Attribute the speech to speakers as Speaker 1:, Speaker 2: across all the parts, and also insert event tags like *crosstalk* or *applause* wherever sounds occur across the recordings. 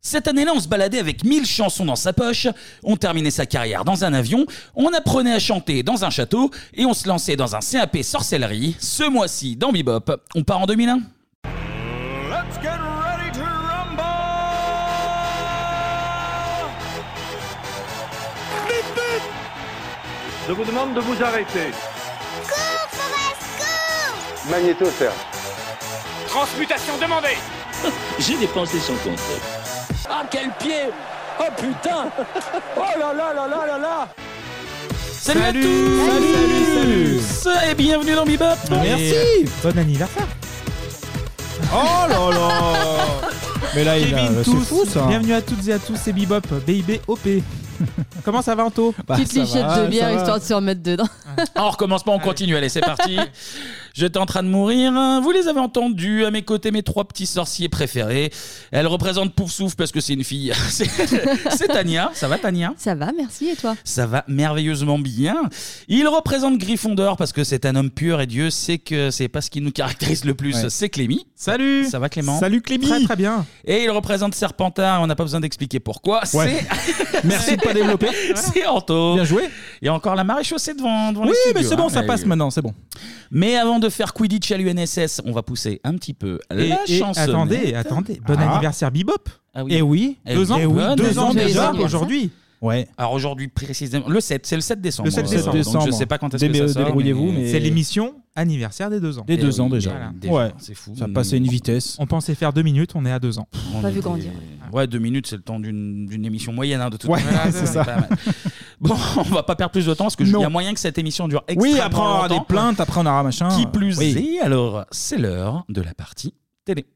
Speaker 1: Cette année-là, on se baladait avec 1000 chansons dans sa poche, on terminait sa carrière dans un avion, on apprenait à chanter dans un château et on se lançait dans un CAP sorcellerie. Ce mois-ci, dans Bebop, on part en 2001
Speaker 2: Je vous demande de vous arrêter.
Speaker 3: Cours, Forest, cours
Speaker 2: Magnétosphère.
Speaker 4: Transmutation demandée
Speaker 5: J'ai dépensé son
Speaker 1: *laughs*
Speaker 5: compte.
Speaker 4: Ah, quel pied Oh putain Oh là là là là là là
Speaker 1: Salut, à tous Salut, Et bienvenue dans Bebop euh,
Speaker 6: Et Bon anniversaire Oh là là
Speaker 7: Mais là, il a-
Speaker 6: *laughs* Kevin
Speaker 7: c'est
Speaker 6: tous,
Speaker 7: fou, ça.
Speaker 6: bienvenue à toutes et à tous, c'est Bibop, B.I.B.O.P. Comment ça va Anto
Speaker 8: Petite lichette de bière
Speaker 6: *laughs*
Speaker 8: histoire de se remettre dedans.
Speaker 1: Ah, On recommence pas, on continue. Allez, c'est
Speaker 5: *laughs*
Speaker 1: parti. J'étais en train de mourir. Vous les avez entendus. À mes côtés, mes trois petits sorciers préférés. Elle représente Poufsouf parce que c'est une fille. *laughs* C'est c'est Tania. Ça va, Tania
Speaker 8: Ça va, merci. Et toi
Speaker 1: Ça va merveilleusement bien. Il représente Gryffondor parce que c'est un homme pur et Dieu sait que c'est pas ce qui nous caractérise le plus.
Speaker 6: Ouais.
Speaker 1: C'est Clémy. Salut. Ça va, Clément
Speaker 6: Salut Clémy Très très bien
Speaker 1: Et il représente Serpentard. On n'a pas besoin d'expliquer pourquoi.
Speaker 6: Ouais.
Speaker 1: *laughs*
Speaker 6: *laughs*
Speaker 1: C'est-
Speaker 6: Merci de pas développer.
Speaker 1: C'est Anto. Bien joué. Il y a encore la marée chaussée devant, devant
Speaker 6: Oui
Speaker 1: les studios,
Speaker 6: mais c'est bon,
Speaker 1: hein.
Speaker 6: ça
Speaker 1: Mais
Speaker 6: passe
Speaker 1: oui.
Speaker 6: maintenant, c'est bon.
Speaker 1: Mais avant de faire Quidditch à l'UNSS, on va pousser un petit peu
Speaker 6: Et,
Speaker 1: la Ah.
Speaker 6: et
Speaker 1: chanson.
Speaker 6: attendez, attendez, bon anniversaire Bibop Et oui,
Speaker 1: Eh
Speaker 6: deux ans,
Speaker 1: eh oui,
Speaker 6: deux
Speaker 1: bon
Speaker 6: ans
Speaker 1: anniversaire.
Speaker 6: déjà aujourd'hui Ouais.
Speaker 1: Alors aujourd'hui précisément, le 7, c'est le 7 décembre.
Speaker 6: Le 7
Speaker 1: euh,
Speaker 6: décembre.
Speaker 1: donc je sais pas quand est-ce que ça sort. mais- Eh
Speaker 6: C'est l'émission anniversaire des deux ans. Eh
Speaker 7: Des deux
Speaker 1: oui,
Speaker 7: ans déjà.
Speaker 1: voilà. Déjà,
Speaker 7: Ouais. Mm.
Speaker 1: c'est fou.
Speaker 7: Ça passait une vitesse.
Speaker 6: On pensait faire deux minutes, on est à deux ans.
Speaker 1: On était- Ouais, deux minutes, c'est le temps d'une d'une émission moyenne hein, de toute
Speaker 6: Ouais,
Speaker 1: manière.
Speaker 6: *laughs* c'est ça.
Speaker 1: pas mal. Bon, *laughs* on va pas perdre plus de temps parce que je- il y a moyen que cette émission dure extrêmement
Speaker 6: Oui, après on aura des
Speaker 1: longtemps.
Speaker 6: plaintes, après on aura machin.
Speaker 1: Qui plus
Speaker 6: Oui.
Speaker 1: est, alors c'est l'heure de la partie télé.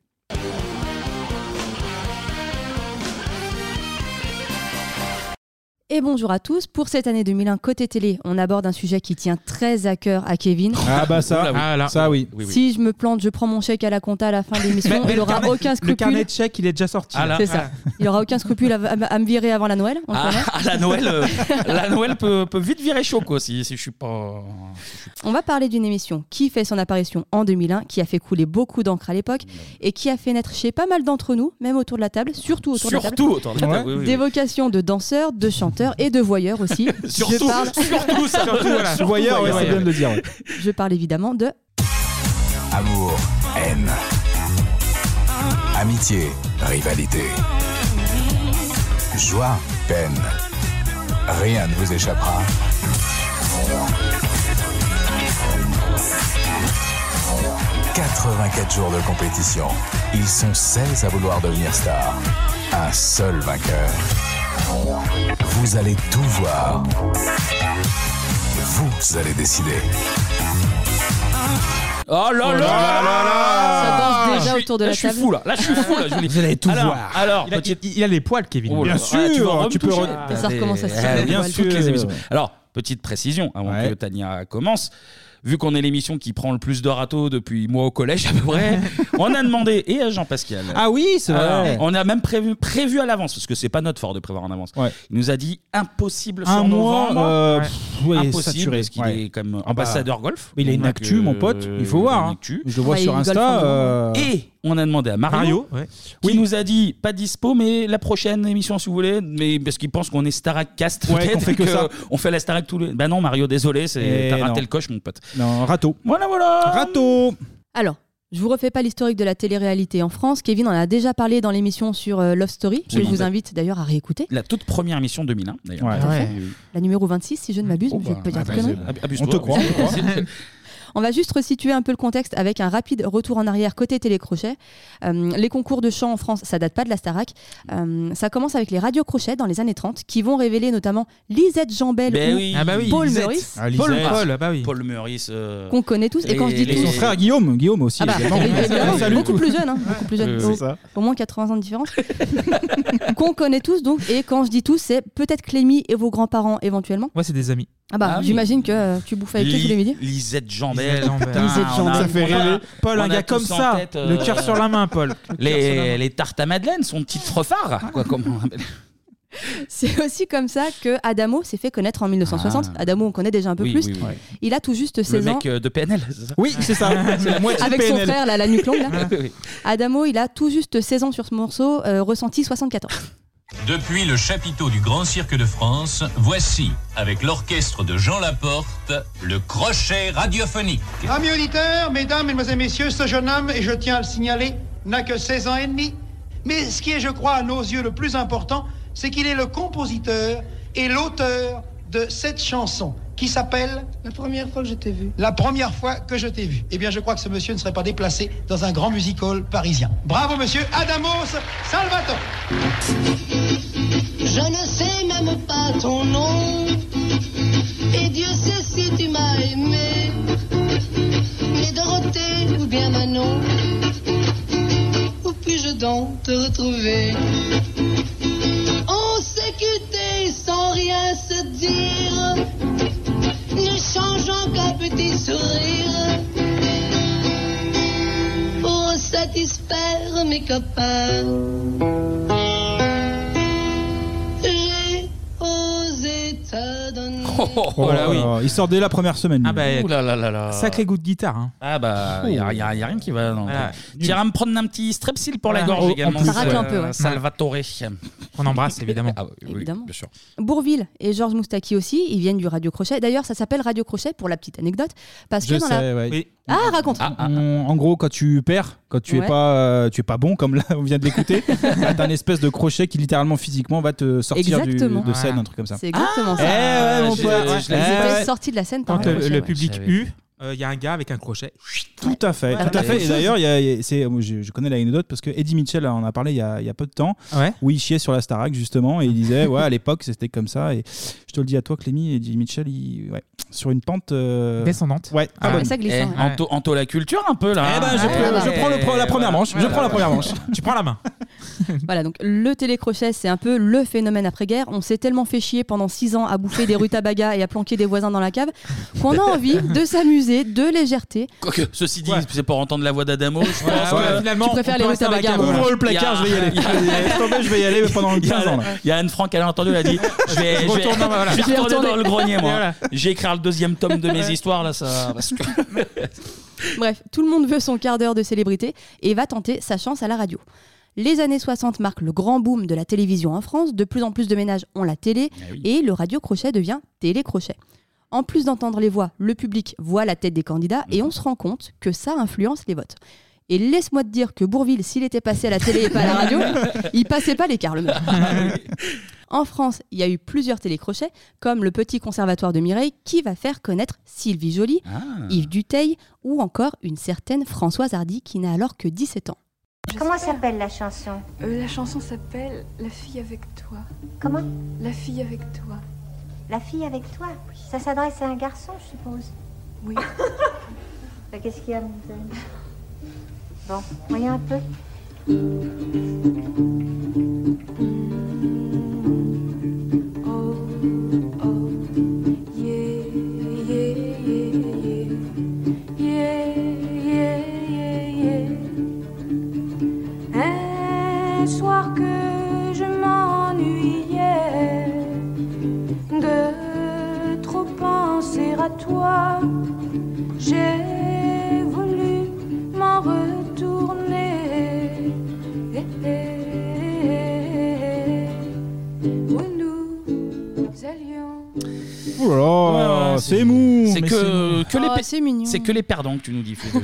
Speaker 8: Et bonjour à tous. Pour cette année 2001, côté télé, on aborde un sujet qui tient très à cœur à Kevin.
Speaker 7: Ah bah ça,
Speaker 1: Oula, oui.
Speaker 6: Ah là.
Speaker 7: ça oui.
Speaker 8: Si je me plante, je prends mon chèque à la compta à la fin de l'émission.
Speaker 6: Mais- mais
Speaker 8: Il
Speaker 6: le
Speaker 8: aura
Speaker 6: carnet-
Speaker 8: aucun
Speaker 6: Le carnet
Speaker 8: scrupule.
Speaker 6: de chèques, il est déjà sorti.
Speaker 1: Ah là.
Speaker 8: C'est ça. Il aura aucun scrupule à, à- à me virer avant la Noël. on le
Speaker 1: Ah,
Speaker 8: connaît.
Speaker 1: ah, *laughs* la Noël, euh, la Noël peut, peut vite virer chaud quoi si, si je suis pas.
Speaker 8: On va parler d'une émission qui fait son apparition en 2001, qui a fait couler beaucoup d'encre à l'époque et qui a fait naître chez pas mal d'entre nous, même autour de la table, surtout autour de la table.
Speaker 1: Surtout autour de la table, oui, oui, oui.
Speaker 8: Des vocations de danseurs, de chanteurs et de voyeurs aussi.
Speaker 1: *laughs*
Speaker 8: je,
Speaker 1: Surtout,
Speaker 8: parle,
Speaker 1: surtout ça.
Speaker 6: Surtout, voilà.
Speaker 1: Surtout,
Speaker 7: Voyeur, ouais,
Speaker 1: voyeur,
Speaker 7: c'est bien de le dire. ouais.
Speaker 8: je parle évidemment de
Speaker 9: Amour, haine, amitié, rivalité, joie, peine. Rien ne vous échappera. « 84 jours de compétition. Ils sont 16 à vouloir devenir stars. Un seul vainqueur. Vous allez tout voir. Vous allez décider.
Speaker 1: Oh là là là là là
Speaker 8: Ça
Speaker 1: Ah,
Speaker 8: danse déjà
Speaker 1: Je suis-
Speaker 8: autour de
Speaker 1: là,
Speaker 8: la
Speaker 1: Je suis
Speaker 8: table.
Speaker 1: fou là, là je suis fou là. Je vous l'ai-
Speaker 6: allez tout
Speaker 1: alors,
Speaker 6: voir.
Speaker 1: Alors,
Speaker 6: Il a,
Speaker 1: petite.
Speaker 6: il- il a les poils, Kevin.
Speaker 1: Oh là
Speaker 7: Bien
Speaker 1: là,
Speaker 7: sûr,
Speaker 1: tu vas re-
Speaker 7: tu
Speaker 1: me
Speaker 7: peux
Speaker 1: toucher.
Speaker 7: re-
Speaker 8: Ça recommence à se
Speaker 1: Eh,
Speaker 8: faire
Speaker 1: Bien
Speaker 8: le
Speaker 1: sûr,
Speaker 8: poil.
Speaker 1: les émissions. Alors, petite précision avant
Speaker 7: Ouais.
Speaker 1: que Tania commence. Vu qu'on est l'émission qui prend le plus de râteaux depuis moi au collège à peu *laughs* près, on a demandé et à Jean-Pascal.
Speaker 6: Ah oui, c'est
Speaker 1: Alors,
Speaker 6: vrai.
Speaker 1: on a même prévu, prévu à l'avance, parce que c'est pas notre fort de prévoir en avance.
Speaker 7: Ouais.
Speaker 1: Il nous a dit impossible
Speaker 7: Un
Speaker 1: sur
Speaker 7: mois,
Speaker 1: novembre.
Speaker 7: euh,
Speaker 6: Ouais.
Speaker 7: pff, ouais,
Speaker 1: impossible
Speaker 7: saturé.
Speaker 1: parce qu'il
Speaker 7: Ouais.
Speaker 1: est comme
Speaker 7: bah,
Speaker 1: ambassadeur golf.
Speaker 7: Il a une
Speaker 1: Donc,
Speaker 7: actu,
Speaker 1: euh,
Speaker 7: mon pote. Il faut voir.
Speaker 1: une
Speaker 7: hein.
Speaker 1: actu.
Speaker 7: Je le vois
Speaker 8: Ouais,
Speaker 7: sur
Speaker 8: Ah, il golfe
Speaker 7: Insta.
Speaker 8: en
Speaker 7: euh,
Speaker 1: Et on a demandé à Mario,
Speaker 6: Mario, ouais.
Speaker 1: qui
Speaker 7: Oui.
Speaker 1: nous a dit pas dispo, mais la prochaine émission si vous voulez, mais parce qu'il pense qu'on est Starac Cast,
Speaker 7: Ouais,
Speaker 1: peut-être,
Speaker 7: qu'on fait que
Speaker 1: et
Speaker 7: ça.
Speaker 1: on fait la Starac tous les. Bah non Mario, désolé, c'est
Speaker 7: Eh
Speaker 1: t'as
Speaker 7: non.
Speaker 1: raté le coche mon pote.
Speaker 7: Non, râteau.
Speaker 1: Voilà voilà.
Speaker 7: Râteau
Speaker 8: Alors, je vous refais pas l'historique de la télé-réalité en France. Kevin en a déjà parlé dans l'émission sur euh, Love Story, que je
Speaker 1: Absolument.
Speaker 8: vous invite d'ailleurs à réécouter.
Speaker 1: La toute première émission 2001 d'ailleurs.
Speaker 7: Ouais. Ah,
Speaker 8: Tout à fait. La numéro 26, si je ne m'abuse,
Speaker 1: Oh,
Speaker 8: mais je vais
Speaker 1: bah,
Speaker 8: pas dire de
Speaker 1: bah,
Speaker 8: conneries.
Speaker 1: c'est- abuse-toi,
Speaker 7: On te croit, on te croit.
Speaker 1: abuse-toi.
Speaker 8: On va juste resituer un peu le contexte avec un rapide retour en arrière côté télécrochet. Euh, les concours de chant en France, ça date pas de la Starac. Euh, ça commence avec les radios crochets dans les années 30 qui vont révéler notamment Lisette Jambel
Speaker 1: *laughs* Ben
Speaker 8: ou
Speaker 1: oui.
Speaker 6: Ah bah oui.
Speaker 8: Paul
Speaker 6: Lisette.
Speaker 8: Meurice,
Speaker 7: Ah,
Speaker 6: Paul,
Speaker 7: Lisette.
Speaker 6: Paul, bah oui.
Speaker 1: Paul Meurice. euh,
Speaker 8: qu'on connaît tous. Et quand je dis
Speaker 1: Les-
Speaker 8: tous,
Speaker 7: Et son frère Guillaume, Guillaume aussi.
Speaker 8: Ah bah,
Speaker 7: également.
Speaker 8: évidemment,
Speaker 7: Salut.
Speaker 8: beaucoup plus jeune, hein, beaucoup plus jeune.
Speaker 1: Euh,
Speaker 8: Au- Au moins 80 ans de différence. *laughs* Qu'on connaît tous, donc. Et quand je dis tous, c'est peut-être Clémy et vos grands-parents éventuellement.
Speaker 6: Ouais, c'est des amis.
Speaker 8: Ah bah,
Speaker 1: Ah oui.
Speaker 8: j'imagine que euh, tu bouffes avec eux tous les
Speaker 1: Li-
Speaker 8: midis.
Speaker 1: Lisette Jambel.
Speaker 6: Lisette Jambel.
Speaker 1: putain,
Speaker 8: Lisette
Speaker 1: on a-
Speaker 8: Jambel. Ça
Speaker 7: fait
Speaker 1: on a-
Speaker 7: rêver.
Speaker 6: Paul,
Speaker 1: on
Speaker 6: un
Speaker 1: a
Speaker 6: gars
Speaker 1: tous
Speaker 6: comme
Speaker 1: en
Speaker 6: ça.
Speaker 1: tête, euh,
Speaker 6: Le
Speaker 1: *laughs*
Speaker 6: cœur sur la main, Paul.
Speaker 1: Les, les tartes à Madeleine, son petit trophard, quoi, comme on appelle.
Speaker 8: C'est aussi comme ça que Adamo s'est fait connaître en 1960. Adamo, on connaît déjà un peu
Speaker 1: Ah. Oui,
Speaker 8: plus.
Speaker 1: oui, oui. Ouais.
Speaker 8: Il a tout juste 16
Speaker 1: Le
Speaker 8: ans.
Speaker 1: mec euh, de PNL, c'est ça Ah,
Speaker 7: Oui, c'est ça. C'est la moitié de
Speaker 8: Avec son
Speaker 7: PNL.
Speaker 8: frère, là, la nuque longue. là.
Speaker 1: Oui, oui.
Speaker 8: Adamo, il a tout juste 16 ans sur ce morceau, euh, ressenti 74.
Speaker 10: Depuis le chapiteau du Grand Cirque de France, voici, avec l'orchestre de Jean Laporte, le crochet radiophonique.
Speaker 11: Amis auditeurs, mesdames, mesdemoiselles, messieurs, ce jeune homme, et je tiens à le signaler, n'a que 16 ans et demi. Mais ce qui est, je crois, à nos yeux le plus important, c'est qu'il est le compositeur et l'auteur de cette chanson qui s'appelle La première fois que je t'ai vu. La première fois que je t'ai vu. Eh bien, je crois que ce monsieur ne serait pas déplacé dans un grand music hall parisien. Bravo, monsieur Adamos Salvatore.
Speaker 12: Je ne sais même pas ton nom. Et Dieu sait si tu m'as aimé. Mais Dorothée ou bien Manon, où puis-je donc te retrouver On s'est quitté sans rien se dire, ne changeant qu'un petit sourire pour satisfaire mes copains. J'ai osé te donner.
Speaker 7: Oh là
Speaker 1: oui. bah,
Speaker 7: là, Il sort dès la première semaine. Ah
Speaker 1: Ouh là là là là.
Speaker 7: Sacré goût de guitare. hein.
Speaker 1: Ah bah, il n'y a, y a- y a rien qui va. non.
Speaker 7: Voilà.
Speaker 1: T'iras me prendre un petit strepsil pour la
Speaker 7: Ah,
Speaker 1: gorge
Speaker 7: en
Speaker 1: également. euh,
Speaker 7: plus, Ça racle un
Speaker 8: peu, ouais.
Speaker 1: Salvatore.
Speaker 6: On embrasse, évidemment.
Speaker 1: Ah, oui, oui,
Speaker 8: Évidemment.
Speaker 1: bien sûr.
Speaker 8: Bourville et Georges Moustaki aussi, ils viennent du Radio Crochet. D'ailleurs, ça s'appelle Radio Crochet pour la petite anecdote. Parce
Speaker 7: Je
Speaker 8: que dans la-
Speaker 7: sais, ouais.
Speaker 8: Ah, raconte
Speaker 7: On- en gros, quand tu perds, quand tu
Speaker 8: Ouais.
Speaker 7: es pas, euh, tu es pas bon, comme là on vient de
Speaker 1: *laughs*
Speaker 7: l'écouter, bah, t'as un espèce de crochet qui littéralement physiquement va te sortir du-
Speaker 8: Exactement.
Speaker 7: de scène,
Speaker 8: Ouais.
Speaker 7: un truc comme ça.
Speaker 8: C'est exactement
Speaker 7: Eh ouais, mon
Speaker 8: ça.
Speaker 7: pote.
Speaker 8: Ils
Speaker 7: Ouais.
Speaker 8: étaient
Speaker 7: Ouais.
Speaker 8: sortis de la scène par
Speaker 6: Quand
Speaker 8: un
Speaker 6: le,
Speaker 8: crochet,
Speaker 6: le
Speaker 8: ouais.
Speaker 6: public U, euh, il y a un gars avec un crochet.
Speaker 7: Tout à fait,
Speaker 6: Ouais.
Speaker 7: tout à fait.
Speaker 6: Ouais.
Speaker 7: Et d'ailleurs, il y a- il y a- c'est- moi, je, je connais l'anecdote parce que Eddie Mitchell en a parlé il y a, il y a peu de temps, où il chiait sur la Starac justement et il disait ouais à l'époque c'était comme ça et je te le dis à toi Clémy, Eddie Mitchell il- ouais, sur une pente euh,
Speaker 6: Descendante.
Speaker 7: ouais,
Speaker 1: Ah,
Speaker 7: pas bonne.
Speaker 1: ça glisse, hein. Eh, Anto- Anto la culture un peu là.
Speaker 7: Eh ben,
Speaker 8: Ah,
Speaker 7: je,
Speaker 1: Ouais,
Speaker 7: prends-
Speaker 1: ouais,
Speaker 7: je
Speaker 1: ouais.
Speaker 7: prends le pre- la première
Speaker 1: Voilà.
Speaker 7: manche, je
Speaker 1: Voilà.
Speaker 7: prends la première manche.
Speaker 6: tu prends la main.
Speaker 8: Voilà, donc le télécrochet, c'est un peu le phénomène après-guerre. On s'est tellement fait chier pendant six ans à
Speaker 7: *laughs*
Speaker 8: bouffer des rutabagas et à planquer des voisins dans la cave qu'on a envie de s'amuser, de légèreté.
Speaker 1: Quoique, ceci dit, c'est pour entendre la voix d'Adamo. Je pense
Speaker 8: ouais,
Speaker 1: que-
Speaker 8: finalement, Tu préfères on les peut rester rutabagas, dans la
Speaker 4: hein.
Speaker 8: cave.
Speaker 1: Voilà.
Speaker 8: Ouvre le
Speaker 7: placard,
Speaker 1: Il y a-
Speaker 7: je vais y aller.
Speaker 1: il y a-
Speaker 7: Laisse tomber, je vais y aller pendant
Speaker 1: *laughs* Il y a-
Speaker 7: 15 ans, là.
Speaker 1: Il y a Anne Frank, elle a entendu, elle
Speaker 7: *laughs*
Speaker 1: a dit Je vais,
Speaker 7: Je
Speaker 1: je vais-
Speaker 7: retourne dans ma- voilà.
Speaker 1: je vais
Speaker 7: Je vais
Speaker 1: retourner dans
Speaker 7: retourner.
Speaker 1: le grenier, moi.
Speaker 7: Voilà.
Speaker 1: J'ai écrit le deuxième tome de mes histoires, là, ça. parce que-
Speaker 8: Bref, tout le monde veut son quart d'heure de célébrité et va tenter sa chance à la radio. Les années 60 marquent le grand boom de la télévision en France. De plus en plus de ménages ont la télé et le radio-crochet devient télécrochet. En plus d'entendre les voix, le public voit la tête des candidats et on se rend compte que ça influence les votes. Et laisse-moi te dire que Bourville, s'il était passé à la télé et pas à la radio, il passait pas l'écart, le mec. En France, il y a eu plusieurs télécrochets, comme le Petit Conservatoire de Mireille, qui va faire connaître Sylvie Joly,
Speaker 1: Ah.
Speaker 8: Yves Duteil ou encore une certaine Françoise Hardy, qui n'a alors que 17 ans.
Speaker 13: Comment s'appelle la chanson
Speaker 14: Euh, la chanson s'appelle La fille avec toi.
Speaker 13: Comment
Speaker 14: La fille avec toi.
Speaker 13: La fille avec toi Ça s'adresse à un garçon, je suppose.
Speaker 14: Oui.
Speaker 13: *laughs* Bah, Qu'est-ce qu'il y a mademoiselle Bon, voyons un peu.
Speaker 14: Un soir que je m'ennuyais de trop penser à toi, j'ai voulu m'en retourner. Eh, eh, eh, où nous allions.
Speaker 7: Ouh là là,
Speaker 1: Ouais, ouais,
Speaker 7: c'est mou.
Speaker 1: C'est
Speaker 7: mais
Speaker 1: que, Euh, que les
Speaker 6: Ah,
Speaker 8: Oh,
Speaker 1: pe-
Speaker 8: c'est mignon.
Speaker 1: c'est que
Speaker 7: *laughs*
Speaker 1: les perdants que tu nous dis. Flo.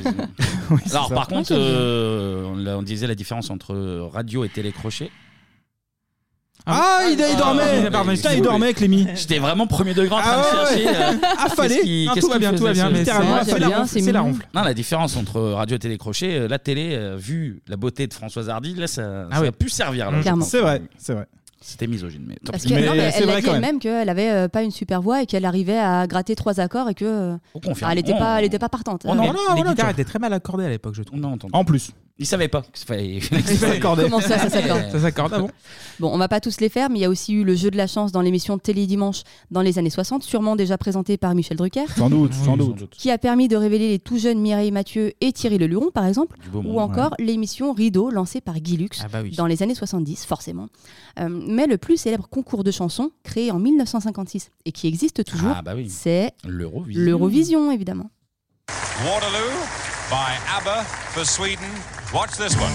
Speaker 1: Alors,
Speaker 7: ça.
Speaker 1: par
Speaker 7: Ouais,
Speaker 1: contre,
Speaker 7: c'est bien.
Speaker 1: euh, on l'a- on disait la différence entre radio et télécrochet.
Speaker 7: Ah, il, il dormait. Putain, il dormait, Clémy.
Speaker 1: J'étais vraiment premier degré en train
Speaker 7: Ah
Speaker 1: de
Speaker 7: ouais,
Speaker 1: chercher. euh,
Speaker 7: ouais. Affalé.
Speaker 1: qu'est-ce qui-
Speaker 7: Non, tout
Speaker 1: qu'est-ce
Speaker 7: va
Speaker 1: qui
Speaker 7: bien, tout
Speaker 1: faisait
Speaker 7: va bien,
Speaker 1: ce-
Speaker 7: mais littéralement, Moi, j'aime c'est la bien, ronfle, c'est c'est la mignon. ronfle.
Speaker 1: Non, la différence entre radio et télécrochet, euh, la télé, euh, vu la beauté de Françoise Hardy, là, ça,
Speaker 7: Ah
Speaker 1: ça
Speaker 7: oui.
Speaker 1: a pu servir. là,
Speaker 7: Mmh.
Speaker 1: je pense.
Speaker 7: C'est vrai, c'est vrai.
Speaker 1: C'était misogyne, mais tant
Speaker 8: Parce
Speaker 1: pis.
Speaker 8: que, non, mais elle a dit elle-même qu'elle avait euh, pas une super voix et qu'elle arrivait à gratter trois accords et que. euh,
Speaker 1: confirme.
Speaker 8: elle n'était
Speaker 1: On-
Speaker 8: pas, elle était pas partante.
Speaker 1: On en-
Speaker 8: Euh,
Speaker 1: Oh voilà, voilà, tu vois.
Speaker 6: C'était très mal accordé à l'époque, je trouve.
Speaker 1: On a entendu.
Speaker 7: En plus.
Speaker 1: Il savait pas qu'il fallait. *laughs*
Speaker 8: Comment ça, ça s'accorde
Speaker 1: Ça s'accorde,
Speaker 6: ah bon
Speaker 8: *laughs* Bon, on va pas tous les faire, mais il y a aussi eu le jeu de la chance dans l'émission Télé Dimanche dans les années 60, sûrement déjà présenté par Michel Drucker.
Speaker 6: Sans doute, sans doute.
Speaker 8: Qui a permis de révéler les tout jeunes Mireille Mathieu et Thierry Leluron, par exemple,
Speaker 6: Du beau
Speaker 8: ou
Speaker 6: monde,
Speaker 8: encore l'émission Rideau lancée par Guy Lux
Speaker 6: Ah bah oui.
Speaker 8: dans les années 70, forcément. Euh, mais le plus célèbre concours de chansons créé en 1956 et qui existe toujours,
Speaker 1: Ah bah oui.
Speaker 8: c'est
Speaker 1: L'Eurovision.
Speaker 8: l'Eurovision, évidemment.
Speaker 15: Waterloo by ABBA for Sweden. Watch this one.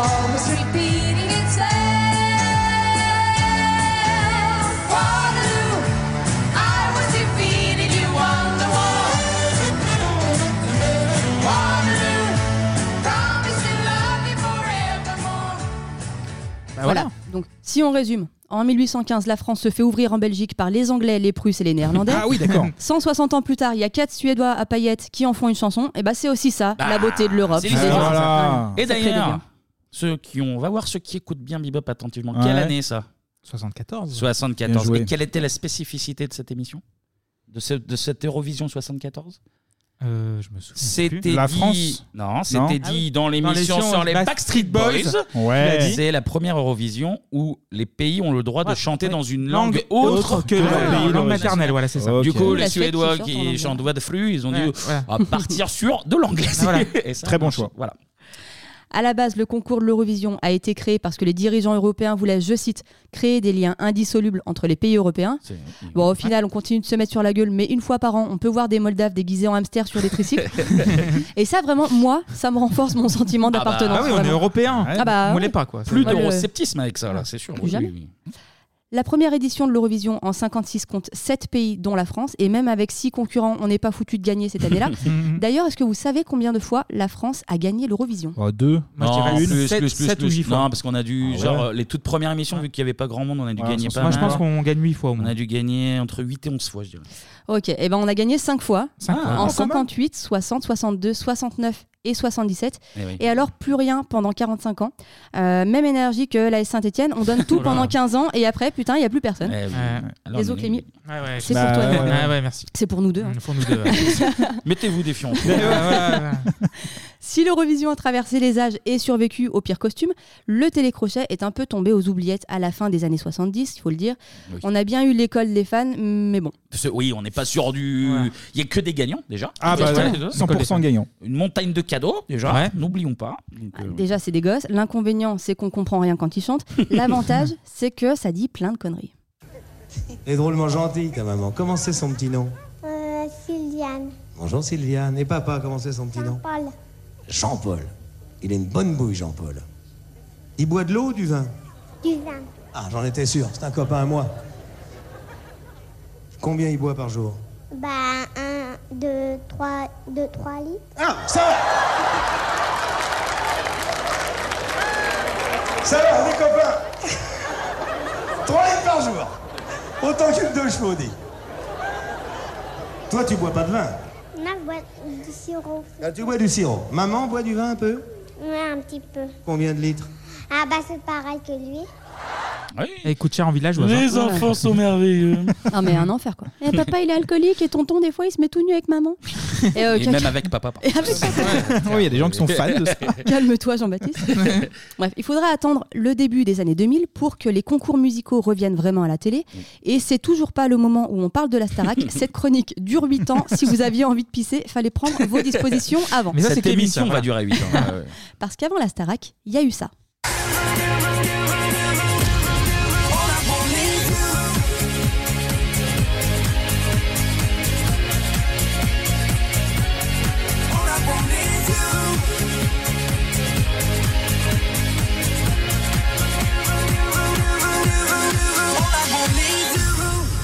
Speaker 14: Repeating itself. Waterloo, I was defeated. You won the war. Waterloo, promise to love you forevermore.
Speaker 6: Bah
Speaker 8: voilà.
Speaker 14: voilà.
Speaker 8: Donc, si on résume, en 1815, la France se fait ouvrir en Belgique par les Anglais, les Russes et les Néerlandais.
Speaker 6: Ah oui,
Speaker 8: *laughs*
Speaker 6: d'accord.
Speaker 8: 160 ans plus tard, il y a quatre Suédois à paillettes qui en font une chanson. Et bah, c'est aussi ça, la beauté de l'Europe.
Speaker 1: C'est
Speaker 8: C'est
Speaker 1: l'histoire.
Speaker 8: ça.
Speaker 1: Et
Speaker 8: Sacré
Speaker 1: d'ailleurs,
Speaker 8: délire.
Speaker 1: ceux qui ont, on va voir ceux qui écoutent bien Bebop attentivement. Quelle
Speaker 6: Ouais.
Speaker 1: année ça
Speaker 7: 74.
Speaker 1: 74.
Speaker 6: Bien joué.
Speaker 1: Et quelle était la spécificité de cette émission de, ce- de cette Eurovision 74
Speaker 7: Euh, je me souviens.
Speaker 1: C'était
Speaker 7: plus. La
Speaker 1: dit...
Speaker 7: France
Speaker 1: Non,
Speaker 7: Non.
Speaker 1: c'était
Speaker 7: Ah
Speaker 1: dit
Speaker 7: oui.
Speaker 1: dans l'émission
Speaker 7: Dans l'émission
Speaker 1: sur les
Speaker 7: Back-
Speaker 1: Backstreet
Speaker 7: Boys.
Speaker 1: Boys.
Speaker 7: Ouais. Tu l'as dit.
Speaker 1: C'est la première Eurovision où les pays ont le droit de chanter dans une langue,
Speaker 7: Langue
Speaker 1: autre,
Speaker 7: autre que leur pays
Speaker 1: langue
Speaker 7: d'origine. maternelle, voilà, c'est ça.
Speaker 1: Du
Speaker 7: Ok.
Speaker 1: coup,
Speaker 7: La
Speaker 1: les
Speaker 7: Suède qui
Speaker 1: Suédois
Speaker 7: chante en
Speaker 1: qui
Speaker 7: anglais.
Speaker 1: chantent voix de flux, ils ont
Speaker 7: Ouais,
Speaker 1: dit
Speaker 7: voilà.
Speaker 1: on va partir sur de l'anglais.
Speaker 7: *laughs* Voilà.
Speaker 1: Et ça
Speaker 7: Très bon
Speaker 1: marche.
Speaker 7: choix. *laughs*
Speaker 1: Voilà.
Speaker 8: À la base, le concours de l'Eurovision a été créé parce que les dirigeants européens voulaient, je cite, créer des liens indissolubles entre les pays européens. Bon, au final, on continue de se mettre sur la gueule, mais une fois par an, on peut voir des Moldaves déguisés en hamsters sur
Speaker 7: *laughs*
Speaker 8: des tricycles. Et ça, vraiment, moi, ça me renforce mon sentiment d'appartenance.
Speaker 7: Ah oui, on est
Speaker 8: vraiment.
Speaker 7: européen.
Speaker 8: Ah bah,
Speaker 7: on
Speaker 8: ouais.
Speaker 7: l'est pas quoi.
Speaker 1: bah. Plus
Speaker 8: Moi, le-
Speaker 1: d'eurosceptisme avec ça, là, c'est sûr.
Speaker 8: Plus jamais. La première édition de l'Eurovision en 56 compte 7 pays, dont la France, et même avec 6 concurrents, on n'est pas foutu de gagner
Speaker 7: *laughs*
Speaker 8: cette année-là. D'ailleurs, est-ce que vous savez combien de fois la France a gagné l'Eurovision
Speaker 6: deux.
Speaker 7: Moi, je dirais une. Sept- sept ou huit fois.
Speaker 1: Non, parce qu'on a dû,
Speaker 7: Oh, Ah ouais.
Speaker 1: genre, euh, les toutes premières émissions, vu qu'il n'y avait pas grand monde, on a dû
Speaker 7: Ouais,
Speaker 1: gagner
Speaker 7: on s'en
Speaker 1: pas
Speaker 7: Moi, je
Speaker 1: mal.
Speaker 7: pense qu'on gagne 8 fois au
Speaker 1: On
Speaker 7: moins.
Speaker 1: a dû gagner entre 8 et 11 fois, je dirais.
Speaker 8: Ok, et ben on a gagné 5 fois.
Speaker 1: Cinq fois.
Speaker 8: En
Speaker 1: Ah, quand même.
Speaker 8: 58, 60, 62, 69 et 77.
Speaker 1: Eh oui.
Speaker 8: Et alors plus rien pendant 45 ans. Euh, même énergie que la S Saint-Etienne, on donne tout
Speaker 7: Oh là là.
Speaker 8: pendant 15 ans et après, putain, il n'y a plus personne.
Speaker 1: Eh oui. Alors,
Speaker 8: Les autres,
Speaker 1: on est-
Speaker 8: les mi-
Speaker 7: Ouais, ouais,
Speaker 8: c'est
Speaker 7: bah,
Speaker 8: pour toi.
Speaker 7: ouais,
Speaker 8: Nicolas.
Speaker 1: Ah
Speaker 7: ouais, ouais, merci.
Speaker 8: C'est pour nous deux. hein.
Speaker 7: Pour nous deux.
Speaker 1: Mettez-vous des
Speaker 8: *laughs*
Speaker 1: fions.
Speaker 7: Ouais, ouais, ouais.
Speaker 8: Si l'Eurovision a traversé les âges et survécu aux pires costumes, le télécrochet est un peu tombé aux oubliettes à la fin des années 70, il faut le dire.
Speaker 1: Oui.
Speaker 8: On a bien eu l'école des fans, mais bon.
Speaker 1: Parce que, Oui, on n'est pas sûr du. Il n'y a que des gagnants, déjà.
Speaker 6: Ah, bah,
Speaker 1: Déjà,
Speaker 6: ouais.
Speaker 1: déjà.
Speaker 6: 100% gagnants.
Speaker 1: Une montagne de cadeaux, déjà.
Speaker 6: Ouais.
Speaker 1: N'oublions pas. Donc, euh,
Speaker 8: Mmh. Déjà, c'est des gosses. L'inconvénient, c'est qu'on comprend rien quand ils
Speaker 1: *laughs*
Speaker 8: chantent. L'avantage, c'est que ça dit plein de conneries.
Speaker 16: Elle est drôlement gentille, ta maman. Comment c'est son petit nom
Speaker 17: Euh, Sylviane,
Speaker 16: Bonjour Sylviane. Et papa, comment c'est son petit nom
Speaker 17: Paul,
Speaker 16: Jean-Paul. Il a une bonne bouille, Jean-Paul. Il boit de l'eau ou du vin
Speaker 17: Suzanne,
Speaker 16: Ah, j'en étais sûr. C'est un copain à moi. Combien il boit par jour
Speaker 17: bah 1, 2, 3, 2, 3 litres.
Speaker 16: Ah, ça Ça va, les copains Trois litres par jour Autant qu'une deux chevaux, dis. Toi, tu bois pas de vin.
Speaker 17: Non, je bois du sirop.
Speaker 16: Ah, tu bois du sirop. Maman boit du vin un peu
Speaker 17: Ouais, un petit peu.
Speaker 16: Combien de litres
Speaker 17: Ah bah c'est pareil que lui.
Speaker 6: Eh,
Speaker 7: Et coûte cher en village.
Speaker 8: Les enfants
Speaker 1: sont merveilleux.
Speaker 8: Non, Ah, mais un enfer quoi. Et Eh, papa, il est alcoolique et tonton, des fois, il se met tout nu
Speaker 1: *laughs*
Speaker 8: avec maman. Et, euh,
Speaker 1: et
Speaker 8: quelqu'un-
Speaker 1: même avec papa. par
Speaker 8: Et avec
Speaker 1: contre.
Speaker 6: *laughs* Oui, il y a des gens qui sont fans
Speaker 1: *laughs*
Speaker 6: de ça.
Speaker 8: *laughs* Calme-toi, Jean-Baptiste. Bref, il faudra attendre le début des années 2000 pour que les concours musicaux reviennent vraiment à la télé.
Speaker 1: Mmh.
Speaker 8: Et c'est toujours pas le moment où on parle de
Speaker 1: *laughs*
Speaker 8: la Starac. Cette chronique dure 8 ans. Si vous aviez envie de pisser, fallait prendre vos dispositions avant.
Speaker 1: Cette émission va durer 8 ans. ouais, ouais.
Speaker 8: *laughs* Parce qu'avant la Starac, il y a eu ça.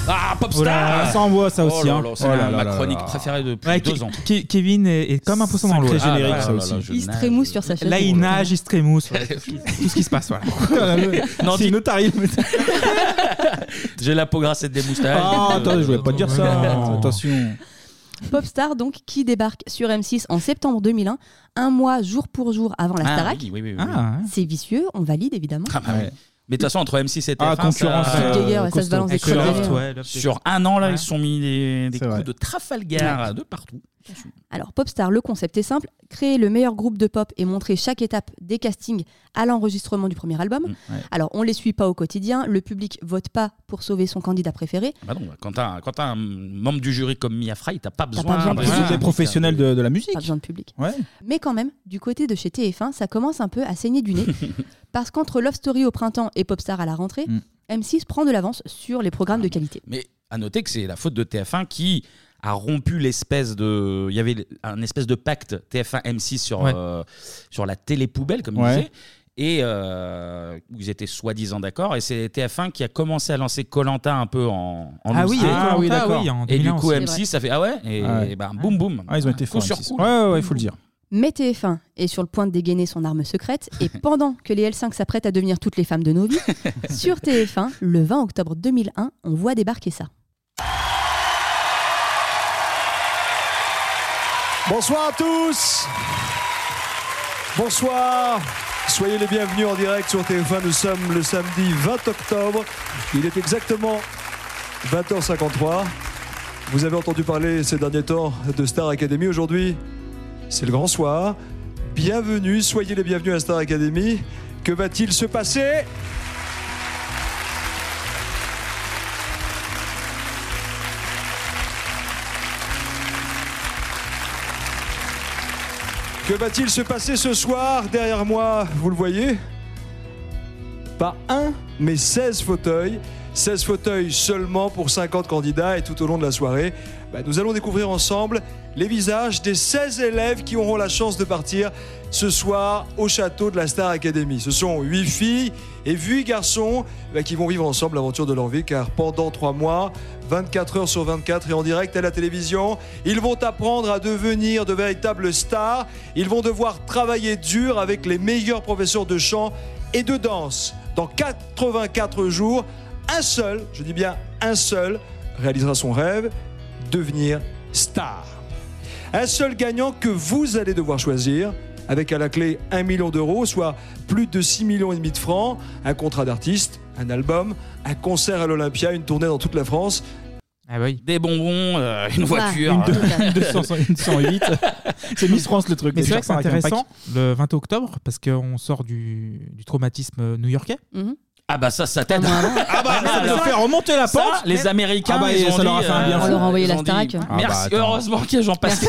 Speaker 1: Ah, Pop Star.
Speaker 7: Ah, ça envoie, ça aussi,
Speaker 1: Oh là
Speaker 7: hein.
Speaker 1: là, c'est
Speaker 7: Oh là
Speaker 1: la-
Speaker 7: là
Speaker 1: ma
Speaker 7: là
Speaker 1: chronique
Speaker 7: là.
Speaker 1: préférée depuis
Speaker 6: Ouais,
Speaker 1: deux
Speaker 6: Ke-
Speaker 1: ans.
Speaker 6: Ke- Kevin est, est comme un poisson dans l'eau.
Speaker 1: Sacré
Speaker 6: là.
Speaker 1: générique, Ah, ça là, là, aussi. là, je
Speaker 6: Il se
Speaker 1: nage.
Speaker 6: trémousse
Speaker 8: sur sa chaise.
Speaker 6: Là, il nage, il se trémousse. voilà.
Speaker 1: *laughs*
Speaker 6: Tout ce qui se passe, voilà.
Speaker 1: Non,
Speaker 6: C'est une autre arrive.
Speaker 1: *laughs* J'ai la peau grasse et des moustaches.
Speaker 7: Ah, attendez, je voulais pas te dire
Speaker 1: *laughs*
Speaker 7: ça. Attention.
Speaker 8: Popstar, donc, qui débarque sur M6 en septembre 2001, un mois jour pour jour avant la
Speaker 1: Ah,
Speaker 8: Starac.
Speaker 1: oui, oui, oui, oui.
Speaker 8: C'est vicieux, on valide évidemment.
Speaker 1: Ah bah oui. Mais de toute façon, entre M6 et TF1,
Speaker 7: Ah, concurrence,
Speaker 1: ça-
Speaker 7: euh,
Speaker 8: Geiger, ouais, ça se costaud. balance des
Speaker 1: Et sur-
Speaker 8: crevés,
Speaker 1: sur-
Speaker 8: ouais.
Speaker 1: Sur un an, là, ils se sont mis des, des coups de Trafalgar
Speaker 8: Ouais.
Speaker 1: de partout.
Speaker 8: Alors, Popstar, le concept est simple créer le meilleur groupe de pop et montrer chaque étape des castings à l'enregistrement du premier album.
Speaker 1: Mm, ouais.
Speaker 8: Alors, on les suit pas au quotidien, le public vote pas pour sauver son candidat préféré.
Speaker 1: Ah Bah non, quand t'as quand t'as un membre du jury comme Mia Fry, t'as pas besoin.
Speaker 8: besoin
Speaker 1: de-
Speaker 7: Ils sont des professionnels
Speaker 1: *laughs*
Speaker 7: de, de la musique.
Speaker 8: Pas besoin de public.
Speaker 7: Ouais.
Speaker 8: Mais quand même, du côté de chez TF1, ça commence un peu à
Speaker 1: *laughs*
Speaker 8: saigner du nez. parce qu'entre Love Story au printemps et Popstar à la rentrée,
Speaker 1: Mm.
Speaker 8: M6 prend de l'avance sur les programmes de qualité.
Speaker 1: Mais à noter que c'est la faute de TF1 qui a rompu l'espèce de. Il y avait un espèce de pacte TF1-M6 sur,
Speaker 6: Ouais.
Speaker 1: euh, sur la télé-poubelle, comme
Speaker 6: Ouais.
Speaker 1: il disait. Et euh, où ils étaient soi-disant d'accord. Et c'est TF1 qui a commencé à lancer Colanta un peu en, en
Speaker 6: Ah oui,
Speaker 1: loose-day.
Speaker 6: ah oui, d'accord. oui, en
Speaker 1: Et du
Speaker 6: 2001
Speaker 1: coup,
Speaker 6: aussi.
Speaker 1: M6, ça fait Ah ouais Et,
Speaker 7: Ah ouais.
Speaker 1: et ben, boum, boum.
Speaker 7: Ah, ils ont été forts.
Speaker 1: Coup sur
Speaker 7: M6.
Speaker 1: coup.
Speaker 7: Ouais, ouais, ouais, il faut *laughs* le dire.
Speaker 8: Mais TF1 est sur le point de dégainer son arme secrète
Speaker 1: *laughs*
Speaker 8: et pendant que les L5 s'apprêtent à devenir toutes les femmes de nos vies, sur TF1, le 20 octobre 2001, on voit débarquer ça.
Speaker 18: Bonsoir à tous. Bonsoir. Soyez les bienvenus en direct sur TF1. Nous sommes le samedi 20 octobre. Il est exactement 20h53. Vous avez entendu parler ces derniers temps de Star Academy. Aujourd'hui, c'est le grand soir. Bienvenue, soyez les bienvenus à Star Academy. Que va-t-il se passer Que va-t-il se passer ce soir Derrière moi, vous le voyez Pas un, mais 16 fauteuils. 16 fauteuils seulement pour 50 candidats et tout au long de la soirée, bah, nous allons découvrir ensemble les visages des 16 élèves qui auront la chance de partir ce soir au château de la Star Academy. Ce sont 8 filles et 8 garçons bah, qui vont vivre ensemble l'aventure de leur vie car pendant 3 mois, 24 heures sur 24 et en direct à la télévision. Ils vont apprendre à devenir de véritables stars. Ils vont devoir travailler dur avec les meilleurs professeurs de chant et de danse. Dans 84 jours, un seul, je dis bien un seul, réalisera son rêve, devenir star. Un seul gagnant que vous allez devoir choisir, avec à la clé 1 million d'euros, soit plus de 6 millions et demi de francs, un contrat d'artiste, un album, un concert à l'Olympia, une tournée dans toute la France.
Speaker 6: Ah
Speaker 1: Des bonbons, euh, une
Speaker 18: Ah,
Speaker 1: voiture.
Speaker 18: une
Speaker 1: *laughs*
Speaker 18: deux-
Speaker 1: euh,
Speaker 18: une
Speaker 7: 200 une
Speaker 1: *laughs*
Speaker 7: 108. C'est Miss France le truc.
Speaker 6: Mais c'est vrai
Speaker 7: Déjà,
Speaker 6: que c'est
Speaker 7: ça, avec un
Speaker 6: intéressant le 20 octobre parce qu'on sort du, du traumatisme new-yorkais.
Speaker 1: Ah bah ça, ça t'aide. Ah bah
Speaker 6: ça peut faire remonter la
Speaker 1: ça,
Speaker 6: pente.
Speaker 1: les Américains,
Speaker 6: Ah bah,
Speaker 1: ils ont
Speaker 6: ça leur a
Speaker 1: dit,
Speaker 6: fait un bien
Speaker 1: euh,
Speaker 6: fou. On leur a envoyé
Speaker 1: ils
Speaker 6: la
Speaker 1: ont dit,
Speaker 6: Starac, hein. Ah bah,
Speaker 1: Merci,
Speaker 6: attends.
Speaker 1: heureusement qu'il y a j'en passe.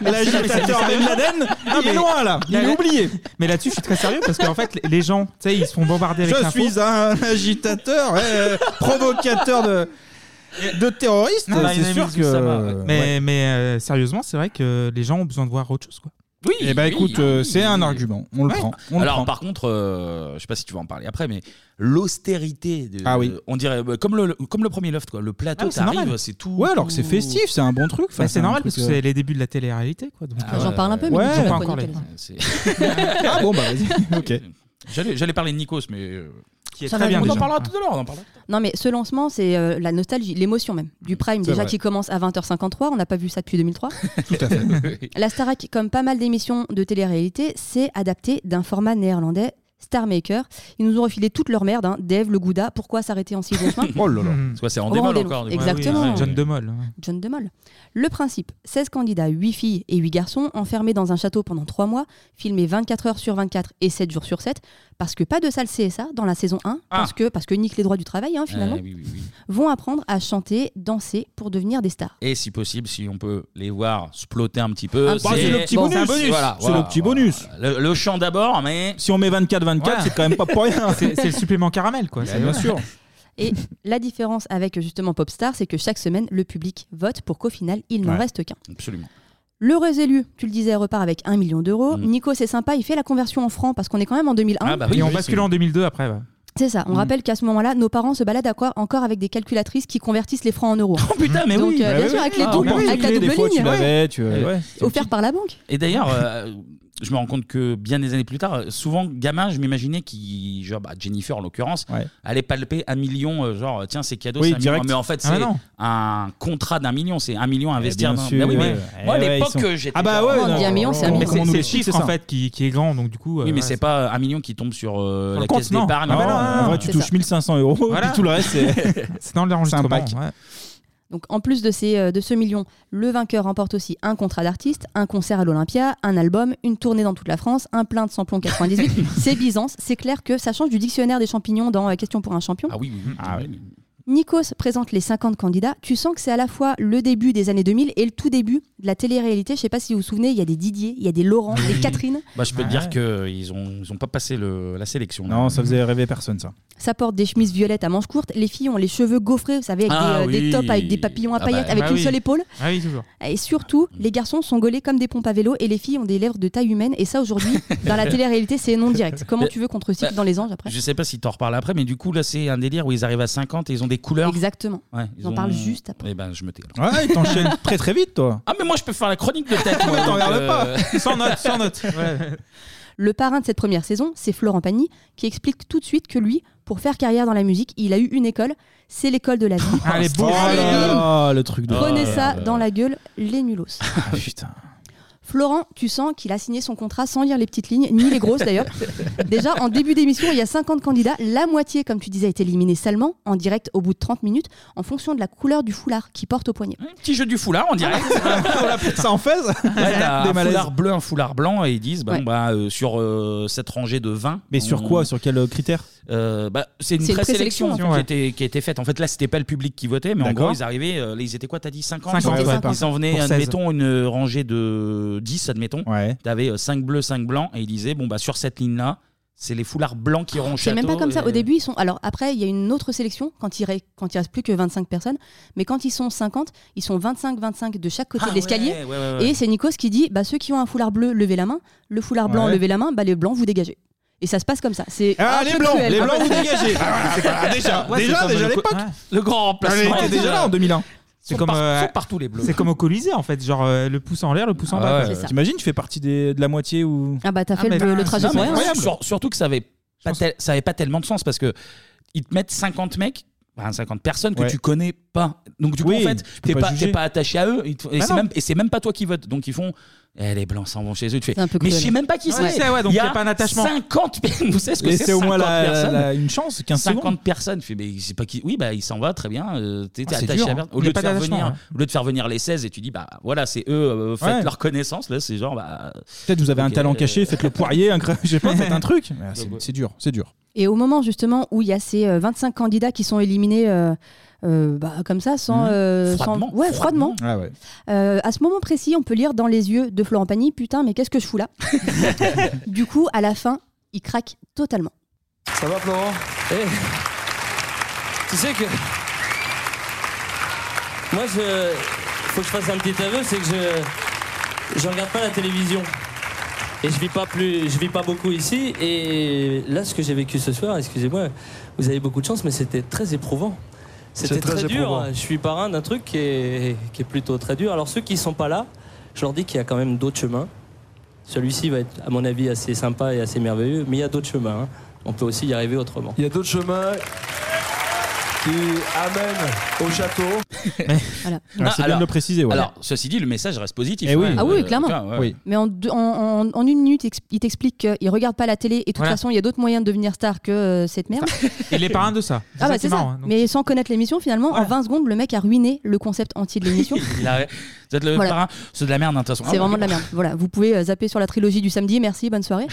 Speaker 6: L'agitateur
Speaker 1: Merci.
Speaker 6: Ben Laden
Speaker 1: Ah,
Speaker 6: Il est
Speaker 1: mais-
Speaker 6: loin là Il
Speaker 1: Il
Speaker 6: est
Speaker 1: a-
Speaker 6: oublié Mais là-dessus, je suis très sérieux parce qu'en fait, les- les gens, tu sais, ils se font bombarder avec
Speaker 7: Je
Speaker 6: l'info.
Speaker 7: suis un agitateur,
Speaker 1: *laughs*
Speaker 7: euh, provocateur de, de terroristes.
Speaker 6: Non, mais
Speaker 7: c'est sûr que.
Speaker 6: Mais,
Speaker 7: Ouais.
Speaker 6: mais euh, sérieusement, c'est vrai que les gens ont besoin de voir autre chose. Quoi.
Speaker 1: Oui,
Speaker 7: Eh ben, écoute, euh, c'est un argument. On le
Speaker 1: Ouais.
Speaker 7: prend. on le
Speaker 1: Alors
Speaker 7: prend.
Speaker 1: par contre, euh, je sais pas si tu vas en parler après, mais l'austérité. de-
Speaker 7: Ah oui.
Speaker 1: de- on dirait euh, comme le comme le premier loft quoi. Le plateau,
Speaker 6: Ah, c'est
Speaker 1: t'arrives,
Speaker 6: normal.
Speaker 1: c'est tout.
Speaker 7: Ouais, alors que c'est
Speaker 1: *laughs*
Speaker 7: festif, c'est un bon truc. euh,
Speaker 6: Bah, c'est normal parce que c'est les
Speaker 7: débuts.
Speaker 6: débuts de la télé-réalité. quoi. Donc,
Speaker 1: Ah, j'en parle un peu, mais
Speaker 6: ouais,
Speaker 1: dis-donc,
Speaker 6: j'ai pas
Speaker 1: quoi,
Speaker 6: encore les.
Speaker 1: nickel. C'est-
Speaker 7: *laughs* Ah bon, bah
Speaker 1: *laughs*
Speaker 7: vas-y. Ok.
Speaker 1: J'allais j'allais parler de Nikos, mais euh,
Speaker 6: qui
Speaker 8: est Ça très va, bien
Speaker 1: On en
Speaker 8: déjà.
Speaker 1: parlera tout à l'heure. On en parlera.
Speaker 8: Non mais ce lancement, c'est euh, la nostalgie, l'émotion même du Prime
Speaker 1: C'est
Speaker 8: déjà
Speaker 1: vrai.
Speaker 8: qui commence à 20h53, on n'a pas vu ça depuis
Speaker 1: *laughs*
Speaker 8: 2003.
Speaker 7: Tout
Speaker 8: *laughs*
Speaker 7: à fait.
Speaker 8: la Starac, comme pas mal d'émissions de télé-réalité, s'est adaptée d'un format néerlandais. Star Maker, ils nous ont refilé toute leur merde, hein. Dave, le Gouda, pourquoi s'arrêter en si bon chemin
Speaker 1: *laughs* Oh là là. Parce que c'est en
Speaker 8: Au
Speaker 1: démol
Speaker 8: rendez-vous.
Speaker 1: encore. du coup.
Speaker 8: Exactement.
Speaker 6: John Demol. Hmm. ouais.
Speaker 8: John DeMol. Le principe 16 candidats, 8 filles et 8 garçons, enfermés dans un château pendant 3 mois, filmés 24 heures sur 24 et 7 jours sur 7, parce que pas de salle CSA dans la saison 1, parce, que, parce que nique les droits du travail, hein, finalement,
Speaker 1: Euh, Ah. oui, oui, oui.
Speaker 8: vont apprendre à chanter, danser pour devenir des stars.
Speaker 1: Et si possible, si on peut les voir se ploter un petit peu.
Speaker 7: Ah, bah, c'est le petit bonus.
Speaker 1: un
Speaker 7: C'est le petit bonus.
Speaker 1: Le, le chant d'abord, mais.
Speaker 7: Si on met 24-24,
Speaker 1: Voilà.
Speaker 7: c'est quand même pas pour
Speaker 6: *laughs*
Speaker 7: rien.
Speaker 1: C'est- c'est le
Speaker 6: supplément caramel, quoi.
Speaker 1: c'est-
Speaker 7: bien
Speaker 1: voilà.
Speaker 7: sûr.
Speaker 1: *laughs*
Speaker 8: Et la différence avec justement Popstar, c'est que chaque semaine, le public vote pour qu'au final, il n'en
Speaker 1: Ouais.
Speaker 8: reste qu'un.
Speaker 1: Absolument.
Speaker 8: L'heureux élu, tu le disais, repart avec
Speaker 1: Mm.
Speaker 8: Hein
Speaker 1: Ah, bah
Speaker 8: 1 million d'euros. Nico, c'est sympa, il fait la conversion en francs parce qu'on est quand même en 2001.
Speaker 6: Et on bascule en 2002 après. ouais.
Speaker 8: C'est ça,
Speaker 1: Mm.
Speaker 8: on rappelle qu'à ce moment-là, nos parents se baladent à quoi encore avec des calculatrices qui convertissent les francs en euros. Oh
Speaker 1: putain, mais
Speaker 8: Donc,
Speaker 1: oui.
Speaker 8: euh,
Speaker 1: Bah
Speaker 8: bien
Speaker 1: oui,
Speaker 8: sûr,
Speaker 1: oui.
Speaker 8: avec, les
Speaker 1: Ah,
Speaker 8: doubles-
Speaker 1: on a
Speaker 8: avec la
Speaker 1: calculé,
Speaker 8: double
Speaker 1: des fois,
Speaker 8: ligne.
Speaker 1: tu
Speaker 8: ouais.
Speaker 1: l'avais, tu- ouais.
Speaker 8: Ouais. Offert par la banque.
Speaker 1: Et d'ailleurs, euh, je me rends compte que bien des années plus tard, euh, souvent gamin, je m'imaginais qui, genre bah, Jennifer en l'occurrence, allait palper un million, euh, genre tiens c'est cadeau,
Speaker 7: Oui,
Speaker 1: c'est un million.
Speaker 7: direct.
Speaker 1: Mais en fait
Speaker 7: Ah,
Speaker 1: c'est
Speaker 7: non. Eh,
Speaker 1: un contrat d'un million, c'est un million à investir.
Speaker 7: bien
Speaker 1: dans-
Speaker 7: sûr,
Speaker 1: Bah oui, mais
Speaker 7: ouais.
Speaker 1: moi à
Speaker 7: Eh ouais,
Speaker 1: l'époque
Speaker 7: ils sont-
Speaker 1: j'étais.
Speaker 7: Ah, bah ouais,
Speaker 1: genre,
Speaker 7: non, On dit un million, c'est un
Speaker 1: Mais
Speaker 7: million.
Speaker 1: c'est-
Speaker 7: Comment
Speaker 1: C'est le
Speaker 7: nous
Speaker 1: chiffre
Speaker 7: c'est ça.
Speaker 1: en fait
Speaker 6: qui, qui est grand, donc du coup.
Speaker 1: Oui,
Speaker 6: euh,
Speaker 1: mais
Speaker 6: ouais,
Speaker 1: c'est pas un million qui tombe sur euh,
Speaker 6: Sur
Speaker 1: la
Speaker 6: le
Speaker 1: caisse
Speaker 6: compte, non.
Speaker 1: d'épargne.
Speaker 6: Ah ouais, non, non,
Speaker 7: bah En vrai, tu
Speaker 8: C'est
Speaker 7: touches
Speaker 8: ça.
Speaker 7: 1500 euros,
Speaker 8: Voilà.
Speaker 7: puis tout le reste, *laughs* c'est.
Speaker 6: C'est dans l'enregistrement, ouais.
Speaker 8: Donc en plus de, ces, euh, de ce million, le vainqueur remporte aussi un contrat d'artiste, un concert à l'Olympia, un album, une tournée dans toute la France, un plein de
Speaker 1: *laughs*
Speaker 8: samplon 98. c'est Byzance, c'est clair que ça change du dictionnaire des champignons dans euh, Question pour un champion.
Speaker 1: Ah oui, oui, oui.
Speaker 8: Nikos présente les 50 candidats. Tu sens que c'est à la fois le début des années 2000 et le tout début de la télé-réalité. Je sais pas si vous vous souvenez, il y a des Didier, il y a des Laurent, des Catherine.
Speaker 1: Bah, je peux te dire qu'ils ont, ils ont pas passé le- la sélection.
Speaker 7: Non, ça faisait rêver personne, ça.
Speaker 8: Ça porte des chemises violettes à manches courtes. Les filles ont les cheveux gaufrés, vous savez, avec
Speaker 7: Ah
Speaker 8: des, euh, des
Speaker 7: oui.
Speaker 8: tops avec des papillons à
Speaker 7: Ah bah,
Speaker 8: paillettes, avec
Speaker 7: bah
Speaker 8: une
Speaker 7: oui. Ah.
Speaker 8: seule épaule.
Speaker 6: Ah oui, toujours.
Speaker 8: Et surtout, les garçons sont gaulés comme des pompes à vélo et les filles ont des lèvres de taille humaine. Et
Speaker 7: *laughs*
Speaker 8: ça, aujourd'hui, dans la télé-réalité, c'est non direct. Comment tu veux qu'on te recycle
Speaker 1: Bah,
Speaker 8: dans les anges après
Speaker 1: Je sais pas si t'en reparles après, mais du coup là c'est un délire où ils arrivent à 50 et ils ont des couleurs.
Speaker 8: Exactement.
Speaker 1: Ouais, ils
Speaker 8: J'en
Speaker 1: ont-
Speaker 8: parle juste après.
Speaker 1: Eh ben je me tais. alors.
Speaker 7: Ouais, ils t'enchaînent très très vite, toi.
Speaker 1: Ah mais moi je peux faire la chronique de
Speaker 7: *laughs*
Speaker 1: tête.
Speaker 7: Ouais,
Speaker 1: moi,
Speaker 7: t'en
Speaker 1: donc,
Speaker 7: regardes
Speaker 1: euh,
Speaker 7: pas. Sans note, sans note.
Speaker 1: *laughs*
Speaker 8: Le parrain de cette première saison, c'est Florent Pagny, qui explique tout de suite que lui, pour faire carrière dans la musique, il a eu une école. C'est l'école de la vie.
Speaker 7: Allez,
Speaker 8: Oh là là.
Speaker 7: le truc de.
Speaker 8: Prenez
Speaker 7: Oh
Speaker 8: ça
Speaker 7: là là.
Speaker 8: dans la gueule, les nulos.
Speaker 7: *laughs* Ah, putain.
Speaker 8: Florent, tu sens qu'il a signé son contrat sans lire les petites lignes, ni les grosses
Speaker 1: *laughs*
Speaker 8: d'ailleurs. Déjà, en début d'émission, il y a 50 candidats. La moitié, comme tu disais, est éliminée salement, en direct au bout de 30 minutes, en fonction de la couleur du foulard qu'il porte au poignet.
Speaker 1: Petit jeu du foulard en
Speaker 7: Ah,
Speaker 1: direct.
Speaker 7: ça en fait ça
Speaker 1: Ouais, t'as
Speaker 7: Des
Speaker 1: un
Speaker 7: malaises.
Speaker 1: foulard bleu, un foulard blanc, et ils disent bon,
Speaker 8: Ouais.
Speaker 1: bah, euh, sur euh, cette rangée de 20.
Speaker 7: Mais sur
Speaker 1: on-
Speaker 7: quoi Sur quel euh, critère
Speaker 1: euh, bah, c'est une
Speaker 7: C'est une présélection,
Speaker 1: présélection en fait,
Speaker 7: ouais.
Speaker 1: qui, était, qui était faite. En fait, là, c'était pas le public qui votait, mais en
Speaker 7: D'accord.
Speaker 1: gros, ils arrivaient. euh, ils étaient quoi T'as dit 50,
Speaker 7: 50,
Speaker 1: ils,
Speaker 7: ouais,
Speaker 1: ils en venaient, euh,
Speaker 7: pour 16.
Speaker 1: admettons, une rangée de 10, admettons. T'avais 5 bleus, 5 blancs, et ils disaient bon, bah, sur cette ligne-là, c'est les foulards blancs qui iront au
Speaker 8: C'est
Speaker 1: château.
Speaker 8: même pas comme ça.
Speaker 1: et-
Speaker 8: Au début, ils sont. Alors après, il y a une autre sélection quand il, ré- quand il reste plus que 25 personnes. Mais quand ils sont 50, ils sont 25-25 de chaque côté
Speaker 1: Ah
Speaker 8: de l'escalier.
Speaker 1: ouais, ouais, ouais, ouais.
Speaker 8: Et c'est Nikos qui dit bah, ceux qui ont un foulard bleu, levez la main. Le foulard blanc,
Speaker 1: Ouais.
Speaker 8: levez la main. Bah, les blancs, vous dégagez. Et ça se passe comme ça. C'est
Speaker 7: Ah,
Speaker 8: un
Speaker 7: les
Speaker 8: peu
Speaker 7: blancs,
Speaker 8: cruel.
Speaker 7: les blancs, vous
Speaker 8: Ah,
Speaker 7: dégagez. Ah, voilà, c'est pas- déjà,
Speaker 6: Ouais,
Speaker 7: déjà,
Speaker 6: c'est comme
Speaker 7: déjà Ah, à
Speaker 6: le co-
Speaker 7: l'époque.
Speaker 6: ouais.
Speaker 1: Le grand remplacement.
Speaker 7: Elle était déjà
Speaker 1: *laughs*
Speaker 7: là en 2001.
Speaker 1: C'est
Speaker 6: C'est
Speaker 1: comme
Speaker 6: comme, euh,
Speaker 1: partout les bleus.
Speaker 6: C'est comme au Colisée en fait, genre euh, le pouce en l'air, le pouce en bas.
Speaker 7: Ah
Speaker 6: quoi.
Speaker 7: ouais, T'imagines, tu fais partie des- de la moitié ou.
Speaker 8: Ah bah, t'as fait le, le trajet
Speaker 1: Non,
Speaker 8: pour
Speaker 1: mais
Speaker 8: rien.
Speaker 1: sur- surtout que ça avait, pas tel- ça avait pas tellement de sens parce que ils te mettent 50 mecs. enfin, 50 personnes que
Speaker 7: Ouais.
Speaker 1: tu connais pas. Donc, du coup,
Speaker 7: Oui,
Speaker 1: en fait,
Speaker 7: tu peux
Speaker 1: t'es
Speaker 7: pas
Speaker 1: pas,
Speaker 7: juger.
Speaker 1: t'es pas attaché à eux. Ils te- Et
Speaker 7: Bah
Speaker 1: c'est
Speaker 7: non.
Speaker 1: même, et c'est même pas toi qui vote. Donc, ils font eh, les blancs s'en vont chez eux. Tu fais,
Speaker 7: C'est un peu
Speaker 1: mais je
Speaker 7: cruel.
Speaker 1: sais même pas qui
Speaker 7: Ouais,
Speaker 1: c'est.
Speaker 7: c'est- ouais, donc
Speaker 1: Il y
Speaker 7: y
Speaker 1: a
Speaker 7: a pas un attachement.
Speaker 1: 50 Vous savez ce que
Speaker 7: Mais
Speaker 1: c'est
Speaker 7: c'est au moins
Speaker 1: 50
Speaker 7: la-
Speaker 1: personnes.
Speaker 7: la- une chance, 15
Speaker 1: 50
Speaker 7: secondes.
Speaker 1: personnes. Tu fais, mais c'est pas qui. Oui, bah, il s'en va, très bien. euh, t'es-
Speaker 7: Ah,
Speaker 1: t'es
Speaker 7: c'est
Speaker 1: attaché
Speaker 7: dur,
Speaker 1: à
Speaker 7: hein.
Speaker 1: personne.
Speaker 7: Il
Speaker 1: Au
Speaker 7: y a
Speaker 1: lieu de
Speaker 7: pas
Speaker 1: faire
Speaker 7: d'attachement,
Speaker 1: venir-
Speaker 7: ouais.
Speaker 1: au lieu de faire venir les 16 et tu dis, bah voilà, c'est eux, euh, faites
Speaker 7: Ouais.
Speaker 1: leur connaissance. Là, c'est genre, bah.
Speaker 7: Peut-être vous avez un
Speaker 1: Ok,
Speaker 7: talent
Speaker 1: euh,
Speaker 7: caché, faites le poirier, un cra- je sais pas, faites un truc. Ah, c'est- C'est dur, c'est dur.
Speaker 8: Et au moment justement où il y a ces euh, 25 candidats qui sont éliminés euh, euh, bah, comme ça, sans,
Speaker 7: Mhm.
Speaker 8: euh, sans-
Speaker 7: Froidement,
Speaker 8: ouais, froidement.
Speaker 7: Ah ouais.
Speaker 8: Euh, à ce moment précis, on peut lire dans les yeux de Florent Pagny, putain, mais qu'est-ce que je fous là Du coup, à la fin, il craque totalement.
Speaker 18: Ça va, Florent
Speaker 4: Eh, Tu sais que. Moi, je. Faut que je fasse un petit aveu, c'est que je. Je regarde pas la télévision. Et je vis pas plus. Je vis pas beaucoup ici. Et là, ce que j'ai vécu ce soir, excusez-moi, vous avez beaucoup de chance, mais c'était très éprouvant. C'était
Speaker 18: C'est
Speaker 4: très,
Speaker 18: très
Speaker 4: dur. hein.
Speaker 16: hein.
Speaker 18: éprouvant.
Speaker 4: Je suis parrain d'un truc qui est, qui est plutôt très dur. Alors, ceux qui sont pas là, je leur dis qu'il y a quand même d'autres chemins. Celui-ci va être, à mon avis, assez sympa et assez merveilleux, mais il y a d'autres chemins. hein. On peut aussi y arriver autrement.
Speaker 18: Il y a d'autres chemins qui amènent au
Speaker 19: *laughs*
Speaker 18: château.
Speaker 7: Ah, c'est bien de le préciser, ouais.
Speaker 1: Alors, ceci dit, le message reste positif.
Speaker 7: Eh oui.
Speaker 1: Ouais,
Speaker 8: Ah oui,
Speaker 1: euh,
Speaker 8: clairement.
Speaker 1: putain, ouais.
Speaker 8: Mais en, deux- en- en- en une minute, ex- il t'explique qu'il regarde pas la télé et de toute
Speaker 6: Voilà.
Speaker 8: façon, il y a d'autres moyens de devenir star que euh, cette merde.
Speaker 6: Il est parrain de ça.
Speaker 8: *laughs* Ah bah
Speaker 6: qui
Speaker 8: c'est
Speaker 6: est
Speaker 8: ça.
Speaker 6: marrant, hein, donc.
Speaker 8: Mais sans connaître l'émission, finalement, en 20 secondes, le mec a ruiné le concept entier de l'émission.
Speaker 1: Il a- vous êtes le
Speaker 8: Voilà.
Speaker 1: parrain, c'est de la merde, hein, de toute façon.
Speaker 8: C'est
Speaker 1: Ah, ouais.
Speaker 8: vraiment de la merde. Voilà, vous pouvez euh, zapper sur la trilogie du samedi. Merci, bonne soirée.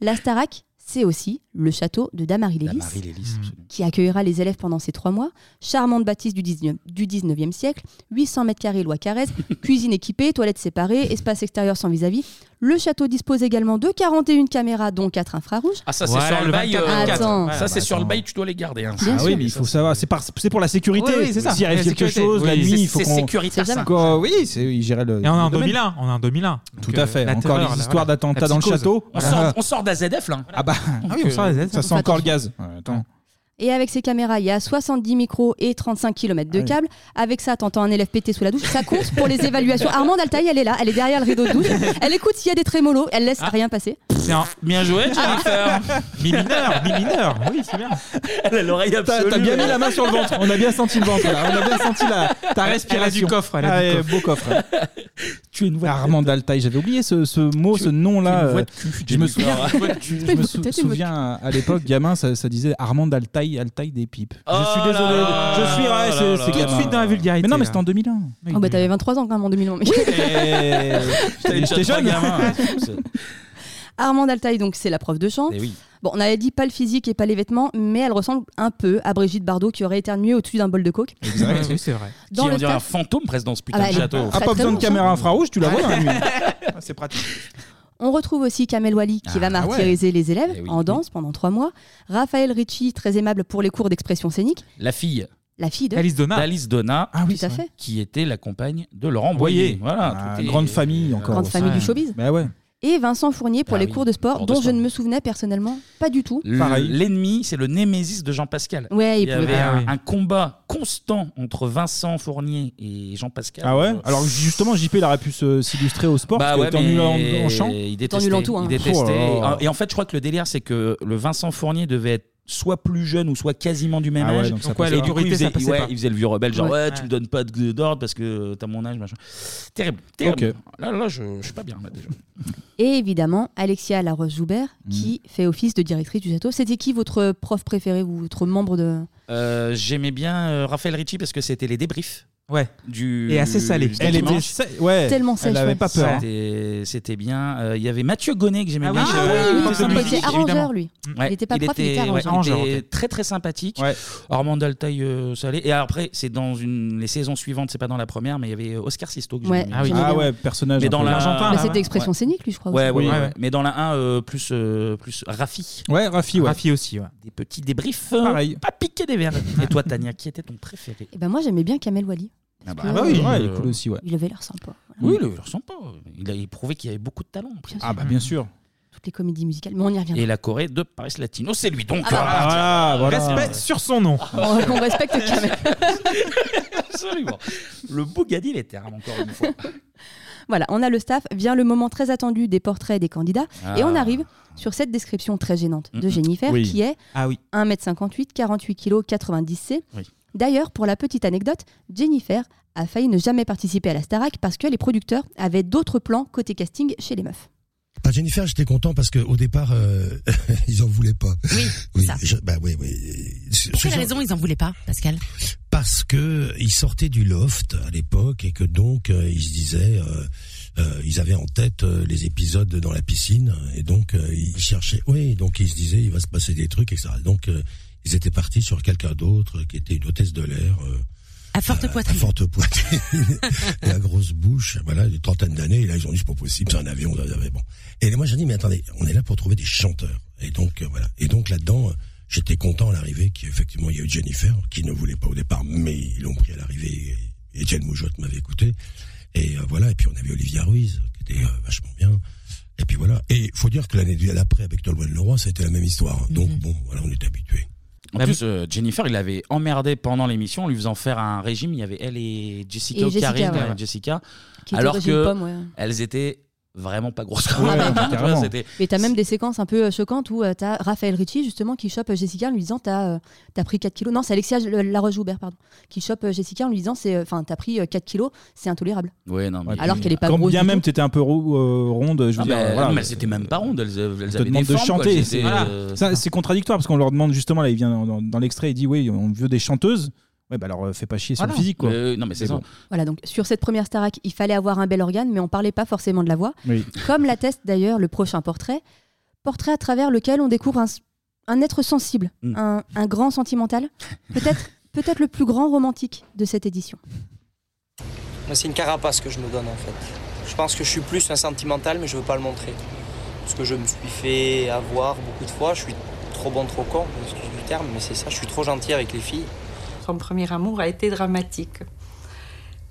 Speaker 8: la Starac, c'est aussi le château de Damary-Lélis, qui accueillera les élèves pendant ces trois mois. Charmante bâtisse du 19e, du 19e siècle, 800 mètres carrés loi *laughs* Carrez, cuisine équipée, toilettes séparées, espace extérieur sans vis-à-vis. Le château dispose également de 41 caméras, dont 4 infrarouges.
Speaker 1: Ah, ça, c'est
Speaker 7: Voilà,
Speaker 1: sur le
Speaker 7: le
Speaker 1: bail. euh,
Speaker 7: 24.
Speaker 8: Attends.
Speaker 1: Ça,
Speaker 7: Voilà, bah,
Speaker 1: c'est sur le
Speaker 7: attends.
Speaker 1: bail, tu dois les garder. hein.
Speaker 7: ah oui, mais il faut savoir, c'est par- c'est pour la sécurité.
Speaker 1: Oui, oui, c'est ça.
Speaker 7: S'il arrive
Speaker 1: La
Speaker 7: quelque
Speaker 1: sécurité,
Speaker 7: chose la
Speaker 1: oui.
Speaker 7: nuit, il
Speaker 1: C'est-
Speaker 7: faut
Speaker 1: c'est
Speaker 7: qu'on.
Speaker 1: sécuritaire, ça.
Speaker 7: Quoi, oui, c'est il gérait le.
Speaker 6: Et on est en
Speaker 7: le domaine.
Speaker 6: 2001. On est en 2001.
Speaker 7: Tout à fait. Encore les histoires d'attentats dans le château.
Speaker 1: On sort, on sort d'AZF là.
Speaker 7: Ah bah,
Speaker 1: oui, on sort
Speaker 7: ça sent encore le gaz. Ouais, Attends.
Speaker 8: Et avec ces caméras, il y a 70 micros et 35 km de
Speaker 6: Ah oui.
Speaker 8: câble. Avec ça, t'entends un élève péter sous la douche. Ça compte pour les
Speaker 7: *laughs*
Speaker 8: évaluations. Armande Altaï, elle est là, elle est derrière le rideau de douche. Elle écoute s'il y a des trémolos, elle
Speaker 7: Ah.
Speaker 8: laisse rien passer.
Speaker 1: C'est un- Bien joué,
Speaker 8: Ah.
Speaker 7: *laughs*
Speaker 1: Jennifer. mi mineur, mi mineur.
Speaker 7: Ah
Speaker 1: Oui, c'est bien. Elle a l'oreille
Speaker 7: T'as
Speaker 1: absolue.
Speaker 7: t'as bien mis la main sur le ventre. On a bien senti le ventre. là. On a bien senti la, ta
Speaker 6: Elle a du
Speaker 7: respiration.
Speaker 6: coffre, elle a du
Speaker 7: Ah,
Speaker 6: coffre.
Speaker 7: Beau
Speaker 6: *laughs*
Speaker 7: coffre. tu es une voix. Armand Altaï. J'avais oublié ce, ce mot, ce nom-là.
Speaker 6: tu es une voix
Speaker 7: euh,
Speaker 6: de cul, Jennifer.
Speaker 7: Je me souviens. Je me sou- souviens à l'époque, gamin, ça, ça disait Armand Altaï, Altaï des pipes.
Speaker 1: Oh
Speaker 7: je suis désolé. je suis. ouais, c'est- c'est gamin. Mais non, mais c'était en 2001.
Speaker 8: Oh bah t'avais 23 ans quand même en 2001. *laughs* mec.
Speaker 7: Et- J'étais jeune.
Speaker 8: Armand Altaï, donc c'est la prof de chant.
Speaker 1: Eh oui.
Speaker 8: Bon, on avait dit pas le physique et pas les vêtements, mais elle ressemble un peu à Brigitte Bardot qui aurait éternué au-dessus d'un bol de coke.
Speaker 1: Exact.
Speaker 6: Oui, c'est vrai.
Speaker 8: Dans
Speaker 1: Qui
Speaker 8: le
Speaker 1: on dirait un
Speaker 8: taf-
Speaker 1: fantôme presque dans ce putain
Speaker 8: Ah
Speaker 1: de
Speaker 8: bah, elle est
Speaker 1: château. Ah,
Speaker 8: très, Ah, pas très besoin de bon, caméra ça.
Speaker 7: infrarouge, tu la vois,
Speaker 1: *laughs*
Speaker 7: hein, lui.
Speaker 1: C'est pratique.
Speaker 8: On retrouve aussi Kamel Wally qui va martyriser les élèves
Speaker 1: Ah Eh oui.
Speaker 8: en danse pendant trois mois. Raphaël Ricci, très aimable pour les cours d'expression scénique.
Speaker 1: La fille.
Speaker 8: La fille de.
Speaker 1: D'Alice Donna.
Speaker 8: Tout à fait.
Speaker 1: Qui était la compagne de Laurent
Speaker 7: Ah Boyer.
Speaker 1: Boyer. Voilà.
Speaker 7: Ah,
Speaker 1: tout est-
Speaker 7: grande famille encore.
Speaker 8: Grande famille du showbiz.
Speaker 7: Bah ouais.
Speaker 8: Et Vincent Fournier pour
Speaker 1: Ah
Speaker 8: les
Speaker 1: oui,
Speaker 8: cours de sport,
Speaker 1: cours de
Speaker 8: dont je
Speaker 1: sport.
Speaker 8: ne me souvenais personnellement pas du tout.
Speaker 1: Le- L'ennemi, c'est le némésis de Jean Pascal.
Speaker 8: Ouais,
Speaker 1: il
Speaker 8: il
Speaker 1: y
Speaker 8: pouvait
Speaker 1: avait
Speaker 8: pas.
Speaker 1: un,
Speaker 8: Ah oui.
Speaker 1: un combat constant entre Vincent Fournier et Jean Pascal.
Speaker 7: Ah ouais
Speaker 1: Euh,
Speaker 7: Alors justement, JP, il aurait pu se- s'illustrer au sport.
Speaker 1: Bah
Speaker 7: parce
Speaker 1: ouais,
Speaker 7: que t'es nul en,
Speaker 1: mais
Speaker 7: en chant. Oh
Speaker 1: Il détestait.
Speaker 8: hein.
Speaker 1: il détestait. Et en fait, je crois que le délire, c'est que le Vincent Fournier devait être soit plus jeune ou soit quasiment du même
Speaker 7: Ah ouais,
Speaker 1: âge.
Speaker 7: donc ça
Speaker 1: Donc, ouais,
Speaker 7: passait
Speaker 1: et
Speaker 7: pas.
Speaker 1: du coup, il
Speaker 7: Priorité, ça
Speaker 1: faisait,
Speaker 7: passait pas.
Speaker 1: ouais, il faisait le vieux rebelle, genre
Speaker 7: Ouais.
Speaker 1: ouais, tu me donnes pas de- d'ordre parce que t'as mon âge, machin. Terrible, terrible. Là, là, je, je suis pas bien là, déjà.
Speaker 8: Et évidemment, Alexia Laroche-Joubert,
Speaker 1: Mm.
Speaker 8: qui fait office de directrice du château. C'était qui votre prof préféré ou votre membre de.
Speaker 1: *laughs* Euh, J'aimais bien euh, Raphaël Ricci parce que c'était les débriefs.
Speaker 6: Ouais.
Speaker 1: Du,
Speaker 6: Et assez salé.
Speaker 1: du
Speaker 6: Elle était
Speaker 1: dimanche.
Speaker 6: sa- ouais, Tellement elle sèche, avait ouais. pas peur, hein.
Speaker 1: C'était- C'était bien. Euh, Il y avait Mathieu Gonnet que j'aimais bien.
Speaker 8: Ah oui,
Speaker 1: Euh,
Speaker 8: oui, oui,
Speaker 1: prof
Speaker 8: oui,
Speaker 1: de
Speaker 8: oui,
Speaker 1: musique,
Speaker 8: il était arrangeur,
Speaker 1: évidemment.
Speaker 8: lui. Il
Speaker 1: Ouais,
Speaker 8: était pas prof, il était
Speaker 1: ouais,
Speaker 8: arrangeur.
Speaker 1: il était
Speaker 8: Arrangeur,
Speaker 1: très très sympathique. Armand Altaï euh, salé. Et après, c'est dans une... les saisons suivantes, c'est pas dans la première, mais il y avait euh, Oscar Sisto. que
Speaker 8: Ouais,
Speaker 1: j'aimais bien.
Speaker 8: Ah oui. j'aimais
Speaker 7: Ah ouais, bien. personnage
Speaker 1: Mais
Speaker 7: un
Speaker 1: dans
Speaker 7: peu Ah
Speaker 1: la...
Speaker 7: argentin,
Speaker 8: Bah, c'était expression
Speaker 1: Ouais.
Speaker 8: scénique, lui, je crois.
Speaker 1: Ouais,
Speaker 8: aussi.
Speaker 1: ouais, ouais. mais dans la 1, euh, plus, euh, plus Rafi.
Speaker 7: Ouais, Rafi, ouais.
Speaker 6: Rafi aussi, ouais.
Speaker 1: Des petits débriefs. euh,
Speaker 7: Pareil.
Speaker 1: Pas piqué des verres. Et toi, Tania, qui était ton préféré
Speaker 8: Et ben moi, j'aimais bien Kamel Wally.
Speaker 1: Ah
Speaker 8: Parce
Speaker 1: bah,
Speaker 8: que-
Speaker 1: ah bah oui, Ouais, il est euh, cool aussi, ouais.
Speaker 8: Il avait l'air sympa.
Speaker 1: Oui,
Speaker 8: voilà.
Speaker 1: il le ressent pas. euh, Il a prouvé qu'il y avait beaucoup de talent. en plus.
Speaker 7: Ah bah bien sûr.
Speaker 8: Toutes les comédies musicales, mais on y revient.
Speaker 1: Et la Corée de Paris Latino, c'est lui donc.
Speaker 8: bah,
Speaker 7: Ah, voilà, voilà.
Speaker 6: Respect sur son nom.
Speaker 8: *laughs* On, on respecte *laughs* Kamel.
Speaker 1: Absolument. Le Bougadil était termes, encore
Speaker 8: *laughs*
Speaker 1: une fois.
Speaker 8: Voilà, on a le staff, vient le moment très attendu des portraits des candidats,
Speaker 1: Ah.
Speaker 8: et on arrive sur cette description très gênante de Jennifer,
Speaker 6: Oui.
Speaker 8: qui est
Speaker 6: Ah oui.
Speaker 8: 1m58, 48 kg, 90 C.
Speaker 6: Oui.
Speaker 8: D'ailleurs, pour la petite anecdote, Jennifer a failli ne jamais participer à la Starac parce que les producteurs avaient d'autres plans côté casting chez les meufs.
Speaker 20: Pas Bah, Jennifer, j'étais content parce que au départ, euh, *laughs* ils en voulaient pas. Oui,
Speaker 21: ça.
Speaker 20: je- bah oui, oui. Ce-
Speaker 21: Pour
Speaker 20: ce
Speaker 21: quelle
Speaker 20: genre-
Speaker 21: raison ils en voulaient pas, Pascal
Speaker 20: Parce que ils sortaient du loft à l'époque et que donc euh, ils se disaient, euh, euh, ils avaient en tête euh, les épisodes dans la piscine et donc euh, ils cherchaient. Oui, donc ils se disaient, il va se passer des trucs, etc. Donc euh, ils étaient partis sur quelqu'un d'autre euh, qui était une hôtesse de l'air. euh,
Speaker 21: À forte poitrine.
Speaker 20: à forte
Speaker 21: *laughs*
Speaker 20: poitrine et à grosse bouche. Voilà, une trentaine d'années. Et là, ils ont dit, c'est pas possible, c'est un avion. ça, ça, mais Bon. Et moi, j'ai dit, mais attendez, on est là pour trouver des chanteurs. Et donc, euh, voilà. Et donc, là-dedans, euh, j'étais content à l'arrivée qu'effectivement, il y a eu Jennifer, qui ne voulait pas au départ, mais ils l'ont pris à l'arrivée. Et Etienne Moujotte m'avait écouté. Et euh, voilà. Et puis, on avait Olivia Ruiz, qui était euh, vachement bien. Et puis voilà. Et faut dire que l'année d'après, avec Tolwenn Leroy, c'était la même histoire. hein.
Speaker 21: Mhm.
Speaker 20: Donc bon, voilà, on est habitué.
Speaker 1: En plus, euh, Jennifer, il l'avait emmerdé pendant l'émission en lui faisant faire un régime. Il y avait elle et Jessica,
Speaker 8: Et
Speaker 1: ou
Speaker 8: Jessica,
Speaker 1: Karine,
Speaker 8: ouais.
Speaker 1: euh, Jessica.
Speaker 8: Qui était
Speaker 1: alors
Speaker 8: d'origine
Speaker 1: que
Speaker 8: pomme, ouais.
Speaker 1: elles étaient vraiment pas grosses.
Speaker 8: Ah bah,
Speaker 1: *laughs* Tu vois,
Speaker 8: carrément.
Speaker 1: c'était-
Speaker 8: Mais t'as même des séquences un peu euh, choquantes où euh, t'as Raphaël Ricci justement qui chope euh, Jessica en lui disant t'as euh, t'as pris 4 kilos. Non, c'est Alexia L- Laroche-Joubert, pardon, qui chope euh, Jessica en lui disant c'est enfin t'as pris euh, 4 kilos, c'est intolérable.
Speaker 1: Ouais, non, mais-
Speaker 8: Alors qu'elle est pas
Speaker 7: Quand
Speaker 8: grosse.
Speaker 7: bien
Speaker 8: du
Speaker 7: même t'étais un peu rou- euh, ronde, je veux
Speaker 1: Ah
Speaker 7: dire.
Speaker 1: bah,
Speaker 7: voilà.
Speaker 1: non, mais elles étaient même pas rondes. Elles, elles
Speaker 7: On te
Speaker 1: avaient des
Speaker 7: demande de
Speaker 1: formes, quoi,
Speaker 7: chanter.
Speaker 1: elles
Speaker 7: c'est-
Speaker 1: étaient,
Speaker 7: voilà.
Speaker 1: euh,
Speaker 7: Ça, c'est contradictoire parce qu'on leur demande justement, là, il vient dans, dans l'extrait, il dit oui, on veut des chanteuses. Ouais, bah alors euh, fais pas chier sur
Speaker 1: Voilà.
Speaker 7: le physique, quoi.
Speaker 1: Euh, non, mais c'est ça.
Speaker 7: bon.
Speaker 8: tout. Voilà, donc sur cette première Starac, il fallait avoir un bel organe, mais on parlait pas forcément de la voix.
Speaker 7: Oui.
Speaker 8: Comme l'atteste d'ailleurs le prochain portrait, portrait à travers lequel on découvre un, s- un être sensible,
Speaker 1: Mm.
Speaker 8: un, un grand sentimental,
Speaker 1: *laughs*
Speaker 8: peut-être peut-être le plus grand romantique de cette édition.
Speaker 19: Moi, c'est une carapace que je me donne en fait. Je pense que je suis plus un sentimental, mais je veux pas le montrer. Parce que je me suis fait avoir beaucoup de fois. Je suis trop bon, trop con, excuse du terme, mais c'est ça. Je suis trop gentil avec les filles.
Speaker 14: Son premier amour a été dramatique.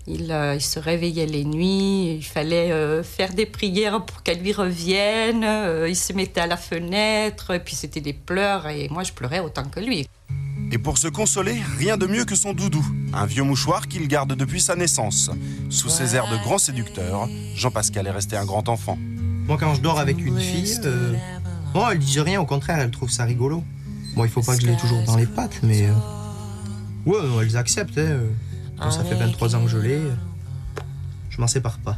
Speaker 14: Il, euh, il se réveillait les nuits, il fallait euh, faire des prières pour qu'elle lui revienne, euh, il se mettait à la fenêtre, et puis c'était des pleurs, et moi je pleurais autant que lui.
Speaker 2: Et pour se consoler, rien de mieux que son doudou, un vieux mouchoir qu'il garde depuis sa naissance. Sous ses airs de grand séducteur, Jean-Pascal est resté un grand enfant.
Speaker 10: Moi, quand je dors avec une fille, euh, bon, elle dit rien, au contraire, elle trouve ça rigolo. Bon, il faut pas que je l'ai toujours dans les pattes, mais. euh, ouais, non, elles acceptent. hein, euh. Bon, ça fait 23 ans que je l'ai. euh, Je m'en sépare pas.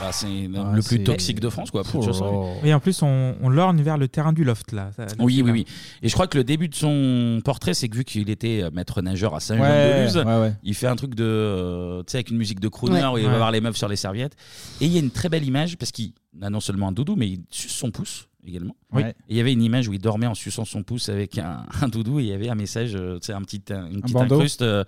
Speaker 1: Bah, c'est le plus
Speaker 6: c'est-
Speaker 1: toxique de France, quoi.
Speaker 7: Oh
Speaker 1: pour le sens.
Speaker 6: Oh. Et en plus, on, on lorgne vers le terrain du loft, là.
Speaker 7: Ah,
Speaker 6: Ça-
Speaker 1: Oui, oui, oui. Et je crois que le début de son portrait, c'est que vu qu'il était euh, maître nageur à Saint-Jean-de-Luz,
Speaker 7: Ouais, ouais, ouais.
Speaker 1: il fait un truc de. euh, tu sais, avec une musique de crooner
Speaker 7: Ouais.
Speaker 1: où il va
Speaker 7: Ouais.
Speaker 1: voir les meufs sur les serviettes. Et il y a une très belle image parce qu'il a non seulement un doudou, mais il suce son pouce également.
Speaker 7: Oui.
Speaker 1: Et il y avait une image où il dormait en suçant son pouce avec un, *laughs* un doudou et il y avait un message, euh, tu sais, un petit, un- une petite
Speaker 7: bandeau.
Speaker 1: incruste euh,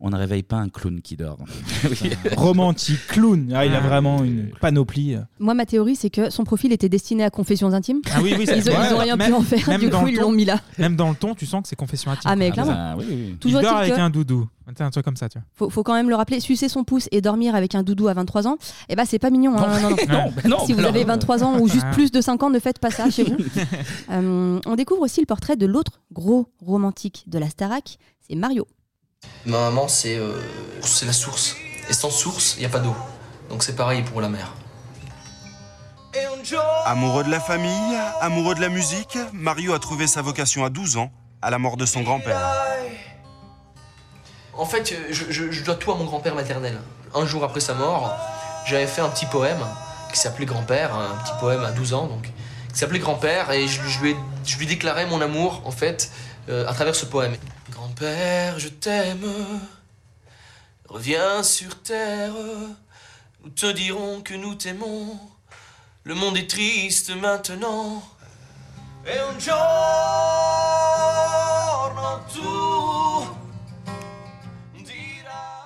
Speaker 1: On ne réveille pas un clown
Speaker 7: *laughs*
Speaker 1: qui dort. *laughs* Oui.
Speaker 7: Romantique, clown. Ah, il a vraiment une panoplie.
Speaker 8: Moi, ma théorie, c'est que son profil était destiné à confessions intimes.
Speaker 7: Ah oui,
Speaker 8: *laughs*
Speaker 7: oui,
Speaker 8: ils,
Speaker 7: ça-
Speaker 8: ont, ils ont
Speaker 7: ouais,
Speaker 8: rien
Speaker 7: même-
Speaker 8: pu en faire,
Speaker 7: même
Speaker 8: du
Speaker 7: dans
Speaker 8: coup,
Speaker 7: le
Speaker 8: ils
Speaker 7: ton.
Speaker 8: l'ont mis là.
Speaker 6: Même dans le ton, tu sens que c'est confession intime.
Speaker 8: Ah, mais
Speaker 6: quoi.
Speaker 8: clairement. Ah, bah, oui, oui, oui.
Speaker 6: Il
Speaker 8: Toujours
Speaker 6: dort
Speaker 8: est-il
Speaker 6: avec
Speaker 8: que-
Speaker 6: un doudou. Tu sais, Un truc comme ça, tu vois.
Speaker 8: Faut, faut quand même le rappeler, sucer son pouce et dormir avec un doudou à 23 ans, eh ben c'est pas mignon. hein,
Speaker 6: Non,
Speaker 8: non, non.
Speaker 6: *laughs* non, bah non,
Speaker 8: si vous
Speaker 6: alors,
Speaker 8: avez 23 ans ou juste
Speaker 6: euh,
Speaker 8: plus de 5 ans, ne faites pas ça
Speaker 6: *laughs*
Speaker 8: chez vous. Euh, on découvre aussi le portrait de l'autre gros romantique de la Starac, c'est Mario.
Speaker 16: Ma maman, c'est euh, c'est la source. Et sans source, il n'y a pas d'eau. Donc c'est pareil pour la mer.
Speaker 2: Amoureux de la famille, amoureux de la musique, Mario a trouvé sa vocation à 12 ans, à la mort de son grand-père.
Speaker 16: En fait, euh, je, je- je dois tout à mon grand-père maternel. Un jour après sa mort, j'avais fait un petit poème qui s'appelait Grand-père, hein, un petit poème à 12 ans donc, qui s'appelait Grand-père et je, je lui ai- je lui déclarais mon amour en fait euh, à travers ce poème. Grand-père, je t'aime, reviens sur terre, nous te dirons que nous t'aimons, le monde est triste maintenant.
Speaker 17: E un giorno tu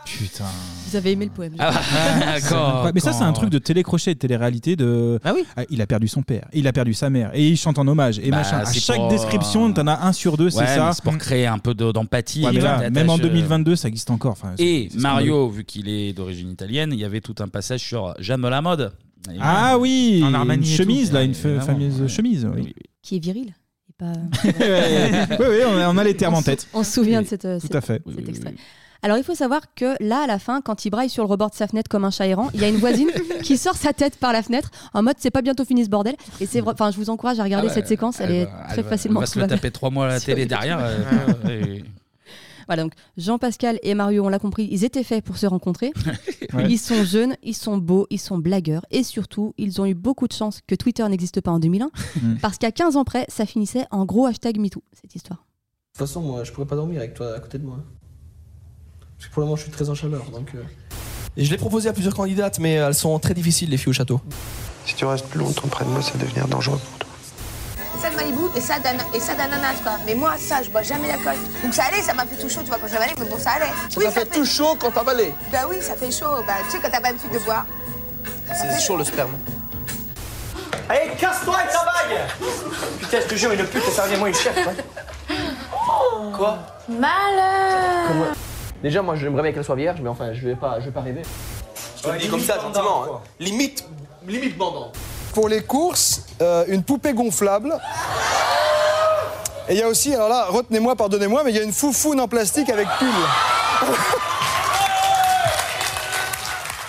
Speaker 7: Putain.
Speaker 8: Vous avez aimé le poème.
Speaker 1: Ah,
Speaker 7: Ah,
Speaker 1: d'accord.
Speaker 7: Mais ça, c'est un truc de télécrochet, de télé-réalité. De... Ah oui. il a perdu son père, il a perdu sa mère, et il chante en hommage. Et
Speaker 1: Bah,
Speaker 7: machin. À
Speaker 1: c'est
Speaker 7: chaque
Speaker 1: pour- euh,
Speaker 7: description, t'en as un sur deux, c'est
Speaker 1: Ouais,
Speaker 7: ça.
Speaker 1: mais C'est pour créer un peu de- d'empathie.
Speaker 7: Ouais, mais là,
Speaker 1: t'attaches,
Speaker 7: même en
Speaker 1: euh,
Speaker 7: 2022, ça existe encore. Enfin, c'est-
Speaker 1: Et
Speaker 7: c'est
Speaker 1: Mario, vu qu'il est d'origine italienne, il y avait tout un passage sur J'aime la mode. Et
Speaker 7: Ah
Speaker 1: ouais.
Speaker 7: oui,
Speaker 1: En Armani
Speaker 7: une
Speaker 1: et tout.
Speaker 7: chemise là, une fe-
Speaker 1: Évidemment.
Speaker 7: fameuse chemise. Oui,
Speaker 8: Qui est viril. et pas-
Speaker 7: oui, oui, on, a, on a les termes en tête.
Speaker 8: On se souvient de cette, euh,
Speaker 7: Tout
Speaker 8: cette-
Speaker 7: à fait.
Speaker 8: cet extrait. Alors il faut savoir que là, à la fin, quand il braille sur le rebord de sa fenêtre comme un chat errant, il y a une voisine qui sort sa tête par la fenêtre en mode c'est pas bientôt fini ce bordel. Et c'est vrai- enfin je vous encourage à regarder
Speaker 1: Ah ouais,
Speaker 8: cette séquence, elle, est
Speaker 1: va-
Speaker 8: très
Speaker 1: va-
Speaker 8: facilement
Speaker 1: On va se le
Speaker 8: trouvable.
Speaker 1: taper trois mois à la télé derrière. euh,
Speaker 7: Ah
Speaker 1: et-
Speaker 8: Voilà, donc Jean-Pascal et Mario, on l'a compris, ils étaient faits pour se rencontrer.
Speaker 1: Ouais.
Speaker 8: Ils sont jeunes, ils sont beaux, ils sont blagueurs. Et surtout, ils ont eu beaucoup de chance que Twitter n'existe pas en 2001.
Speaker 16: Mm.
Speaker 8: parce qu'à 15 ans près, ça finissait en gros hashtag MeToo, cette histoire.
Speaker 16: De toute façon, moi, je pourrais pas dormir avec toi à côté de moi. Parce que pour le moment, je suis très en chaleur, donc. euh. Et je l'ai proposé à plusieurs candidates, mais elles sont très difficiles, les filles au château.
Speaker 10: Si tu restes plus longtemps près de moi, ça va devenir dangereux pour toi.
Speaker 13: Ça de Malibu et ça d'ana- et ça d'ananas, quoi. Mais moi, ça, je bois jamais d'alcool. Donc ça allait, ça m'a fait tout chaud, tu vois, quand j'avalais, mais bon, ça allait.
Speaker 16: Ça t'a fait tout chaud quand t'avalais
Speaker 13: Bah oui, ça fait chaud. Bah, tu sais, quand t'as pas l'habitude de boire.
Speaker 16: C'est chaud le sperme.
Speaker 10: Allez, casse-toi avec ta bague Putain, je te jure, une pute, ça revient moins une hein. chef,
Speaker 16: Quoi
Speaker 13: Malheur
Speaker 1: Ah
Speaker 16: Déjà, moi, j'aimerais bien qu'elle soit vierge, mais enfin, je vais pas, je vais pas rêver. Je te le dis comme ça, gentiment. hein. Limite, limite bandant.
Speaker 22: Pour les courses, euh, une poupée gonflable. Et il y a aussi, alors là, retenez-moi, pardonnez-moi, mais il y a une foufoune en plastique avec pull.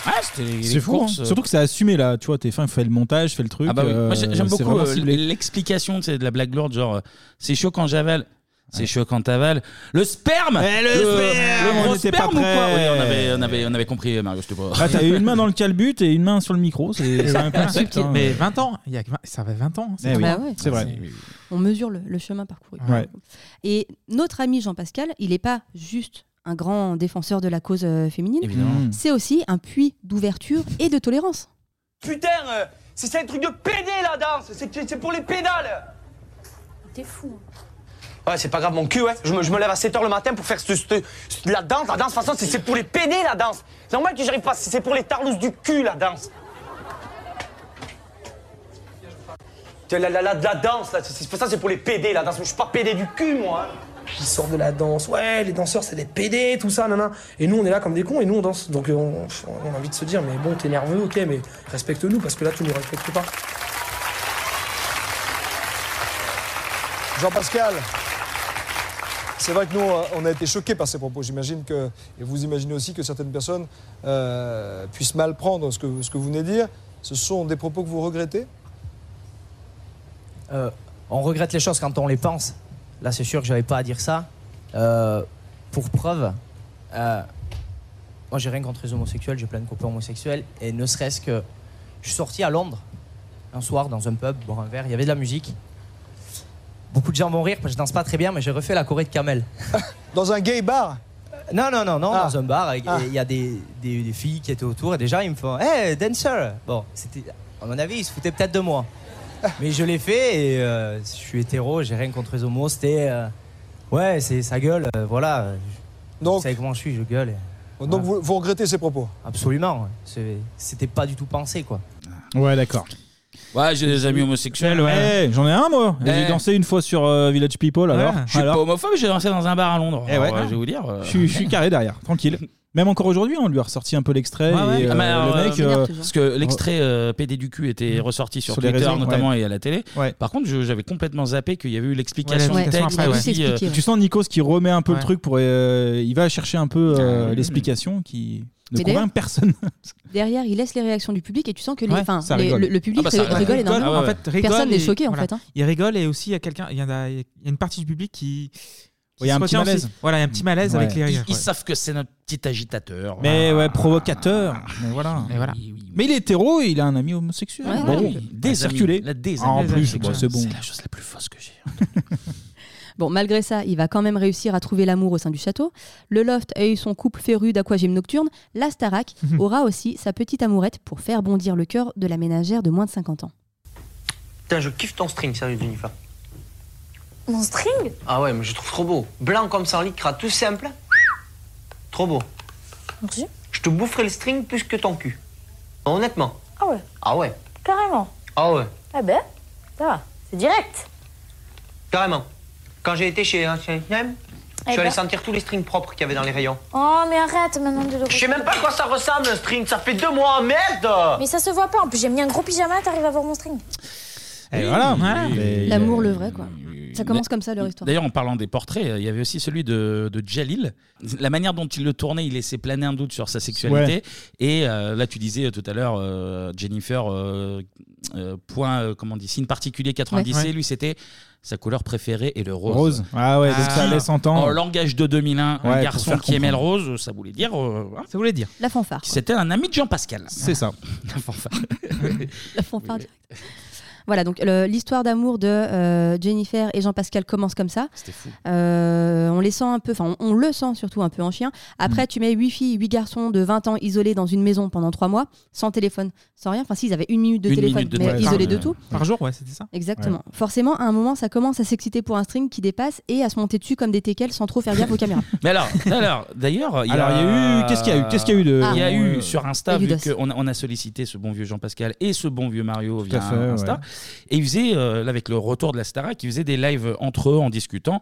Speaker 1: Ah, c'était les- les
Speaker 7: C'est fou, hein.
Speaker 1: courses, euh,
Speaker 7: surtout que c'est assumé là. Tu vois, t'es fin, fais le montage, fais le truc.
Speaker 1: Ah bah oui. Moi, j'ai-
Speaker 7: euh,
Speaker 1: j'aime
Speaker 7: c'est
Speaker 1: beaucoup
Speaker 7: vraiment
Speaker 1: euh,
Speaker 7: ciblé.
Speaker 1: l'explication tu sais, de la blague lourde, genre euh, c'est chaud quand j'avale. C'est chaud quand t'avales. Le sperme
Speaker 7: Eh, le sperme
Speaker 1: Le gros
Speaker 7: On était pas
Speaker 1: sperme ou quoi
Speaker 7: prêts.
Speaker 1: Oui, on avait, on, avait, on avait compris, Mario, je te vois.
Speaker 7: Ah, t'as eu une main dans le calbut et une main sur le micro, c'est
Speaker 1: *laughs*
Speaker 7: c'est un concept. hein.
Speaker 6: Mais 20 ans, il y a que 20 ça fait 20 ans. hein.
Speaker 7: Eh oui,
Speaker 8: Bah ouais.
Speaker 7: c'est vrai.
Speaker 8: On mesure le, le chemin parcouru.
Speaker 7: Ouais.
Speaker 8: Et notre ami Jean-Pascal, il n'est pas juste un grand défenseur de la cause euh, féminine.
Speaker 16: Évidemment. Mm.
Speaker 8: C'est aussi un puits d'ouverture et de tolérance.
Speaker 16: Putain, euh, c'est ça un truc de pédé la danse, c'est c'est pour les pédales.
Speaker 13: T'es fou. hein.
Speaker 16: Ouais, c'est pas grave, mon cul, ouais. Je me, je me lève à 7h le matin pour faire ce, ce- ce- la danse. La danse, de toute façon, c'est- c'est pour les pédés, la danse. C'est normal que j'arrive pas, c'est c'est pour les tarlouses du cul, la danse. Tu vois, La, la, la, la danse, là, c'est- c'est pour ça, c'est pour les pédés, la danse. Mais je suis pas pédé du cul, moi. hein.
Speaker 13: Ils sortent de la danse. Ouais, les danseurs, c'est des PD, tout ça, nana.
Speaker 16: Et nous, on est là comme des cons et nous, on danse. Donc, euh, on, a envie de se dire, mais bon, t'es nerveux, ok, mais respecte-nous parce que là, tu nous respectes pas.
Speaker 22: Jean-Pascal,
Speaker 18: c'est vrai que nous, euh, on a été choqués par ces propos. J'imagine que, et vous imaginez aussi que certaines personnes euh, puissent mal prendre ce que, ce que vous venez de dire. Ce sont des propos que vous regrettez
Speaker 16: Euh, on regrette les choses quand on les pense. Là, c'est sûr que j'avais pas à dire ça. Euh, pour preuve, euh, moi, j'ai rien contre les homosexuels, j'ai plein de copains homosexuels. Et ne serait-ce que. Je suis sorti à Londres un soir dans un pub, boire un verre, il y avait de la musique. Beaucoup de gens vont rire parce que je danse pas très bien, mais j'ai refait la Corée de Camel.
Speaker 18: *laughs* dans un gay bar Ah.
Speaker 16: Non, non, non, non, dans un bar. et- et Il y a des, des- des filles qui étaient autour et déjà ils me font Hey, dancer Bon, c'était. À mon avis, ils se foutaient peut-être de moi. Mais je l'ai fait et euh, je suis hétéro, j'ai rien contre les homos. C'était. euh, ouais, c'est sa gueule, euh, voilà.
Speaker 18: Donc, vous
Speaker 16: savez comment je suis, je gueule. et
Speaker 18: Donc vous, vous regrettez ces propos
Speaker 16: Absolument. c'est- C'était pas du tout pensé, quoi.
Speaker 7: Ouais, d'accord.
Speaker 1: Ouais, j'ai des amis homosexuels. Ouais.
Speaker 7: Eh, J'en ai un, moi. Et
Speaker 1: Eh.
Speaker 7: J'ai dansé une fois sur euh, Village People, alors.
Speaker 1: Je suis
Speaker 7: Alors.
Speaker 1: pas homophobe, j'ai dansé dans un bar à Londres.
Speaker 7: Eh ouais.
Speaker 1: Alors, euh, je vais vous dire. euh,
Speaker 7: Je suis- je suis carré derrière, tranquille. Même encore aujourd'hui, hein, on lui a ressorti un peu l'extrait.
Speaker 1: Ah ouais.
Speaker 7: et, euh,
Speaker 1: Ah, mais alors,
Speaker 7: le
Speaker 1: euh,
Speaker 7: mec. euh,
Speaker 1: parce que l'extrait euh, PD du cul était ressorti sur,
Speaker 7: Mm-hmm. Sur les
Speaker 1: Twitter
Speaker 7: réseaux,
Speaker 1: notamment
Speaker 7: ouais.
Speaker 1: et à la télé. Par contre, je- j'avais complètement zappé qu'il y avait eu l'explication
Speaker 7: Ouais,
Speaker 1: du
Speaker 7: l'explication
Speaker 1: texte.
Speaker 7: après,
Speaker 1: aussi,
Speaker 7: ouais.
Speaker 1: euh,
Speaker 7: Tu sens Nikos qui remet un peu
Speaker 1: Ouais. Ah,
Speaker 7: le truc pour. euh, il va chercher un peu euh, l'explication qui ne
Speaker 8: Mais d'ailleurs-
Speaker 7: convainc personne. *laughs*
Speaker 8: Derrière, il laisse les réactions du public et tu sens que les,
Speaker 7: Ouais,
Speaker 8: enfin,
Speaker 7: ça
Speaker 8: les-
Speaker 7: rigole.
Speaker 8: le, le public
Speaker 7: Ah bah, ça
Speaker 8: rigole,
Speaker 7: rigole.
Speaker 8: énormément.
Speaker 7: Ah ouais, ouais. En fait, rigole
Speaker 8: Personne n'est
Speaker 7: et-
Speaker 8: choqué
Speaker 7: voilà.
Speaker 8: en fait. hein.
Speaker 6: Il rigole et aussi il y a quelqu'un, il y en a, il y a une partie du public qui.
Speaker 7: Il y a
Speaker 6: qui
Speaker 7: un
Speaker 6: se
Speaker 7: petit
Speaker 6: retient aussi.
Speaker 7: malaise.
Speaker 6: Voilà, il y a un petit malaise
Speaker 7: Ouais.
Speaker 6: avec les rires.
Speaker 1: Ils savent que c'est notre petit agitateur.
Speaker 7: Mais ouais, provocateur. Mais voilà. Mais, il est hétéro et il a un ami homosexuel.
Speaker 1: Ouais,
Speaker 7: bon,
Speaker 1: ouais. Des
Speaker 7: à
Speaker 1: amis.
Speaker 7: circuler.
Speaker 1: La- des
Speaker 7: En
Speaker 1: amis
Speaker 7: plus,
Speaker 1: homosexuels.
Speaker 7: bon, c'est bon.
Speaker 1: C'est la chose la plus fausse que j'ai.
Speaker 8: Bon, malgré ça, il va quand même réussir à trouver l'amour au sein du château. Le loft a eu son couple féru d'aquagym nocturne. La Starac aura aussi sa petite amourette pour faire bondir le cœur de la ménagère de moins de 50 ans.
Speaker 23: Putain, je kiffe ton string, sérieux, Jennifer.
Speaker 13: Mon string
Speaker 23: Ah ouais, mais je trouve trop beau. Blanc comme ça en lycra, tout simple. Trop beau.
Speaker 13: Merci.
Speaker 23: Je te boufferai le string plus que ton cul. Honnêtement.
Speaker 13: Ah ouais,
Speaker 23: Ah ouais.
Speaker 13: carrément.
Speaker 23: Ah ouais.
Speaker 13: Ah ben, ça va, c'est direct.
Speaker 23: Carrément. Quand j'ai été chez H&M, je
Speaker 13: Eh
Speaker 23: suis allé
Speaker 13: ben.
Speaker 23: sentir tous les strings propres qu'il y avait dans les rayons.
Speaker 13: Oh, mais arrête maintenant de le
Speaker 23: Je sais même pas à quoi ça ressemble un string, ça fait deux mois, merde
Speaker 13: Mais ça se voit pas, en plus j'ai mis un gros pyjama, t'arrives à voir mon string.
Speaker 7: Et voilà.
Speaker 8: L'amour, le vrai, quoi. Ça commence comme ça leur histoire.
Speaker 1: D'ailleurs, en parlant des portraits, euh, il y avait aussi celui de, de Jalil. La manière dont il le tournait, il laissait planer un doute sur sa sexualité.
Speaker 7: Ouais.
Speaker 1: Et euh, là, tu disais euh, tout à l'heure, euh, Jennifer, euh, euh, point, euh, comment on dit, signe particulier 90
Speaker 7: Ouais.
Speaker 1: et lui, c'était sa couleur préférée et le rose.
Speaker 7: Rose. Ah ouais, donc ça
Speaker 1: Qui,
Speaker 7: laisse entendre.
Speaker 1: En langage de 2001, un
Speaker 7: Ouais, pour
Speaker 1: garçon
Speaker 7: faire
Speaker 1: qui aimait le
Speaker 7: comprendre.
Speaker 1: rose, ça voulait dire. euh, hein,
Speaker 7: Ça voulait dire.
Speaker 8: La fanfare.
Speaker 1: C'était un ami de Jean-Pascal.
Speaker 7: C'est
Speaker 1: *laughs*
Speaker 7: ça.
Speaker 1: La fanfare.
Speaker 7: *laughs*
Speaker 8: La fanfare directe. Voilà, donc le- l'histoire d'amour de euh, Jennifer et Jean-Pascal commence comme ça. Euh,
Speaker 1: C'était fou.
Speaker 8: on les sent un peu, enfin, on, on le sent surtout un peu en chien.
Speaker 1: Mm.
Speaker 8: Après, tu mets 8 filles, 8 garçons de 20 ans isolés dans une maison pendant 3 mois, sans téléphone, sans rien. Enfin, s'ils avaient une minute de
Speaker 6: Une
Speaker 8: téléphone,
Speaker 6: minute de
Speaker 8: mais
Speaker 6: téléphone.
Speaker 8: isolés
Speaker 6: Par-
Speaker 8: de tout.
Speaker 6: par jour, ouais, c'était ça.
Speaker 8: Exactement.
Speaker 6: Ouais.
Speaker 8: Forcément, à un moment, ça commence à s'exciter pour un string qui dépasse et à se monter dessus comme des teckels sans trop faire gaffe
Speaker 6: *laughs*
Speaker 8: aux caméras.
Speaker 1: *laughs* Mais alors, alors, d'ailleurs, il y a,
Speaker 7: Alors, il y a eu- qu'est-ce qu'il y a eu Qu'est-ce qu'il y a eu de-
Speaker 1: Il y a
Speaker 7: Ah.
Speaker 1: eu sur
Speaker 7: Il y
Speaker 1: Insta,
Speaker 7: a eu
Speaker 1: vu
Speaker 7: d'os.
Speaker 1: qu'on a, on a sollicité ce bon vieux Jean-Pascal et ce bon vieux Mario via
Speaker 7: fait,
Speaker 1: Insta,
Speaker 7: ouais.
Speaker 1: et ils faisaient, euh, là, avec le retour de la Starac, ils faisaient des lives entre eux en discutant.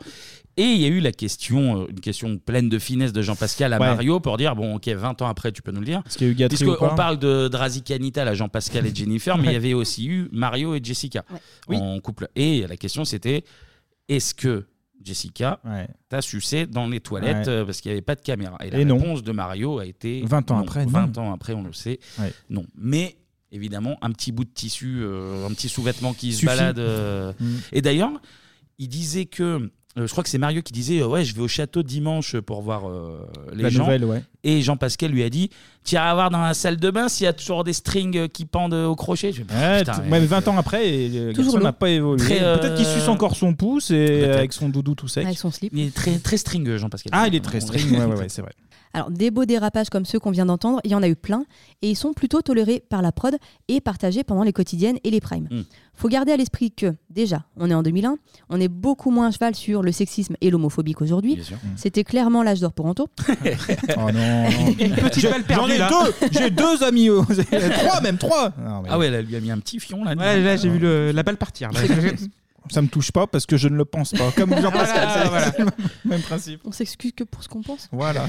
Speaker 1: Et il y a eu la question, euh, une question pleine de finesse de Jean-Pascal à
Speaker 7: Ouais.
Speaker 1: Mario pour dire bon, ok, 20 ans après, tu peux nous le dire.
Speaker 7: Parce qu'il y a eu Gatry ou pas
Speaker 1: on parle de Drazicanita, là, Jean-Pascal et Jennifer, mais il
Speaker 7: Ouais.
Speaker 1: y avait aussi eu Mario et Jessica en couple. Et la question, c'était est-ce que Jessica t'a sucé dans les toilettes
Speaker 7: Ouais.
Speaker 1: euh, parce qu'il n'y avait pas de caméra Et la
Speaker 7: Et non.
Speaker 1: réponse de Mario a été
Speaker 7: 20 ans
Speaker 1: non.
Speaker 7: après, non.
Speaker 1: 20 ans après, on le sait,
Speaker 7: Ouais.
Speaker 1: non. Mais évidemment, un petit bout de tissu, euh, un petit sous-vêtement qui se
Speaker 7: Suffit.
Speaker 1: balade. euh,
Speaker 7: Mm.
Speaker 1: Et d'ailleurs, il disait que. euh, je crois que c'est Mario qui disait euh, Ouais, je vais au château dimanche pour voir euh, les
Speaker 7: La
Speaker 1: gens.
Speaker 7: nouvelle, ouais.
Speaker 1: Et Jean-Pascal lui a dit Tu iras voir dans la salle de bain s'il y a toujours des strings euh, qui pendent au crochet. Je fais, bah,
Speaker 7: Ouais,
Speaker 1: Putain,
Speaker 7: t-
Speaker 1: mais-
Speaker 7: même 20 ans après, et le
Speaker 1: Toujours
Speaker 7: garçon
Speaker 1: long.
Speaker 7: n'a pas évolué.
Speaker 1: Ah, Très, euh,
Speaker 7: Peut-être qu'il suce encore son pouce et
Speaker 1: peut-être.
Speaker 7: avec son doudou tout sec.
Speaker 8: Avec son slip.
Speaker 1: Il est très, très string, Jean-Pascal.
Speaker 7: Ah, il est très string,
Speaker 1: *laughs*
Speaker 7: ouais, ouais, ouais, c'est vrai.
Speaker 8: Alors, des beaux dérapages comme ceux qu'on vient d'entendre, il y en a eu plein, et ils sont plutôt tolérés par la prod et partagés pendant les quotidiennes et les primes.
Speaker 6: Hmm.
Speaker 8: Faut garder à l'esprit que, déjà, on est en 2001, on est beaucoup moins à cheval sur le sexisme et l'homophobie qu'aujourd'hui.
Speaker 6: Bien sûr.
Speaker 7: Hmm.
Speaker 8: C'était clairement l'âge d'or pour Anto.
Speaker 1: *laughs*
Speaker 7: Oh non.
Speaker 6: *laughs* Une petite
Speaker 7: J'ai-
Speaker 6: balle
Speaker 7: J'en
Speaker 6: perdue.
Speaker 7: ai
Speaker 6: là.
Speaker 7: deux. J'ai deux amis. euh, *laughs* trois, même trois.
Speaker 1: Ah ouais, là, lui a mis un petit fion. Là,
Speaker 6: Ouais, là, Euh, j'ai vu le- la balle partir. là.
Speaker 7: *laughs* Ça me touche pas parce que je ne le pense pas. Comme Jean-Pascal.
Speaker 6: Voilà,
Speaker 7: c'est-
Speaker 6: voilà.
Speaker 7: c'est le Même principe.
Speaker 1: *laughs*
Speaker 8: On s'excuse que pour ce qu'on pense.
Speaker 7: Voilà.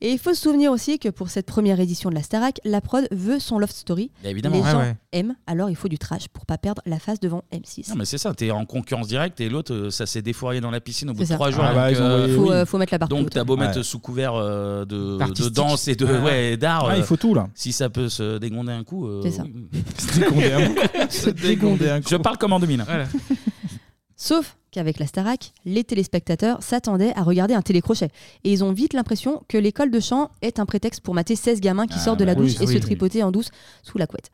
Speaker 8: Et il faut se souvenir aussi que pour cette première édition de la Starac, la prod veut son love story.
Speaker 1: Et Bah, évidemment.
Speaker 8: Les
Speaker 1: Ouais,
Speaker 8: gens
Speaker 1: ouais.
Speaker 8: aiment, alors il faut du trash pour pas perdre la face devant M6.
Speaker 1: Non, mais c'est ça, t'es en concurrence directe et l'autre, euh, ça s'est défoiré dans la piscine au bout
Speaker 8: C'est
Speaker 1: de
Speaker 8: ça.
Speaker 1: trois jours.
Speaker 8: Ah bah,
Speaker 1: donc,
Speaker 8: ils ont envoyé- Faut, euh, faut mettre la barre
Speaker 1: Donc
Speaker 8: haute.
Speaker 1: t'as beau mettre
Speaker 7: Ouais.
Speaker 1: sous couvert euh, de, de
Speaker 7: D'artistique.
Speaker 1: danse et de
Speaker 7: Ouais.
Speaker 1: ouais, d'art. euh,
Speaker 7: Ouais, il faut tout, là.
Speaker 1: Si ça peut se dégonder un coup. euh,
Speaker 8: C'est ça.
Speaker 1: oui.
Speaker 7: Se dégonder un
Speaker 1: *laughs*
Speaker 7: coup.
Speaker 1: Se dégonder un coup. Je parle comme en 2000.
Speaker 8: Sauf qu'avec la Starac, les téléspectateurs s'attendaient à regarder un télécrochet. Et ils ont vite l'impression que l'école de chant est un prétexte pour mater 16 gamins qui
Speaker 21: Ah,
Speaker 8: sortent de la
Speaker 21: bah oui,
Speaker 8: douche
Speaker 21: ça,
Speaker 8: et
Speaker 21: oui,
Speaker 8: se
Speaker 21: oui.
Speaker 8: tripoter en douce sous la couette.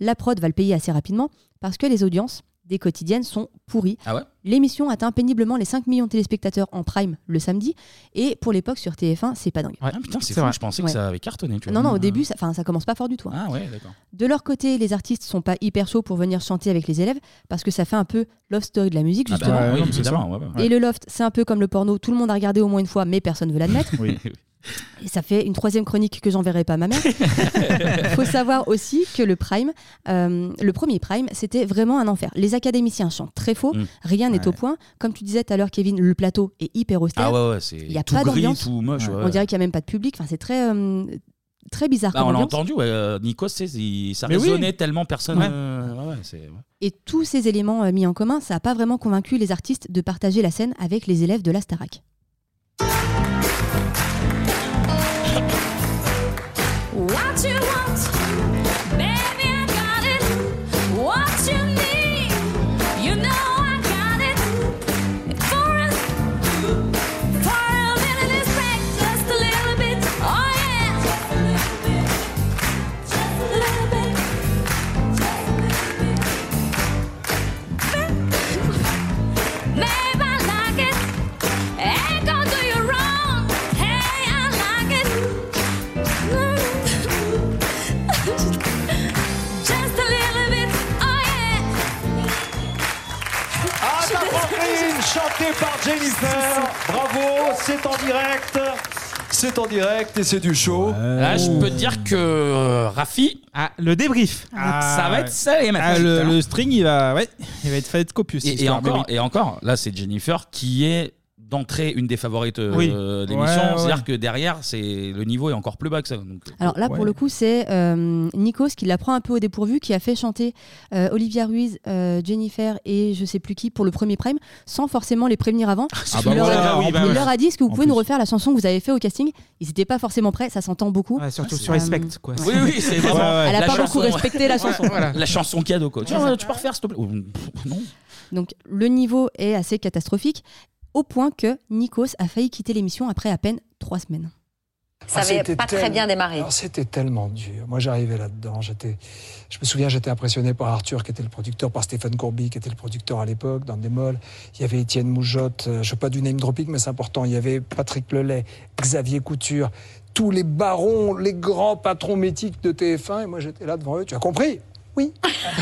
Speaker 8: La prod va le payer assez rapidement parce que les audiences des quotidiennes sont pourries.
Speaker 1: Ah ouais
Speaker 8: L'émission atteint péniblement les 5 millions de téléspectateurs en prime le samedi. Et pour l'époque, sur TF1, c'est pas dingue.
Speaker 1: Ah putain, c'est
Speaker 8: C'est
Speaker 1: fou,
Speaker 8: vrai.
Speaker 1: je pensais
Speaker 8: Ouais.
Speaker 1: que ça avait cartonné. Tu vois.
Speaker 8: Non, non, au début, ça, 'fin, ça commence pas fort du tout. hein.
Speaker 1: Ah ouais, d'accord.
Speaker 8: De leur côté, les artistes sont pas hyper chauds pour venir chanter avec les élèves parce que ça fait un peu love story de la musique
Speaker 1: Ah bah
Speaker 8: justement.
Speaker 1: ouais, oui, Oui, c'est évidemment, ça. ouais, ouais.
Speaker 8: Et le loft, c'est un peu comme le porno, tout le monde a regardé au moins une fois, mais personne
Speaker 1: *laughs*
Speaker 8: veut l'admettre.
Speaker 1: Oui.
Speaker 8: Et ça fait une troisième chronique que j'enverrai pas à
Speaker 1: *laughs*
Speaker 8: ma mère. *laughs* Faut savoir aussi que le prime, euh, le premier prime, c'était vraiment un enfer. Les académiciens chantent très faux,
Speaker 1: Mm.
Speaker 8: rien n'est
Speaker 1: Ouais.
Speaker 8: au point. Comme tu disais tout à l'heure, Kevin, le plateau est hyper austère.
Speaker 1: Ah ouais, ouais, c'est
Speaker 8: Il y a
Speaker 1: tout
Speaker 8: pas
Speaker 1: gris,
Speaker 8: d'ambiance.
Speaker 1: tout moche, ouais,
Speaker 8: On
Speaker 1: ouais.
Speaker 8: dirait qu'il y a même pas de public. Enfin, c'est très euh, très bizarre.
Speaker 1: Bah,
Speaker 8: comme
Speaker 1: on l'a
Speaker 8: ambiance.
Speaker 1: entendu, ouais, euh, Nico, c'est- il- ça
Speaker 8: Mais oui.
Speaker 1: résonnait tellement personne.
Speaker 8: Ouais.
Speaker 1: euh, ouais, ouais, c'est- ouais.
Speaker 8: Et tous ces éléments euh, mis en commun, ça n'a pas vraiment convaincu les artistes de partager la scène avec les élèves de la Starac.
Speaker 17: What you want, baby, I got it. What you need, you know I got it. For a, for a minute is break, just a little bit. Oh yeah, just a little bit, just a little bit. Maybe I like it. Ain't gonna do you wrong. Hey, I like it.
Speaker 2: *laughs*
Speaker 17: Just a little bit, oh yeah.
Speaker 18: Anna Franklin, Ah, chantée par Jennifer. Bravo, c'est en direct. C'est en direct et c'est du show.
Speaker 1: Là, je peux te dire que euh, Rafi.
Speaker 7: Ah,
Speaker 1: Ah,
Speaker 7: le débrief.
Speaker 1: ça va être ça, les hein. mecs.
Speaker 7: Ah, le,
Speaker 1: Putain.
Speaker 7: le string, il va, ouais, il va être fait être copieux. cette
Speaker 1: Et, et
Speaker 7: histoire, Ah, mais
Speaker 1: encore,
Speaker 7: oui.
Speaker 1: et encore, là c'est Jennifer qui est d'entrée une des favorites euh,
Speaker 7: Oui.
Speaker 1: de l'émission.
Speaker 7: Ouais, ouais.
Speaker 1: C'est-à-dire que derrière, c'est le niveau est encore plus bas que ça. Donc, euh,
Speaker 8: Alors là, pour le coup, c'est euh, Nikos qui la prend un peu au dépourvu, qui a fait chanter euh, Olivia Ruiz, euh, Jennifer et je sais plus qui pour le premier prime, sans forcément les prévenir avant.
Speaker 7: Ah
Speaker 8: il
Speaker 7: bah
Speaker 8: leur,
Speaker 7: voilà,
Speaker 8: a,
Speaker 7: oui, bah
Speaker 8: il
Speaker 7: ouais.
Speaker 8: leur a dit est-ce que vous
Speaker 7: En
Speaker 8: pouvez nous refaire la chanson que vous avez fait au casting Ils n'étaient pas forcément prêts, ça s'entend beaucoup.
Speaker 7: Ouais, Ah, surtout
Speaker 1: Ah,
Speaker 8: Euh,
Speaker 7: sur Respect, quoi.
Speaker 1: Oui,
Speaker 7: *laughs*
Speaker 1: oui, c'est vraiment.
Speaker 8: Elle a
Speaker 1: la
Speaker 8: pas
Speaker 1: chanson-
Speaker 8: beaucoup respecté la
Speaker 1: Ouais,
Speaker 8: chanson.
Speaker 1: voilà. La chanson cadeau, quoi. Tiens,
Speaker 8: Ouais,
Speaker 1: tu peux refaire, s'il te plaît. Oh, pff, Non.
Speaker 8: Donc le niveau est assez catastrophique, au point que Nikos a failli quitter l'émission après à peine trois semaines.
Speaker 5: Ça avait pas très bien démarré.
Speaker 9: C'était tellement dur. Moi, j'arrivais là-dedans. J'étais, je me souviens, j'étais impressionné par Arthur, qui était le producteur, par Stéphane Courby, qui était le producteur à l'époque, dans Démol. Il y avait Étienne Moujotte. euh, Je ne pas du name dropping, mais c'est important. Il y avait Patrick Lelay, Xavier Couture, tous les barons, les grands patrons métiques de TF1. Et moi, j'étais là devant eux. Tu as compris Oui. *laughs*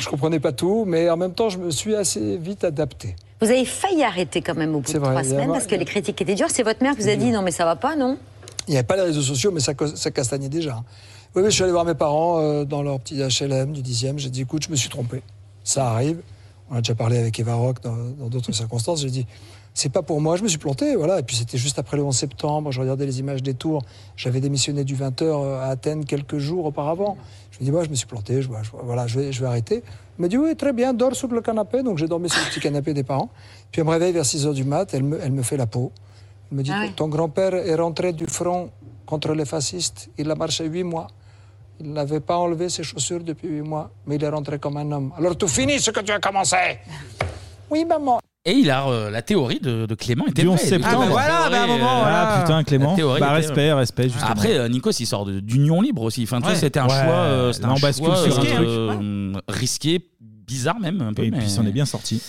Speaker 9: je comprenais pas tout, mais en même temps, je me suis assez vite adapté.
Speaker 5: Vous avez failli arrêter quand même au bout de
Speaker 9: C'est vrai,
Speaker 5: trois
Speaker 9: il y a
Speaker 5: semaines
Speaker 9: avoir-
Speaker 5: parce que les critiques étaient dures. C'est votre mère qui vous a
Speaker 9: C'était
Speaker 5: dit
Speaker 9: dur.
Speaker 5: non mais ça va pas, non
Speaker 9: Il n'y avait pas les réseaux sociaux, mais ça, cos- ça castagnait déjà. Oui, mais je suis allé voir mes parents euh, dans leur petit HLM du 10e. J'ai dit, écoute, je me suis trompé. Ça arrive. On a déjà parlé avec Eva Rock dans dans d'autres circonstances. J'ai dit, c'est pas pour moi, je me suis planté. Voilà. Et puis c'était juste après le 11 septembre. Je regardais les images des tours. J'avais démissionné du 20h à Athènes quelques jours auparavant. Je me dis, moi, je me suis planté. Je, je- voilà, je vais, je vais arrêter. Elle m'a dit, oui, très bien, dors sur le canapé. Donc j'ai dormi sur le petit canapé des parents. Puis elle me réveille vers 6h du mat. Elle me, elle me fait la peau. Il me dit,
Speaker 5: Ah ouais.
Speaker 9: ton grand-père est rentré du front contre les fascistes. Il a marché huit mois. Il n'avait pas enlevé ses chaussures depuis huit mois, mais il est rentré comme un homme. Alors tout finis ce que tu as commencé. Oui, maman.
Speaker 1: Et il a euh, la théorie de, de Clément était
Speaker 7: Du
Speaker 1: vraie. Ah
Speaker 7: 11 septembre.
Speaker 1: La
Speaker 7: Voilà,
Speaker 1: théorie,
Speaker 7: bah, à un moment,
Speaker 1: euh,
Speaker 7: voilà. Ah, putain, Clément.
Speaker 1: la théorie
Speaker 7: Bah,
Speaker 1: était-
Speaker 7: respect, respect, justement.
Speaker 1: Après, euh, Nikos, il sort de- d'Union Libre aussi. Enfin, tu
Speaker 7: Ouais.
Speaker 1: vois, c'était un
Speaker 7: Ouais.
Speaker 1: choix. euh, c'était
Speaker 7: Là,
Speaker 1: un
Speaker 7: on bascule
Speaker 1: choix,
Speaker 7: sur un truc.
Speaker 1: euh, risqué, bizarre même. Un peu,
Speaker 7: Et puis, il s'en est bien
Speaker 1: sorti.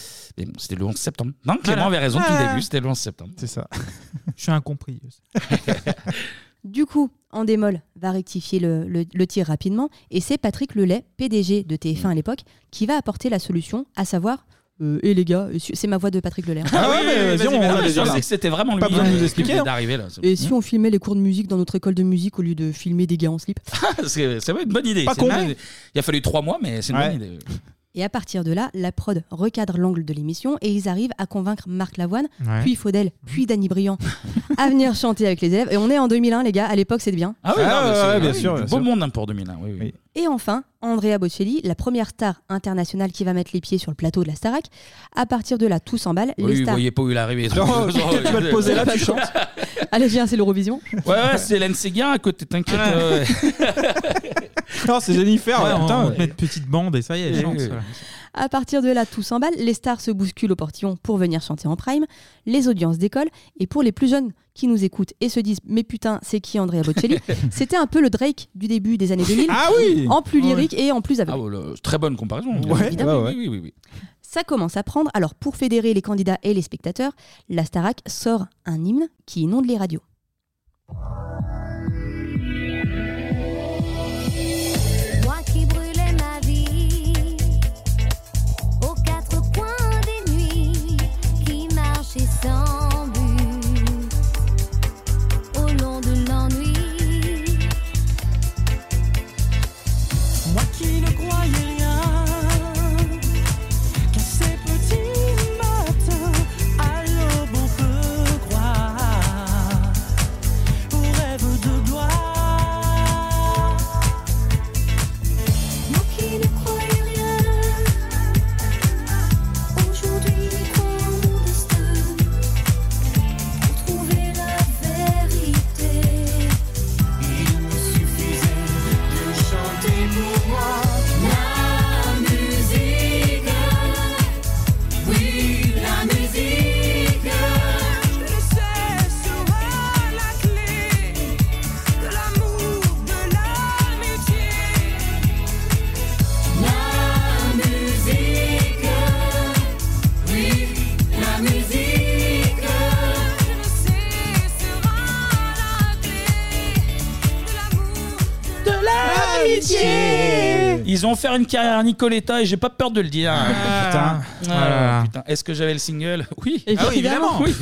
Speaker 1: c'était le 11 septembre. Non, Clément
Speaker 6: Voilà.
Speaker 1: avait raison depuis le
Speaker 6: Ouais.
Speaker 1: début, c'était le 11 septembre. Ah
Speaker 7: C'est ça.
Speaker 6: Je suis
Speaker 7: *laughs*
Speaker 6: incompris.
Speaker 8: Du coup, en démol va rectifier le, le- le tir rapidement et c'est Patrick Lelay, PDG de TF1 à l'époque, qui va apporter la solution, à savoir euh, Eh les gars, euh, si- c'est ma voix de Patrick Lelay. hein.
Speaker 1: Ah ouais, mais
Speaker 7: vas-y,
Speaker 1: vas-y,
Speaker 7: on-
Speaker 1: mais
Speaker 7: on
Speaker 1: non, mais
Speaker 7: est
Speaker 1: je
Speaker 7: là.
Speaker 1: pensais que c'était vraiment lui. euh,
Speaker 7: Pas besoin de nous expliquer, hein.
Speaker 1: d'arriver là. c'est- *laughs*
Speaker 8: Et si on filmait les cours de musique dans notre école de musique au lieu de filmer des gars en slip
Speaker 1: Ah, c'est c'est vrai, une bonne idée.
Speaker 8: Pas
Speaker 1: C'est
Speaker 8: con.
Speaker 1: une bonne idée. Il a fallu trois mois, mais c'est une
Speaker 8: Ouais.
Speaker 1: bonne idée.
Speaker 8: *laughs* Et à partir de là, la prod recadre l'angle de l'émission et ils arrivent à convaincre Marc Lavoine,
Speaker 6: Ouais.
Speaker 8: puis Faudel, puis Danny Briand à venir chanter avec les élèves. Et on est en 2001, les gars, à l'époque, c'est bien.
Speaker 1: Ah oui, non, mais c'est-
Speaker 7: ouais, bien
Speaker 1: oui,
Speaker 7: sûr,
Speaker 1: du
Speaker 7: bien
Speaker 1: Beau
Speaker 7: sûr.
Speaker 1: monde hein, pour 2001. Oui, oui.
Speaker 8: Et enfin, Andrea Bocelli, la première star internationale qui va mettre les pieds sur le plateau de la Starac. À partir de là, tout s'emballe.
Speaker 1: Oui,
Speaker 8: les
Speaker 1: vous
Speaker 8: stars...
Speaker 1: voyez pas où il est arrivé. *laughs*
Speaker 7: Non, tu vas te poser là, tu chantes.
Speaker 8: *laughs* Allez, viens, c'est l'Eurovision.
Speaker 1: Ouais, ouais, c'est Hélène Séguin à côté, t'inquiète.
Speaker 6: Ah.
Speaker 1: ouais.
Speaker 6: Non, c'est Jennifer.
Speaker 1: Ouais,
Speaker 6: putain,
Speaker 1: ouais.
Speaker 6: on te met une petite bande et ça y est, elle
Speaker 1: Oui,
Speaker 6: chante.
Speaker 1: oui.
Speaker 6: voilà.
Speaker 8: À partir de là, tout s'emballe. Les stars se bousculent au portillon pour venir chanter en prime. Les audiences décollent. Et pour les plus jeunes qui nous écoutent et se disent Mais putain, c'est qui Andrea
Speaker 1: *laughs*
Speaker 8: Bocelli C'était un peu le Drake du début des années 2000.
Speaker 1: Ah oui
Speaker 8: En plus lyrique
Speaker 1: Ouais.
Speaker 8: et en plus aveugle.
Speaker 1: Ah, ouais, le- très bonne comparaison.
Speaker 8: Ouais, Évidemment.
Speaker 1: oui, oui, oui, oui.
Speaker 8: Ça commence à prendre. Alors, pour fédérer les candidats et les spectateurs, la Starac sort un hymne qui inonde les radios.
Speaker 2: Moi qui brûlais ma vie aux quatre coins des nuits, qui marchait sans but au long de l'ennui. Moi qui ne croyais rien qu'à ces petits matins, à l'aube on peut croire au rêve de gloire. Moi qui ne croyais rien, aujourd'hui crois en mon destin. Pour trouver la vérité, il me suffisait de chanter pour moi la musique. Oui, la musique. Je le sais, sera la clé de l'amour, de l'amitié. La musique, oui, la musique, je ne sais, sera la clé de l'amour, de l'amitié.
Speaker 1: Ils ont offert une carrière à Nicoletta et j'ai pas peur de le dire.
Speaker 6: Ah,
Speaker 1: putain.
Speaker 6: ah là là.
Speaker 1: putain. Est-ce que j'avais le single Oui.
Speaker 6: Ah oui, évidemment.
Speaker 1: Oui.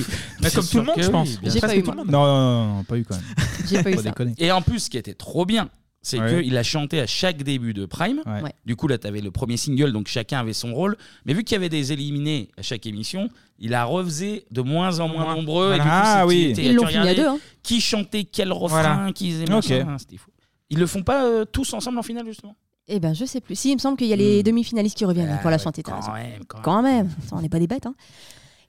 Speaker 6: Mais
Speaker 1: C'est
Speaker 6: comme tout le
Speaker 1: sûr
Speaker 6: monde,
Speaker 1: que
Speaker 6: je
Speaker 1: oui,
Speaker 6: pense.
Speaker 1: bien
Speaker 6: J'ai
Speaker 1: sûr.
Speaker 6: pas eu, moi.
Speaker 7: Non, non, non, non, pas eu quand même.
Speaker 8: J'ai pas eu ça.
Speaker 7: déconner.
Speaker 1: Et en plus, ce qui était trop bien, c'est
Speaker 7: Ouais.
Speaker 1: qu'il a chanté à chaque début de Prime.
Speaker 8: Ouais.
Speaker 1: Du coup, là, tu avais le premier single, donc chacun avait son rôle. Mais vu qu'il y avait des éliminés à chaque émission, il a refaisé de moins en moins nombreux. Et du coup,
Speaker 7: Ah
Speaker 1: c'était-
Speaker 7: oui.
Speaker 1: t'as-
Speaker 7: Ils
Speaker 1: tu
Speaker 7: l'ont fini à
Speaker 1: regardais
Speaker 7: deux, hein.
Speaker 1: Qui chantait quel refrain,
Speaker 7: Voilà.
Speaker 1: qui faisait
Speaker 7: Ok.
Speaker 1: machin, hein, c'était fou. Ils le font pas euh, tous ensemble en finale, justement *laughs*
Speaker 8: Eh ben, je sais plus. Si, il me semble qu'il y a les demi-finalistes qui reviennent pour la chanter. t'as raison.
Speaker 1: Hmm. Ah, quand,
Speaker 8: même. Attends, on n'est pas des bêtes. hein.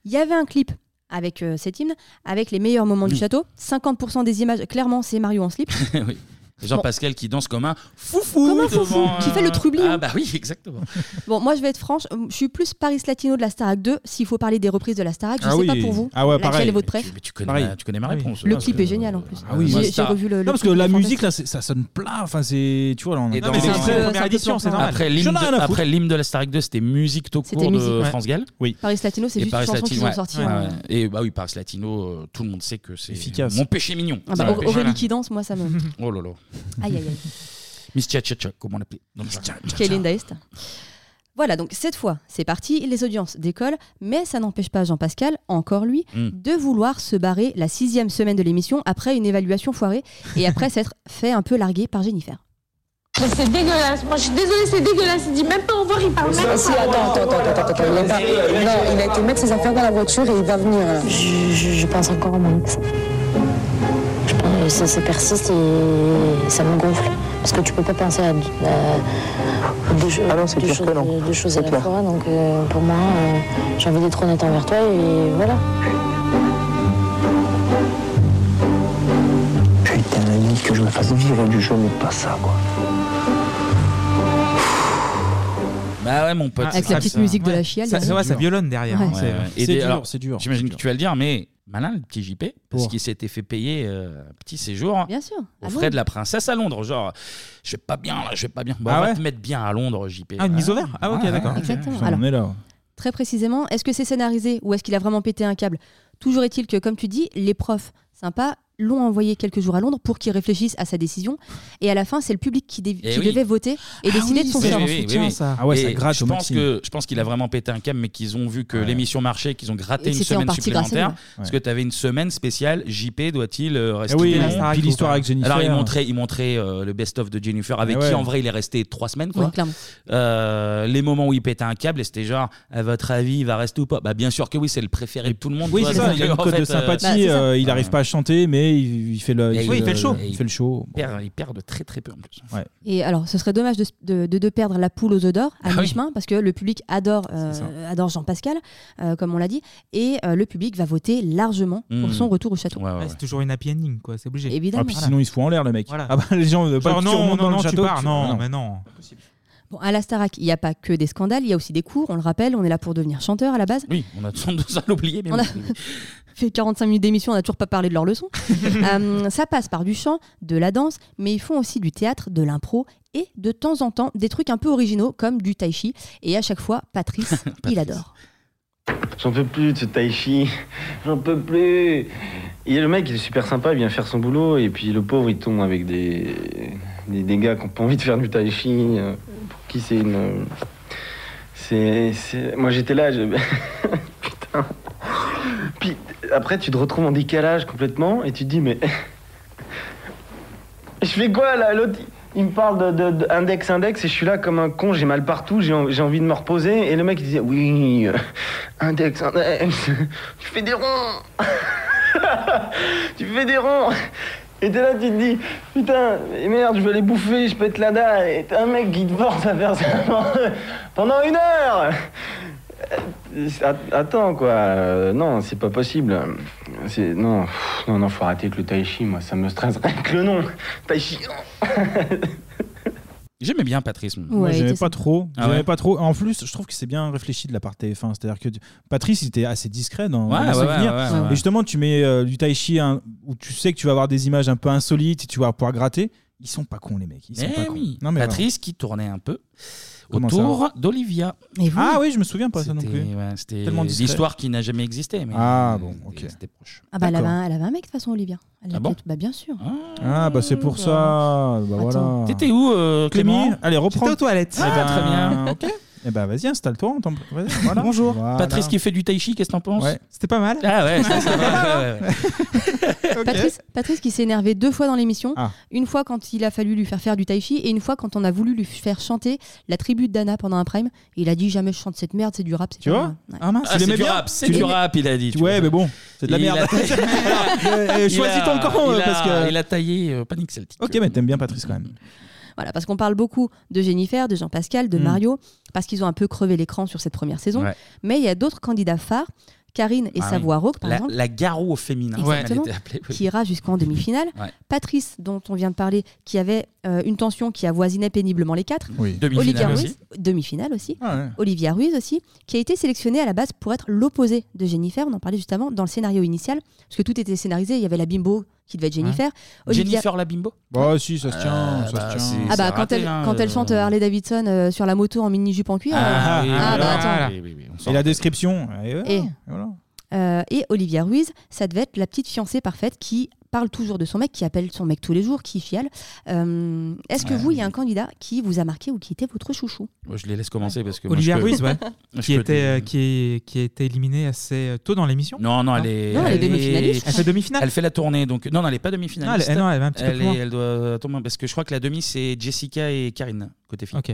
Speaker 8: Il y avait un clip avec euh, cet hymne, avec les meilleurs moments du
Speaker 1: Oui.
Speaker 8: château. 50% des images, clairement, c'est Mario
Speaker 1: *laughs*
Speaker 8: en slip.
Speaker 1: oui. Jean-Pascal qui danse comme un foufou.
Speaker 8: Comme un foufou,
Speaker 1: devant
Speaker 8: qui fait le trubli,
Speaker 1: Ah
Speaker 8: hein.
Speaker 1: bah oui, exactement.
Speaker 8: Bon, moi, je vais être franche. euh, Je suis plus Paris Latino de la Starac 2. S'il faut parler des reprises de la Starac, je
Speaker 1: Ah
Speaker 8: sais
Speaker 1: oui.
Speaker 8: pas pour vous.
Speaker 7: Ah ouais,
Speaker 8: laquelle
Speaker 7: pareil.
Speaker 8: est votre préf
Speaker 1: Mais tu connais,
Speaker 7: Pareil.
Speaker 1: ma, tu connais ma
Speaker 7: Ah oui.
Speaker 1: réponse.
Speaker 8: Le
Speaker 1: hein,
Speaker 8: clip
Speaker 1: parce
Speaker 8: est
Speaker 1: que-
Speaker 8: génial en plus.
Speaker 1: Ah oui,
Speaker 8: J'ai-
Speaker 1: moi,
Speaker 8: j'ai
Speaker 1: ça-
Speaker 8: revu le.
Speaker 7: Non, parce que la musique, là, c'est- ça sonne plein. Enfin, c'est. Tu vois, là, on a.
Speaker 1: Et dans- Après l'hymne de, après l'hymne de la Starac 2, c'était musique au
Speaker 8: C'était
Speaker 1: cours de
Speaker 8: musique. Ouais.
Speaker 1: France Gall.
Speaker 7: Oui.
Speaker 8: Paris Latino, c'est juste une chanson qu'ils ont sortie. en-
Speaker 1: Et bah oui, Paris Latino, euh, tout le monde sait que c'est
Speaker 7: Efficace.
Speaker 1: mon péché mignon.
Speaker 8: Ah bah,
Speaker 1: C'est mon
Speaker 8: Aur-
Speaker 1: péché.
Speaker 8: Aurélie qui danse, moi, ça me.
Speaker 1: Oh là là.
Speaker 8: Aïe, aïe, aïe.
Speaker 1: Miss Tcha Tcha Tcha, comment on l'appelait Non, Tcha Tcha Tcha.
Speaker 8: Qui est Linda Est. Voilà, donc cette fois, c'est parti, les audiences décollent, mais ça n'empêche pas Jean-Pascal, encore lui,
Speaker 7: Hmm.
Speaker 1: Mm.
Speaker 8: de vouloir se barrer la sixième semaine de l'émission après une évaluation foirée
Speaker 7: *laughs*
Speaker 8: et après s'être fait un peu larguer par Jennifer.
Speaker 16: Mais c'est dégueulasse. Moi, je suis désolée, c'est dégueulasse. Il dit même pas au revoir, il parle même pas.
Speaker 13: Si, attends, attends, attends, attends, attends, il est pas- Non, il a été mettre ses affaires dans la voiture et il va venir. là. Je, je- je pense encore à mon ex. Je pense que ça, ça persiste et ça me gonfle. Parce que tu peux pas penser à, à deux, cho- deux choses, deux choses à la fois. Donc euh, pour moi, euh, j'ai envie d'être honnête envers toi et voilà.
Speaker 9: Putain, la limite que je me fasse virer du jeu, mais pas ça, quoi.
Speaker 1: Bah ouais, mon pote.
Speaker 8: Avec
Speaker 1: c'est
Speaker 8: la
Speaker 1: comme
Speaker 8: petite
Speaker 1: ça.
Speaker 8: musique de la chiale,
Speaker 1: c'est
Speaker 8: hein. Ouais,
Speaker 1: dur.
Speaker 8: ça violonne derrière, hein,
Speaker 1: Ouais,
Speaker 8: c'est-
Speaker 1: ouais.
Speaker 8: c'est
Speaker 1: Et des-
Speaker 8: dur,
Speaker 1: alors,
Speaker 7: c'est dur,
Speaker 1: J'imagine que tu vas le dire, mais malin le petit JP, parce qu'il s'était fait payer euh, un petit séjour
Speaker 8: Bien sûr.
Speaker 1: aux
Speaker 8: à
Speaker 1: frais
Speaker 8: Londres.
Speaker 1: de la princesse à Londres. Genre, je vais pas bien là, je vais pas bien. Bon,
Speaker 7: Ah
Speaker 1: on va
Speaker 7: ouais
Speaker 1: te mettre bien à Londres, JP.
Speaker 7: Ah, une
Speaker 1: Ouais.
Speaker 7: mise au vert Ah, ok,
Speaker 1: Ouais,
Speaker 7: d'accord.
Speaker 1: ouais,
Speaker 8: Exactement.
Speaker 1: ouais.
Speaker 8: Putain, Alors,
Speaker 7: On est là.
Speaker 8: Très précisément, est-ce que c'est scénarisé ou est-ce qu'il a vraiment pété un câble Toujours est-il que, comme tu dis, les profs sympas l'ont envoyé quelques jours à Londres pour qu'il réfléchisse à sa décision. Et à la fin, c'est le public qui, dé-
Speaker 1: Eh
Speaker 8: qui
Speaker 1: oui.
Speaker 8: devait voter et décider de son sort.
Speaker 7: Ah ouais, ça
Speaker 1: Et
Speaker 7: gratte
Speaker 1: je
Speaker 7: au
Speaker 1: pense
Speaker 7: maximum.
Speaker 1: que je pense qu'il a vraiment pété un câble, mais qu'ils ont vu que l'émission marchait, qu'ils ont gratté
Speaker 8: Et
Speaker 1: une
Speaker 8: c'était en
Speaker 1: semaine
Speaker 8: partie grâce à
Speaker 1: supplémentaire.
Speaker 8: lui, ouais.
Speaker 1: Parce que tu avais une semaine spéciale. JP doit-il euh, rester
Speaker 7: Ah oui,
Speaker 1: long
Speaker 7: la Ah, Starac, puis l'histoire avec Jennifer.
Speaker 1: Alors il montrait, il montrait euh, le best-of de Jennifer, avec
Speaker 7: Ah ouais.
Speaker 1: qui en vrai il est resté trois semaines. Quoi.
Speaker 8: Oui, clairement.
Speaker 1: Euh, les moments où il pétait un câble, et c'était genre, à votre avis, il va rester ou pas Bah bien sûr que oui, c'est le préféré de tout le monde.
Speaker 7: Oui,
Speaker 1: quoi.
Speaker 7: c'est ça,
Speaker 1: Donc,
Speaker 7: il a
Speaker 1: en
Speaker 7: une code
Speaker 1: fait,
Speaker 7: de
Speaker 1: euh,
Speaker 8: Bah,
Speaker 7: sympathie, euh, il n'arrive pas à chanter, mais il, il fait le,
Speaker 1: Et
Speaker 7: fait
Speaker 1: et
Speaker 7: Il fait le show.
Speaker 1: Il perd, il perd de très très peu en plus.
Speaker 8: Et alors, ce serait dommage de, de, de- de perdre la poule aux œufs d'or à
Speaker 1: Ah oui.
Speaker 8: mi-chemin, parce que le public adore, euh,
Speaker 1: ça.
Speaker 8: adore Jean-Pascal, euh, comme on l'a dit, et euh, le public va voter largement pour
Speaker 1: Hmm.
Speaker 7: Mmh.
Speaker 8: son retour au château.
Speaker 6: Ouais, C'est toujours une happy ending, quoi. C'est obligé.
Speaker 8: Évidemment.
Speaker 7: Ah, puis sinon, il se fout en l'air, le mec.
Speaker 6: Voilà.
Speaker 7: Ah bah, les gens ne veulent pas
Speaker 6: Genre,
Speaker 7: que tu
Speaker 6: non,
Speaker 7: remontes
Speaker 6: non,
Speaker 7: dans le
Speaker 6: non, tu
Speaker 7: château.
Speaker 6: pars,
Speaker 7: tu-
Speaker 6: non,
Speaker 7: Ah
Speaker 6: mais non.
Speaker 8: Bon, à la Starac, il n'y a pas que des scandales, il y a aussi des cours, on le rappelle, on est là pour devenir chanteur à la base.
Speaker 1: Oui, on a tendance à l'oublier, mais
Speaker 8: On
Speaker 1: bon.
Speaker 8: a fait 45 minutes d'émission, on n'a toujours pas parlé de
Speaker 1: *laughs*
Speaker 8: leurs leçons. Euh, ça passe par du chant, de la danse, mais ils font aussi du théâtre, de l'impro et de temps en temps des trucs un peu originaux comme du tai chi. Et à chaque fois, Patrice,
Speaker 1: *laughs*
Speaker 8: il adore.
Speaker 4: J'en peux plus de ce tai chi. J'en peux plus. Et le mec, il est super sympa, il vient faire son boulot. Et puis le pauvre, il tombe avec des, des, des gars qui n'ont pas envie de faire du tai chi. euh, Pour qui c'est une. C'est. c'est- Moi, j'étais là. je- *laughs* Putain. Puis après, tu te retrouves en décalage complètement et tu te dis, mais. *laughs* Je fais quoi là L'autre, il me parle de, de- de index, index, et je suis là comme un con, j'ai mal partout, j'ai en- j'ai envie de me reposer. Et le mec, il disait Oui, euh, index, index, tu fais des ronds Tu fais des ronds Et t'es là, tu te dis Putain, mais merde, je vais aller bouffer, je pète la dalle. Et t'as un mec qui te force à faire ça *laughs* pendant une heure Euh, att- Attends quoi, euh, non c'est pas possible. C'est non, pff, non non faut arrêter avec le tai chi, moi ça me stresse rien que le nom. Tai chi, *laughs*
Speaker 1: J'aimais bien Patrice. moi.
Speaker 7: Moi, j'aimais pas trop.
Speaker 1: Ah
Speaker 7: j'aimais
Speaker 1: ouais
Speaker 7: pas trop. En plus, je trouve que c'est bien réfléchi de la part TF1. C'est-à-dire que tu- Patrice, il était assez discret dans
Speaker 1: Ouais,
Speaker 7: dans
Speaker 1: ouais,
Speaker 7: ses
Speaker 1: ouais,
Speaker 7: souvenirs.
Speaker 1: ouais, ouais, ouais.
Speaker 7: Et justement, tu mets euh, du tai chi hein, où tu sais que tu vas avoir des images un peu insolites et tu vas pouvoir gratter. Ils sont pas cons, les mecs. Ils sont
Speaker 1: Eh
Speaker 7: pas cons.
Speaker 1: oui.
Speaker 7: Non, mais
Speaker 1: Patrice qui tournait un peu
Speaker 7: Comment ça
Speaker 1: autour d'Olivia.
Speaker 7: Et vous Ah oui, je me souviens pas ça non
Speaker 1: C'était-
Speaker 7: plus.
Speaker 1: ouais, c'était
Speaker 7: Tellement discret.
Speaker 1: l'histoire qui n'a jamais existé. Mais
Speaker 7: Ah,
Speaker 1: bon, C'était proche.
Speaker 8: Ah bah elle avait,
Speaker 1: D'accord.
Speaker 8: un, elle avait un mec de toute façon, Olivia. Elle l'a
Speaker 1: Ah bon
Speaker 8: peut-être- bah bien sûr.
Speaker 7: Ah bah c'est pour ça. Bah voilà.
Speaker 1: T'étais où, euh, Clément
Speaker 7: Clémy Allez, reprends.
Speaker 1: J'étais aux toilettes.
Speaker 7: Eh
Speaker 1: Ah,
Speaker 7: ben,
Speaker 1: très bien.
Speaker 7: Ok. Eh ben vas-y, installe-toi. on t'en- vas-y, voilà. Bonjour.
Speaker 1: Patrice qui fait du tai chi, qu'est-ce que t'en penses
Speaker 7: Ouais. C'était pas mal.
Speaker 1: Ah ouais, c'était pas
Speaker 6: *laughs*
Speaker 1: mal. ouais, ouais, ouais.
Speaker 8: Patrice, Patrice qui s'est énervé deux fois dans l'émission.
Speaker 1: Ah.
Speaker 8: Une fois quand il a fallu lui faire faire du tai chi et une fois quand on a voulu lui faire chanter la tribu de Dana pendant un prime. Il a dit jamais je chante cette merde, c'est du rap. c'est
Speaker 7: Tu
Speaker 8: pas
Speaker 7: vois
Speaker 8: bien. Ouais.
Speaker 7: Ah mince, tu
Speaker 1: Ah, c'est
Speaker 7: l'aimais
Speaker 1: du
Speaker 7: bien
Speaker 1: rap, c'est
Speaker 7: Tu
Speaker 1: du
Speaker 7: l'aimais-
Speaker 1: rap, il a dit. tu
Speaker 7: Ouais,
Speaker 1: vois.
Speaker 7: mais bon, c'est de la
Speaker 1: Il
Speaker 7: merde.
Speaker 1: a taillé-
Speaker 7: *laughs* Euh,
Speaker 1: Il
Speaker 7: Choisis
Speaker 1: a-
Speaker 7: ton camp
Speaker 1: il
Speaker 7: euh,
Speaker 1: a-
Speaker 7: parce que.
Speaker 1: Il a taillé euh, Panic Celtic.
Speaker 7: Ok, mais t'aimes bien Patrice quand même.
Speaker 8: Voilà, parce qu'on parle beaucoup de Jennifer, de Jean-Pascal, de
Speaker 7: Mm.
Speaker 8: Mario, parce qu'ils ont un peu crevé l'écran sur cette première saison.
Speaker 1: Hmm. Ouais.
Speaker 8: Mais il y a d'autres candidats phares, Karine et
Speaker 1: Ah oui.
Speaker 8: Savoie Rock, par
Speaker 1: la,
Speaker 8: exemple.
Speaker 1: La garou au féminin, comme elle
Speaker 8: Exactement,
Speaker 1: était appelée. oui.
Speaker 8: qui ira jusqu'en demi-finale.
Speaker 1: Ouais.
Speaker 8: Patrice, dont on vient de parler, qui avait euh, une tension qui avoisinait péniblement les quatre.
Speaker 1: Oui. Demi-finale
Speaker 8: Olivia
Speaker 1: aussi.
Speaker 8: Ruiz, demi-finale aussi.
Speaker 1: Ah ouais.
Speaker 8: Olivia Ruiz aussi, qui a été sélectionnée à la base pour être l'opposé de Jennifer. On en parlait juste avant dans le scénario initial, parce que tout était scénarisé. Il y avait la bimbo qui devait être Jennifer. Olivia-
Speaker 1: Jennifer la bimbo
Speaker 7: Bah si, ça se tient,
Speaker 1: Ah,
Speaker 7: ça
Speaker 1: bah,
Speaker 7: se
Speaker 1: c'est-
Speaker 7: tient.
Speaker 8: Ah bah
Speaker 1: c'est
Speaker 8: quand,
Speaker 1: raté,
Speaker 8: elle,
Speaker 1: hein,
Speaker 8: quand elle
Speaker 1: euh.
Speaker 8: chante euh, Harley Davidson euh, sur la moto en mini jupe en cuir. euh,
Speaker 1: oui,
Speaker 8: ah,
Speaker 1: voilà.
Speaker 8: bah, attends.
Speaker 1: Oui, oui, oui, on s'en
Speaker 7: Et la
Speaker 1: rappelle.
Speaker 7: description. Et voilà.
Speaker 8: Et,
Speaker 7: Voilà.
Speaker 8: euh, et Olivia Ruiz, ça devait être la petite fiancée parfaite qui parle toujours de son mec, qui appelle son mec tous les jours, qui fiale. Euh, Est-ce que
Speaker 1: Ouais.
Speaker 8: vous, il y a un candidat qui vous a marqué ou qui était votre chouchou
Speaker 1: Ouais, Oh, Je les laisse commencer parce que. moi,
Speaker 6: Olivia
Speaker 1: je peux-
Speaker 6: Ruiz, *laughs* ouais,
Speaker 1: Je
Speaker 6: qui
Speaker 1: peux
Speaker 6: était euh, qui, qui a été éliminée assez tôt dans l'émission.
Speaker 1: Non, non, elle est.
Speaker 6: Non, elle est demi-finaliste, je
Speaker 1: Elle
Speaker 6: crois.
Speaker 1: fait
Speaker 6: demi-finale.
Speaker 1: Elle fait la tournée, donc. Non, non, elle n'est pas demi-finaliste.
Speaker 6: Ah, elle- non, elle va un petit peu
Speaker 1: Elle
Speaker 6: plus loin.
Speaker 1: est- elle doit. Attends, parce que je crois que la demi, c'est Jessica et Karine, côté fille.
Speaker 6: Ok.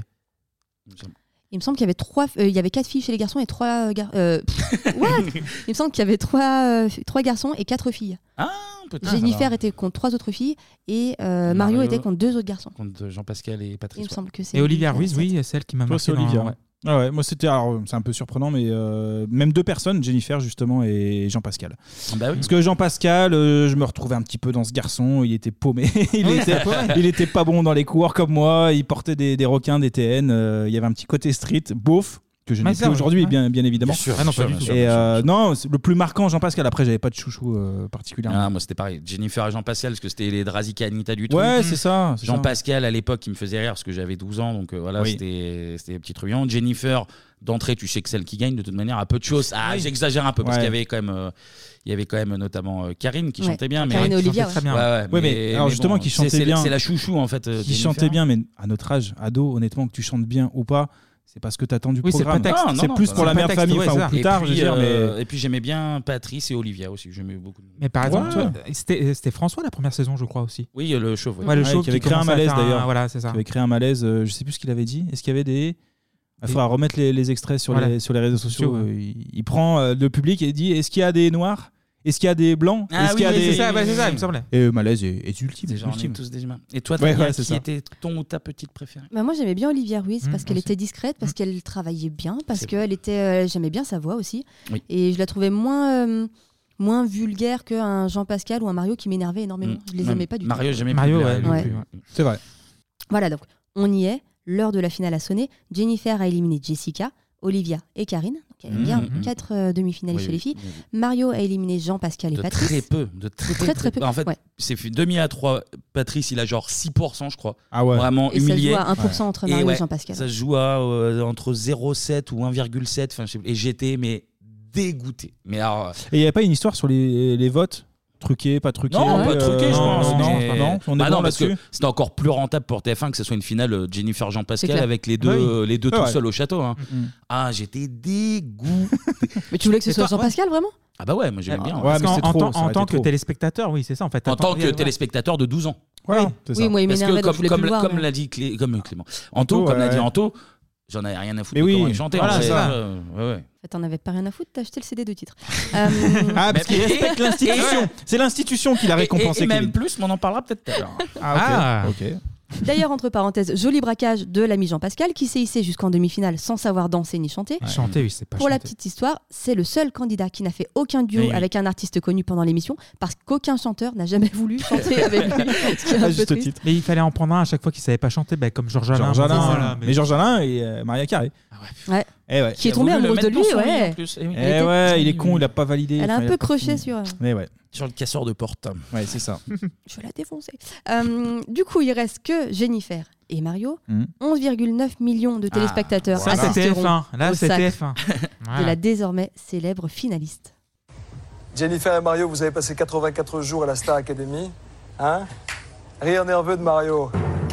Speaker 8: Il me semble qu'il y avait trois, euh, il y avait quatre filles chez les garçons et trois euh, gar- euh, pff, what Il me semble qu'il y avait trois, euh, fi- trois garçons et quatre filles.
Speaker 1: Ah, peut-être.
Speaker 8: Jennifer
Speaker 1: Alors.
Speaker 8: était contre trois autres filles et euh, Mario,
Speaker 1: Mario.
Speaker 8: était contre deux autres garçons.
Speaker 1: Contre Jean-Pascal et
Speaker 8: Il
Speaker 1: Patrice.
Speaker 8: me semble que c'est.
Speaker 6: Et Olivia Ruiz, oui, celle qui m'a
Speaker 7: Toi,
Speaker 6: marqué.
Speaker 7: c'est Olivia.
Speaker 6: dans-
Speaker 7: ouais. Ah ouais, moi c'était alors c'est un peu surprenant mais euh, même deux personnes Jennifer justement et Jean-Pascal
Speaker 6: Ah
Speaker 1: Bah oui.
Speaker 7: parce que Jean-Pascal euh, je me retrouvais un petit peu dans ce garçon il était paumé *laughs* il,
Speaker 1: Ouais,
Speaker 7: était,
Speaker 1: c'est vrai.
Speaker 7: il était pas bon dans les cours comme moi il portait des, des requins des TN euh, il y avait un petit côté street beauf que je n'ai
Speaker 6: Meiser,
Speaker 7: plus aujourd'hui,
Speaker 6: Ah, ouais.
Speaker 7: bien, bien évidemment.
Speaker 6: Bien sûr, Ah non, pas bien du sûr, tout.
Speaker 7: Et
Speaker 6: bien sûr,
Speaker 7: euh, non, c'est le plus marquant, Jean-Pascal. Après, j'avais pas de chouchou euh, particulièrement.
Speaker 1: Ah, moi, c'était pareil. Jennifer et Jean Pascal, parce que c'était les Drasica Anita du
Speaker 7: Ouais,
Speaker 6: Mm-hmm.
Speaker 1: truc.
Speaker 7: c'est ça, c'est
Speaker 1: Jean
Speaker 7: ça.
Speaker 1: Pascal, à l'époque, qui me faisait rire parce que j'avais 12 ans. Donc euh, voilà,
Speaker 7: Oui.
Speaker 1: c'était c'était des petits truands. Jennifer, d'entrée, tu sais que celle qui gagne, de toute manière, à peu de choses. Ah,
Speaker 7: Oui.
Speaker 1: j'exagère un peu parce
Speaker 7: Ouais.
Speaker 1: qu'il y avait quand même. euh, il y avait quand même notamment euh, Karine qui
Speaker 7: Ouais.
Speaker 1: chantait bien.
Speaker 7: Karine
Speaker 1: mais
Speaker 7: et Olivia, Qui chantait ouais. très bien. Ouais, mais alors, justement, qui
Speaker 1: c'est-
Speaker 7: chantait
Speaker 1: c'est la-
Speaker 7: bien.
Speaker 1: C'est la chouchou en fait. euh,
Speaker 7: qui
Speaker 1: Jennifer.
Speaker 7: chantait bien, mais à notre âge, ado, honnêtement, que tu chantes bien ou pas, c'est pas ce que t'attends du
Speaker 1: Oui, c'est
Speaker 7: programme.
Speaker 1: pas texte. Non, non,
Speaker 7: C'est
Speaker 1: non,
Speaker 7: plus
Speaker 1: c'est
Speaker 7: pour la
Speaker 1: pas
Speaker 7: mère
Speaker 1: texte,
Speaker 7: famille,
Speaker 1: ouais,
Speaker 7: enfin,
Speaker 1: c'est
Speaker 7: ou
Speaker 1: ça.
Speaker 7: plus
Speaker 1: Et
Speaker 7: tard, je
Speaker 1: puis,
Speaker 7: veux dire,
Speaker 1: euh,
Speaker 7: mais.
Speaker 1: Et puis j'aimais bien Patrice et Olivia aussi. J'aimais beaucoup.
Speaker 6: Mais par exemple,
Speaker 1: Ouais.
Speaker 6: tu vois, c'était c'était François la première saison, je crois aussi.
Speaker 1: Oui, le chauve.
Speaker 6: Ouais, le
Speaker 7: Ouais,
Speaker 6: chauve
Speaker 7: qui avait créé un
Speaker 6: commençait à
Speaker 7: malaise
Speaker 6: faire un-
Speaker 7: d'ailleurs.
Speaker 6: Voilà, c'est ça.
Speaker 7: Qui avait créé un malaise, euh, je sais plus ce qu'il avait dit. Est-ce qu'il y avait des. Il
Speaker 6: Des-
Speaker 7: faudra remettre les, les extraits sur,
Speaker 6: Voilà.
Speaker 7: les, sur les réseaux sociaux.
Speaker 6: Sociaux, ouais.
Speaker 7: euh, Il, il prend euh, le public et dit Est-ce qu'il y a des noirs Est-ce qu'il y a des blancs
Speaker 1: Ah
Speaker 7: Est-ce qu'il y a
Speaker 1: oui, oui,
Speaker 7: des-
Speaker 1: c'est ça, ouais, c'est ça, il me semblait.
Speaker 7: Et le malaise est, est ultime.
Speaker 1: C'est genre, on est
Speaker 7: ultime.
Speaker 1: tous des humains. Et toi,
Speaker 7: Ouais,
Speaker 1: Tania,
Speaker 7: ouais, c'est
Speaker 1: qui
Speaker 7: ça.
Speaker 1: était ton ou ta petite préférée
Speaker 8: Bah, moi j'aimais bien Olivia Ruiz
Speaker 1: Mmh,
Speaker 8: parce qu'elle
Speaker 1: moi Mmh.
Speaker 8: était discrète, parce qu'elle travaillait bien, parce
Speaker 1: C'est
Speaker 8: qu'elle était, euh, j'aimais bien sa voix aussi,
Speaker 1: Oui.
Speaker 8: et je la trouvais moins euh, moins vulgaire qu'un Jean Pascal ou un Mario qui m'énervait énormément. Je les aimais pas du
Speaker 1: Mmh. Mm. Mario,
Speaker 8: tout.
Speaker 1: j'aimais
Speaker 6: Mario,
Speaker 1: plus,
Speaker 6: ouais,
Speaker 1: Mario,
Speaker 8: non
Speaker 1: plus,
Speaker 8: plus,
Speaker 7: C'est vrai.
Speaker 8: Voilà donc on y est, l'heure de la finale a sonné. Jennifer a éliminé Jessica, Olivia et Karine. Donc elle
Speaker 1: Mmh,
Speaker 8: est bien
Speaker 1: mmh.
Speaker 8: quatre euh, demi-finalistes
Speaker 1: Oui,
Speaker 8: chez les
Speaker 1: oui,
Speaker 8: filles.
Speaker 1: oui,
Speaker 8: Mario a éliminé Jean Pascal et
Speaker 1: De
Speaker 8: Patrice.
Speaker 1: très peu. De très,
Speaker 8: très, très peu,
Speaker 1: En fait,
Speaker 8: ouais.
Speaker 1: c'est fait demi à 3. Patrice, il a genre 6%, je crois.
Speaker 7: Ah ouais.
Speaker 1: Vraiment
Speaker 8: Et ça se
Speaker 1: humilié.
Speaker 8: joue à 1% entre Mario et Jean-Pascal.
Speaker 1: Ça se joue à, euh, entre 0,7 ou 1,7. enfin, je sais plus. Et j'étais, mais dégoûté. Mais alors.
Speaker 7: Et il n'y avait pas une histoire sur les, les votes Truqués, pas truqués
Speaker 1: Non,
Speaker 7: euh,
Speaker 1: pas truqué, je pense.
Speaker 7: Non, non,
Speaker 1: mais-
Speaker 7: non, on est
Speaker 1: Bah
Speaker 7: bon
Speaker 1: non, parce que
Speaker 7: là-dessus.
Speaker 1: c'était encore plus rentable pour TF1 que ce soit une finale euh, Jennifer Jean
Speaker 8: C'est
Speaker 1: Pascal
Speaker 8: clair.
Speaker 1: avec les
Speaker 7: Ah oui.
Speaker 1: deux, euh, les deux
Speaker 7: Ah
Speaker 1: tout
Speaker 7: ouais.
Speaker 1: seuls au château. hein.
Speaker 7: Mhm.
Speaker 1: Ah, j'étais dégoûté.
Speaker 8: Mais tu voulais que ce
Speaker 1: Et
Speaker 8: soit
Speaker 1: toi,
Speaker 8: Jean Pascal vraiment
Speaker 1: Ah bah ouais, moi j'aime bien.
Speaker 6: Euh, Parce qu'en- en, tant- en tant que téléspectateur, oui, c'est ça en fait.
Speaker 1: En tant
Speaker 6: Attends,
Speaker 1: que
Speaker 6: ouais.
Speaker 1: téléspectateur de 12 ans.
Speaker 7: Voilà,
Speaker 8: c'est Oui, ça. moi, il
Speaker 1: Parce que
Speaker 8: m'énervait, donc
Speaker 1: comme,
Speaker 8: je voulais
Speaker 1: comme-
Speaker 8: plus le voir,
Speaker 1: comme
Speaker 8: mais-
Speaker 1: l'a dit Clé- comme euh, Clément. Anto,
Speaker 7: Anto,
Speaker 1: comme l'a
Speaker 7: ouais.
Speaker 1: dit Anto, j'en avais rien à foutre
Speaker 7: Mais
Speaker 1: de
Speaker 7: oui,
Speaker 1: comment il chantait.
Speaker 7: voilà,
Speaker 1: en
Speaker 7: c'est
Speaker 1: vrai,
Speaker 7: ça.
Speaker 1: euh, ouais, ouais.
Speaker 8: Enfin, T'en avais pas rien à foutre, t'as acheté le CD
Speaker 7: *laughs*
Speaker 8: de titre. Euh,
Speaker 7: Ah, parce qu'il respecte l'institution. C'est l'institution qui l'a récompensé.
Speaker 1: Et, et même
Speaker 7: Kevin.
Speaker 1: plus, mais on en parlera peut-être tout à l'heure.
Speaker 7: Ah, ok. ok.
Speaker 8: D'ailleurs, entre parenthèses, joli braquage de l'ami Jean-Pascal qui s'est hissé jusqu'en demi-finale sans savoir danser ni chanter.
Speaker 6: Ouais. Chanter, oui, c'est pas
Speaker 8: Pour la
Speaker 6: chanter.
Speaker 8: petite histoire, c'est le seul candidat qui n'a fait aucun duo
Speaker 7: Eh
Speaker 6: Oui, oui.
Speaker 8: avec un artiste connu pendant l'émission parce qu'aucun chanteur n'a jamais
Speaker 7: *laughs*
Speaker 8: voulu chanter avec lui. ce qui est un
Speaker 6: À
Speaker 8: peu
Speaker 6: juste
Speaker 8: triste.
Speaker 6: titre. Mais il fallait en prendre un à chaque fois qu'il savait pas chanter, bah, comme Georges Alain.
Speaker 7: Georges Alain,
Speaker 6: C'est ça,
Speaker 7: voilà.
Speaker 6: mais-
Speaker 7: mais Georges Alain et euh, Maria Carré.
Speaker 8: Ouais.
Speaker 7: Eh ouais.
Speaker 8: Qui est
Speaker 7: Il a
Speaker 8: tombée
Speaker 7: voulu le
Speaker 8: amoureuse de
Speaker 7: mettre dans
Speaker 8: lui,
Speaker 7: son lit,
Speaker 8: ouais.
Speaker 7: en plus. Eh,
Speaker 8: Elle était-
Speaker 7: ouais, il est con, il a pas validé.
Speaker 8: Elle a
Speaker 7: enfin,
Speaker 8: un
Speaker 7: il
Speaker 8: peu
Speaker 7: pas
Speaker 8: croché
Speaker 7: fini.
Speaker 8: sur- euh,
Speaker 7: Eh ouais.
Speaker 1: Sur le casseur de porte.
Speaker 7: Ouais, c'est ça.
Speaker 8: *laughs* Je vais la défoncer. Euh, du coup, il reste que Jennifer et Mario.
Speaker 7: Mhm.
Speaker 8: 11,9 millions de
Speaker 6: Ah,
Speaker 8: téléspectateurs
Speaker 6: ça, c'est
Speaker 8: assisteront
Speaker 6: TF1. Là,
Speaker 8: au
Speaker 6: c'est
Speaker 8: sacre
Speaker 6: TF1.
Speaker 8: *laughs* de
Speaker 6: Voilà.
Speaker 8: la désormais célèbre finaliste.
Speaker 22: Jennifer et Mario, vous avez passé 84 jours à la Star Academy. Hein Rire nerveux de Mario.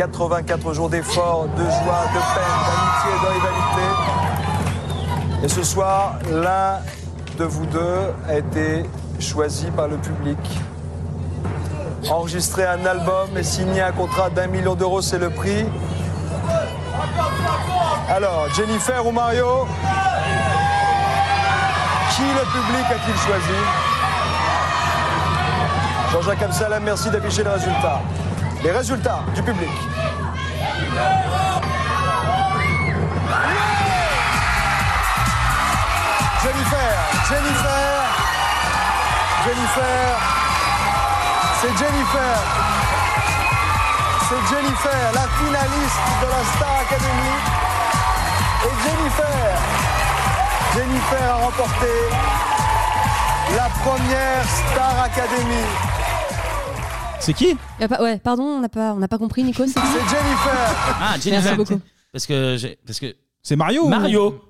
Speaker 22: 84 jours d'efforts, de joie, de peine, d'amitié, de rivalité. Et ce soir, l'un de vous deux a été choisi par le public. Enregistrer un album et signer un contrat d'un million d'euros, c'est le prix. Alors, Jennifer ou Mario qui le public a-t-il choisi Jean-Jacques Absalin, merci d'afficher les résultats. Les résultats du public. Jennifer, Jennifer, Jennifer, c'est Jennifer. C'est Jennifer, la finaliste de la Star Academy. Et Jennifer, Jennifer a remporté la première Star Academy.
Speaker 7: C'est qui
Speaker 8: Y a Euh, pas- ouais, pardon, on n'a pas, on n'a pas compris, Nico. C'est qui
Speaker 22: C'est Jennifer.
Speaker 1: Ah, Jennifer.
Speaker 8: Merci beaucoup.
Speaker 1: Parce que. j'ai- Parce que...
Speaker 7: C'est Mario ou-
Speaker 1: Mario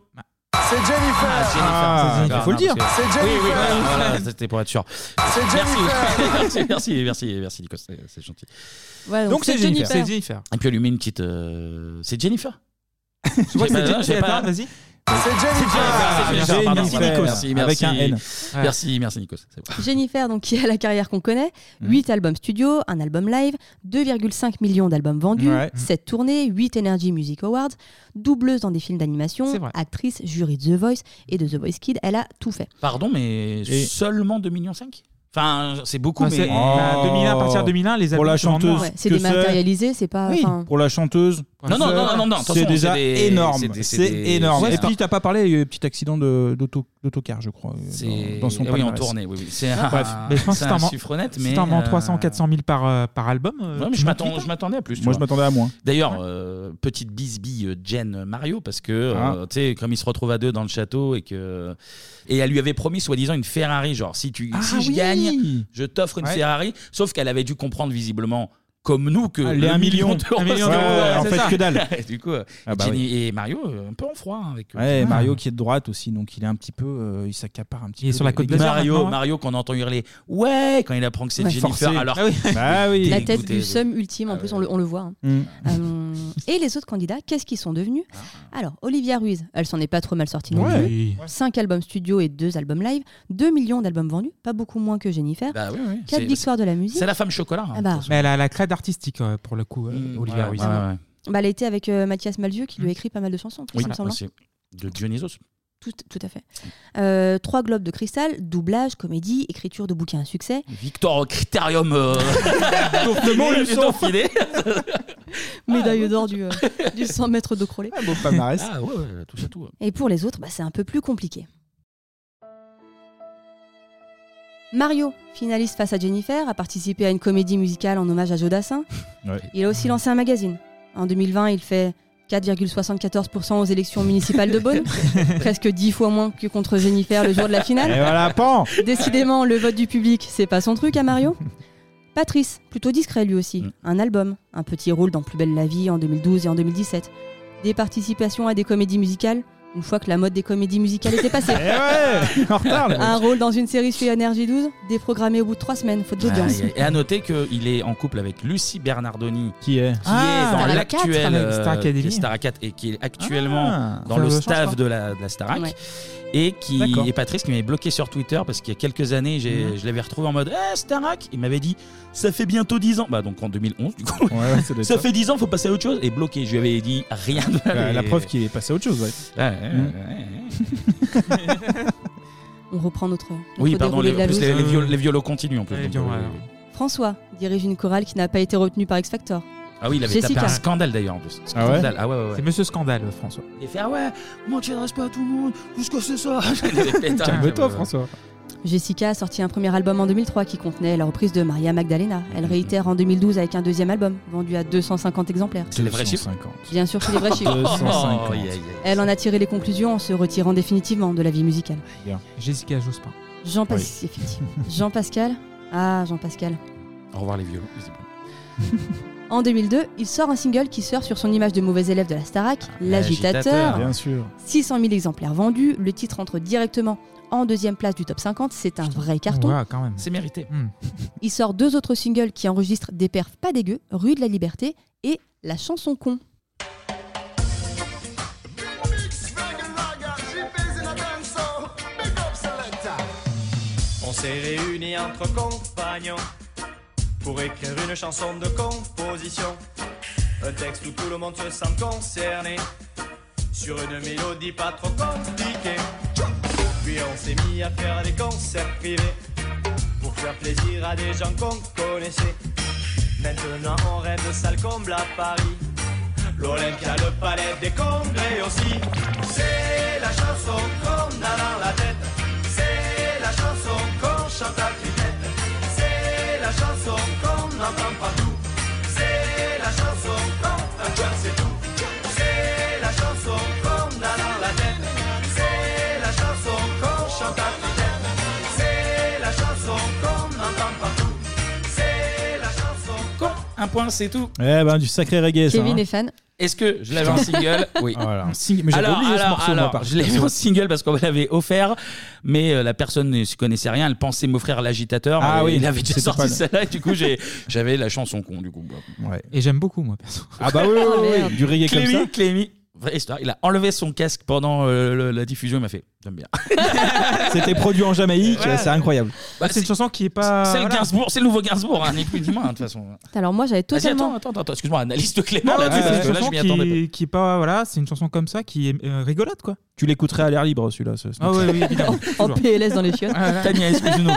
Speaker 22: C'est Jennifer.
Speaker 1: Ah, Jennifer.
Speaker 7: Ah,
Speaker 1: c'est-
Speaker 7: il
Speaker 1: d'accord,
Speaker 7: faut le
Speaker 1: non,
Speaker 7: dire.
Speaker 1: parce que-
Speaker 22: C'est Jennifer.
Speaker 1: Oui, oui, voilà, voilà, c'était pour être sûr.
Speaker 22: C'est Jennifer.
Speaker 1: Merci, *laughs* merci, merci, merci, Nico, c'est c'est gentil.
Speaker 8: Ouais, donc
Speaker 1: Donc
Speaker 8: c'est
Speaker 1: c'est
Speaker 8: Jennifer.
Speaker 1: C'est Jennifer. Et puis allumer une petite. euh, C'est Jennifer
Speaker 6: Je vois que
Speaker 1: J'ai
Speaker 6: c'est
Speaker 1: pas-
Speaker 6: Jennifer.
Speaker 1: j'ai pas-
Speaker 6: Vas-y.
Speaker 22: C'est
Speaker 1: Ah,
Speaker 6: Jennifer.
Speaker 1: c'est Jennifer, pardon,
Speaker 6: Jennifer.
Speaker 1: voilà.
Speaker 6: Nikos.
Speaker 1: Merci,
Speaker 6: Avec
Speaker 1: merci.
Speaker 6: un N. Ouais.
Speaker 1: Merci, merci, Nikos. c'est bon.
Speaker 8: Jennifer, donc, qui a la carrière qu'on connaît, 8 albums studio, un album live, 2,5 millions d'albums vendus,
Speaker 1: Ouais.
Speaker 8: 7 tournées, 8 Energy Music Awards, doubleuse dans des films d'animation, actrice, jury de The Voice et de The Voice Kid, elle a tout fait.
Speaker 1: Pardon, mais seulement 2,5 millions Enfin, c'est beaucoup,
Speaker 6: Ah,
Speaker 1: mais.
Speaker 6: c'est- bah, 2001, à partir de 2001, les
Speaker 7: Pour la
Speaker 6: habits sont en noir.
Speaker 7: chanteuse.
Speaker 8: Ouais, c'est
Speaker 7: que
Speaker 8: dématérialisé, c'est pas. enfin,
Speaker 7: Pour la chanteuse,
Speaker 1: Non, non, non, non, non, non,
Speaker 7: C'est
Speaker 1: attention,
Speaker 7: déjà
Speaker 1: c'est des-
Speaker 7: énorme.
Speaker 1: c'est des- c'est
Speaker 7: C'est
Speaker 1: des-
Speaker 7: énorme.
Speaker 1: c'est
Speaker 7: Et
Speaker 1: des-
Speaker 7: puis, t'as pas parlé, il y a eu un petit accident de- d'auto- d'autocar, je crois. euh,
Speaker 1: C'est-
Speaker 7: Dans, dans son
Speaker 1: ah oui, en
Speaker 7: palmarès.
Speaker 1: tournée, oui, oui. C'est un-
Speaker 7: Bref,
Speaker 1: un-
Speaker 7: mais je pense
Speaker 1: c'est
Speaker 7: que t'en
Speaker 1: un
Speaker 7: man-
Speaker 1: chiffre honnête,
Speaker 7: si
Speaker 1: mais,
Speaker 7: t'en manques
Speaker 1: euh,
Speaker 7: 300, 400 000 par, euh, par album. euh,
Speaker 1: Ouais, mais
Speaker 7: tu
Speaker 1: je
Speaker 7: manques
Speaker 1: m'attends-
Speaker 7: pas.
Speaker 1: je m'attendais à plus. tu
Speaker 7: Moi, je
Speaker 1: vois.
Speaker 7: m'attendais à moins.
Speaker 1: D'ailleurs, euh, petite bisbille euh, Jen euh, Mario, parce que, euh,
Speaker 7: Ah.
Speaker 1: tu sais, comme ils se retrouvent à deux dans le château et que. Et elle lui avait promis, soi-disant, une Ferrari. Genre, si, tu, si je gagne, je t'offre une
Speaker 7: Ah, Ouais.
Speaker 1: Ferrari. Sauf qu'elle avait dû comprendre, visiblement, comme nous, que.
Speaker 7: Ah,
Speaker 1: le
Speaker 7: les un million,
Speaker 1: d'euros,
Speaker 7: un million
Speaker 1: c'est-
Speaker 7: d'euros, ouais,
Speaker 1: *laughs* c'est
Speaker 7: en fait,
Speaker 1: ça.
Speaker 7: que dalle.
Speaker 1: *laughs* Et du coup, euh,
Speaker 7: Ah bah
Speaker 1: Jenny- et Mario, euh, un peu en froid hein, avec.
Speaker 7: Ouais,
Speaker 1: Ah.
Speaker 7: Mario qui est de droite aussi, donc il est un petit peu. euh, il s'accapare un petit
Speaker 1: Et
Speaker 7: peu. les- les gars.
Speaker 1: Mario,
Speaker 7: Mario.
Speaker 1: Mario qu'on entend hurler Ouais quand il apprend que c'est
Speaker 7: Ouais,
Speaker 1: Jennifer.
Speaker 7: forcé.
Speaker 1: Alors,
Speaker 7: Ah oui.
Speaker 1: *laughs*
Speaker 7: Bah oui.
Speaker 8: La tête
Speaker 1: Dégoûté, Ah
Speaker 8: du
Speaker 1: dégoûté.
Speaker 8: somme ultime, en plus, on, le, on le voit. hein.
Speaker 7: Mm.
Speaker 8: Euh, et les autres candidats, qu'est-ce qu'ils sont devenus Alors, Olivia Ruiz, elle s'en est pas trop mal sortie non
Speaker 7: Ah. Ouais.
Speaker 8: plus. 5 albums studio et 2 albums live, 2 millions d'albums vendus, pas beaucoup moins que Jennifer.
Speaker 1: Bah oui, oui.
Speaker 8: 4
Speaker 1: C'est-
Speaker 8: victoires de la musique.
Speaker 1: c'est la femme chocolat. hein.
Speaker 8: Ah bah.
Speaker 6: Mais elle a la crête artistique euh, pour le coup, euh, Olivia
Speaker 1: ouais,
Speaker 6: Ruiz.
Speaker 1: ouais, ouais.
Speaker 8: Bah, elle a été avec euh, Mathias Malzieu qui lui a écrit pas mal de chansons,
Speaker 1: Mm. Oui,
Speaker 8: il me semble. hein.
Speaker 1: aussi. De Dionysos.
Speaker 8: Tout, tout à fait. Euh, trois globes de cristal, doublage, comédie, écriture de bouquins à succès.
Speaker 1: Victor au Critérium.
Speaker 7: *laughs*
Speaker 1: euh, *laughs*
Speaker 8: Dauphiné,
Speaker 1: du
Speaker 8: Luçon.
Speaker 1: Dauphiné.
Speaker 8: *laughs* Médaille d'or du, euh, du 100 mètres de crawlé.
Speaker 7: palmarès.
Speaker 1: Ah ouais, ouais, tout ça, tout.
Speaker 8: Et pour les autres, bah, c'est un peu plus compliqué. Mario, finaliste face à Jennifer, a participé à une comédie musicale en hommage à Jodassin.
Speaker 7: Ouais.
Speaker 8: Il a aussi lancé un magazine. En 2020, il fait 4,74% aux élections municipales
Speaker 7: *laughs*
Speaker 8: de Beaune, presque 10 fois moins que contre Jennifer le jour de la finale.
Speaker 7: Et voilà, pan
Speaker 8: *laughs* Décidément, le vote du public, c'est pas son truc à
Speaker 1: *laughs*
Speaker 8: Mario. Patrice, plutôt discret lui aussi.
Speaker 1: Mm.
Speaker 8: Un album, un petit rôle dans Plus belle la vie en 2012 et en 2017. Des participations à des comédies musicales, une fois que la mode des comédies musicales
Speaker 1: *laughs*
Speaker 8: était passée.
Speaker 7: Eh ouais, *laughs* en retard,
Speaker 1: Ah,
Speaker 7: le
Speaker 8: Un
Speaker 7: mec.
Speaker 8: rôle dans une série sur NRJ12, déprogrammé au bout de trois semaines, faute d'audience.
Speaker 1: Ah, et- Et à noter qu'il est en couple avec Lucie Bernardoni.
Speaker 7: Qui est
Speaker 6: Ah,
Speaker 1: dans
Speaker 6: Star
Speaker 1: l'actuel.
Speaker 6: Academy.
Speaker 1: euh,
Speaker 6: Star Academy.
Speaker 1: qui est Star Acad- Et qui est actuellement
Speaker 6: Ah,
Speaker 1: dans
Speaker 6: ça
Speaker 1: le
Speaker 6: change
Speaker 1: staff
Speaker 6: pas.
Speaker 1: de la, de la Starac.
Speaker 6: Ouais.
Speaker 1: Et, qui,
Speaker 6: D'accord.
Speaker 1: et Patrice qui m'avait bloqué sur Twitter parce qu'il y a quelques années, j'ai- je l'avais retrouvé en mode Eh, Starac Il m'avait dit Ça fait bientôt 10 ans. Bah, donc en 2011, du coup.
Speaker 7: ouais, ça doit être
Speaker 1: *laughs* ça
Speaker 7: ça.
Speaker 1: fait 10 ans, faut passer à autre chose. Et bloqué, je lui avais dit rien. de-
Speaker 7: La, la
Speaker 1: Et-
Speaker 7: preuve qu'il est passé à autre chose, ouais.
Speaker 1: Mm.
Speaker 8: On reprend notre.
Speaker 1: Oui,
Speaker 8: notre
Speaker 1: pardon,
Speaker 8: déroulé
Speaker 1: les,
Speaker 8: de la
Speaker 1: en plus,
Speaker 8: loose.
Speaker 1: les, les viols- les violos continuent en plus.
Speaker 6: Les
Speaker 1: donc,
Speaker 6: violos,
Speaker 1: euh,
Speaker 8: François dirige une chorale qui n'a pas été retenue par X Factor.
Speaker 1: Ah oui, il avait
Speaker 8: Jessica.
Speaker 1: tapé un scandale d'ailleurs en plus.
Speaker 6: Ah ouais
Speaker 1: Scandale. Ah ouais, ouais, ouais.
Speaker 6: C'est Monsieur Scandale, euh, François.
Speaker 1: Il fait Ah ouais, comment tu adresses pas à tout le monde Qu'est-ce que c'est *laughs* ça Pétard.
Speaker 6: Calme-toi,
Speaker 1: Ouais.
Speaker 6: François.
Speaker 8: Jessica a sorti un premier album en 2003 qui contenait la reprise de Maria Magdalena. Elle
Speaker 7: Mhm.
Speaker 8: réitère en 2012 avec un deuxième album, vendu à 250 exemplaires.
Speaker 1: C'est les vrais chiffres
Speaker 8: Bien sûr, c'est les vrais chiffres.
Speaker 7: 250.
Speaker 1: Aïe, aïe, aïe.
Speaker 8: Elle en a tiré les conclusions en se retirant définitivement de la vie musicale.
Speaker 6: Jessica Jospin.
Speaker 8: *laughs* Jean-Pascal.
Speaker 7: *laughs*
Speaker 8: Jean-Pascal Ah, Jean-Pascal.
Speaker 1: Au revoir les violons. visiblement.
Speaker 8: En 2002, il sort un single qui sort sur son image de mauvais élève de la Starac, L'Agitateur.
Speaker 7: Ah, Bien sûr.
Speaker 8: 600 000 exemplaires vendus, le titre entre directement en deuxième place du top 50, c'est un vrai carton.
Speaker 6: Ouais, quand même. Hmm.
Speaker 1: C'est mérité.
Speaker 8: Il sort deux autres singles qui enregistrent des perfs pas dégueux, Rue de la Liberté et La chanson con.
Speaker 24: On s'est réunis entre compagnons pour écrire une chanson de composition. Un texte où tout le monde se sent concerné sur une mélodie pas trop compliquée. Puis on s'est mis à faire des concerts privés pour faire plaisir à des gens qu'on connaissait. Maintenant on rêve de salles combles à Paris. L'Olympia, le palais des congrès aussi. C'est la chanson qu'on a dans la tête. C'est la chanson qu'on chante à tête C'est la chanson qu'on n'entend pas tout. C'est la chanson qu'on a cœur, c'est tout. C'est la chanson qu'on a dans la tête. C'est la chanson qu'on chante à tête C'est la chanson qu'on n'entend pas tout. C'est la chanson qu'on.
Speaker 1: Un point, c'est tout.
Speaker 7: Eh ben, du sacré reggae, ça. hein.
Speaker 8: est fan.
Speaker 1: Est-ce que je l'avais
Speaker 7: *laughs*
Speaker 1: en single *laughs* Oui.
Speaker 7: Voilà. Un single- mais j'avais
Speaker 1: alors,
Speaker 7: oublié ce
Speaker 1: alors,
Speaker 7: morceau, moi,
Speaker 1: alors,
Speaker 7: par
Speaker 1: je
Speaker 7: contre.
Speaker 1: l'avais en single parce qu'on me l'avait offert, mais euh, la personne ne s'y connaissait rien. Elle pensait m'offrir l'agitateur.
Speaker 7: Ah
Speaker 1: et
Speaker 7: oui,
Speaker 1: il avait
Speaker 7: c'était
Speaker 1: déjà
Speaker 7: pas
Speaker 1: sorti
Speaker 7: le-
Speaker 1: celle-là. Et du
Speaker 7: *laughs*
Speaker 1: coup, j'ai- j'avais la chanson con. Du coup, ouais.
Speaker 6: Et j'aime beaucoup, moi, perso.
Speaker 7: Ah bah oui, oui, oui, oui. du reggae comme
Speaker 1: Clémy,
Speaker 7: ça.
Speaker 1: Clémy, vraie histoire. Il a enlevé son casque pendant euh, le- la diffusion. Il m'a fait J'aime bien.
Speaker 7: *laughs* C'était
Speaker 1: *laughs*
Speaker 7: produit en Jamaïque,
Speaker 1: Ouais.
Speaker 7: c'est incroyable.
Speaker 1: Bah,
Speaker 6: c'est une chanson qui est pas.
Speaker 1: c'est le
Speaker 6: voilà.
Speaker 1: Gainsbourg, c'est le nouveau Gainsbourg, hein, ni plus ni moins, hein, de toute façon.
Speaker 8: Alors moi j'avais
Speaker 1: Vas-y,
Speaker 8: totalement...
Speaker 1: attends, attends, attends, excuse-moi, analyse de Clément
Speaker 6: Non, non,
Speaker 1: là-dessus,
Speaker 6: mais
Speaker 1: parce
Speaker 6: Ah c'est
Speaker 1: que
Speaker 6: une
Speaker 1: là, je
Speaker 6: chanson
Speaker 1: m'y attendais pas.
Speaker 6: qui, qui est pas voilà, c'est une chanson comme ça qui est euh, rigolote quoi.
Speaker 7: Tu
Speaker 1: Ah
Speaker 8: *laughs*
Speaker 7: l'écouterais à l'air libre, celui-là. ce- ce
Speaker 6: Ah ouais, oui, évidemment. *laughs*
Speaker 8: en PLS dans les chiottes.
Speaker 6: Tania, excuse-nous.
Speaker 8: *laughs*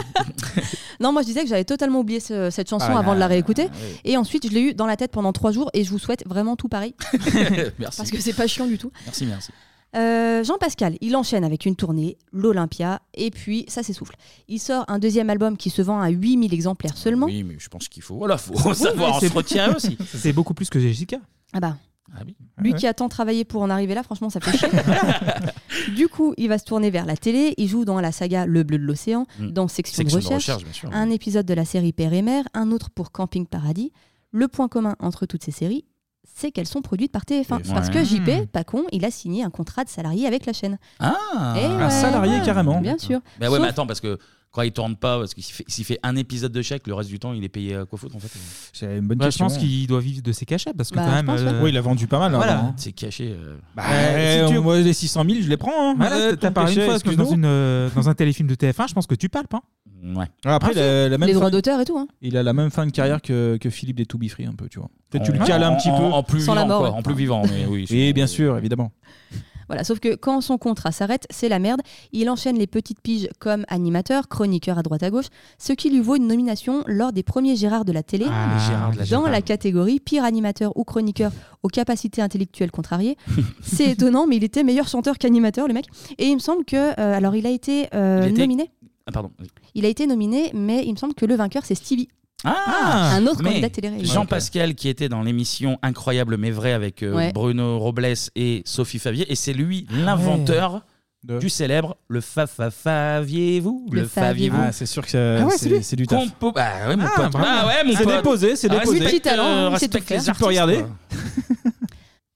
Speaker 8: Non, moi je disais que j'avais totalement oublié ce- cette chanson
Speaker 1: Ah,
Speaker 8: avant
Speaker 1: là,
Speaker 8: de la réécouter.
Speaker 1: là, oui.
Speaker 8: Et ensuite, je l'ai eu dans la tête pendant trois jours et je vous souhaite vraiment tout pareil.
Speaker 1: *laughs* merci.
Speaker 8: Parce que c'est pas chiant du tout.
Speaker 1: Merci, merci.
Speaker 8: Euh, Jean-Pascal, il enchaîne avec une tournée, l'Olympia, et puis ça s'essouffle. Il sort un deuxième album qui se vend à 8000 exemplaires seulement.
Speaker 1: Oui, mais je pense qu'il faut. Voilà, faut
Speaker 6: Oui, mais
Speaker 1: savoir, on
Speaker 6: c'est- *laughs*
Speaker 1: se *laughs* retient aussi.
Speaker 6: C'est beaucoup plus que Jessica.
Speaker 8: Ah bah.
Speaker 1: Ah oui.
Speaker 8: Lui
Speaker 6: Ouais.
Speaker 8: qui a tant travaillé pour en arriver là, franchement, ça fait chier. du coup, il va se tourner vers la télé. Il joue dans la saga Le Bleu de l'Océan,
Speaker 1: Mm.
Speaker 8: dans Section,
Speaker 1: Section
Speaker 8: de
Speaker 1: de
Speaker 8: Recherche,
Speaker 1: recherche, bien sûr,
Speaker 8: un épisode de la série Père et Mère, un autre pour Camping Paradis. Le point commun entre toutes ces séries, c'est qu'elles sont produites par TF1.
Speaker 6: TF1.
Speaker 8: Parce
Speaker 6: Ouais.
Speaker 8: que JP,
Speaker 6: Mm.
Speaker 8: pas con, il a signé un contrat de salarié avec la chaîne.
Speaker 1: Ah
Speaker 8: Eh
Speaker 6: Un salarié, carrément.
Speaker 8: Bien sûr.
Speaker 1: Bah ouais,
Speaker 8: Sauf
Speaker 1: mais attends, parce que quand il tourne pas, parce qu'il fait, s'il fait un épisode de chèque, le reste du temps, il est payé à quoi foutre en fait euh
Speaker 7: C'est une bonne
Speaker 6: Bah, je
Speaker 7: question. hein.
Speaker 6: pense qu'il doit vivre de ses cachets parce que
Speaker 7: Bah,
Speaker 6: quand
Speaker 7: je
Speaker 6: même. euh,
Speaker 7: pense, ouais. Oui, il a vendu pas mal, hein,
Speaker 6: Voilà.
Speaker 7: avant.
Speaker 1: C'est caché. euh.
Speaker 7: Bah,
Speaker 6: Euh, si tu-
Speaker 7: moi, les 600 000, je les prends. Hein.
Speaker 6: Voilà,
Speaker 7: Euh,
Speaker 6: t'as
Speaker 7: ton
Speaker 6: parlé une
Speaker 7: péché,
Speaker 6: fois comme
Speaker 7: excuse-nous.
Speaker 6: dans, une, euh, dans un téléfilm de TF1, je pense que tu parles, hein.
Speaker 1: Ouais.
Speaker 7: Alors après,
Speaker 6: Ah,
Speaker 7: il a la même
Speaker 8: les
Speaker 7: fin-
Speaker 8: droits d'auteur et tout. hein.
Speaker 7: Il a la même fin de carrière que, que Philippe des To Be Free, un peu, tu vois. Peut-être tu
Speaker 1: En-
Speaker 7: le cales un
Speaker 1: en-
Speaker 7: petit peu.
Speaker 1: en- en plus Sans la vivant, mort, quoi, ouais. en plus
Speaker 7: vivant,
Speaker 1: mais oui.
Speaker 7: Oui, bien sûr, évidemment.
Speaker 8: Voilà, sauf que quand son contrat s'arrête, c'est la merde. Il enchaîne les petites piges comme animateur, chroniqueur à droite à gauche, ce qui lui vaut une nomination lors des premiers Gérard de la télé
Speaker 6: Ah, les Gérard de la
Speaker 8: dans
Speaker 6: télé.
Speaker 8: la catégorie pire animateur ou chroniqueur aux capacités intellectuelles contrariées. c'est étonnant, mais il était meilleur chanteur qu'animateur, le mec. Et il me semble que, euh, alors il a été euh,
Speaker 1: Il était-
Speaker 8: nominé.
Speaker 1: Ah, pardon.
Speaker 8: Il a été nominé, mais il me semble que le vainqueur c'est Stevie.
Speaker 1: Ah,
Speaker 8: un autre
Speaker 1: mais
Speaker 8: candidat télé.
Speaker 1: Jean-Pascal qui était dans l'émission Incroyable mais vrai avec euh,
Speaker 8: Ouais.
Speaker 1: Bruno Robles et Sophie Favier et c'est lui l'inventeur
Speaker 7: Ah De-
Speaker 1: du célèbre le fa fa faviez-vous
Speaker 7: Le faviez-vous. Ah, c'est sûr que ça- Ah ouais, c'est- c'est lui c'est du taf.
Speaker 1: Compo- bah ouais mon
Speaker 7: Ah,
Speaker 1: pote.
Speaker 7: bravo.
Speaker 1: Ah ouais mon
Speaker 7: C'est
Speaker 1: pote.
Speaker 7: déposé, c'est
Speaker 1: Ah,
Speaker 7: déposé. Petit
Speaker 1: respecte,
Speaker 7: talent,
Speaker 1: euh,
Speaker 8: il sait hein, tout
Speaker 1: respecte les
Speaker 8: faire.
Speaker 1: artistes,
Speaker 7: Tu peux regarder.
Speaker 1: quoi.
Speaker 8: *laughs*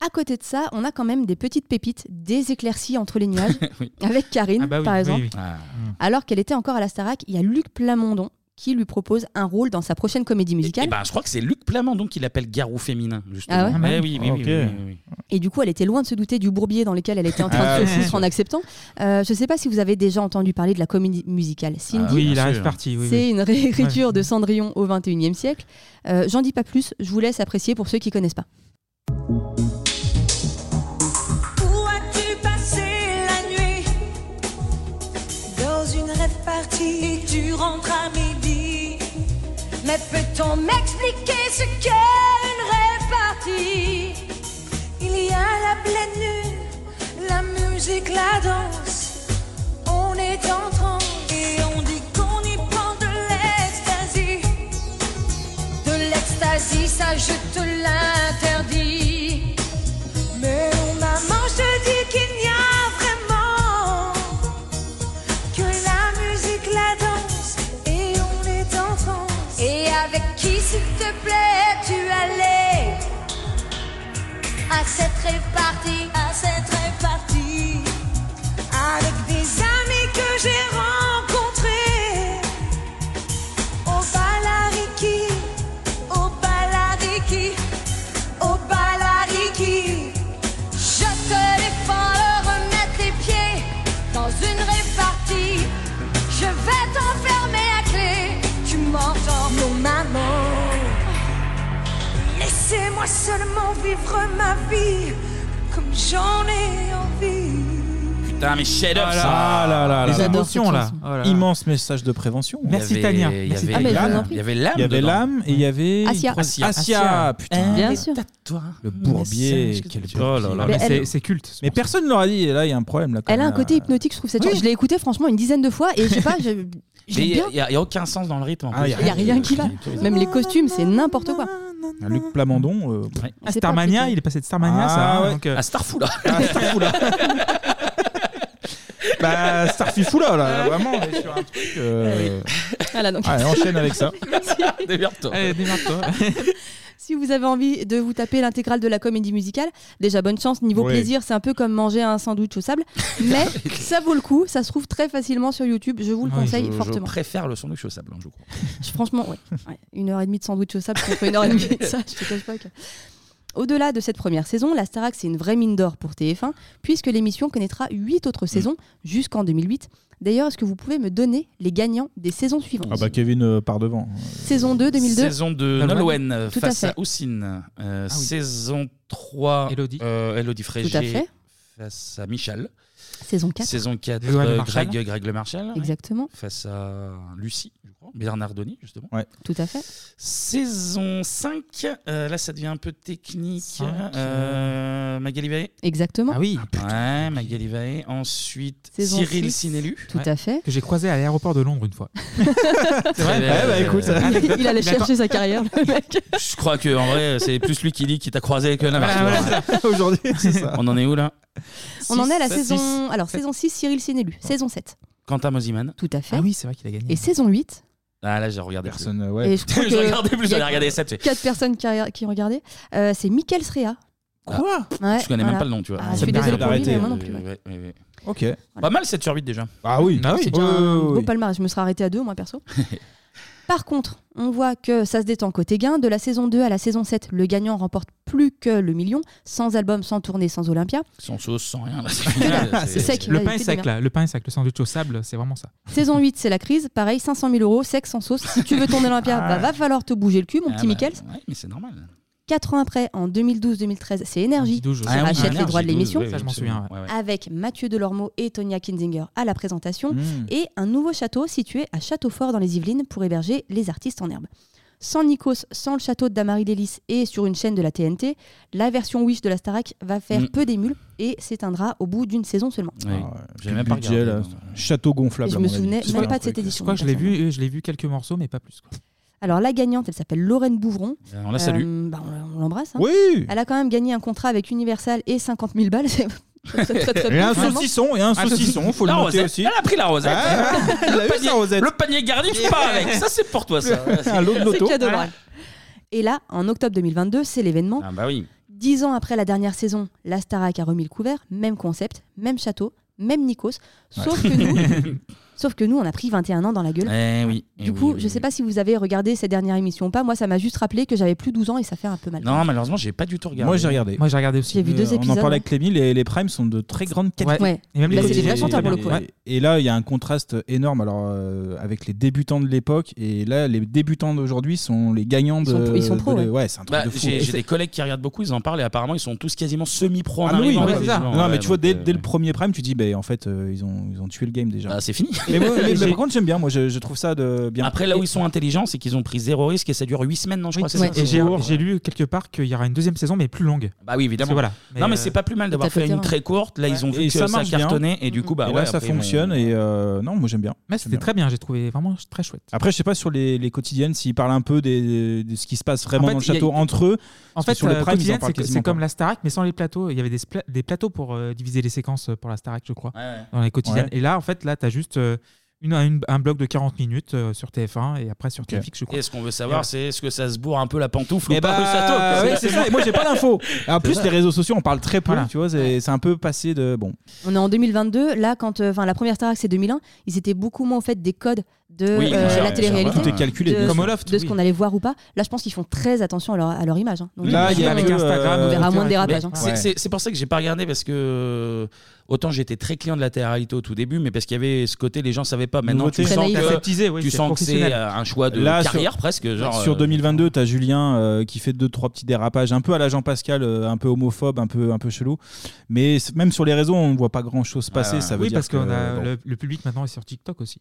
Speaker 8: À côté de ça, on a quand même des petites pépites, des éclaircies entre les nuages, avec Karine,
Speaker 1: Ah bah *laughs* oui,
Speaker 8: par
Speaker 1: oui,
Speaker 8: exemple.
Speaker 1: oui. Ah.
Speaker 8: Alors qu'elle était encore à la Starac, il y a Luc Plamondon qui lui propose un rôle dans sa prochaine comédie musicale.
Speaker 1: Eh ben, je crois que c'est Luc Plamondon qui l'appelle garou féminin, justement.
Speaker 8: Ah ouais
Speaker 1: Eh oui, oui, oui,
Speaker 7: Ok.
Speaker 1: oui, oui, oui.
Speaker 8: Et du coup, elle était loin de se douter du bourbier dans lequel elle était en train
Speaker 1: Ah
Speaker 8: de
Speaker 1: ouais,
Speaker 8: se
Speaker 1: c'est
Speaker 8: foutre en acceptant. Euh, je ne sais pas si vous avez déjà entendu parler de la comédie musicale Cindy.
Speaker 6: Ah oui, la rêve partie, oui,
Speaker 8: C'est
Speaker 6: oui.
Speaker 8: une réécriture de Cendrillon au XXIe siècle. Euh, J'en dis pas plus, je vous laisse apprécier pour ceux qui connaissent pas.
Speaker 14: Où as-tu passé la nuit
Speaker 13: Dans une rêve partie, tu rentres à midi.
Speaker 14: Mais peut-on m'expliquer ce qu'est une rêve partie Il y a la pleine lune, la musique, la danse. On est en transe et on dit qu'on y prend de l'extasie. De l'extasie, ça je te l'interdis. Mais oh maman, je dis qu'il n'y a vraiment que la musique, la danse, et on est en France. Et avec qui, s'il te plaît, tu allais à cette répartie, à cette répartie, avec des amis que j'ai rencontrés au Balariki, au Balariki, au Balariki. Je te défends de remettre les pieds dans une répartie. Je vais t'enfermer à clé. Tu m'entends, mon maman. Laissez-moi seulement vivre ma vie comme j'en ai envie.
Speaker 1: Putain, mais chef-d'œuvre, ça.
Speaker 7: Ah là là, là,
Speaker 6: Les
Speaker 7: là.
Speaker 6: émotions, là. Oh là là.
Speaker 7: Immense message de prévention.
Speaker 6: Merci, Il y avait- Tania. il y Merci, avait- Tania.
Speaker 8: Ah, mais je vous en prie.
Speaker 7: Il
Speaker 1: y avait l'âme.
Speaker 7: Il y avait
Speaker 1: dedans.
Speaker 7: l'âme et il y avait.
Speaker 8: Asia.
Speaker 7: Asia.
Speaker 8: Asia.
Speaker 7: putain.
Speaker 8: Bien sûr.
Speaker 7: Le bourbier. Quel
Speaker 1: Oh
Speaker 7: bourbier.
Speaker 1: là là.
Speaker 8: Mais Mais c'est- elle-
Speaker 6: c'est culte.
Speaker 7: Mais personne ne leur a dit. Et là, il y a un problème. Là, quand
Speaker 8: Elle a un
Speaker 7: même.
Speaker 8: côté hypnotique, je trouve cette chanson. Je l'ai écoutée franchement une dizaine de fois et je sais pas, je-
Speaker 1: Mais
Speaker 8: j'aime
Speaker 1: il
Speaker 8: bien.
Speaker 1: n'y a, il y a aucun sens dans le rythme. en
Speaker 7: Ah, il
Speaker 1: plus.
Speaker 7: y a
Speaker 8: Il n'y
Speaker 1: *laughs*
Speaker 8: a rien qui va. Même les costumes, c'est n'importe quoi.
Speaker 7: Un Luc Plamondon. euh,
Speaker 6: Ah, Starmania, il est passé de Starmania,
Speaker 7: Ah,
Speaker 6: ça.
Speaker 7: ouais.
Speaker 6: donc,
Speaker 1: À Starfoula.
Speaker 7: Ah, Bah, Starfifoula, là. Vraiment, on est sur un truc. euh,
Speaker 8: Voilà, donc-
Speaker 1: Ah,
Speaker 7: Allez, enchaîne avec ça.
Speaker 1: Démerde-toi.
Speaker 6: Allez, démerde-toi.
Speaker 8: *laughs* Si vous avez envie de vous taper l'intégrale de la comédie musicale, déjà bonne chance, niveau
Speaker 6: Ouais.
Speaker 8: plaisir, c'est un peu comme manger un sandwich au sable, mais ça vaut le coup, ça se trouve très facilement sur YouTube, je vous le
Speaker 1: Ouais,
Speaker 8: conseille
Speaker 1: je- Je
Speaker 8: fortement.
Speaker 1: préfère le sandwich au sable, hein, je crois.
Speaker 8: Je-
Speaker 1: *laughs*
Speaker 8: franchement, ouais. Ouais, Une heure et demie de sandwich au sable contre une heure et demie de ça, je te cache pas que... Au-delà de cette première saison, la Starac, c'est une vraie mine d'or pour TF1, puisque l'émission connaîtra huit
Speaker 1: Mm.
Speaker 8: autres saisons jusqu'en 2008. D'ailleurs, est-ce que vous pouvez me donner les gagnants des saisons suivantes
Speaker 7: Ah bah, Kevin euh, par devant.
Speaker 8: Saison 2, 2002.
Speaker 1: Saison de Nolwenn euh,
Speaker 8: Bah, Tout à
Speaker 1: face
Speaker 8: fait. Ah
Speaker 1: à, Houssine. Euh, Saison 3, Elodie, Elodie Frégé
Speaker 8: Tout à fait.
Speaker 1: face à Michel.
Speaker 8: Saison 4.
Speaker 1: Saison 4,
Speaker 6: Johan
Speaker 1: euh,
Speaker 6: Marshall.
Speaker 1: Greg, Greg Le Marchal.
Speaker 8: Exactement.
Speaker 1: Face à Euh, Lucie, je crois. Bernardoni, justement.
Speaker 8: Tout à fait.
Speaker 1: Saison 5, euh, là ça devient un peu technique.
Speaker 8: Cinq,
Speaker 1: Euh, Magali Vallée
Speaker 8: Exactement.
Speaker 1: Ah oui Ouais, Magali Vallée. Ensuite,
Speaker 8: Saison
Speaker 1: Cyril
Speaker 8: six.
Speaker 1: Sinelu.
Speaker 8: Tout à fait.
Speaker 6: Que j'ai croisé à l'aéroport de Londres une fois.
Speaker 1: C'est vrai
Speaker 6: Ouais,
Speaker 1: Ah,
Speaker 6: bah, écoute.
Speaker 8: Il, il allait
Speaker 6: Il attend-
Speaker 8: chercher
Speaker 1: *laughs*
Speaker 8: sa carrière, le mec.
Speaker 1: Je crois que en vrai, c'est plus lui qui dit qu'il t'a croisé que l'inverse.
Speaker 7: *laughs* Aujourd'hui, c'est ça.
Speaker 1: On en est où là
Speaker 8: On en est à la
Speaker 1: Six,
Speaker 8: saison.
Speaker 1: six. Ah.
Speaker 8: Alors, saison 6, Cyril Sénélu. Saison 7.
Speaker 1: Quentin Mosiman.
Speaker 8: Tout à fait.
Speaker 1: Ah oui, c'est vrai qu'il a gagné.
Speaker 8: Et saison 8.
Speaker 1: Ah là, j'ai regardé personne.
Speaker 8: ouais. Et je
Speaker 1: *laughs*
Speaker 8: crois que-
Speaker 1: regardais plus,
Speaker 8: y a
Speaker 1: j'allais regarder 7.
Speaker 8: 4 personnes qui, qui ont regardé. Euh, c'est Michael Srea.
Speaker 1: Quoi
Speaker 8: Ouais,
Speaker 1: Ah, Je connais
Speaker 8: voilà.
Speaker 1: même pas le nom, tu vois.
Speaker 8: Ah, je suis désolée pour lui, mais moi non plus.
Speaker 1: Ouais,
Speaker 8: ouais.
Speaker 1: ouais, ouais.
Speaker 7: Ok.
Speaker 1: Pas mal 7 sur 8 déjà.
Speaker 7: Ah oui,
Speaker 8: C'est déjà un beau palmarès. Je me serais arrêté à deux, moi, perso. Par contre, on voit que ça se détend côté gain. De la saison 2 à la saison 7, le gagnant remporte plus que le million, sans album, sans tournée, sans Olympia.
Speaker 1: Sans sauce, sans rien. là,
Speaker 8: *laughs*
Speaker 1: c'est
Speaker 8: C'est
Speaker 1: génial,
Speaker 8: Ah, c'est sec.
Speaker 6: Le
Speaker 8: Ouais,
Speaker 6: pain est
Speaker 8: c'est
Speaker 6: sec
Speaker 8: bien.
Speaker 6: là, le pain est sec, le sandwich au sable, c'est vraiment ça.
Speaker 8: Saison 8, c'est la crise. Pareil, 500 000 euros, sec, sans sauce. Si tu veux ton Olympia,
Speaker 6: Ah.
Speaker 8: bah, va falloir te bouger le cul, mon
Speaker 1: Ah
Speaker 8: petit
Speaker 1: bah,
Speaker 8: Michael.
Speaker 1: Ouais, mais c'est normal.
Speaker 8: Quatre ans après, en 2012-2013, c'est Énergie qui
Speaker 6: 2012, je sais. Ah oui,
Speaker 8: rachète les
Speaker 6: Énergie,
Speaker 8: droits de
Speaker 6: 12,
Speaker 8: l'émission.
Speaker 6: oui, oui, Ça, je m'en absolument. souviens, ouais. Ouais, ouais.
Speaker 8: Avec Mathieu Delormeau et Tonia Kinzinger à la présentation.
Speaker 6: Mm.
Speaker 8: Et un nouveau château situé à Châteaufort dans les Yvelines pour héberger les artistes en herbe. Sans Nikos, sans le château de Damary Lélis et sur une chaîne de la TNT, la version Wish de la Starac va faire
Speaker 6: Hmm.
Speaker 7: Mm.
Speaker 8: peu d'émules et s'éteindra au bout d'une saison seulement.
Speaker 7: Ah
Speaker 8: Ah.
Speaker 1: J'ai même pas
Speaker 7: budget,
Speaker 1: regardé,
Speaker 7: là.
Speaker 1: non.
Speaker 7: Château gonflable.
Speaker 8: Je
Speaker 7: à mon
Speaker 8: me
Speaker 7: avis.
Speaker 8: souvenais
Speaker 7: C'est
Speaker 8: même
Speaker 7: un
Speaker 8: pas de
Speaker 7: truc.
Speaker 8: cette
Speaker 6: Je
Speaker 8: édition.
Speaker 6: crois que je l'ai vu, je l'ai vu quelques morceaux, mais pas plus. quoi.
Speaker 8: Alors la gagnante, elle s'appelle Lorraine Bouvron.
Speaker 6: Euh, on la salue.
Speaker 8: bah, on on l'embrasse. hein.
Speaker 6: Oui
Speaker 8: Elle a quand même gagné un contrat avec Universal et 50 000
Speaker 6: *laughs*
Speaker 8: balles. C'est très, très, très
Speaker 7: Et
Speaker 8: peu,
Speaker 7: un
Speaker 8: finalement.
Speaker 7: saucisson, et un saucisson, faut le
Speaker 1: La
Speaker 7: noter
Speaker 1: rosette.
Speaker 7: aussi.
Speaker 1: Elle a pris la rosette.
Speaker 7: elle a eu
Speaker 1: le,
Speaker 7: sa
Speaker 1: panier,
Speaker 7: rosette.
Speaker 1: le panier garni, tu pars avec. Ça, c'est pour toi, ça.
Speaker 7: *laughs* Un lot de
Speaker 8: C'est cadeau, bravo. Et là, en octobre 2022, c'est l'événement.
Speaker 1: Ah bah oui.
Speaker 8: Dix ans après la dernière saison, la Starac a remis le couvert, même concept, même château, même Nikos, sauf,
Speaker 1: Ouais.
Speaker 8: que
Speaker 1: *laughs*
Speaker 8: nous, sauf que nous, on a pris 21 ans dans la gueule.
Speaker 1: Eh oui. eh
Speaker 8: Du
Speaker 1: oui,
Speaker 8: coup,
Speaker 1: oui,
Speaker 8: je
Speaker 1: oui.
Speaker 8: sais pas si vous avez regardé cette dernière émission ou pas, moi ça m'a juste rappelé que j'avais plus 12 ans et ça fait un peu mal.
Speaker 1: Non, malheureusement, j'ai pas du tout regardé.
Speaker 7: Moi j'ai regardé.
Speaker 6: Moi j'ai regardé aussi.
Speaker 8: J'ai vu deux
Speaker 7: On en
Speaker 8: épisodes,
Speaker 7: parlait
Speaker 8: hein.
Speaker 7: avec Clémy, les, les primes sont de très grande qualité.
Speaker 8: Ouais. Ouais. Et même les Là, c'est des vrais chanteurs, pour le coup.
Speaker 7: Et-
Speaker 8: Ouais.
Speaker 7: Et là, il y a un contraste énorme alors, euh, avec les débutants de l'époque. Et là, les débutants d'aujourd'hui sont les gagnants de. de
Speaker 1: pros,
Speaker 7: les- Ouais, c'est un truc
Speaker 1: Bah,
Speaker 7: de fou.
Speaker 1: J'ai
Speaker 7: Et
Speaker 1: j'ai
Speaker 7: c'est-
Speaker 1: des collègues qui regardent beaucoup, ils en parlent et apparemment ils sont tous quasiment semi-pro en
Speaker 7: Ah, mais oui,
Speaker 1: arrivant,
Speaker 7: ouais, c'est ça.
Speaker 1: effectivement.
Speaker 7: Non, mais
Speaker 1: Ouais,
Speaker 7: tu vois,
Speaker 1: donc,
Speaker 7: dès,
Speaker 1: euh,
Speaker 7: dès le premier prime, tu dis, bah, en fait, euh, ils, ont, ils ont tué le game déjà.
Speaker 1: c'est fini.
Speaker 7: *laughs* Mais, moi, mais- mais
Speaker 1: *laughs* J'ai-
Speaker 7: par contre, j'aime bien. Moi, je, je trouve ça de bien.
Speaker 1: Après, là où ils sont intelligents, c'est qu'ils ont pris zéro risque et ça dure 8 semaines, non, je crois. Ah, c'est
Speaker 6: Ouais,
Speaker 1: ça
Speaker 6: et j'ai
Speaker 1: Pour-
Speaker 6: j'ai lu quelque part qu'il y aura une deuxième saison, mais plus longue.
Speaker 1: Bah oui, évidemment.
Speaker 6: Parce que Voilà.
Speaker 1: non, mais
Speaker 6: euh,
Speaker 1: c'est pas plus mal d'avoir fait une très courte. Là, ils ont vu
Speaker 7: Et
Speaker 1: que ça,
Speaker 7: marche bien.
Speaker 1: cartonnait et du coup, bah
Speaker 7: Et
Speaker 1: ouais,
Speaker 7: là, ça
Speaker 1: après, ils vont-
Speaker 7: fonctionne. Et euh, non, moi, j'aime bien.
Speaker 6: Mais c'était très bien, j'ai trouvé vraiment très chouette.
Speaker 7: Après, je sais pas sur les, les quotidiennes s'ils parlent un peu des, de ce qui se passe vraiment
Speaker 6: En fait,
Speaker 7: dans le
Speaker 6: il y a-
Speaker 7: château entre eux.
Speaker 6: En
Speaker 7: Parce
Speaker 6: fait,
Speaker 7: que sur les
Speaker 6: euh,
Speaker 7: primes, ils en
Speaker 6: quotidienne,
Speaker 7: parlent
Speaker 6: c'est que-
Speaker 7: quasiment
Speaker 6: c'est comme
Speaker 7: pas.
Speaker 6: la Starac, mais sans les plateaux. Il y avait des, spla- des plateaux pour euh, diviser les séquences euh, pour la Starac, je crois,
Speaker 1: ouais.
Speaker 6: dans les quotidiennes.
Speaker 1: Ouais.
Speaker 6: Et là, en fait, là, t'as juste euh, une, une- un bloc de 40 minutes euh, sur TF1 et après sur TFX, je crois.
Speaker 1: Et ce qu'on veut savoir, c'est est-ce que ça se bourre un peu la pantoufle
Speaker 7: Eh
Speaker 1: ou pas
Speaker 7: bah,
Speaker 1: au château parce que
Speaker 7: ouais,
Speaker 1: là,
Speaker 7: c'est
Speaker 1: c'est
Speaker 7: ça.
Speaker 1: bon.
Speaker 7: Et moi,
Speaker 1: *laughs*
Speaker 7: j'ai pas l'info. Et En
Speaker 1: C'est
Speaker 7: plus,
Speaker 1: ça.
Speaker 7: les réseaux sociaux, on parle très peu.
Speaker 1: Voilà.
Speaker 7: Tu vois, c'est c'est un peu passé de bon.
Speaker 8: On est en 2022, là quand euh, enfin la première Starac c'est 2001, ils étaient beaucoup moins au fait des codes de
Speaker 7: Oui, bien
Speaker 8: euh,
Speaker 7: sûr,
Speaker 8: la
Speaker 7: bien sûr.
Speaker 8: télé-réalité,
Speaker 7: Tout est calculé,
Speaker 8: de,
Speaker 7: bien sûr. Comme Olof,
Speaker 8: de ce qu'on allait voir ou pas. Là, je pense qu'ils font très attention à leur, à leur image. hein. Donc,
Speaker 7: Là,
Speaker 8: je
Speaker 7: il y a
Speaker 8: pense
Speaker 7: avec
Speaker 8: qu'on
Speaker 7: Instagram,
Speaker 8: on verra
Speaker 7: Twitter
Speaker 8: moins de
Speaker 7: et tout.
Speaker 8: dérapage. hein.
Speaker 1: C'est- C'est c'est pour ça que j'ai pas regardé parce que euh, autant j'étais très client de la télé-réalité au tout début, mais parce qu'il y avait ce côté les gens savaient pas. Maintenant,
Speaker 7: Nouveauté.
Speaker 1: tu
Speaker 7: Très
Speaker 1: sens
Speaker 7: naïf.
Speaker 6: Aseptisé,
Speaker 1: que,
Speaker 6: oui,
Speaker 1: tu
Speaker 6: c'est
Speaker 1: sens que c'est
Speaker 6: professionnel.
Speaker 1: euh, un choix de
Speaker 7: Là, sur-
Speaker 1: carrière presque. Genre,
Speaker 7: sur
Speaker 1: euh,
Speaker 7: 2022, t'as Julien euh, qui fait deux trois petits dérapages, un peu à la Jean Pascal, euh, un peu homophobe, un peu un peu chelou. Mais c- même sur les réseaux, on voit pas grand chose
Speaker 1: Ah.
Speaker 7: passer. Ça veut
Speaker 6: oui,
Speaker 7: dire
Speaker 6: parce
Speaker 7: que,
Speaker 6: qu'on a
Speaker 7: bon.
Speaker 6: le, le public maintenant est sur TikTok aussi.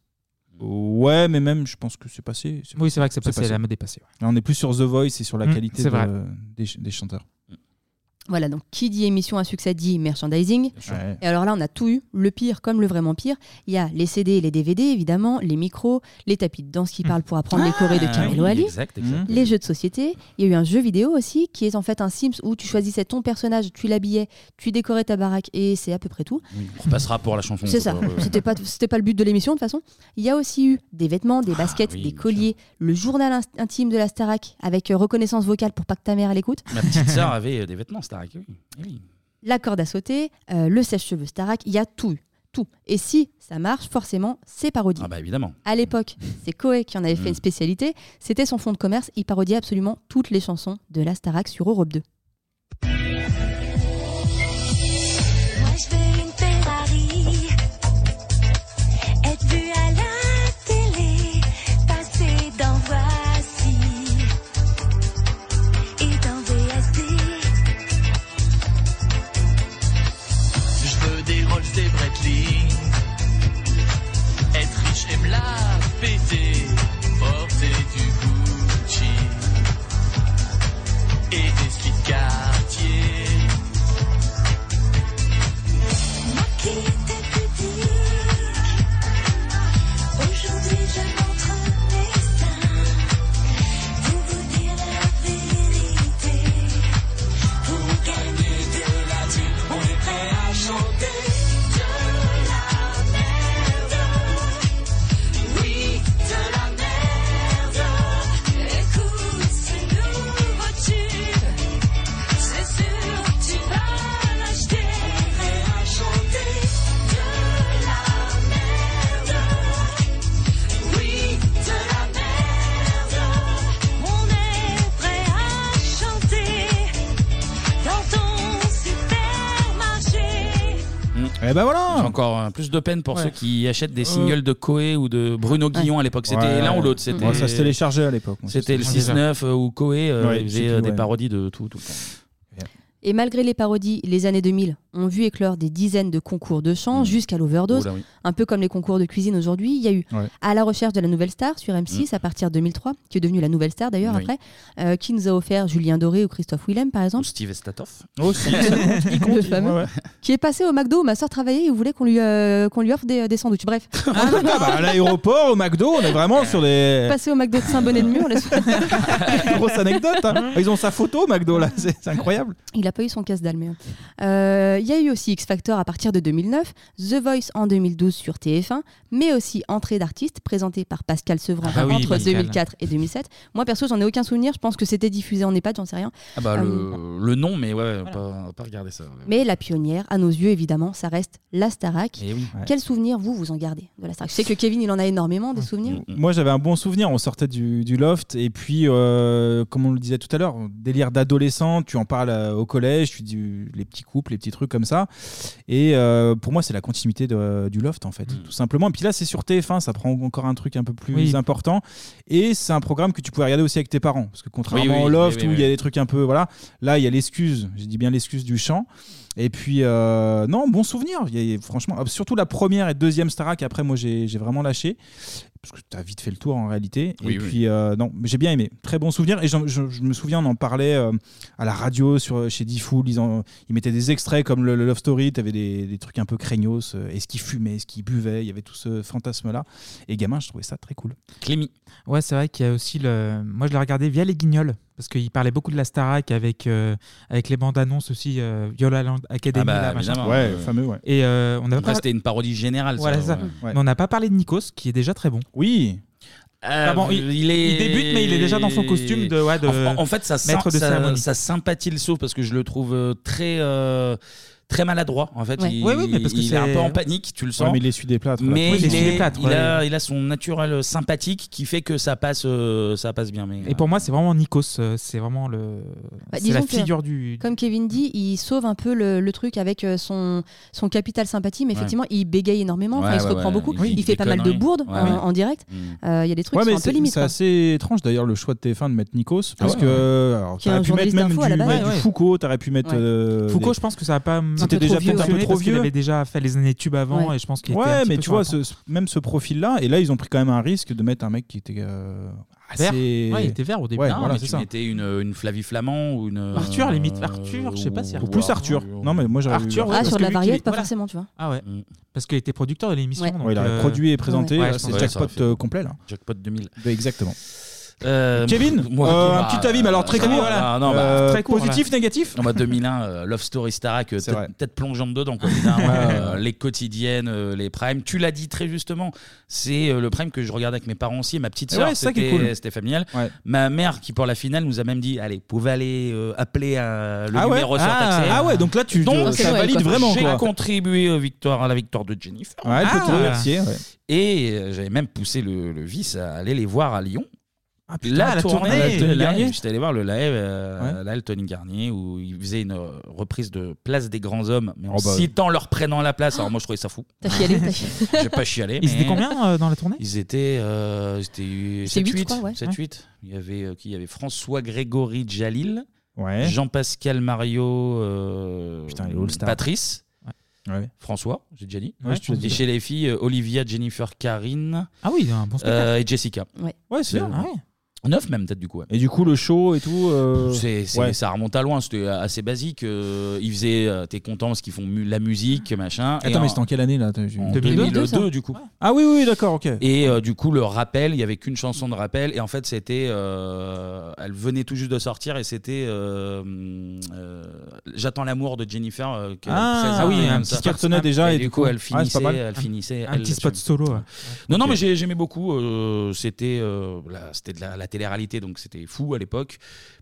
Speaker 7: Ouais, mais même, je pense que c'est passé.
Speaker 6: Oui, c'est vrai que c'est passé, la mode est passée,
Speaker 7: Là, on est plus sur The Voice et sur la
Speaker 6: Mm,
Speaker 7: qualité
Speaker 6: c'est
Speaker 7: de-
Speaker 6: vrai.
Speaker 7: des, ch- des chanteurs.
Speaker 8: Voilà, donc qui dit émission à succès dit merchandising.
Speaker 7: Ouais.
Speaker 8: Et alors là, on a tout eu, le pire comme le vraiment pire. Il y a les CD et les DVD, évidemment, les micros, les tapis de danse qui parlent pour apprendre les chorés de
Speaker 1: Hmm. Ah,
Speaker 8: Carmelo
Speaker 1: oui,
Speaker 8: Ali,
Speaker 1: exact, exact.
Speaker 8: les jeux de société. Il y a eu un jeu vidéo aussi, qui est en fait un Sims où tu choisissais ton personnage, tu l'habillais, tu décorais ta baraque, et c'est à peu près tout.
Speaker 1: oui, on repassera pour la chanson.
Speaker 8: C'est ça,
Speaker 1: bah, Ouais, ouais, ouais.
Speaker 8: *laughs* c'était pas, c'était pas le but de l'émission de toute façon. Il y a aussi eu des vêtements,
Speaker 1: Ah
Speaker 8: des baskets, des colliers, le journal in- intime de la Starac avec euh, reconnaissance vocale pour pas que ta mère l'écoute.
Speaker 1: Ma petite sœur avait euh, des vêtements Starac. oui. Eh oui.
Speaker 8: la corde à sauter, euh, le sèche-cheveux Starac, il y a tout, tout. Et si ça marche, forcément, c'est parodie.
Speaker 1: Ah bah évidemment.
Speaker 8: À l'époque, c'est Coé qui en avait
Speaker 1: Mm.
Speaker 8: fait une spécialité. C'était son fonds de commerce. Il parodiait absolument toutes les chansons de la Starac sur Europe 2.
Speaker 25: Moi je veux une Ferrari, être vue à la télé, passer dans Voici et dans VSD.
Speaker 7: Et ben voilà
Speaker 1: Mm. J'ai encore euh, plus de peine pour
Speaker 7: Ouais.
Speaker 1: ceux qui achètent des
Speaker 7: Euh.
Speaker 1: singles de Coé ou de Bruno Guillon à l'époque. C'était
Speaker 7: Ouais.
Speaker 1: l'un ou l'autre.
Speaker 7: Ouais, ça se téléchargeait à l'époque. Moi,
Speaker 1: C'était
Speaker 7: je
Speaker 1: le
Speaker 7: sais.
Speaker 1: 6-9 euh, ou Coé euh,
Speaker 7: Ouais,
Speaker 1: il
Speaker 7: je sais
Speaker 1: faisait, euh,
Speaker 7: plus,
Speaker 1: des
Speaker 7: ouais.
Speaker 1: parodies de tout, tout le temps.
Speaker 8: Et malgré les parodies, les années 2000 ont vu éclore des dizaines de concours de chant jusqu'à l'overdose.
Speaker 1: Oh là oui.
Speaker 8: Un peu comme les concours de cuisine aujourd'hui, il y a eu
Speaker 1: Ouais.
Speaker 8: À la recherche de la nouvelle star sur M6 à partir de 2003, qui est devenue la nouvelle star d'ailleurs
Speaker 1: Mm. Oui.
Speaker 8: après, euh, qui nous a offert Julien Doré ou Christophe Willem par exemple.
Speaker 1: Steve Estatoff.
Speaker 6: *laughs*
Speaker 8: le fameux, qui est passé au McDo où ma soeur travaillait et voulait qu'on lui, euh, qu'on lui offre des, des
Speaker 1: *laughs*
Speaker 8: sandwichs. Bref,
Speaker 7: Ah bah, à l'aéroport, au McDo, on est vraiment sur des.
Speaker 8: *laughs* passé au McDo de Saint-Bonnet-de-Mur,
Speaker 1: *laughs*
Speaker 8: la soirée.
Speaker 7: Grosse anecdote. hein. Ils ont sa photo, McDo, là. *laughs* C'est c'est incroyable.
Speaker 8: Il a pas eu son casse d'Almer. Euh, Il y a eu aussi X Factor à partir de 2009, The Voice en 2012 sur TF1, mais aussi Entrée d'artistes présenté par Pascal Sevran
Speaker 1: Ah oui,
Speaker 8: entre
Speaker 1: Pascal.
Speaker 8: 2004 et 2007. Moi perso, j'en ai aucun souvenir. Je pense que c'était diffusé en EHPAD, j'en sais rien.
Speaker 1: Ah bah,
Speaker 8: Euh,
Speaker 1: le, le nom, mais ouais, pas, pas regarder ça.
Speaker 8: Mais la pionnière, à nos yeux évidemment, ça reste la Starac.
Speaker 1: Eh oui.
Speaker 8: Quel souvenir vous vous en gardez de la Starac Je sais que Kevin, il en a énormément
Speaker 1: Mmh.
Speaker 8: des souvenirs.
Speaker 6: Mm.
Speaker 7: Moi, j'avais un bon souvenir. On sortait du, du loft et puis, euh, comme on le disait tout à l'heure, délire d'adolescent. Tu en parles euh, au collège, tu dis euh, les petits couples, les petits trucs comme ça. Et euh, pour moi, c'est la continuité de- du loft en fait, tout simplement. Et puis là, c'est sur TF1, ça prend encore un truc un peu plus
Speaker 6: Mm. Oui.
Speaker 7: important. Et c'est un programme que tu pouvais regarder aussi avec tes parents, parce que contrairement
Speaker 6: Oui, oui,
Speaker 7: au loft
Speaker 6: oui, oui,
Speaker 7: où il y a
Speaker 6: oui.
Speaker 7: des trucs un peu voilà, là il y a l'excuse. Je dis bien l'excuse du chant. Et puis, euh, non, bon souvenir. Il y a- franchement, surtout la première et deuxième Starac, après, moi, j'ai j'ai vraiment lâché. Parce que tu as vite fait le tour en réalité.
Speaker 1: Oui,
Speaker 7: et
Speaker 1: oui.
Speaker 7: puis, euh, non, mais j'ai bien aimé. Très bon souvenir. Et j'en- je, je me souviens, on en parlait euh, à la radio sur, euh, chez Diffoul. Ils, en- ils mettaient des extraits comme le, le Love Story. Tu avais des, des trucs un peu craignos. euh, Est-ce qu'ils fumaient Est-ce qu'ils buvaient Il y avait tout ce fantasme-là. Et gamin, je trouvais ça très cool.
Speaker 1: Clémy.
Speaker 6: Ouais, c'est vrai qu'il y a aussi le. Moi, je l'ai regardé via les Guignols parce qu'il parlait beaucoup de la Starac avec euh, avec les bandes annonces aussi euh, Viola Land Academy.
Speaker 1: Ah bah,
Speaker 6: là, machin.
Speaker 1: évidemment. Ouais, le fameux, ouais.
Speaker 6: Et euh, on a
Speaker 1: Après, c'était une parodie générale, ça,
Speaker 6: Voilà, c'est ça.
Speaker 1: ouais. Ouais.
Speaker 6: Mais on n'a pas parlé de Nikos qui est déjà très bon.
Speaker 7: Oui.
Speaker 1: Euh,
Speaker 6: Ah bon, il- il débute, mais il est déjà dans son costume de- ouais, de
Speaker 1: en, en fait, ça, sent-
Speaker 6: maître de
Speaker 1: ça,
Speaker 6: cérémonie.
Speaker 1: ça sympathie le saut parce que je le trouve euh, très. euh, Très maladroit en fait,
Speaker 6: Ouais.
Speaker 1: il,
Speaker 6: Ouais, oui, mais parce que
Speaker 1: il est un
Speaker 6: c'est-
Speaker 1: peu en panique, tu le sens.
Speaker 7: Ouais, mais il essuie des plâtres, là.
Speaker 1: Mais
Speaker 7: Ouais, il
Speaker 1: il,
Speaker 7: essuie
Speaker 1: est-
Speaker 7: des plâtres,
Speaker 1: il a,
Speaker 7: ouais.
Speaker 1: il a son naturel sympathique qui fait que ça passe, euh, ça passe bien. Mais
Speaker 6: Et pour moi, c'est vraiment Nikos. euh, C'est vraiment le.
Speaker 8: Bah,
Speaker 6: c'est la
Speaker 8: disons que,
Speaker 6: figure du.
Speaker 8: Comme Kevin dit, il sauve un peu le, le truc avec euh, son, son capital sympathie, mais
Speaker 6: Ouais.
Speaker 8: effectivement, il bégaye énormément, enfin,
Speaker 7: Ouais,
Speaker 8: il se
Speaker 7: ouais,
Speaker 8: reprend
Speaker 7: ouais,
Speaker 8: beaucoup,
Speaker 7: il dit
Speaker 8: il, fait
Speaker 7: des
Speaker 8: pas mal de
Speaker 7: conneries.
Speaker 8: bourdes
Speaker 7: Ouais,
Speaker 8: en,
Speaker 7: ouais. Mm.
Speaker 8: en direct. Euh, Il y a des trucs
Speaker 7: Ouais,
Speaker 8: qui
Speaker 7: mais
Speaker 8: sont un peu
Speaker 7: c'est
Speaker 8: limites.
Speaker 7: c'est
Speaker 8: quoi. Ah
Speaker 7: assez étrange d'ailleurs le choix de TF1 de mettre Nikos parce
Speaker 6: ouais.
Speaker 7: que alors,
Speaker 6: Qui est
Speaker 7: t'aurais
Speaker 6: un
Speaker 7: pu mettre
Speaker 6: journaliste
Speaker 7: même du,
Speaker 6: d'info à la base.
Speaker 7: mettre du
Speaker 6: Ouais, ouais.
Speaker 7: Foucault, t'aurais pu mettre
Speaker 6: Ouais.
Speaker 7: euh,
Speaker 6: Foucault,
Speaker 7: des-
Speaker 6: je pense que ça n'a pas.
Speaker 7: C'était déjà peut-être un peu trop
Speaker 6: Il
Speaker 7: vieux.
Speaker 6: avait déjà fait les années tube avant et je pense qu'il était. un
Speaker 7: Ouais,
Speaker 6: petit
Speaker 7: mais
Speaker 6: peu
Speaker 7: tu
Speaker 6: sur
Speaker 7: vois,
Speaker 6: la pente.
Speaker 7: ce- ce- même ce profil-là, et là, ils ont pris quand même un risque de mettre un mec qui était euh,
Speaker 6: Vert.
Speaker 7: assez.
Speaker 6: Ouais, il était vert au début.
Speaker 7: Ouais,
Speaker 1: Non,
Speaker 7: voilà,
Speaker 1: mais
Speaker 7: c'est
Speaker 1: tu
Speaker 7: ça.
Speaker 1: mettais une, une Flavie Flamand ou une.
Speaker 6: Arthur,
Speaker 1: euh,
Speaker 6: limite. Arthur, je sais pas si
Speaker 7: Ou plus Arthur. Non, mais moi, j'aurais
Speaker 6: Arthur,
Speaker 7: eu-
Speaker 6: ouais,
Speaker 8: Ah,
Speaker 6: parce
Speaker 8: sur
Speaker 6: que
Speaker 8: de la
Speaker 6: lui,
Speaker 8: variété,
Speaker 6: qu'il
Speaker 8: pas
Speaker 6: est- voilà.
Speaker 8: forcément, tu vois.
Speaker 6: Ah ouais. Parce qu'il était producteur de l'émission.
Speaker 8: Ouais.
Speaker 6: donc,
Speaker 7: Ouais, il a
Speaker 6: euh,
Speaker 7: produit et présenté.
Speaker 6: ouais, je
Speaker 7: euh, c'est
Speaker 6: pense-
Speaker 7: jackpot
Speaker 6: ouais, ça-
Speaker 7: euh, complet, là. Bah,
Speaker 1: Jackpot 2000.
Speaker 7: Exactement.
Speaker 1: Euh,
Speaker 7: Kevin,
Speaker 1: moi,
Speaker 7: euh,
Speaker 1: bah,
Speaker 7: un petit avis, mais alors très
Speaker 1: euh,
Speaker 7: court.
Speaker 1: non,
Speaker 7: voilà.
Speaker 1: non, bah,
Speaker 7: Euh, positif, négatif
Speaker 1: Non, bah, 2001, euh, Love Story Starak, euh, peut-être peut-être plongeant dedans.
Speaker 7: *laughs*
Speaker 1: quoi. Putain, ouais, euh, les quotidiennes, euh, les primes. Tu l'as dit très justement, c'est euh, le prime que je regardais avec mes parents aussi et ma petite
Speaker 7: Et
Speaker 1: soeur.
Speaker 7: Eh ouais, c'est ça qui est cool.
Speaker 1: C'était familial. Ma mère, qui pour la finale, nous a même dit Allez, pouvez aller euh, appeler euh, le
Speaker 7: Ah ouais
Speaker 1: numéro sur
Speaker 7: Ah,
Speaker 1: surtaxé.
Speaker 7: ah ouais, donc là, tu-
Speaker 1: donc,
Speaker 7: ça valide vraiment,
Speaker 1: J'ai
Speaker 7: quoi.
Speaker 1: contribué au victoire, à la victoire de Jennifer. Ah.
Speaker 7: Ouais, elle peut te remercier, ouais.
Speaker 1: Et euh, j'avais même poussé le, le vice à aller les voir à Lyon.
Speaker 6: putain,
Speaker 1: la,
Speaker 6: la
Speaker 1: tournée,
Speaker 6: tournée,
Speaker 1: le
Speaker 6: Tony
Speaker 1: live,
Speaker 6: Garnier.
Speaker 1: j'étais allé voir le live euh, là, le Tony Garnier où il faisait une euh, reprise de Place des grands hommes, mais en
Speaker 6: Oh bah.
Speaker 1: citant leur prénom à la place. Alors moi je trouvais ça fou.
Speaker 8: T'as chialé,
Speaker 1: *laughs*
Speaker 8: t'as
Speaker 1: J'ai pas chialé.
Speaker 6: Ils
Speaker 1: mais-
Speaker 6: étaient combien euh, dans la tournée
Speaker 1: Ils étaient, euh, ils étaient
Speaker 6: C'est
Speaker 1: 7,
Speaker 6: huit,
Speaker 1: 8,
Speaker 6: je crois, ouais.
Speaker 1: 7,
Speaker 6: Ouais.
Speaker 1: 8. Il y avait euh, qui Il y avait François Grégory Jalil,
Speaker 7: Ouais.
Speaker 1: Jean-Pascal Mario, euh,
Speaker 7: all-star.
Speaker 1: Patrice.
Speaker 7: Ouais.
Speaker 1: François, j'ai déjà dit.
Speaker 7: Ouais, Ouais, je te l'ai
Speaker 1: et
Speaker 7: dit.
Speaker 1: chez les filles, euh, Olivia, Jennifer, Karine.
Speaker 6: Ah oui, il y a un bon spectacle.
Speaker 1: euh, et Jessica.
Speaker 8: Ouais,
Speaker 6: c'est bien, ouais.
Speaker 1: 9 même, peut-être du coup. ouais.
Speaker 7: Et du coup, le show et tout. euh,
Speaker 1: C'est- c'est-
Speaker 7: ouais.
Speaker 1: Ça remonte à loin, c'était assez basique. euh, ils faisaient, euh, t'es content parce qu'ils font mu- la musique, machin. et
Speaker 7: Attends,
Speaker 1: en-
Speaker 7: mais c'était en quelle année là t'as- j'ai-
Speaker 1: en 2002, 2002, du coup.
Speaker 7: Ah oui, oui, d'accord, ok.
Speaker 1: Et euh, du coup, le rappel, il y avait qu'une chanson de rappel. Et en fait, c'était. euh, elle venait tout juste de sortir et c'était. euh, euh, J'attends l'amour de Jennifer. euh, qu'elle
Speaker 7: Ah,
Speaker 1: présente,
Speaker 7: ah oui,
Speaker 1: comme
Speaker 7: un
Speaker 1: ça.
Speaker 7: petit cartonnet déjà,
Speaker 1: Et,
Speaker 7: et
Speaker 1: du
Speaker 7: du
Speaker 1: coup,
Speaker 7: coup,
Speaker 1: elle
Speaker 7: ouais, c'est pas
Speaker 1: finissait.
Speaker 7: mal.
Speaker 1: elle
Speaker 7: Un-
Speaker 1: finissait
Speaker 7: un
Speaker 1: elle,
Speaker 7: petit
Speaker 1: là-dessus.
Speaker 7: spot solo, ouais.
Speaker 1: Non, non, mais j'ai- j'aimais beaucoup. euh, c'était euh, la- c'était de la, la télé-réalité, donc c'était fou à l'époque.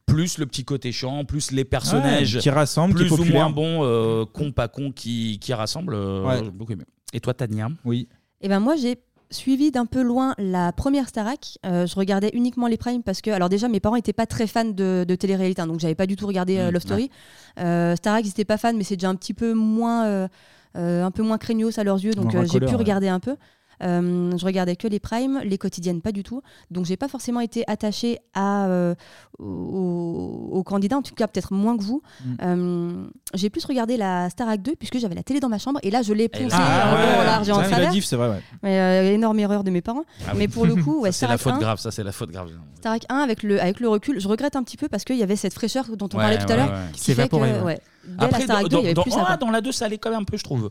Speaker 1: Plus le petit côté chant, plus les personnages.
Speaker 7: Ouais, qui rassemblent, qui
Speaker 1: Plus
Speaker 7: est
Speaker 1: ou moins
Speaker 7: populaire.
Speaker 1: bon, euh, con, pas con, qui, qui rassemble. euh,
Speaker 7: Ouais.
Speaker 1: j'ai beaucoup aimé. Et toi, Tania
Speaker 7: Oui.
Speaker 8: Et ben moi j'ai suivi d'un peu loin la première Starac. Euh, je regardais uniquement les primes parce que alors déjà mes parents étaient pas très fans de, de télé-réalité,
Speaker 19: Mm,
Speaker 8: hein, donc j'avais pas du tout regardé euh,
Speaker 2: Mmh,
Speaker 8: Love Story. Euh, Starac ils étaient pas fans, mais c'est déjà un petit peu moins euh, euh, un peu moins craignos à leurs yeux, donc
Speaker 19: Moins
Speaker 8: euh, j'ai
Speaker 19: racoleur,
Speaker 8: pu
Speaker 19: ouais.
Speaker 8: regarder un peu. Euh, je regardais que les primes, les quotidiennes pas du tout, donc j'ai pas forcément été attachée à euh, aux, aux candidats, en tout cas peut-être moins que vous.
Speaker 19: Mm.
Speaker 8: Euh, j'ai plus regardé la Starac 2 puisque j'avais la télé dans ma chambre et là je
Speaker 19: Eh
Speaker 8: l'ai poncée
Speaker 19: ben,
Speaker 1: Ah,
Speaker 8: en
Speaker 1: ouais.
Speaker 8: long, en large et en
Speaker 1: Ça, il a
Speaker 8: travers.
Speaker 1: diff, c'est vrai, ouais.
Speaker 8: Mais, euh, énorme erreur de mes parents.
Speaker 1: Ah oui.
Speaker 8: Mais pour le
Speaker 1: *laughs*
Speaker 8: coup, ouais,
Speaker 1: Ça, c'est la
Speaker 8: Starac
Speaker 1: faute
Speaker 8: 1,
Speaker 1: grave. Ça, c'est la faute grave.
Speaker 8: Starac 1 avec le, avec le recul, je regrette un petit peu parce qu'il y avait cette fraîcheur dont on
Speaker 1: Ouais,
Speaker 8: parlait tout
Speaker 1: ouais,
Speaker 8: à l'heure.
Speaker 1: ouais.
Speaker 8: qui fait que, ouais, dès la
Speaker 1: Après,
Speaker 8: Starac 2,
Speaker 1: dans,
Speaker 8: il y avait
Speaker 1: dans-
Speaker 8: plus ça.
Speaker 1: ah,
Speaker 8: quoi.
Speaker 1: dans la 2, ça allait quand même un peu, je trouve.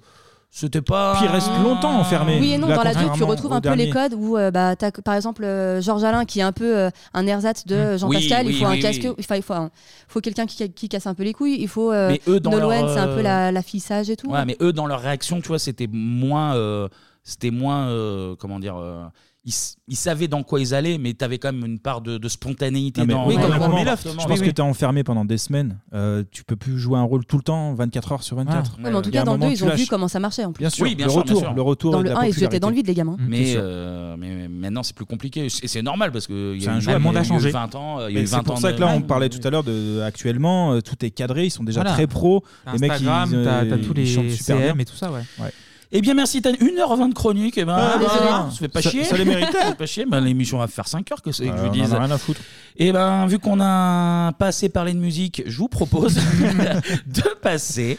Speaker 1: C'était pas.
Speaker 7: Puis il reste longtemps enfermé.
Speaker 8: Oui et non,
Speaker 1: Là,
Speaker 8: dans la 2, tu
Speaker 1: contrairement
Speaker 8: retrouves
Speaker 1: au
Speaker 8: un peu les
Speaker 1: dernier.
Speaker 8: codes où, euh, bah, t'as, par exemple, euh, Georges Alain, qui est un peu euh, un ersatz de euh, Jean-Pascal,
Speaker 1: Hmm. Oui,
Speaker 8: il faut
Speaker 1: oui,
Speaker 8: un
Speaker 1: oui,
Speaker 8: casque,
Speaker 1: oui.
Speaker 8: il faut, il faut, un- faut quelqu'un qui, qui casse un peu les couilles, il faut euh,
Speaker 1: Mais eux, dans
Speaker 8: Nolwenn,
Speaker 1: leur, euh,
Speaker 8: c'est un peu la, la fille sage et tout.
Speaker 1: Ouais, mais eux, dans leur réaction, tu vois, c'était moins. euh, c'était moins. euh, comment dire euh, ils, s- ils savaient dans quoi ils allaient, mais t'avais quand même une part de, de spontanéité
Speaker 7: Non, mais
Speaker 1: dans
Speaker 7: oui,
Speaker 1: dans
Speaker 7: complètement.
Speaker 1: leur
Speaker 7: je
Speaker 1: comportement.
Speaker 7: pense que t'es enfermé pendant des semaines. Euh, tu peux plus jouer un rôle tout le temps, 24 heures sur 24.
Speaker 8: Ouais, mais en tout
Speaker 7: Il y a
Speaker 8: cas,
Speaker 7: un
Speaker 8: dans le
Speaker 7: moment,
Speaker 8: 2,
Speaker 7: tu
Speaker 8: ils ont vu
Speaker 7: lâches.
Speaker 8: comment ça marchait en plus.
Speaker 7: Bien sûr, le, retour, le retour.
Speaker 8: Dans
Speaker 7: de
Speaker 8: le
Speaker 7: la
Speaker 8: 1, ils se jetaient dans
Speaker 7: popularité.
Speaker 8: le vide, les gamins.
Speaker 1: Mais, euh, mais maintenant, c'est plus compliqué. Et c'est normal parce que il y
Speaker 7: C'est
Speaker 1: a
Speaker 7: un
Speaker 1: eu-
Speaker 7: jeu, le
Speaker 1: il y
Speaker 7: monde
Speaker 1: a
Speaker 7: a
Speaker 1: eu
Speaker 7: changé.
Speaker 1: 20 ans. euh, Il y a
Speaker 7: Mais
Speaker 1: eu
Speaker 7: C'est
Speaker 1: 20
Speaker 7: pour
Speaker 1: ans
Speaker 7: ça
Speaker 1: de-
Speaker 7: que là, on
Speaker 1: Ouais.
Speaker 7: parlait tout à l'heure de actuellement, euh, tout est cadré, ils sont déjà
Speaker 1: Voilà.
Speaker 7: très pro.
Speaker 1: T'as
Speaker 7: Les mecs, ils,
Speaker 1: Instagram,
Speaker 7: euh,
Speaker 1: t'as- t'as
Speaker 7: ils
Speaker 1: tous les
Speaker 7: chantent super
Speaker 1: CM
Speaker 7: bien.
Speaker 1: et tout ça, ouais.
Speaker 7: ouais.
Speaker 1: Eh bien, merci, Tan. 1h20 de chronique. Eh ben,
Speaker 7: Ah,
Speaker 1: ben,
Speaker 7: désolé.
Speaker 6: bah,
Speaker 1: ça fait pas
Speaker 7: Ça-
Speaker 1: chier.
Speaker 7: ça les méritait.
Speaker 1: *laughs*
Speaker 7: Ah,
Speaker 1: Ça fait pas chier. Ben, L'émission va faire 5 heures que c'est que je
Speaker 7: on en
Speaker 1: vous dise.
Speaker 7: a rien à foutre.
Speaker 1: Eh ben, vu qu'on a pas assez parlé de musique, je vous propose *laughs* de passer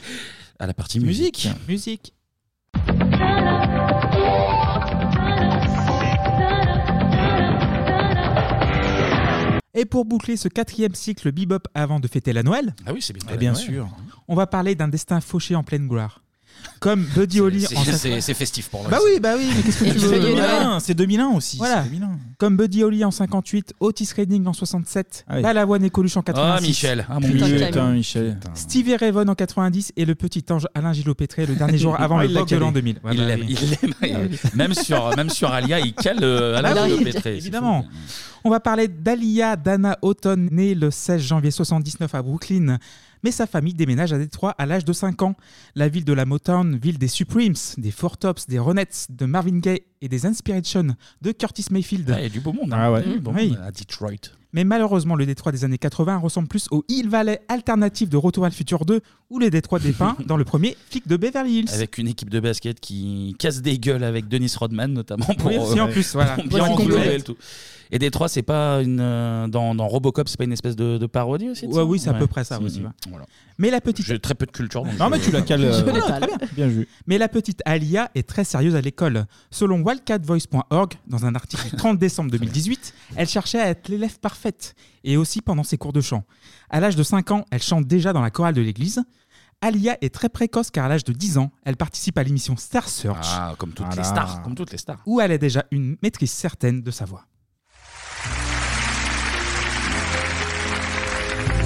Speaker 1: à la partie musique.
Speaker 6: Musique. Et pour boucler ce quatrième cycle bebop avant de fêter la Noël,
Speaker 1: Ah oui, c'est bien.
Speaker 6: Eh bien sûr, on va parler d'un destin fauché en pleine gloire. Comme Buddy Holly
Speaker 1: C'est-
Speaker 6: en sa-
Speaker 1: C'est c'est festif pour moi.
Speaker 6: Bah oui, bah oui, mais qu'est-ce que tu veux
Speaker 7: C'est 2001, c'est 2001 aussi.
Speaker 6: Voilà.
Speaker 7: c'est 2001.
Speaker 6: Comme Buddy Holly en 58, Otis Redding en 67,
Speaker 7: oui.
Speaker 6: Balavoine et Coluche en 86.
Speaker 1: Michel, ah, mon
Speaker 7: Putain,
Speaker 1: Dieu.
Speaker 7: Putain, Michel.
Speaker 6: Stevie Ray Vaughan en 90 et le petit ange Alain Gilopétré le dernier
Speaker 1: *laughs*
Speaker 6: jour avant
Speaker 1: Ah,
Speaker 6: le
Speaker 1: il l'a
Speaker 6: bug de
Speaker 1: calé.
Speaker 6: l'an 2000.
Speaker 1: Il l'aime, *laughs* il l'aime. Même sur, même sur Alia, il cale euh, Alain
Speaker 6: Ah oui,
Speaker 1: Pétré.
Speaker 6: Évidemment. On va parler d'Alia Dana Houghton, née le 16 janvier 79 à Brooklyn. Mais sa famille déménage à Détroit à l'âge de 5 ans. La ville de la Motown, ville des Supremes, des Four Tops, des Ronettes, de Marvin Gaye et des Inspiration, de Curtis Mayfield.
Speaker 1: Ah, il y a du beau monde. hein. Il y a du beau
Speaker 6: Oui.
Speaker 1: monde à Detroit.
Speaker 6: Mais malheureusement, le Détroit des années 80 ressemble plus au Hill Valley alternatif de Retour à le futur 2 ou les Détroits des
Speaker 1: *laughs*
Speaker 6: pins dans le premier Flic de Beverly Hills.
Speaker 1: Avec une équipe de basket qui casse des gueules avec Dennis Rodman, notamment pour, euh,
Speaker 6: Oui, aussi, en plus,
Speaker 1: pour
Speaker 6: voilà.
Speaker 1: bien
Speaker 6: Ouais, c'est
Speaker 1: enjouer
Speaker 6: correct.
Speaker 1: et tout. Et Détroit, c'est pas une. euh, Dans, dans Robocop, c'est pas une espèce de, de parodie aussi de
Speaker 6: Ouais,
Speaker 1: ça
Speaker 6: oui, c'est à peu près ça
Speaker 1: Mm,
Speaker 6: aussi,
Speaker 1: mm,
Speaker 6: ouais.
Speaker 1: voilà.
Speaker 6: Mais la petite.
Speaker 1: J'ai très peu de culture. donc
Speaker 6: Non,
Speaker 1: je-
Speaker 6: mais tu la cales, euh, Je l'ai pas, là.
Speaker 7: Bien vu.
Speaker 6: Mais la petite Alia est très sérieuse à l'école. Selon wildcatvoice.org, dans un article du 30 décembre 2018, elle cherchait à être l'élève parfaite, et aussi pendant ses cours de chant. À l'âge de 5 ans, elle chante déjà dans la chorale de l'église. Alia est très précoce car à l'âge de 10 ans, elle participe à l'émission Star Search.
Speaker 1: Ah, comme toutes les stars, comme toutes les stars.
Speaker 6: Où elle a déjà une maîtrise certaine de sa voix.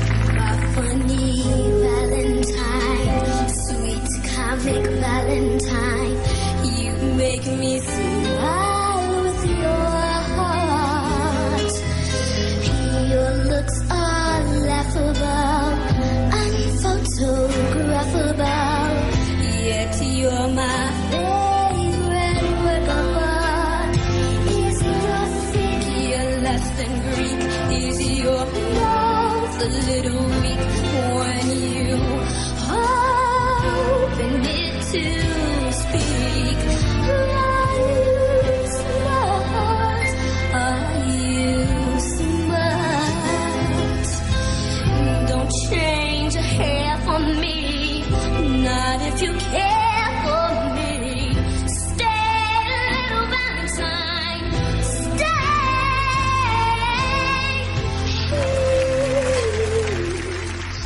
Speaker 14: Funny Valentine, sweet comic Valentine, you make me smile with your heart. Your looks are laughable, unphotographable, yet you're my favorite work of art. Is your figure less than Greek? Is your mouth a little weak when you open it to speak? Are you smart? Are you smart? Don't change a hair for me, not if you care for me. Stay, little Valentine, stay.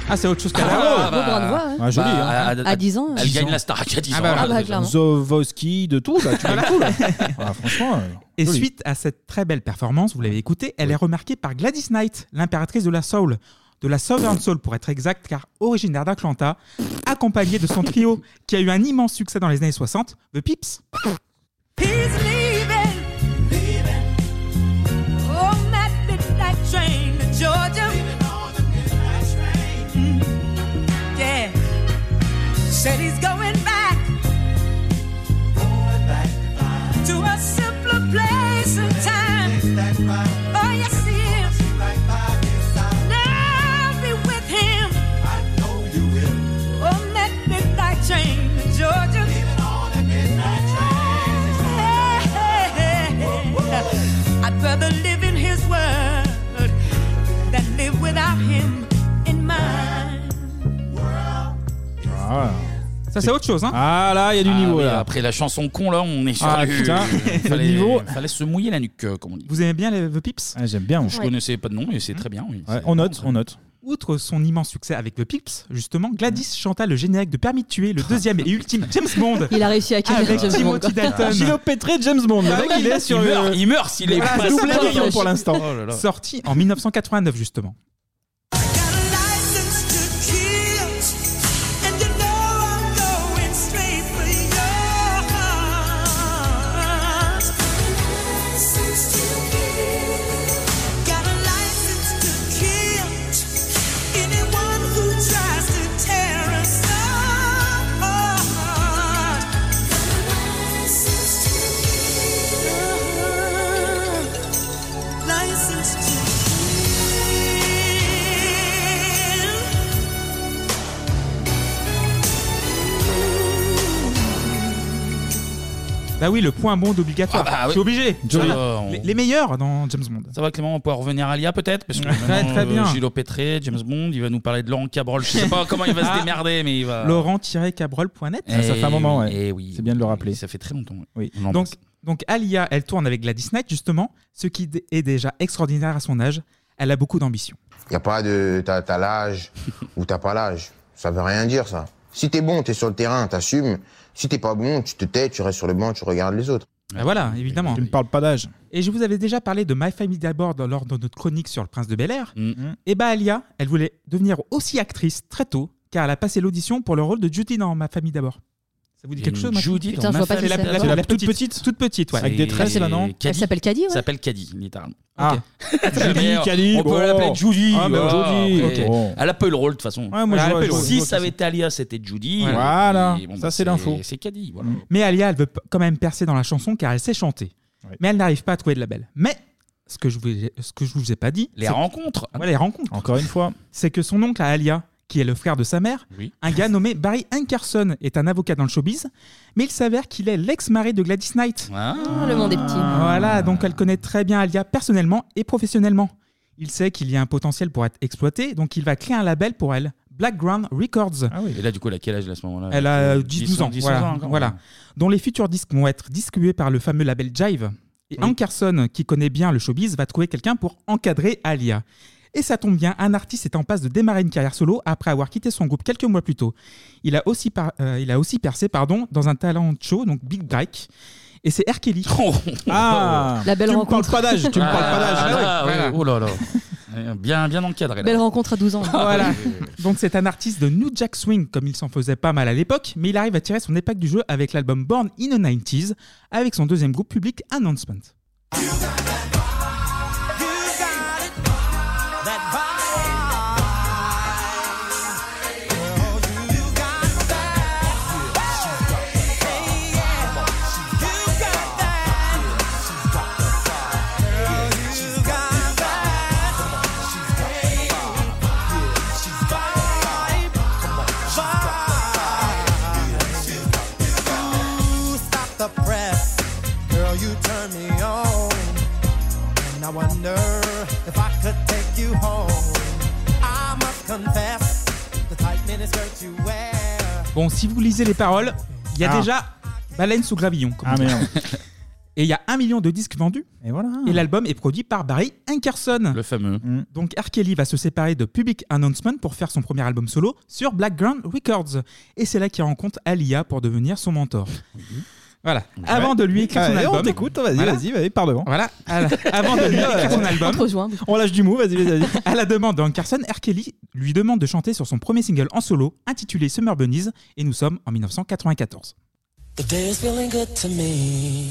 Speaker 6: Ah, c'est autre chose qu'elle
Speaker 1: Ah, bah,
Speaker 7: Ah, joli,
Speaker 1: bah,
Speaker 7: hein.
Speaker 1: à- à- À 10 ans, euh. elle gagne la Starac à
Speaker 6: Ah
Speaker 1: 10
Speaker 6: bah
Speaker 1: ans, là, déjà.
Speaker 7: Zovoski, de tout, là, tu gagnes tout, là.
Speaker 6: *laughs*
Speaker 7: Ah, franchement. euh,
Speaker 6: Et
Speaker 7: joli.
Speaker 6: suite à cette très belle performance, vous l'avez écouté, elle est remarquée par Gladys Knight, l'impératrice de la Soul. De la Southern Soul pour être exact, car originaire d'Atlanta, accompagnée de son trio qui a eu un immense succès dans les années 60, The Pips.
Speaker 2: He's leaving, leaving. Oh, that midnight train to Georgia. Mm. Yeah. Said he's going back. To a simpler place and time. Oh, yes, he is. Now be Oh, with him. On that midnight train to Georgia. *laughs* have him in mind.
Speaker 6: Ah. Ça, c'est autre chose, hein
Speaker 7: Ah là, il y a du niveau
Speaker 1: oui,
Speaker 7: là.
Speaker 1: Après la chanson con, là, on est sur
Speaker 7: Ah,
Speaker 1: du- *laughs*
Speaker 7: putain, le
Speaker 1: fallait,
Speaker 7: niveau.
Speaker 1: fallait se mouiller la nuque, euh, comme on dit.
Speaker 6: Vous aimez bien les The Pips
Speaker 7: Ah, J'aime bien.
Speaker 1: Je
Speaker 6: Ouais. Mmh.
Speaker 1: connaissais pas de nom, mais c'est très bien. Oui.
Speaker 7: on note, on note. Mmh.
Speaker 6: Outre son immense succès avec The Pips, justement, Gladys chanta le générique de Permis de tuer, le deuxième et ultime James Bond.
Speaker 8: Il a réussi à cueillir
Speaker 6: Avec
Speaker 8: James Bond,
Speaker 6: Timothy
Speaker 8: quoi.
Speaker 6: Dalton.
Speaker 7: Gilopétré James Bond.
Speaker 6: Ah
Speaker 7: Le mec,
Speaker 6: oui,
Speaker 7: il est sur.
Speaker 6: il meurt,
Speaker 7: euh,
Speaker 6: il meurt s'il est
Speaker 7: voilà,
Speaker 6: pas
Speaker 7: double
Speaker 6: sur-
Speaker 7: avion pour l'instant.
Speaker 6: Oh là là. Sorti en 1989 justement.
Speaker 2: And you know I'm going straight for yours. Got a license to kill anyone who tries to tear us apart. License to kill.
Speaker 6: Bah oui, le point Bond obligatoire.
Speaker 1: Ah bah oui.
Speaker 6: C'est obligé.
Speaker 1: Jolie.
Speaker 6: Voilà.
Speaker 1: Euh, on-
Speaker 6: Les, les meilleurs dans James Bond.
Speaker 1: Ça va Clément, on pourra revenir à Lia peut-être parce que
Speaker 6: Très, très bien.
Speaker 1: euh, Pétré, James Bond, il va nous parler de Laurent Cabrol. Je sais pas comment il va se
Speaker 6: Ah.
Speaker 1: démerder, mais il va. Eh
Speaker 6: Laurent-cabrol.net.
Speaker 7: Ah, ça fait un moment, ouais.
Speaker 1: oui,
Speaker 7: C'est bien de le rappeler.
Speaker 1: Ça fait très longtemps.
Speaker 7: Oui.
Speaker 6: Donc, donc Alia, elle tourne avec Gladys Knight justement, ce qui d- est déjà extraordinaire à son âge. Elle a beaucoup d'ambition.
Speaker 20: Il n'y a pas de t'as t'as l'âge ou t'as pas l'âge. Ça veut rien dire, ça. Si t'es bon, t'es sur le terrain, t'assumes. Si t'es pas bon, tu te tais, tu restes sur le banc, tu regardes les autres.
Speaker 6: Ah, voilà, évidemment.
Speaker 7: Tu ne parles pas d'âge.
Speaker 6: Et je vous avais déjà parlé de My Family d'abord dans- lors de notre chronique sur le prince de Bel
Speaker 1: Mm.
Speaker 6: Air.
Speaker 7: Mm.
Speaker 6: Et bah Alia, elle voulait devenir aussi actrice très tôt, car elle a passé l'audition pour le rôle de Judy dans Ma Famille d'abord. Ça vous dit
Speaker 1: Il y a
Speaker 6: quelque
Speaker 1: une
Speaker 6: chose Mathieu
Speaker 1: Judy dans Putain, je Ma vois pas
Speaker 6: C'est
Speaker 1: qui
Speaker 6: la,
Speaker 1: c'est.
Speaker 6: la-
Speaker 1: C'est
Speaker 6: la
Speaker 1: la
Speaker 6: toute petite, toute petite, ouais.
Speaker 1: Elle s'appelle Caddy. Elle s'appelle Caddy, littéralement.
Speaker 6: Ah.
Speaker 1: Mais, euh, On peut l'appeler Judy.
Speaker 7: Ah, mais
Speaker 1: voilà,
Speaker 7: Judy,
Speaker 1: après.
Speaker 7: bon.
Speaker 1: Elle a peu le rôle de toute façon.
Speaker 7: Ouais, moi, je
Speaker 1: Elle a
Speaker 7: vois-
Speaker 1: peu le
Speaker 7: je vois-
Speaker 1: rôle.
Speaker 7: je
Speaker 1: Si
Speaker 7: vois
Speaker 1: ça
Speaker 7: qui
Speaker 1: avait été Alias, c'était Judy.
Speaker 6: Voilà.
Speaker 1: Et bon,
Speaker 6: Ça,
Speaker 1: bah,
Speaker 6: c'est l'info.
Speaker 1: C'est Caddy. voilà.
Speaker 6: Mm. Mais Alia, elle veut p- quand même percer dans la chanson car elle sait chanter. Mais elle n'arrive pas à trouver de label. Mais ce que je vous ai, ce que je vous ai pas dit,
Speaker 1: Les
Speaker 6: c'est-
Speaker 1: rencontres.
Speaker 6: Ouais, les rencontres. Encore une fois, c'est que son oncle à Alia, qui est le frère de sa mère,
Speaker 1: Oui.
Speaker 6: un gars nommé Barry Ankerson, est un avocat dans le showbiz, mais il s'avère qu'il est l'ex-mari de Gladys Knight.
Speaker 1: Ah.
Speaker 8: Ah, le monde est petit.
Speaker 6: Voilà, donc elle connaît très bien Alia personnellement et professionnellement. Il sait qu'il y a un potentiel pour être exploité, donc il va créer un label pour elle, Blackground Records.
Speaker 1: Et là, du coup, elle a quel âge là, euh, à ce moment-là
Speaker 6: Elle a
Speaker 1: 10,
Speaker 6: 10-12 ans,
Speaker 1: 10,
Speaker 6: voilà,
Speaker 1: encore.
Speaker 6: voilà. dont les futurs disques vont être distribués par le fameux label Jive. Et Ankerson, qui connaît bien le showbiz, va trouver quelqu'un pour encadrer Alia. Et ça tombe bien, un artiste est en passe de démarrer une carrière solo après avoir quitté son groupe quelques mois plus tôt. Il a aussi, par- euh, il a aussi percé pardon, dans un talent show, donc Big Break. Et c'est R.
Speaker 1: *laughs*
Speaker 6: Kelly. Ah.
Speaker 8: oh. La belle
Speaker 6: Tu me
Speaker 8: rencontre.
Speaker 6: parles pas d'âge, tu me parles pas d'âge.
Speaker 1: Ah,
Speaker 6: Ouais,
Speaker 1: ouais,
Speaker 6: voilà.
Speaker 1: Oh là là. Euh, Bien, bien encadré. là.
Speaker 8: Belle rencontre à 12
Speaker 7: Ah,
Speaker 8: ans.
Speaker 7: bah
Speaker 1: *laughs*
Speaker 6: Voilà. Donc c'est un artiste de New Jack Swing, comme il s'en faisait pas mal à l'époque, mais il arrive à tirer son épingle du jeu avec l'album Born in the 90s, avec son deuxième groupe public Announcement.
Speaker 2: Ooh, stop the press. Girl, you turn me on. And I wonder if I could take you home. I must confess, the tight miniskirt you wear.
Speaker 6: Bon, si vous lisez les paroles, il y a
Speaker 2: Ah.
Speaker 6: déjà Baleine sous gravillon. comme
Speaker 7: Ah,
Speaker 6: on dit.
Speaker 7: merde.
Speaker 6: Et il y a un million de disques vendus.
Speaker 7: Et voilà. Mm.
Speaker 6: Et l'album est produit par Barry Ankerson.
Speaker 1: Le fameux.
Speaker 6: Donc R. Kelly va se séparer de Public Announcement pour faire son premier album solo sur Blackground Records. Et c'est là qu'il rencontre Alia pour devenir son mentor.
Speaker 1: Mmh.
Speaker 6: Voilà. Avant de lui écrire son
Speaker 7: Allez,
Speaker 6: album.
Speaker 7: On t'écoute, vas-y,
Speaker 6: Voilà.
Speaker 7: vas-y, vas-y, par devant.
Speaker 6: Voilà. À la-
Speaker 7: *laughs*
Speaker 6: Avant de lui écrire son album.
Speaker 7: On lâche du mou, vas-y, vas-y. vas-y.
Speaker 6: À la demande d'Ankerson, R. Kelly lui demande de chanter sur son premier single en solo intitulé Summer Bunnies et nous sommes en 1994.
Speaker 2: The day is feeling good to me.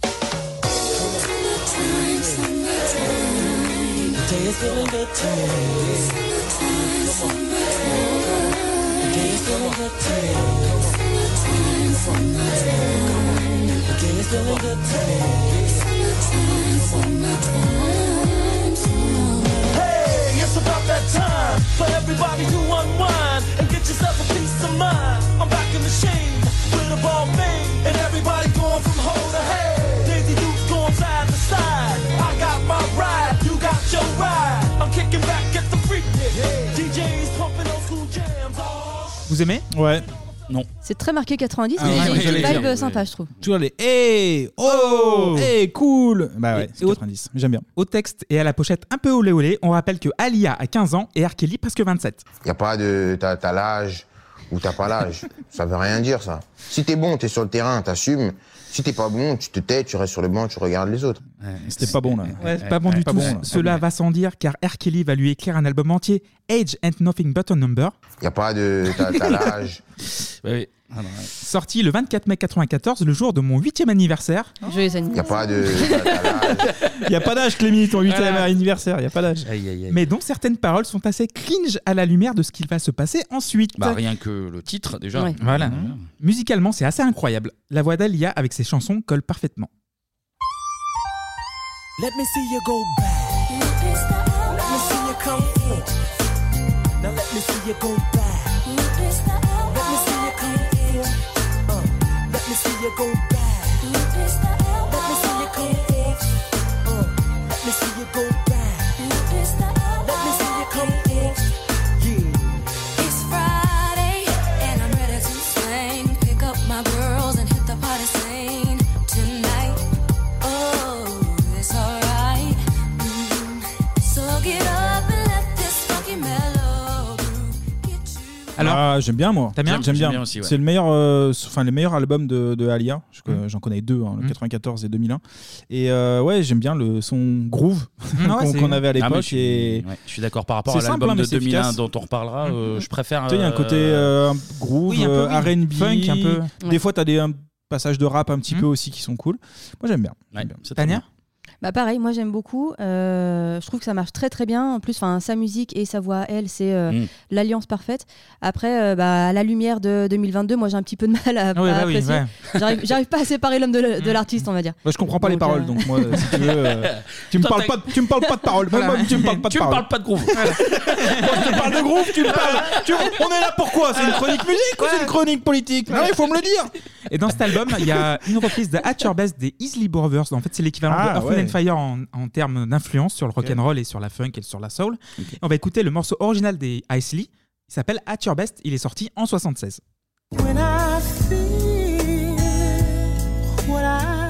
Speaker 2: The day is feeling good to me. The day is feeling good to me. The day is feeling good to me. Hey, it's about that time for everybody to unwind and get yourself a peace of mind. I'm back in the shade with a ball made and everybody going from hole to head. Lazy dudes going side to side. I got my ride, you got your ride. I'm kicking back and Oh.
Speaker 6: Vous aimez
Speaker 7: Ouais.
Speaker 1: Non.
Speaker 8: C'est très marqué 90,
Speaker 7: Ah
Speaker 8: mais
Speaker 7: ouais,
Speaker 8: j'ai
Speaker 7: ouais,
Speaker 8: une
Speaker 7: j'allais
Speaker 8: vibe
Speaker 7: dire.
Speaker 8: sympa, je trouve.
Speaker 7: Toujours les hey, oh, hey, cool. Bah ouais, c'est 90. J'aime bien.
Speaker 6: Au texte et à la pochette un peu olé olé, on rappelle que Alia a 15 ans et R. Kelly presque 27.
Speaker 26: Y a pas de. T'as t'as l'âge ou t'as pas l'âge. ça veut rien dire, ça. Si t'es bon, t'es sur le terrain, t'assumes. Si t'es pas bon, tu te tais, tu restes sur le banc, tu regardes les autres.
Speaker 7: C'était pas bon, là.
Speaker 6: Ouais, c'est pas bon du tout. Cela va sans dire car R. Kelly va lui écrire un album entier, Age and Nothing But a Number,
Speaker 26: Y a pas de. T'as
Speaker 6: *laughs*
Speaker 26: t'as l'âge.
Speaker 1: Bah
Speaker 7: Ah
Speaker 6: sorti le 24 mai 94, le jour de mon 8
Speaker 7: *laughs*
Speaker 6: anniversaire.
Speaker 8: Oh. Joyeux anniversaire.
Speaker 26: pas de.
Speaker 7: Il y a pas d'âge, Clémy, ton 8
Speaker 6: Voilà.
Speaker 7: anniversaire. Il y a pas d'âge.
Speaker 6: Mais dont certaines paroles sont assez cringe à la lumière de ce qu'il va se passer ensuite.
Speaker 1: Bah, rien que le titre, déjà.
Speaker 6: Ouais. Voilà. Musicalement, c'est assez incroyable. La voix d'Alia avec ses chansons colle parfaitement.
Speaker 2: Let me see you go back. Let me see you come in. Now let me see you go back. Let me see you come in. Uh, let me see you go back. Let me see you come in. Uh, let me see you go back. Let me see you come in.
Speaker 14: It's Friday and I'm ready to swing. Pick up my girls and hit the party scene tonight. Oh, it's alright. Mm. So get up and let this funky mellow
Speaker 7: Alors, Ah, j'aime bien moi.
Speaker 6: T'aimes bien
Speaker 7: J'aime bien.
Speaker 6: J'aime bien aussi, ouais.
Speaker 7: C'est le meilleur, euh, enfin les meilleurs albums de, de Alia. Je- J'en connais deux, hein, le
Speaker 6: Mm.
Speaker 7: 94 et 2001. Et euh, ouais, j'aime bien le son groove
Speaker 6: Mmh.
Speaker 1: Ah ouais,
Speaker 7: *laughs* qu'on
Speaker 1: c'est-
Speaker 7: qu'on avait à
Speaker 1: Ah, mais je
Speaker 7: l'époque.
Speaker 1: suis-
Speaker 7: et
Speaker 1: ouais, je suis d'accord par rapport
Speaker 7: c'est
Speaker 1: à
Speaker 7: simple,
Speaker 1: l'album
Speaker 7: hein, mais
Speaker 1: de
Speaker 7: c'est
Speaker 1: 2001
Speaker 7: efficace.
Speaker 1: dont on reparlera. euh, je préfère.
Speaker 7: Tu sais, il y a un
Speaker 1: euh,
Speaker 7: côté euh, groove,
Speaker 1: oui, un peu,
Speaker 7: euh,
Speaker 1: oui.
Speaker 7: R&B,
Speaker 1: Funk, un peu. Hmm.
Speaker 7: Des fois, t'as des um, passages de rap un petit peu aussi qui sont cool. Moi, j'aime bien. J'aime bien.
Speaker 6: Tania
Speaker 8: *laughs* Bah pareil, moi j'aime beaucoup. Euh, je trouve que ça marche très très bien. En plus, enfin, sa musique et sa voix, à elle, c'est euh,
Speaker 6: Mm.
Speaker 8: l'alliance parfaite. Après, euh, bah, à la lumière de 2022, moi j'ai un petit peu de mal
Speaker 6: Ah
Speaker 8: à,
Speaker 7: Ouais,
Speaker 8: à
Speaker 7: bah oui,
Speaker 8: apprécier.
Speaker 7: ouais.
Speaker 8: J'arrive- J'arrive pas à séparer l'homme de le-
Speaker 6: Mm.
Speaker 8: de l'artiste, on va dire.
Speaker 7: Moi, Bah, je comprends pas les paroles, donc moi, si tu veux,
Speaker 1: *laughs*
Speaker 7: euh, tu me
Speaker 1: Toi,
Speaker 7: parles
Speaker 1: t'as-
Speaker 7: pas, de- tu me parles pas de paroles. Moi,
Speaker 1: Voilà.
Speaker 7: tu me parles pas de
Speaker 1: Tu me
Speaker 7: paroles.
Speaker 1: parles pas de groove. *laughs*
Speaker 7: je te parle de groove, tu me parles. tu- On est là pourquoi C'est une chronique musique ou c'est une chronique politique Non, il faut me le dire.
Speaker 6: Et dans cet album, il y
Speaker 7: *laughs*
Speaker 6: a une reprise de At Your Best des Isley Brothers. En fait, c'est l'équivalent
Speaker 7: Ah,
Speaker 6: de Earth, Wind
Speaker 7: ouais.
Speaker 6: and Fire en, en termes d'influence sur le rock and roll et sur la funk et sur la soul. Et on va écouter le morceau original des Isley. Il s'appelle At Your Best. Il est sorti en 76.
Speaker 2: When I feel what I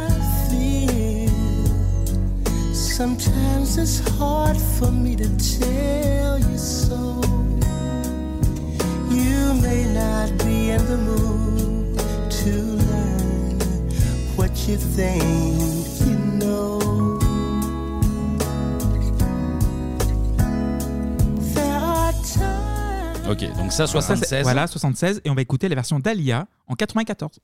Speaker 2: feel, sometimes it's hard for me to tell you so. You may not be in the mood to learn what you think you know. There are times.
Speaker 1: Ok, donc ça, 76.
Speaker 6: Voilà, 76. Et on va écouter la version d'Alia en 94.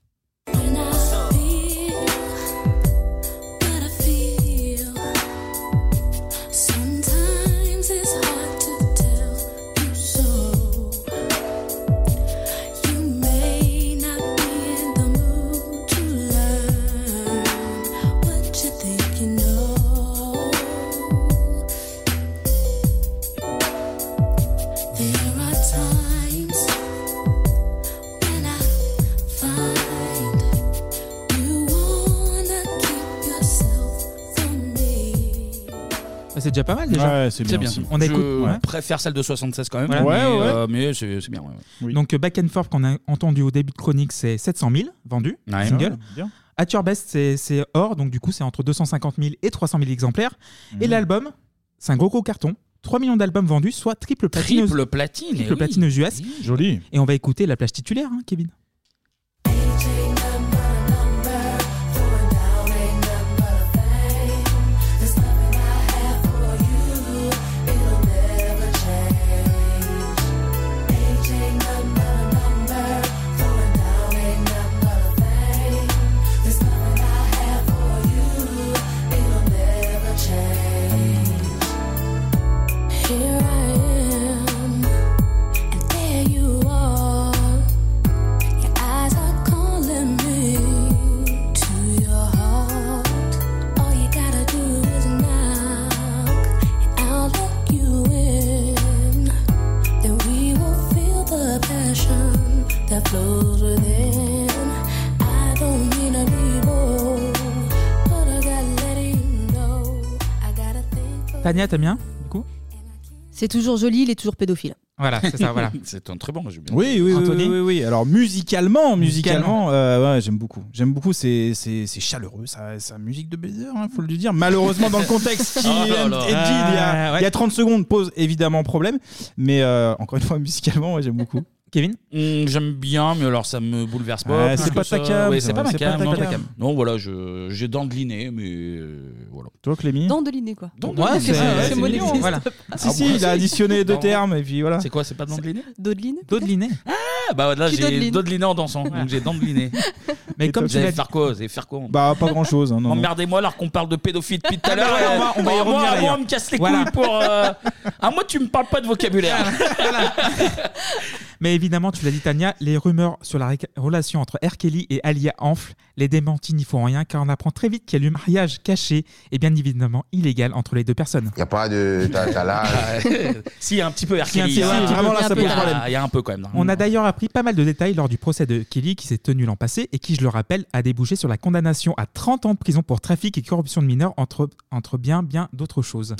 Speaker 14: Sometimes it's hard to tell you so. You may not be in the mood to learn what you think you know. There are times when I find you wanna keep yourself from me.
Speaker 6: Bah, C'est déjà pas mal déjà.
Speaker 7: Ouais, c'est bien aussi.
Speaker 6: On écoute.
Speaker 1: Je
Speaker 6: ouais.
Speaker 1: préfère celle de 76 quand même.
Speaker 6: Voilà.
Speaker 1: mais,
Speaker 6: Ouais, ouais.
Speaker 1: euh, mais c'est c'est bien. ouais, ouais.
Speaker 6: Donc euh, Back and Forth qu'on a entendu au début de chronique, c'est 700 000 vendus,
Speaker 1: Ouais.
Speaker 6: single.
Speaker 1: Ouais,
Speaker 7: Ah,
Speaker 1: bien.
Speaker 6: At Your Best, c'est- c'est hors, donc du coup c'est entre 250 000 et 300 000 exemplaires.
Speaker 7: Mhm.
Speaker 6: Et l'album, c'est un gros gros carton. 3 millions d'albums vendus, soit triple platine. aux-
Speaker 1: Triple platine,
Speaker 6: triple
Speaker 1: eh oui.
Speaker 6: platine aux US.
Speaker 7: Joli.
Speaker 6: Et on va écouter la plage titulaire, hein, Kevin.
Speaker 14: Here I am, and there you are. Your eyes are calling me to your heart. All you gotta do is knock, and I'll let you in. Then we will feel the passion that flows within. I don't mean to be bold, but I gotta let you know I gotta think.
Speaker 6: Tania, t'aimes bien
Speaker 8: C'est toujours joli, il est toujours pédophile.
Speaker 6: Voilà, c'est ça, voilà.
Speaker 1: Ah, c'est un très bon résumé.
Speaker 7: Oui, oui, oui,
Speaker 6: Anthony
Speaker 7: oui, oui, oui. Alors musicalement,
Speaker 6: Musicalement.
Speaker 7: musicalement, euh, ouais, j'aime beaucoup. J'aime beaucoup. C'est c'est- c'est chaleureux. Ça, ça musique de baiser, hein, faut le dire. Malheureusement, dans le contexte qui
Speaker 6: Oh là
Speaker 7: est,
Speaker 6: là.
Speaker 7: est dit, il y, a,
Speaker 6: Ah,
Speaker 7: il y a 30 secondes pose évidemment problème. Mais euh, encore une fois, musicalement, ouais, j'aime beaucoup.
Speaker 6: Kevin
Speaker 1: J'aime bien, mais alors ça me bouleverse pas.
Speaker 7: Ouais,
Speaker 1: plus
Speaker 7: c'est
Speaker 1: que
Speaker 7: pas
Speaker 1: ça.
Speaker 7: ta cam,
Speaker 1: Ouais,
Speaker 7: ça,
Speaker 1: c'est pas ma
Speaker 7: c'est pas
Speaker 1: cam.
Speaker 7: ta
Speaker 1: non,
Speaker 7: cam.
Speaker 1: cam. Non, voilà, je- j'ai dents de l'inné, mais euh, voilà.
Speaker 7: Toi, Clémy
Speaker 27: Dents de l'inné, quoi.
Speaker 1: Dents de
Speaker 7: Ouais,
Speaker 1: l'inné,
Speaker 7: c'est-
Speaker 1: ouais,
Speaker 7: c'est mignon,
Speaker 1: mignon.
Speaker 7: voilà.
Speaker 1: Ah,
Speaker 7: Si,
Speaker 1: bon, *laughs*
Speaker 7: si, il a additionné deux
Speaker 1: Non.
Speaker 7: termes, et puis voilà.
Speaker 1: C'est quoi, c'est pas dents de l'inné
Speaker 27: Dodeline
Speaker 6: Dodeline
Speaker 1: Ah, bah là,
Speaker 6: Qui
Speaker 1: j'ai
Speaker 6: dodeline
Speaker 1: dents de l'inné en dansant, donc j'ai dents de
Speaker 7: *laughs*
Speaker 1: l'inné.
Speaker 6: Mais comme
Speaker 1: vous
Speaker 6: tu l'as
Speaker 1: allez
Speaker 6: dit-
Speaker 1: faire quoi Vous allez faire quoi
Speaker 7: Bah, pas grand chose. non, Ah, non.
Speaker 1: Emmerdez-moi alors qu'on parle de pédophilie depuis tout à l'heure.
Speaker 6: on
Speaker 1: euh,
Speaker 6: va- on va y
Speaker 1: moi,
Speaker 6: revenir
Speaker 1: moi,
Speaker 6: d'ailleurs.
Speaker 1: on me casse les
Speaker 6: Voilà.
Speaker 1: couilles pour. euh, À moi, tu me parles pas
Speaker 7: *laughs*
Speaker 1: de vocabulaire.
Speaker 6: Mais évidemment, tu l'as dit, Tania, les rumeurs sur la ré- relation entre R. Kelly et Alia Amfle, les démentis n'y font rien, car on apprend très vite qu'il y a eu mariage caché et bien évidemment illégal entre les deux personnes.
Speaker 26: Il n'y a pas de. T'as
Speaker 6: *laughs*
Speaker 26: t'as l'âge.
Speaker 1: si, il y a un petit peu R.
Speaker 6: Si, un
Speaker 1: Kelly,
Speaker 6: petit peu,
Speaker 1: hein.
Speaker 6: un petit Vraiment, peu, là, un ça peu, pose là. problème.
Speaker 1: Il y a un peu quand même.
Speaker 6: On a d'ailleurs appris pas mal de détails lors du procès de Kelly qui s'est tenu l'an passé et qui, je le rappelle, a débouché sur la condamnation à 30 ans de prison pour trafic et corruption de mineurs entre, entre bien, bien d'autres choses.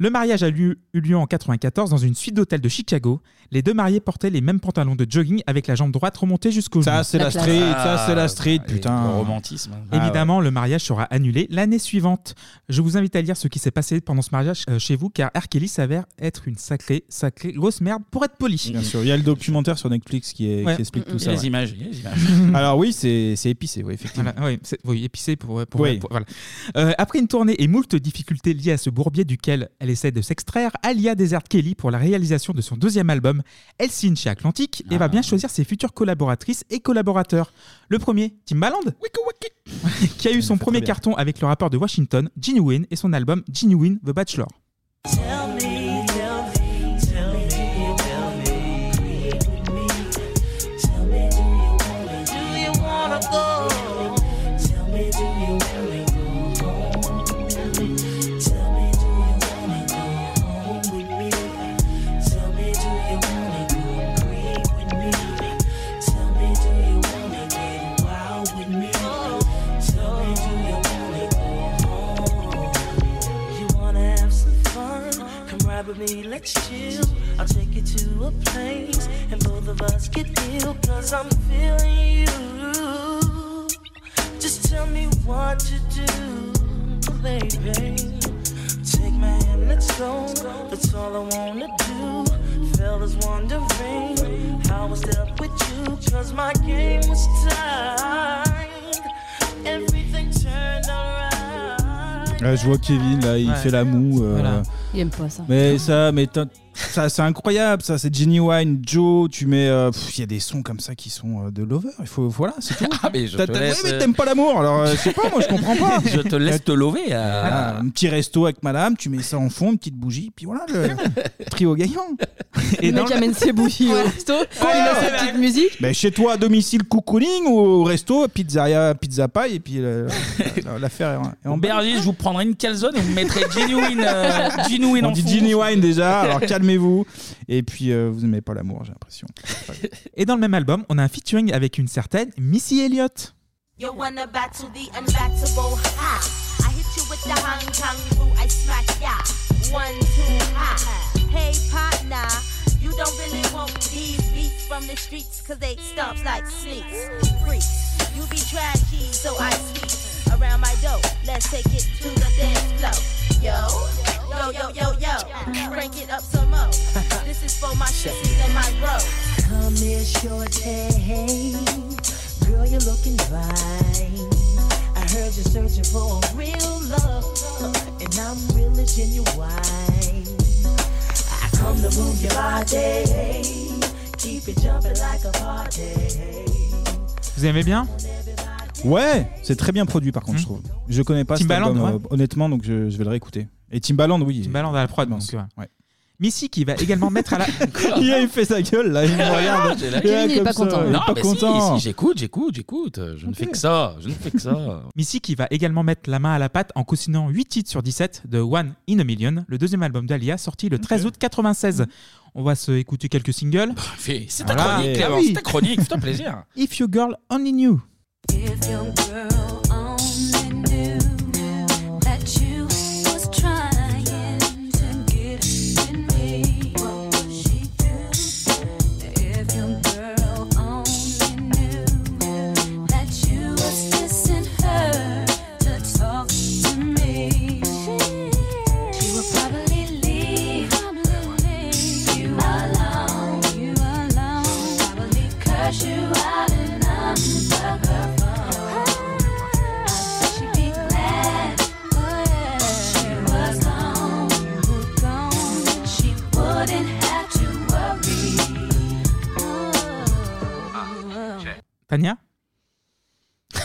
Speaker 6: Le mariage a lieu- eu lieu en 94 dans une suite d'hôtel de Chicago. Les deux mariés portaient les mêmes pantalons de jogging avec la jambe droite remontée jusqu'au genou.
Speaker 7: Ça, c'est la, street, ça, c'est la street, putain.
Speaker 1: Le romantisme.
Speaker 7: Ah
Speaker 1: hein.
Speaker 6: Évidemment, le mariage sera annulé l'année suivante. Je vous invite à lire ce qui s'est passé pendant ce mariage euh, chez vous, car R. Kelly s'avère être une sacrée, sacrée grosse merde pour être poli.
Speaker 7: Bien sûr, il y a le documentaire sur Netflix qui, est-
Speaker 6: Ouais.
Speaker 7: qui explique
Speaker 6: Mm,
Speaker 7: tout
Speaker 6: mm.
Speaker 7: ça.
Speaker 6: Il y a les
Speaker 7: ouais.
Speaker 6: images, il y a les images.
Speaker 7: Alors oui, c'est c'est épicé, oui, effectivement.
Speaker 6: Voilà, oui, c'est- oui, épicé pour. pour-
Speaker 7: Oui.
Speaker 6: pour- voilà. Euh, après une tournée et moult difficultés liées à ce bourbier duquel elle essaie de s'extraire, Alia déserte Kelly pour la réalisation de son deuxième album. Elle signe chez Atlantic et
Speaker 7: Ah.
Speaker 6: va bien choisir ses futures collaboratrices et collaborateurs. Le premier, Timbaland, *laughs* qui a
Speaker 7: *laughs*
Speaker 6: eu son premier carton avec le rappeur de Washington, Genuine, et son album Genuine The Bachelor.
Speaker 2: Tell me, tell me, tell me, tell me, agree with me. Tell me, do you wanna, do you wanna go? Tell me, do you wanna go home? Tell me, do you wanna go home with me? Tell me, do you wanna go agree with me? Tell me, do you wanna get wild with me? Tell me, do you wanna go home? You wanna have some fun? Come ride with me, let's chill. I'll take you to a place and both of us get ill. Cause I'm feeling you. Just tell me what to do, baby. Take my hand, let's go. That's all I wanna do. Fellas wondering how I dealt with you. Cause my game was tied. Everything turned around.
Speaker 7: Euh, je vois Kevin, là, il
Speaker 2: Ouais.
Speaker 7: fait la moue. euh,
Speaker 2: Voilà.
Speaker 27: Il aime pas ça.
Speaker 7: Mais ça, mais t'as- ça, c'est incroyable, ça, c'est Genuine, Joe, tu mets... euh, pff, Il y a des sons comme ça qui sont euh, de lover, il faut... Voilà, c'est tout.
Speaker 1: *laughs* Ah, mais je
Speaker 7: T'as-
Speaker 1: te
Speaker 7: t'as-
Speaker 1: laisse,
Speaker 7: ouais, mais
Speaker 1: euh,
Speaker 7: t'aimes pas l'amour, alors euh, je sais pas, moi je comprends pas.
Speaker 1: *laughs* Je te laisse te lever. euh.
Speaker 7: Voilà, un petit resto avec madame, tu mets ça en fond, une petite bougie, puis voilà, le trio
Speaker 1: *laughs*
Speaker 7: gagnant.
Speaker 27: Ah, le mec amène ses bougies au resto, il a sa petite musique.
Speaker 7: *laughs* Ben, chez toi, à domicile, cocooning ou au resto, pizzeria, pizza pie, et puis
Speaker 1: *laughs*
Speaker 7: euh, euh, l'affaire est en- est en
Speaker 1: En Berger, je vous prendrai une calzone et vous me mettrez Genuine, euh, genuine
Speaker 7: On
Speaker 1: en
Speaker 7: dit
Speaker 1: fond.
Speaker 7: Ginny Wine déjà, alors calmez-vous. Et puis, euh, vous n'aimez pas l'amour, j'ai l'impression.
Speaker 1: *laughs*
Speaker 6: Et dans le même album, on a un featuring avec une certaine Missy Elliott.
Speaker 14: You wanna battle the unbattable? Ha! I hit you with the Hong Kong boo, I smack ya. One, two, ha! Hey partner, you don't really want these beats from the streets, cause they stomp like sneaks. Freaks, you be trashy, so I speak around my dough. Let's take it to the dance floor. Yo, yo, yo, yo, yo, crank it up some more. This is for my shits and my bros.
Speaker 2: Come here, shorty. Girl, you're looking fine. I heard you're searching for a real love, and I'm really genuine. I come to move your body, keep it jumping like a party.
Speaker 6: Vous aimez bien Hmm.
Speaker 7: Ouais, c'est très bien produit par contre, je trouve. Je connais pas cet
Speaker 6: Timbaland,
Speaker 7: album,
Speaker 6: ouais.
Speaker 7: euh, honnêtement, donc je, je vais le réécouter. Et Timbaland, oui.
Speaker 6: Timbaland à la prod, donc, ouais.
Speaker 7: Ouais.
Speaker 6: Missy qui va également mettre
Speaker 7: *laughs*
Speaker 6: à la.
Speaker 7: il, a- il fait sa
Speaker 6: *laughs*
Speaker 7: gueule là, il me regarde.
Speaker 1: Ah, J'ai la-
Speaker 7: Il est comme
Speaker 27: hein.
Speaker 7: ça, Il est
Speaker 1: Non,
Speaker 7: pas
Speaker 1: mais si,
Speaker 7: content.
Speaker 1: si, j'écoute, j'écoute, j'écoute. Je ne fais que ça. Je ne fais que ça.
Speaker 6: *laughs* Missy qui va également mettre la main à la pâte en co-signant 8 titres sur 17 de One in a Million, le deuxième album d'Alia sorti le 13 août 96. On va se écouter quelques singles.
Speaker 1: Bah, C'est ta chronique,
Speaker 6: Ah
Speaker 1: Clément,
Speaker 6: oui.
Speaker 1: c'est ta chronique, fais-toi plaisir.
Speaker 6: *laughs* If your girl only knew.
Speaker 28: If your girl only knew that you was trying to get in me, what would she think?
Speaker 8: *laughs*
Speaker 6: Tania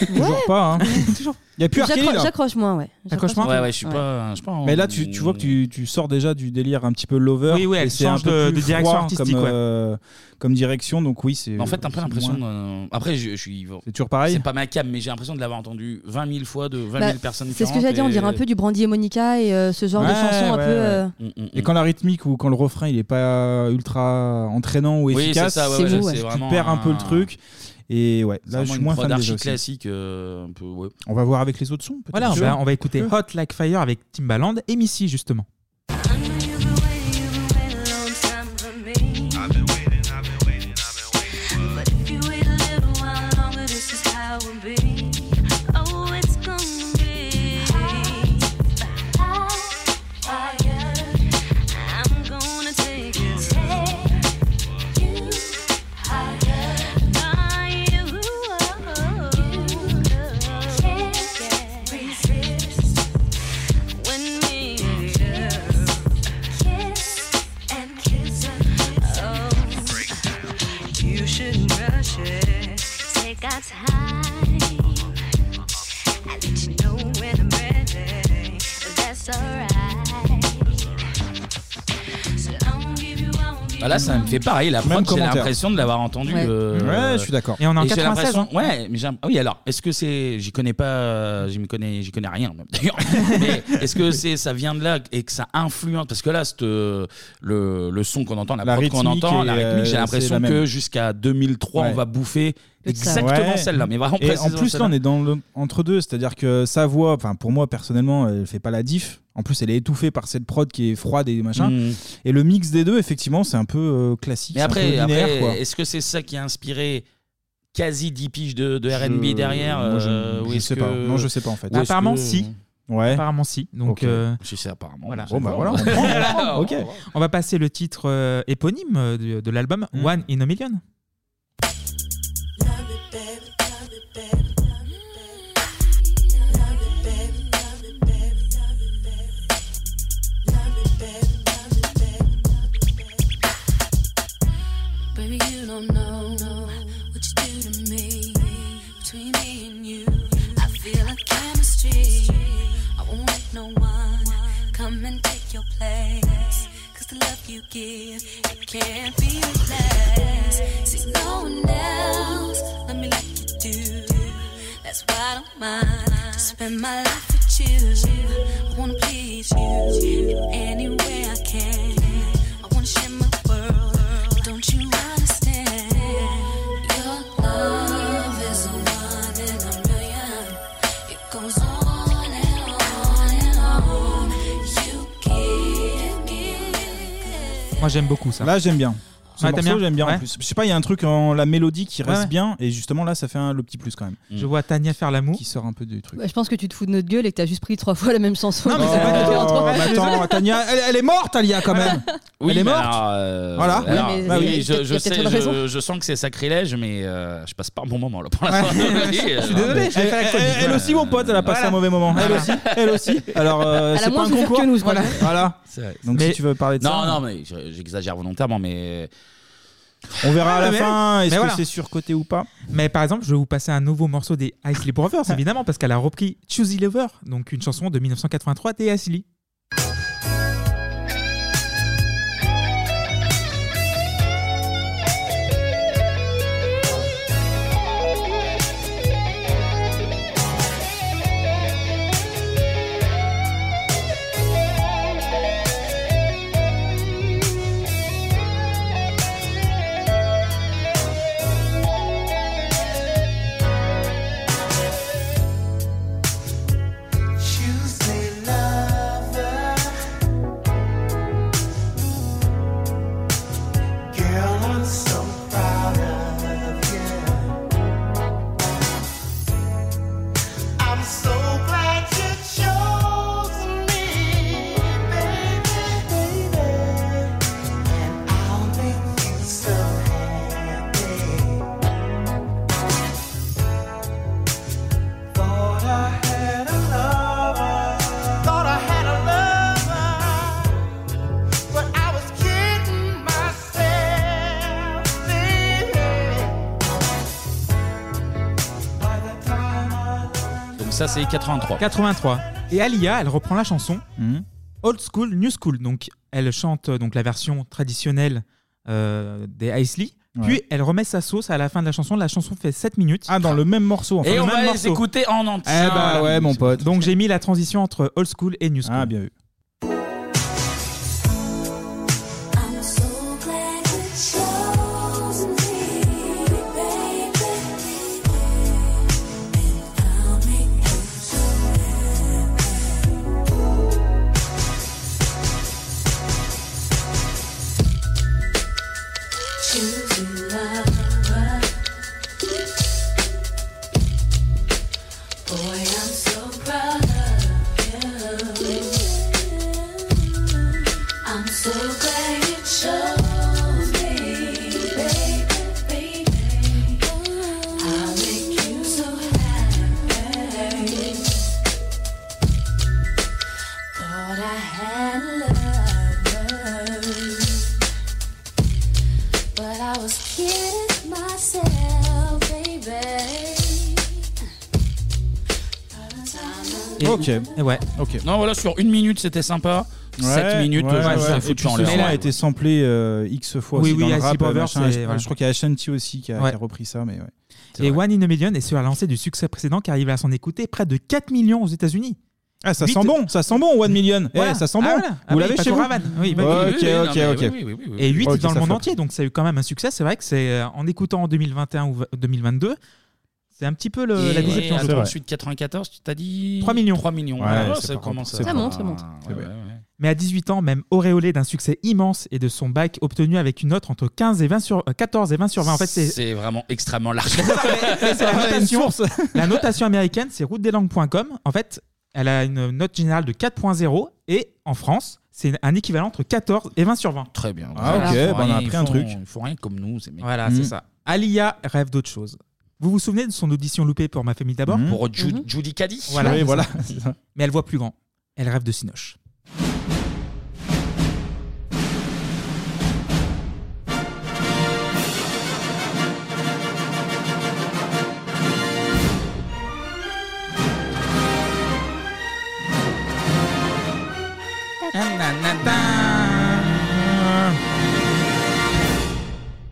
Speaker 6: Toujours pas, hein. Il n'y a plus Arkeli,
Speaker 8: J'accro-
Speaker 6: là.
Speaker 8: J'accroche moins, ouais.
Speaker 6: T'accroches moins
Speaker 1: Ouais, ouais, je suis pas. je suis pas en-
Speaker 7: Mais là, tu, tu vois que tu, tu sors déjà du délire un petit peu lover.
Speaker 6: Oui, oui, elle
Speaker 7: et c'est un
Speaker 6: change
Speaker 7: peu
Speaker 6: de- de
Speaker 7: plus
Speaker 6: direction
Speaker 7: froid
Speaker 6: artistique,
Speaker 7: Comme,
Speaker 6: ouais.
Speaker 7: euh, comme direction, donc oui, c'est.
Speaker 1: En fait, t'as un peu
Speaker 7: c'est
Speaker 1: l'impression.
Speaker 7: moins-
Speaker 1: d'un- Après, je, je suis. C'est
Speaker 7: toujours pareil
Speaker 1: C'est pas ma cam, mais j'ai l'impression de l'avoir entendu 20 000 fois de 20
Speaker 8: Bah,
Speaker 1: 000 personnes
Speaker 8: C'est ce que j'allais dire, on dirait un peu du Brandy et Monica et euh, ce genre de
Speaker 7: Ouais,
Speaker 8: chansons un
Speaker 7: ouais,
Speaker 8: peu.
Speaker 7: ouais.
Speaker 8: euh,
Speaker 1: Mm,
Speaker 7: Et quand la rythmique ou quand le refrain il est pas ultra entraînant ou
Speaker 1: Oui, c'est
Speaker 7: efficace,
Speaker 1: ça, ouais, ouais,
Speaker 7: tu-
Speaker 1: c'est
Speaker 7: tu
Speaker 1: vraiment
Speaker 7: perds un peu
Speaker 1: un-
Speaker 7: le truc. Et ouais,
Speaker 1: Là,
Speaker 7: là je suis moins fan des
Speaker 1: d'archi
Speaker 7: aussi.
Speaker 1: classique. euh, un peu, ouais.
Speaker 7: On va voir avec les autres sons. peut-être.
Speaker 6: Voilà, on
Speaker 7: Sure.
Speaker 6: va, on va écouter
Speaker 7: Sure.
Speaker 6: Hot Like Fire avec Timbaland et Missy, justement.
Speaker 14: Oh, When we kiss and kiss oh, you shouldn't rush it. Take our time. I let you know when I'm ready. That's alright. So I won't give you, I won't give
Speaker 1: Bah là, ça me fait pareil. La prod, j'ai
Speaker 7: commentaire.
Speaker 1: l'impression de l'avoir entendu.
Speaker 7: Ouais.
Speaker 1: euh,
Speaker 7: Ouais, je suis d'accord.
Speaker 6: Et on est en hein.
Speaker 1: j'ai
Speaker 6: 96,
Speaker 1: l'impression- Ouais, mais j'ai un- ah oui, alors, est-ce que c'est. J'y connais pas. euh, J'y me connais, j'y connais rien, même,
Speaker 7: *laughs*
Speaker 1: d'ailleurs. mais est-ce que c'est, ça vient de là et que ça influence Parce que là, cette, euh, le, le son qu'on entend, la,
Speaker 7: La
Speaker 1: prod qu'on
Speaker 7: rythmique
Speaker 1: entend,
Speaker 7: est,
Speaker 1: la rythmique,
Speaker 7: euh,
Speaker 1: j'ai
Speaker 7: c'est
Speaker 1: l'impression
Speaker 7: la
Speaker 1: que
Speaker 7: même.
Speaker 1: jusqu'à 2003, on
Speaker 7: Ouais.
Speaker 1: va bouffer exactement
Speaker 7: Ouais.
Speaker 1: celle-là. Mais vraiment,
Speaker 7: Et en
Speaker 1: précisément
Speaker 7: plus, là,
Speaker 1: celle-là.
Speaker 7: on est dans le entre deux, c'est-à-dire que sa voix, enfin pour moi personnellement, elle fait pas la diff. En plus, elle est étouffée par cette prod qui est froide et machin.
Speaker 1: Mm.
Speaker 7: Et le mix des deux, effectivement, c'est un peu euh, classique.
Speaker 1: Mais
Speaker 7: c'est un
Speaker 1: après,
Speaker 7: peu linéaire,
Speaker 1: après,
Speaker 7: quoi.
Speaker 1: est-ce que c'est ça qui a inspiré quasi 10 piges de, de RB
Speaker 7: Je-
Speaker 1: derrière
Speaker 7: moi, je-
Speaker 1: euh, ou
Speaker 7: je
Speaker 1: est-ce
Speaker 7: sais pas.
Speaker 1: que-
Speaker 7: Non, je sais pas, en fait.
Speaker 1: ou est-ce
Speaker 6: Apparemment,
Speaker 1: que-
Speaker 6: si.
Speaker 7: Ouais.
Speaker 6: Apparemment, si. Donc,
Speaker 1: Ok.
Speaker 6: euh,
Speaker 1: Si c'est apparemment.
Speaker 6: Voilà.
Speaker 1: Bon, bah,
Speaker 6: Bon,
Speaker 1: voilà.
Speaker 6: *laughs* on
Speaker 7: *laughs*
Speaker 1: Voilà.
Speaker 6: prend.
Speaker 1: Ok.
Speaker 6: On va passer le titre euh, éponyme euh, de, de l'album
Speaker 7: Mm.
Speaker 6: One in a Million.
Speaker 14: Baby, you don't know what you do to me. Between me and you, I feel a chemistry. I won't let no one come and take your place. Cause the love you give, it can't be replaced. See, no one else, let me like you do. That's why I don't mind to spend my life with you. I wanna please you in any way I can. I wanna share my world. Don't you understand? Your love is a one in a million. It goes on and on and on. You give, give.
Speaker 6: Moi, j'aime beaucoup ça.
Speaker 7: Là, j'aime bien. Ce
Speaker 6: Ouais, t'aimes
Speaker 7: morceau,
Speaker 6: bien
Speaker 7: j'aime bien
Speaker 6: Ouais.
Speaker 7: en plus. Je sais pas, il y a un truc en la mélodie qui reste
Speaker 6: Ouais, ouais.
Speaker 7: bien, et justement là, ça fait un, le petit plus quand même.
Speaker 6: Je vois Tania faire l'amour.
Speaker 7: Qui sort un peu du truc.
Speaker 8: Ouais, Je pense que tu te fous de notre gueule et que t'as juste pris trois fois la même chanson. euh,
Speaker 6: Non, mais c'est
Speaker 8: *laughs*
Speaker 6: pas du tout entre-
Speaker 7: Oh, mais attends,
Speaker 6: Désolé.
Speaker 7: Tania, elle, elle est morte, Alia, quand même.
Speaker 1: Oui,
Speaker 7: elle est
Speaker 1: mais
Speaker 7: morte.
Speaker 1: alors, euh,
Speaker 7: Voilà.
Speaker 1: alors,
Speaker 7: Oui, mais
Speaker 1: bah
Speaker 7: il y a-
Speaker 1: oui,
Speaker 7: il y a
Speaker 1: je, je
Speaker 7: peut-être
Speaker 1: sais,
Speaker 7: une
Speaker 1: je,
Speaker 7: raison.
Speaker 1: je sens que c'est sacrilège, mais euh, je passe pas un bon moment là
Speaker 7: *laughs*
Speaker 1: pour l'instant.
Speaker 7: Je suis désolé, je vais
Speaker 1: *laughs*
Speaker 7: faire la chronique. Ah, Elle,
Speaker 1: Voilà.
Speaker 7: aussi, mon pote, elle a passé un mauvais moment. Elle aussi, elle aussi. Alors, euh,
Speaker 1: Elle a
Speaker 7: c'est
Speaker 1: moins
Speaker 7: pas un
Speaker 1: souffert
Speaker 7: concours.
Speaker 1: que nous, ce
Speaker 7: voilà.
Speaker 1: qu'on a.
Speaker 7: voilà.
Speaker 1: C'est vrai.
Speaker 7: Donc,
Speaker 1: Mais-
Speaker 7: si tu veux parler de
Speaker 1: Non,
Speaker 7: ça,
Speaker 1: non, mais je- j'exagère volontairement, mais.
Speaker 7: on verra à la
Speaker 6: Ah, Mais-
Speaker 7: fin.
Speaker 6: mais
Speaker 7: Est-ce que
Speaker 6: voilà.
Speaker 7: c'est surcoté ou pas
Speaker 6: Mais par exemple, je vais vous passer un nouveau morceau des Isley
Speaker 7: *laughs*
Speaker 6: Brothers, évidemment, parce qu'elle a repris Choosy Lover, donc une chanson de 1983 des Isley.
Speaker 3: Choose a love
Speaker 1: ça c'est 83.
Speaker 6: 83. Et Alia, elle reprend la chanson Old School, New School. Donc, elle chante euh, donc la version traditionnelle euh, des Isley. Puis
Speaker 7: Ouais.
Speaker 6: elle remet sa sauce à la fin de la chanson. La chanson fait 7 minutes. Ah, dans le même morceau.
Speaker 1: Et on va les écouter en entier. Ah,
Speaker 6: Eh bah
Speaker 1: Voilà.
Speaker 6: ouais, mon pote. Donc j'ai mis la transition entre old school et new school. Ah, bien vu.
Speaker 14: I'm so glad you chose me, baby. And I'll make you so happy. Choosing love. Boy, I'm so proud of you. I'm so glad you chose me, baby. I'll make you so happy. Thought I had a lover, but I was kidding myself, baby. By the time I
Speaker 1: Ok.
Speaker 6: ouais.
Speaker 1: Ok. Eh Non, voilà, sur une minute, c'était sympa. 7 minutes, je me suis foutu en
Speaker 7: Le
Speaker 1: l'air.
Speaker 7: son a
Speaker 1: Ouais.
Speaker 7: été samplé euh, X fois
Speaker 6: Oui,
Speaker 7: aussi
Speaker 6: oui,
Speaker 7: dans le
Speaker 6: Icy
Speaker 7: rap, euh,
Speaker 6: Powers,
Speaker 7: machin,
Speaker 6: c'est-
Speaker 7: je,
Speaker 6: voilà.
Speaker 7: je crois qu'il y a Ashanti aussi qui a,
Speaker 6: Ouais.
Speaker 7: qui a repris ça, mais ouais.
Speaker 6: Et One in a Million est sur la lancée du succès précédent qui arrive à s'en écouter près de 4 millions aux États-Unis.
Speaker 7: Ah, ça sent bon, ça sent bon, One Million. Eh, ça sent bon. Vous l'avez chez vous
Speaker 6: Oui, Ah, bah oui,
Speaker 7: Ok,
Speaker 6: oui, oui,
Speaker 7: ok,
Speaker 6: non, mais
Speaker 7: ok.
Speaker 6: oui, oui, oui, oui, oui. Et 8
Speaker 7: Ok,
Speaker 6: dans le
Speaker 7: ça
Speaker 6: monde
Speaker 7: flotte.
Speaker 6: entier, donc ça a eu quand même un succès. C'est vrai que c'est euh, en écoutant en 2021 ou v- 2022, c'est un petit peu le- la
Speaker 1: Et
Speaker 6: déception. je
Speaker 1: attends,
Speaker 6: trouve.
Speaker 1: ensuite 94, tu t'as dit
Speaker 6: 3 millions.
Speaker 1: 3 millions.
Speaker 6: Ouais,
Speaker 1: Ah,
Speaker 6: c'est
Speaker 1: ça
Speaker 6: pas
Speaker 1: commence
Speaker 6: grave,
Speaker 1: à-
Speaker 6: c'est pas grave. Ça monte, ça
Speaker 1: Ah,
Speaker 6: monte.
Speaker 1: ouais, ouais, ouais.
Speaker 6: Mais à 18 ans, même auréolé d'un succès immense et de son bac obtenu avec une note entre 15 et 20 sur, euh, 14 et 20 sur 20. En fait, c'est
Speaker 1: C'est vraiment extrêmement large.
Speaker 6: Mais
Speaker 7: Ah
Speaker 6: c'est la notation. *laughs* la notation américaine, c'est routedelangues.com. En fait, elle a une note générale de 4.0 et en France, c'est un équivalent entre 14 et 20 sur 20.
Speaker 1: Très bien.
Speaker 7: Ah, ok,
Speaker 1: Ils font
Speaker 7: bah, on a
Speaker 1: rien,
Speaker 7: appris
Speaker 1: ils
Speaker 7: un
Speaker 1: font-
Speaker 7: truc.
Speaker 1: Ils font rien comme nous, ces mecs.
Speaker 6: Voilà, c'est ça. Alia rêve d'autre chose. Vous vous souvenez de son audition loupée pour Ma famille d'abord
Speaker 1: Mhm. Pour Ju- Mhm. Judy Caddy
Speaker 6: Voilà,
Speaker 1: Oui,
Speaker 6: c'est *laughs*
Speaker 1: voilà,
Speaker 6: ça.
Speaker 1: c'est ça.
Speaker 6: Mais elle voit plus grand. Elle rêve de Sinoche.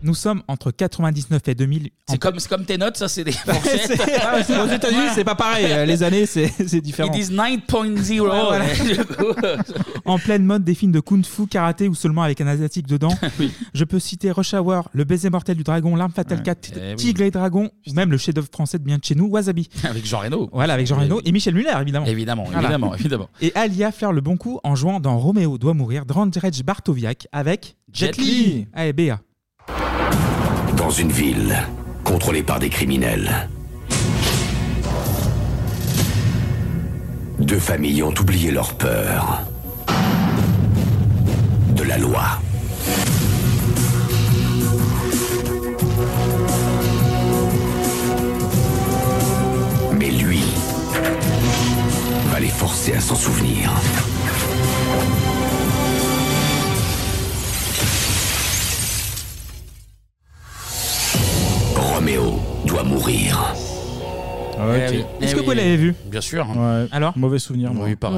Speaker 6: Nous sommes entre 99 et 2000.
Speaker 1: C'est comme, c'est comme tes notes, ça, c'est des fourchettes.
Speaker 7: C'est- Aux États-Unis, c'est pas pareil. euh, Les années, c'est c'est
Speaker 1: It
Speaker 7: différent.
Speaker 1: is 9.0. *laughs* Du coup,
Speaker 6: en pleine mode des films de kung-fu, karaté ou seulement avec un asiatique
Speaker 1: *laughs*
Speaker 6: dedans. Je peux citer Rush Hour, Le baiser mortel du dragon, L'arme fatale 4,
Speaker 1: Eh oui.
Speaker 6: Tigre et dragon, ou même le chef-d'œuvre français de bien de chez nous, Wasabi.
Speaker 1: *laughs* Avec Jean Reno.
Speaker 6: Voilà, avec Jean Reno et Michel Muller, évidemment.
Speaker 1: Évidemment,
Speaker 6: Voilà.
Speaker 1: évidemment, évidemment.
Speaker 6: Et Alia flaire le bon coup en jouant dans Roméo doit mourir d'Andrzej Bartoviak avec Eh,
Speaker 1: Jet Li.
Speaker 6: Allez, Béa.
Speaker 5: Dans une ville contrôlée par des criminels. Deux familles ont oublié leur peur. De la loi. Mais lui va les forcer à s'en souvenir. Roméo doit mourir.
Speaker 6: Ah, Est-ce que vous l'avez vu
Speaker 1: Eh Bien sûr.
Speaker 6: Alors
Speaker 7: Eh Mauvais souvenir. moi.
Speaker 8: Ouais, pas,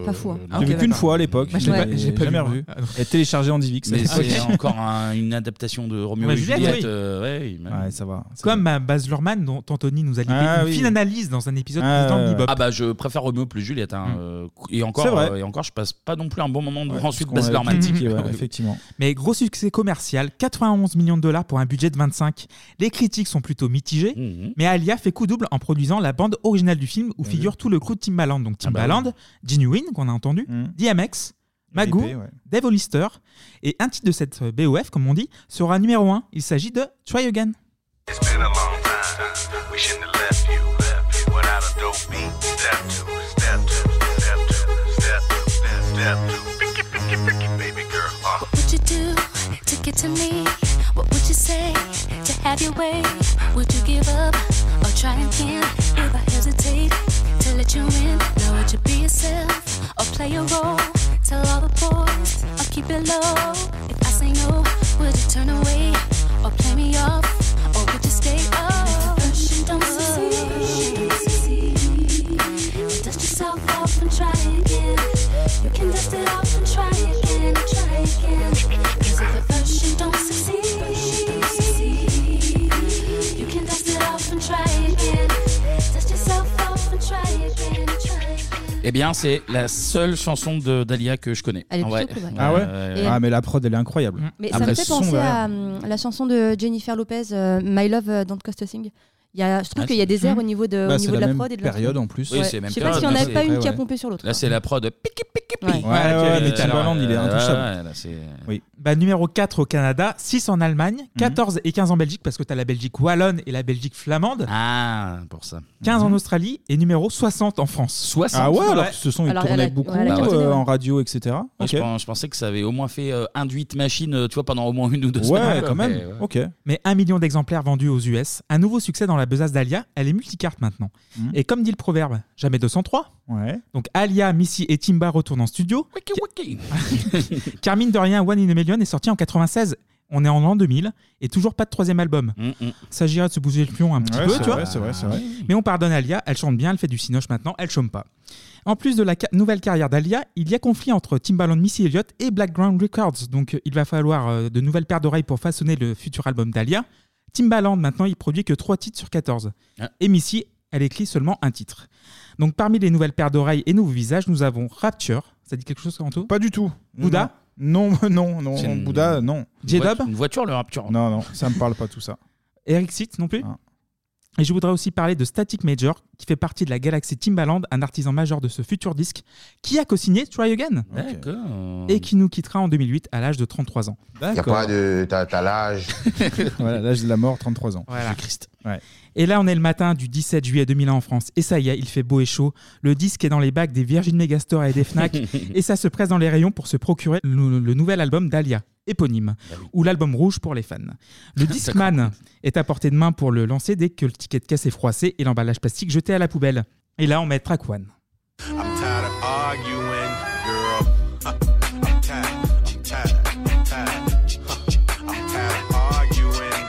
Speaker 8: pas fou. hein.
Speaker 1: Ah,
Speaker 7: J'ai vu qu'une fois à l'époque.
Speaker 8: Bah, je
Speaker 7: J'ai
Speaker 8: l'ai
Speaker 7: pas-
Speaker 8: pas-
Speaker 7: j'ai
Speaker 8: j'ai pas
Speaker 7: jamais
Speaker 8: vu,
Speaker 7: revu.
Speaker 8: moi.
Speaker 7: Et téléchargé en DivX.
Speaker 1: Mais
Speaker 7: ça.
Speaker 1: c'est encore un- une adaptation de Roméo
Speaker 6: Ouais,
Speaker 1: et
Speaker 6: Juliette,
Speaker 1: Juliette.
Speaker 6: oui.
Speaker 1: euh, ouais, même.
Speaker 7: ça va.
Speaker 6: Comme à Baz Luhrmann dont Anthony nous a livré
Speaker 1: Ah
Speaker 6: une
Speaker 1: oui.
Speaker 6: fine analyse dans un épisode
Speaker 1: Ah,
Speaker 6: précédent de Bebop. Hmm.
Speaker 1: bah je préfère Roméo plus Juliette. hein, euh, Et encore,
Speaker 6: C'est vrai.
Speaker 1: euh, et encore, je passe pas non plus un bon moment devant
Speaker 6: Ouais,
Speaker 1: *laughs* ensuite
Speaker 6: parce
Speaker 1: Baz
Speaker 6: qu'on
Speaker 1: Luhrmann.
Speaker 6: avait critiqué, *laughs* ouais,
Speaker 1: *laughs* Oui.
Speaker 7: effectivement.
Speaker 6: Mais gros succès commercial, 91 millions de dollars pour un budget de 25. Les critiques sont plutôt mitigées, mais Alia fait coup double en produisant la bande originale du film où figure tout le crew de Timbaland. Donc Timbaland, Genuine, qu'on a entendu, DMX, Magoo,
Speaker 7: ouais.
Speaker 6: Dave Hollister. Et un titre de cette euh, BOF, comme on dit, sera numéro 1. Il s'agit de Try Again.
Speaker 18: It's been a long time. We shouldn't have left you. Left you without a dope beat. Step two, step two, step two, step two, step, step two. Picky, picky, picky, baby girl. Uh.
Speaker 14: What would you do to get to me? What would you say to have your way? Would you give up or try again? If I hesitate to let you in, now would you be yourself or play a role? Tell all the boys I'll keep it low. If I say no, would you turn away or play me off? Or would you stay up? Don't succeed.
Speaker 1: Eh bien, c'est la seule chanson de Dalia que je connais.
Speaker 8: Elle est
Speaker 1: En
Speaker 8: plutôt cool, ouais.
Speaker 7: Ah ouais,
Speaker 8: Et-
Speaker 7: Ah mais la prod elle est incroyable.
Speaker 8: Mais
Speaker 7: Après,
Speaker 1: Ah,
Speaker 8: ça me
Speaker 7: le
Speaker 8: fait
Speaker 7: son,
Speaker 8: penser
Speaker 7: derrière.
Speaker 8: à hum, la chanson de Jennifer Lopez, euh, My Love euh, Don't Cost a Thing. Il y a, je trouve
Speaker 1: Ah,
Speaker 8: qu'il y a des airs
Speaker 1: c'est-
Speaker 8: au niveau de,
Speaker 7: Bah,
Speaker 8: au
Speaker 7: c'est
Speaker 8: niveau
Speaker 7: la
Speaker 8: de la
Speaker 7: même
Speaker 8: prod et de la
Speaker 7: période,
Speaker 8: chanson.
Speaker 7: en plus.
Speaker 1: Oui,
Speaker 8: Ouais.
Speaker 1: c'est même
Speaker 8: Je sais pas si on
Speaker 1: période,
Speaker 8: avait
Speaker 1: là,
Speaker 8: pas
Speaker 1: c'est-
Speaker 8: une qui a
Speaker 1: ouais.
Speaker 8: pompé sur l'autre. hein.
Speaker 1: Là, c'est la prod. Piki, piki,
Speaker 8: Ouais.
Speaker 1: piki.
Speaker 7: Ouais, ouais, mais
Speaker 1: laquelle-
Speaker 7: Timbaland, il est
Speaker 1: ouais,
Speaker 7: intouchable.
Speaker 1: ouais, là, c'est-
Speaker 6: Bah, numéro 4 au Canada, 6 en Allemagne, 14 et 15 en Belgique, parce que tu as la Belgique wallonne et la Belgique flamande.
Speaker 1: Ah, pour ça.
Speaker 6: 15 en Australie et numéro 60 en France.
Speaker 1: 60
Speaker 7: Ah ouais, alors *laughs* ce son il
Speaker 1: Alors, elle
Speaker 7: tournait
Speaker 1: a-
Speaker 7: beaucoup
Speaker 1: ouais, elle a
Speaker 7: euh,
Speaker 1: cartonné, ouais.
Speaker 7: en radio etc.
Speaker 1: Ouais, je,
Speaker 7: Ok.
Speaker 1: pense- je pensais que ça avait au moins fait euh, induite machine, euh, tu vois, pendant au moins une ou deux semaines. quoi, mais, ouais.
Speaker 6: Mais un million d'exemplaires vendus aux US, un nouveau succès dans la besace d'Alia, elle est multicarte maintenant.
Speaker 7: Mhm.
Speaker 6: Et comme dit le proverbe, jamais 203. Donc Alia, Missy et Timba retournent en studio. *laughs* Car mine de rien, One in a Million est sorti en 96. On est en l'an 2000 et toujours pas de troisième album. Il s'agirait de se bouger le pion un petit
Speaker 7: Mm, Ouais,
Speaker 6: peu,
Speaker 7: c'est
Speaker 6: tu vois. Ah.
Speaker 7: vrai, c'est vrai, c'est vrai.
Speaker 6: Mais on pardonne Alia, elle chante bien, elle fait du cinoche maintenant, elle chôme pas. En plus de la ca- nouvelle carrière d'Alia, il y a conflit entre Timbaland, Missy Elliott et Blackground Records. Donc euh, il va falloir euh, de nouvelles paires d'oreilles pour façonner le futur album d'Alia. Timbaland, maintenant, il produit que 3 titres sur 14. Et Missy, elle écrit seulement un titre. Donc parmi les nouvelles paires d'oreilles et nouveaux visages, nous avons Rapture. Ça dit quelque chose, tout
Speaker 7: Pas du tout.
Speaker 6: Bouddha
Speaker 7: Non, non, non,
Speaker 6: C'est une-
Speaker 7: Bouddha non.
Speaker 6: J-Dub
Speaker 1: Une voiture le Rapture.
Speaker 7: Non non, ça me parle pas tout ça. Ah.
Speaker 6: Eric Sitt non plus. Et je voudrais aussi parler de Static Major, qui fait partie de la galaxie Timbaland, un artisan majeur de ce futur disque, qui a co-signé Try Again.
Speaker 1: D'accord.
Speaker 6: Et qui nous quittera en 2008 à l'âge de 33 ans.
Speaker 20: Y a pas de. T'as t'as l'âge.
Speaker 7: *laughs* voilà, l'âge de la mort 33 ans.
Speaker 6: Voilà.
Speaker 1: Christ.
Speaker 6: Et là, on est le matin du 17 juillet 2001 en France. Et ça y est, il fait beau et chaud. Le disque est dans les bacs des Virgin Megastore et des
Speaker 7: *laughs*
Speaker 6: Fnac. et ça se presse dans les rayons pour se procurer le, le nouvel album d'Alia, éponyme,
Speaker 7: Bah
Speaker 6: ou l'album rouge pour les fans.
Speaker 7: *laughs*
Speaker 6: Le Discman est à portée de main pour le lancer dès que le ticket de caisse est froissé et l'emballage plastique jeté à la poubelle. Et là, on met Track One.
Speaker 18: I'm tired of arguing, girl. I'm tired, I'm tired, I'm tired. I'm tired of arguing,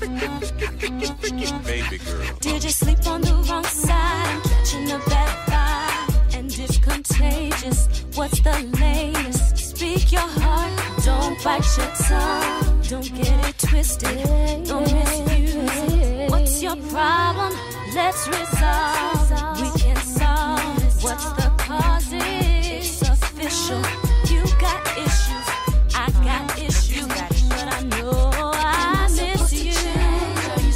Speaker 18: girl. Baby girl.
Speaker 14: Did you sleep on the wrong side? I'm catching a bad vibe, and it's contagious. What's the latest? Speak your heart, don't bite your tongue. Don't get it twisted, don't misuse it. What's your problem? Let's resolve. We can solve it. What's the cause? It's official. You got issues, I got issues, but I know I miss you.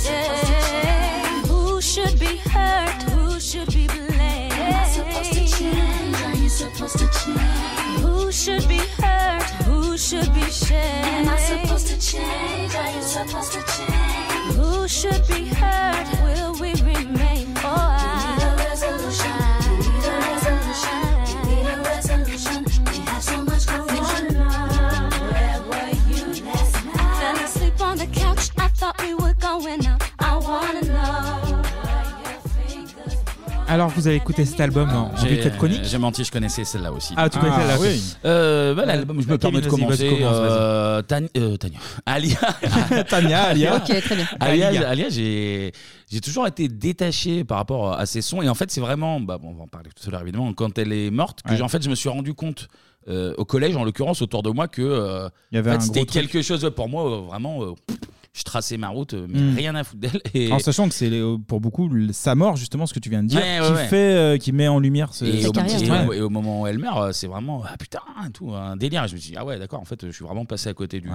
Speaker 14: Yeah. Who should be hurt? Who should be blamed? Am I supposed to change? Are you supposed to change? Who should be hurt? Who should be shamed? Am I supposed to change? Are you supposed to change? Who should be hurt? Will we remain? Oh, I need a resolution. We need a resolution. We need a resolution. We have so much confusion. Where were you last night? Fell asleep on the couch. I thought we were going out. I wanna know.
Speaker 6: Alors, vous avez écouté cet album en en
Speaker 1: J'ai-
Speaker 6: huit de
Speaker 7: euh,
Speaker 6: chronique
Speaker 1: J'ai menti, je connaissais celle-là aussi.
Speaker 6: Ah, tu connais celle-là, ok.
Speaker 1: Euh, bah, L'album, je me
Speaker 6: Kevin,
Speaker 1: permets de
Speaker 6: vas-y, vas-y,
Speaker 1: commencer.
Speaker 6: commence, vas-y.
Speaker 1: euh, Tan- euh, Tania. Alia.
Speaker 6: Tania, Alia. Ok, très bien.
Speaker 1: Alia,
Speaker 6: Alia.
Speaker 1: Alia, j'ai j'ai toujours été détaché par rapport à ses sons. Et en fait, c'est vraiment. Bah, bon, on va en parler tout à l'heure, évidemment. Quand elle est morte, que
Speaker 7: Ouais.
Speaker 1: j'ai- en fait, je me suis rendu compte. euh, au collège, en l'occurrence, autour de moi, que euh,
Speaker 7: Il y avait
Speaker 1: en fait,
Speaker 7: un
Speaker 1: c'était
Speaker 7: gros truc.
Speaker 1: quelque chose pour moi euh, vraiment. euh, je traçais ma route, euh, mais
Speaker 7: Mm.
Speaker 1: rien à foutre d'elle. Et,
Speaker 7: En sachant que c'est euh, pour beaucoup le- sa mort justement ce que tu viens de dire
Speaker 1: Ouais, ouais,
Speaker 7: qui
Speaker 1: ouais.
Speaker 7: fait euh, qui met en lumière ce
Speaker 1: Et,
Speaker 7: ce
Speaker 1: au,
Speaker 7: petit-
Speaker 1: et au-
Speaker 7: ouais.
Speaker 1: et au moment où elle meurt, euh, c'est vraiment ah, putain, tout un délire. Et je me suis dit, ah ouais, d'accord, en fait, je suis vraiment passé à côté du,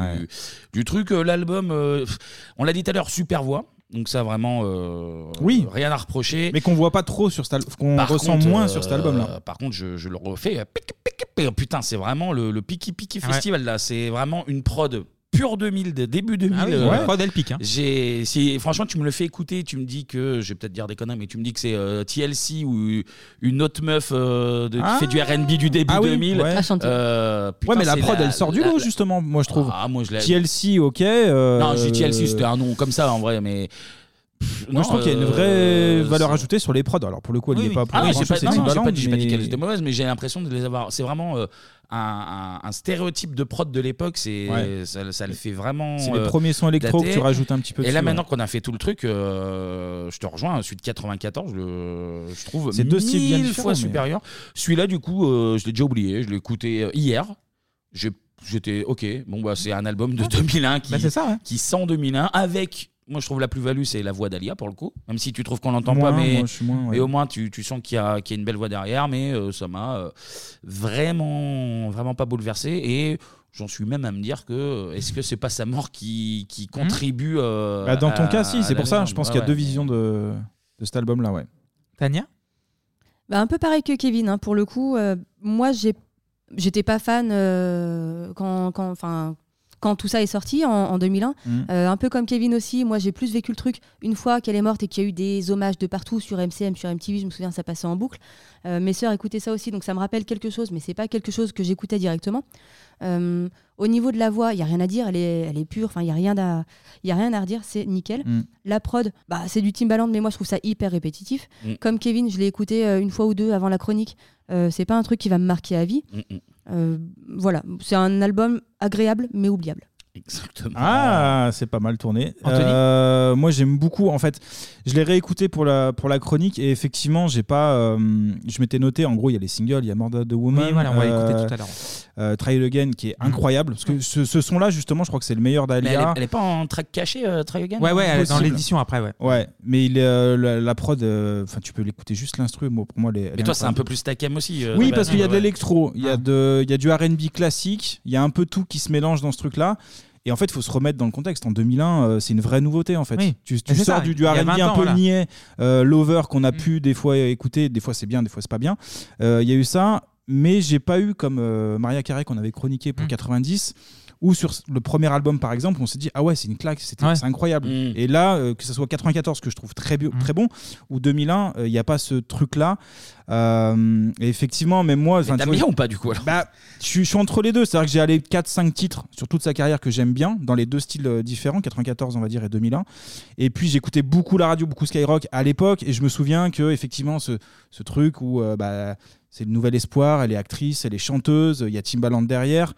Speaker 1: du truc. Euh, L'album, euh, pff, on l'a dit tout à l'heure, super voix. Donc ça, vraiment, euh,
Speaker 7: Oui.
Speaker 1: rien à reprocher.
Speaker 7: Mais qu'on voit pas trop sur cet album, qu'on
Speaker 1: Par
Speaker 7: ressent
Speaker 1: contre,
Speaker 7: moins
Speaker 1: euh,
Speaker 7: sur cet album là.
Speaker 1: Par contre, je, je le refais. euh, pic, pic, pic. Putain, c'est vraiment le, le Piki Piki
Speaker 7: Ouais.
Speaker 1: Festival là. C'est vraiment une prod pure 2000, de début 2000.
Speaker 6: Ah oui,
Speaker 1: euh,
Speaker 6: ouais. prod, elle pique, hein.
Speaker 1: J'ai, si, franchement, tu me le fais écouter, tu me dis que, je vais peut-être dire des conneries, mais tu me dis que c'est euh, TLC ou une autre meuf euh, de-
Speaker 7: Ah.
Speaker 1: qui fait du RB du début
Speaker 7: Ah oui,
Speaker 1: 2000.
Speaker 7: ouais. Ah, chanter.
Speaker 1: Euh, putain,
Speaker 7: ouais mais la
Speaker 1: c'est
Speaker 7: prod elle sort du
Speaker 1: la-
Speaker 7: lot
Speaker 1: la-
Speaker 7: justement moi je trouve.
Speaker 1: Ah, moi, je l'ai-
Speaker 7: TLC ok. euh,
Speaker 1: Non, j'ai dit TLC, c'était un nom comme ça en vrai, mais. euh,
Speaker 7: Moi je trouve qu'il y a une vraie valeur ajoutée sur les prods. Alors pour le coup elle n'y est pas pour
Speaker 1: Ah,
Speaker 7: grand
Speaker 1: oui, j'ai pas,
Speaker 7: chose, c'est
Speaker 1: non, non, j'ai
Speaker 7: Timbaland,
Speaker 1: pas dit, j'ai pas dit
Speaker 7: mais-
Speaker 1: qu'elles étaient mauvaises, mais j'ai l'impression de les avoir. C'est vraiment euh, un, un- un stéréotype de prod de l'époque. C'est
Speaker 7: Ouais.
Speaker 1: ça, ça le fait vraiment.
Speaker 7: C'est les
Speaker 1: euh,
Speaker 7: premiers sons électro
Speaker 1: daté.
Speaker 7: que tu rajoutes un petit peu
Speaker 1: Et
Speaker 7: dessus,
Speaker 1: là
Speaker 7: ouais.
Speaker 1: maintenant qu'on a fait tout le truc, euh, je te rejoins. Celui de 94, le- je trouve
Speaker 7: C'est deux styles bien
Speaker 1: mille
Speaker 7: différents,
Speaker 1: fois
Speaker 7: mais-
Speaker 1: supérieur. Celui-là, du coup, euh, je l'ai déjà oublié. Je l'ai écouté euh, hier.
Speaker 7: Ah.
Speaker 1: J'ai- J'étais ok. Bon bah c'est un album de 2001 qui,
Speaker 6: Bah, c'est ça, ouais.
Speaker 1: qui sent 2001 avec moi, je trouve la plus-value, c'est la voix d'Alia pour le coup. Même si tu trouves qu'on l'entend
Speaker 7: Moins,
Speaker 1: pas, mais,
Speaker 7: moi, je suis moins, ouais.
Speaker 1: mais au moins tu, tu sens qu'il y, a- qu'il y a une belle voix derrière. Mais euh, ça m'a euh, vraiment, vraiment pas bouleversé. Et j'en suis même à me dire que euh, est-ce que c'est pas sa mort qui,
Speaker 7: Hmm
Speaker 1: qui contribue euh,
Speaker 7: Bah, dans ton
Speaker 1: à-
Speaker 7: cas, si,
Speaker 1: à
Speaker 7: c'est
Speaker 1: la
Speaker 7: pour ça.
Speaker 1: légende.
Speaker 7: Je pense
Speaker 1: Ouais,
Speaker 7: qu'il y a
Speaker 1: ouais.
Speaker 7: deux visions de, de cet album-là, ouais.
Speaker 6: Tania
Speaker 8: Bah, un peu pareil que Kevin, hein, pour le coup. euh, moi, j'ai, j'étais pas fan euh, quand, quand, enfin, quand tout ça est sorti en, en 2001.
Speaker 9: Mhm.
Speaker 8: Euh, un peu comme Kevin aussi, moi, j'ai plus vécu le truc une fois qu'elle est morte et qu'il y a eu des hommages de partout sur MCM, sur MTV. Je me souviens, ça passait en boucle. Euh, mes sœurs écoutaient ça aussi, donc ça me rappelle quelque chose, mais c'est pas quelque chose que j'écoutais directement. Euh, au niveau de la voix, il y a rien à dire, elle est, elle est pure. Enfin, il y a rien à, il y a rien à redire, c'est nickel.
Speaker 9: Mm.
Speaker 8: La prod, bah, c'est du Timbaland, mais moi je trouve ça hyper répétitif.
Speaker 9: Mm.
Speaker 8: Comme Kevin, je l'ai écouté euh, une fois ou deux avant la chronique. Euh, c'est pas un truc qui va me marquer à vie.
Speaker 1: Mm-mm.
Speaker 8: Euh, voilà, c'est un album agréable mais oubliable.
Speaker 1: Exactement.
Speaker 7: Ah, c'est pas mal tourné.
Speaker 1: Anthony
Speaker 7: Euh, moi, j'aime beaucoup. En fait, je l'ai réécouté pour la, pour la chronique et effectivement, j'ai pas. euh, je m'étais noté, en gros, il y a les singles, il y a Murder the Woman.
Speaker 6: Oui, voilà, on va l'écouter tout à l'heure. Mm.
Speaker 7: euh, Try It Again, qui est incroyable. Parce que ce, ce son-là, justement, je crois que c'est le meilleur
Speaker 1: Mais elle, est,
Speaker 7: d'Alia.
Speaker 1: elle est pas en track caché, euh, Try Again
Speaker 7: Possible.
Speaker 6: après, ouais.
Speaker 7: Ouais, mais il est, euh, la, la prod, euh, enfin, tu peux l'écouter juste l'instru. Moi, pour moi, elle est- elle
Speaker 1: Mais
Speaker 7: est
Speaker 1: toi, c'est un
Speaker 7: incroyable.
Speaker 1: peu plus ta cam aussi. euh,
Speaker 7: Oui,
Speaker 1: de
Speaker 7: parce
Speaker 1: base.
Speaker 7: qu'il y a de
Speaker 1: Ouais.
Speaker 7: l'électro, il y
Speaker 6: Ah.
Speaker 7: a de, il y a du R&B classique, il y a un peu tout qui se mélange dans ce truc-là. Et en fait, il faut se remettre dans le contexte. En 2001, euh, c'est une vraie nouveauté en fait.
Speaker 6: Oui.
Speaker 7: Tu,
Speaker 6: Mais
Speaker 7: tu
Speaker 6: c'est
Speaker 7: sors
Speaker 6: ça,
Speaker 7: du,
Speaker 6: il
Speaker 7: du
Speaker 6: y a
Speaker 7: R&B
Speaker 6: 20
Speaker 7: un
Speaker 6: ans,
Speaker 7: peu
Speaker 6: voilà. Mm.
Speaker 7: niais, euh, l'over qu'on a pu des fois écouter, des fois c'est bien, des fois c'est pas bien. Euh, Il y a eu ça, mais j'ai pas eu comme euh, Maria Carey qu'on avait chroniqué
Speaker 6: Mm.
Speaker 7: pour 90. Ou sur le premier album, par exemple, on s'est dit Ah ouais, c'est une claque, c'était
Speaker 6: Ouais. Mm.
Speaker 7: c'est incroyable. Et là, euh, que ce soit 94, que je trouve très, bio- très bon, ou 2001, euh, il n'y a pas ce truc-là. Euh, et effectivement, même moi. enfin, tu
Speaker 1: t'aimes
Speaker 7: vois,
Speaker 1: bien ou pas, du coup, alors
Speaker 7: bah, je, suis- je suis entre les deux. C'est-à-dire que j'ai allé 4-5 titres sur toute sa carrière que j'aime bien, dans les deux styles euh, différents, 94, on va dire, et 2001. Et puis, j'écoutais beaucoup la radio, beaucoup Skyrock à l'époque. Et je me souviens que, effectivement, ce, ce truc où euh, bah, c'est le nouvel espoir, elle est actrice, elle est chanteuse, il y a Timbaland derrière.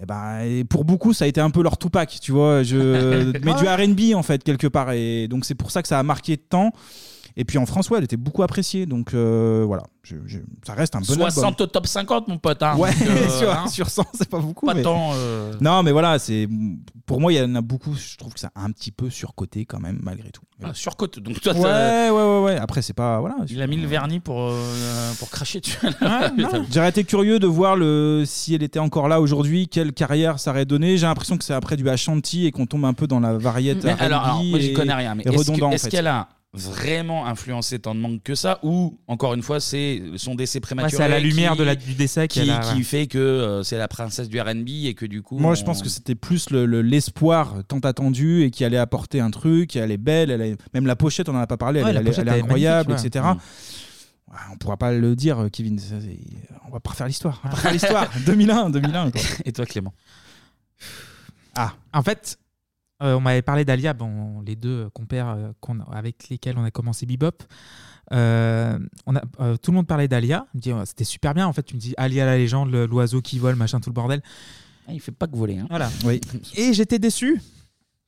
Speaker 7: Eh ben, et pour beaucoup, ça a été un peu leur Tupac, tu vois.
Speaker 1: *laughs*
Speaker 7: Je... Mais du RB, en fait, quelque part. Et donc, c'est pour ça que ça a marqué tant. Et puis en France, ouais, elle était beaucoup appréciée. Donc euh, voilà, Je- je- ça reste un bon
Speaker 1: 60
Speaker 7: album.
Speaker 1: au top 50, mon pote. hein.
Speaker 7: Ouais, *laughs*
Speaker 1: Donc, euh,
Speaker 7: sur,
Speaker 1: hein.
Speaker 7: sur 100, c'est pas beaucoup.
Speaker 1: Pas
Speaker 7: mais-
Speaker 1: tant, euh.
Speaker 7: Non, mais voilà, c'est pour moi, il y en a beaucoup. Je trouve que c'est un petit peu surcoté quand même, malgré tout.
Speaker 1: Ah, surcote. Donc toi,
Speaker 7: ouais,
Speaker 1: t'as-
Speaker 7: ouais, ouais, ouais. Après, c'est pas. Voilà.
Speaker 1: il a mis le vernis pour, euh, pour cracher dessus.
Speaker 7: Non. J'aurais été curieux de voir le, si elle était encore là aujourd'hui, quelle carrière ça aurait donné. J'ai l'impression que c'est après du Ashanti et qu'on tombe un peu dans la variété.
Speaker 1: Mais alors, alors, moi, j'y
Speaker 7: et-
Speaker 1: connais rien. Mais
Speaker 7: et
Speaker 1: est-ce que-
Speaker 7: redondant, en
Speaker 1: est-ce
Speaker 7: fait.
Speaker 1: qu'elle a vraiment influencé tant de manque que ça Ou, encore une fois, c'est son décès prématuré
Speaker 6: c'est à la lumière
Speaker 1: qui-
Speaker 6: de la- du décès
Speaker 1: qui,
Speaker 6: qu'elle a,
Speaker 1: qui
Speaker 6: ouais.
Speaker 1: fait que euh, c'est la princesse du RB et que du coup.
Speaker 7: Moi, je
Speaker 1: on-
Speaker 7: pense que c'était plus le- le- l'espoir tant attendu et qui allait apporter un truc. et Elle est belle, elle est- même la pochette, on n'en a pas parlé,
Speaker 6: Ouais,
Speaker 7: elle,
Speaker 6: la
Speaker 7: elle est-
Speaker 6: pochette,
Speaker 7: elle
Speaker 6: elle
Speaker 7: est
Speaker 6: est
Speaker 7: incroyable,
Speaker 6: magnifique, Mm.
Speaker 7: etc. Ouais, On pourra pas le dire, euh, Kevin. ça, c'est- On va pas refaire l'histoire.
Speaker 6: Hein.
Speaker 7: On va pas
Speaker 6: *laughs*
Speaker 7: refaire
Speaker 1: *laughs*
Speaker 7: l'histoire. 2001, 2001. Quoi.
Speaker 1: Et toi, Clément
Speaker 7: Ah.
Speaker 6: En fait, euh, on m'avait parlé d'Alia, bon, les deux euh, compères euh, qu'on a- avec lesquels on a commencé Bebop. Euh, on a, euh, tout le monde parlait d'Alia. On me dit, oh, C'était super bien. En fait, tu me dis Alia la légende, le- l'oiseau qui vole, machin, tout le bordel.
Speaker 1: Ah, Il fait pas que voler. hein.
Speaker 6: Voilà.
Speaker 7: Oui.
Speaker 6: Et j'étais déçu.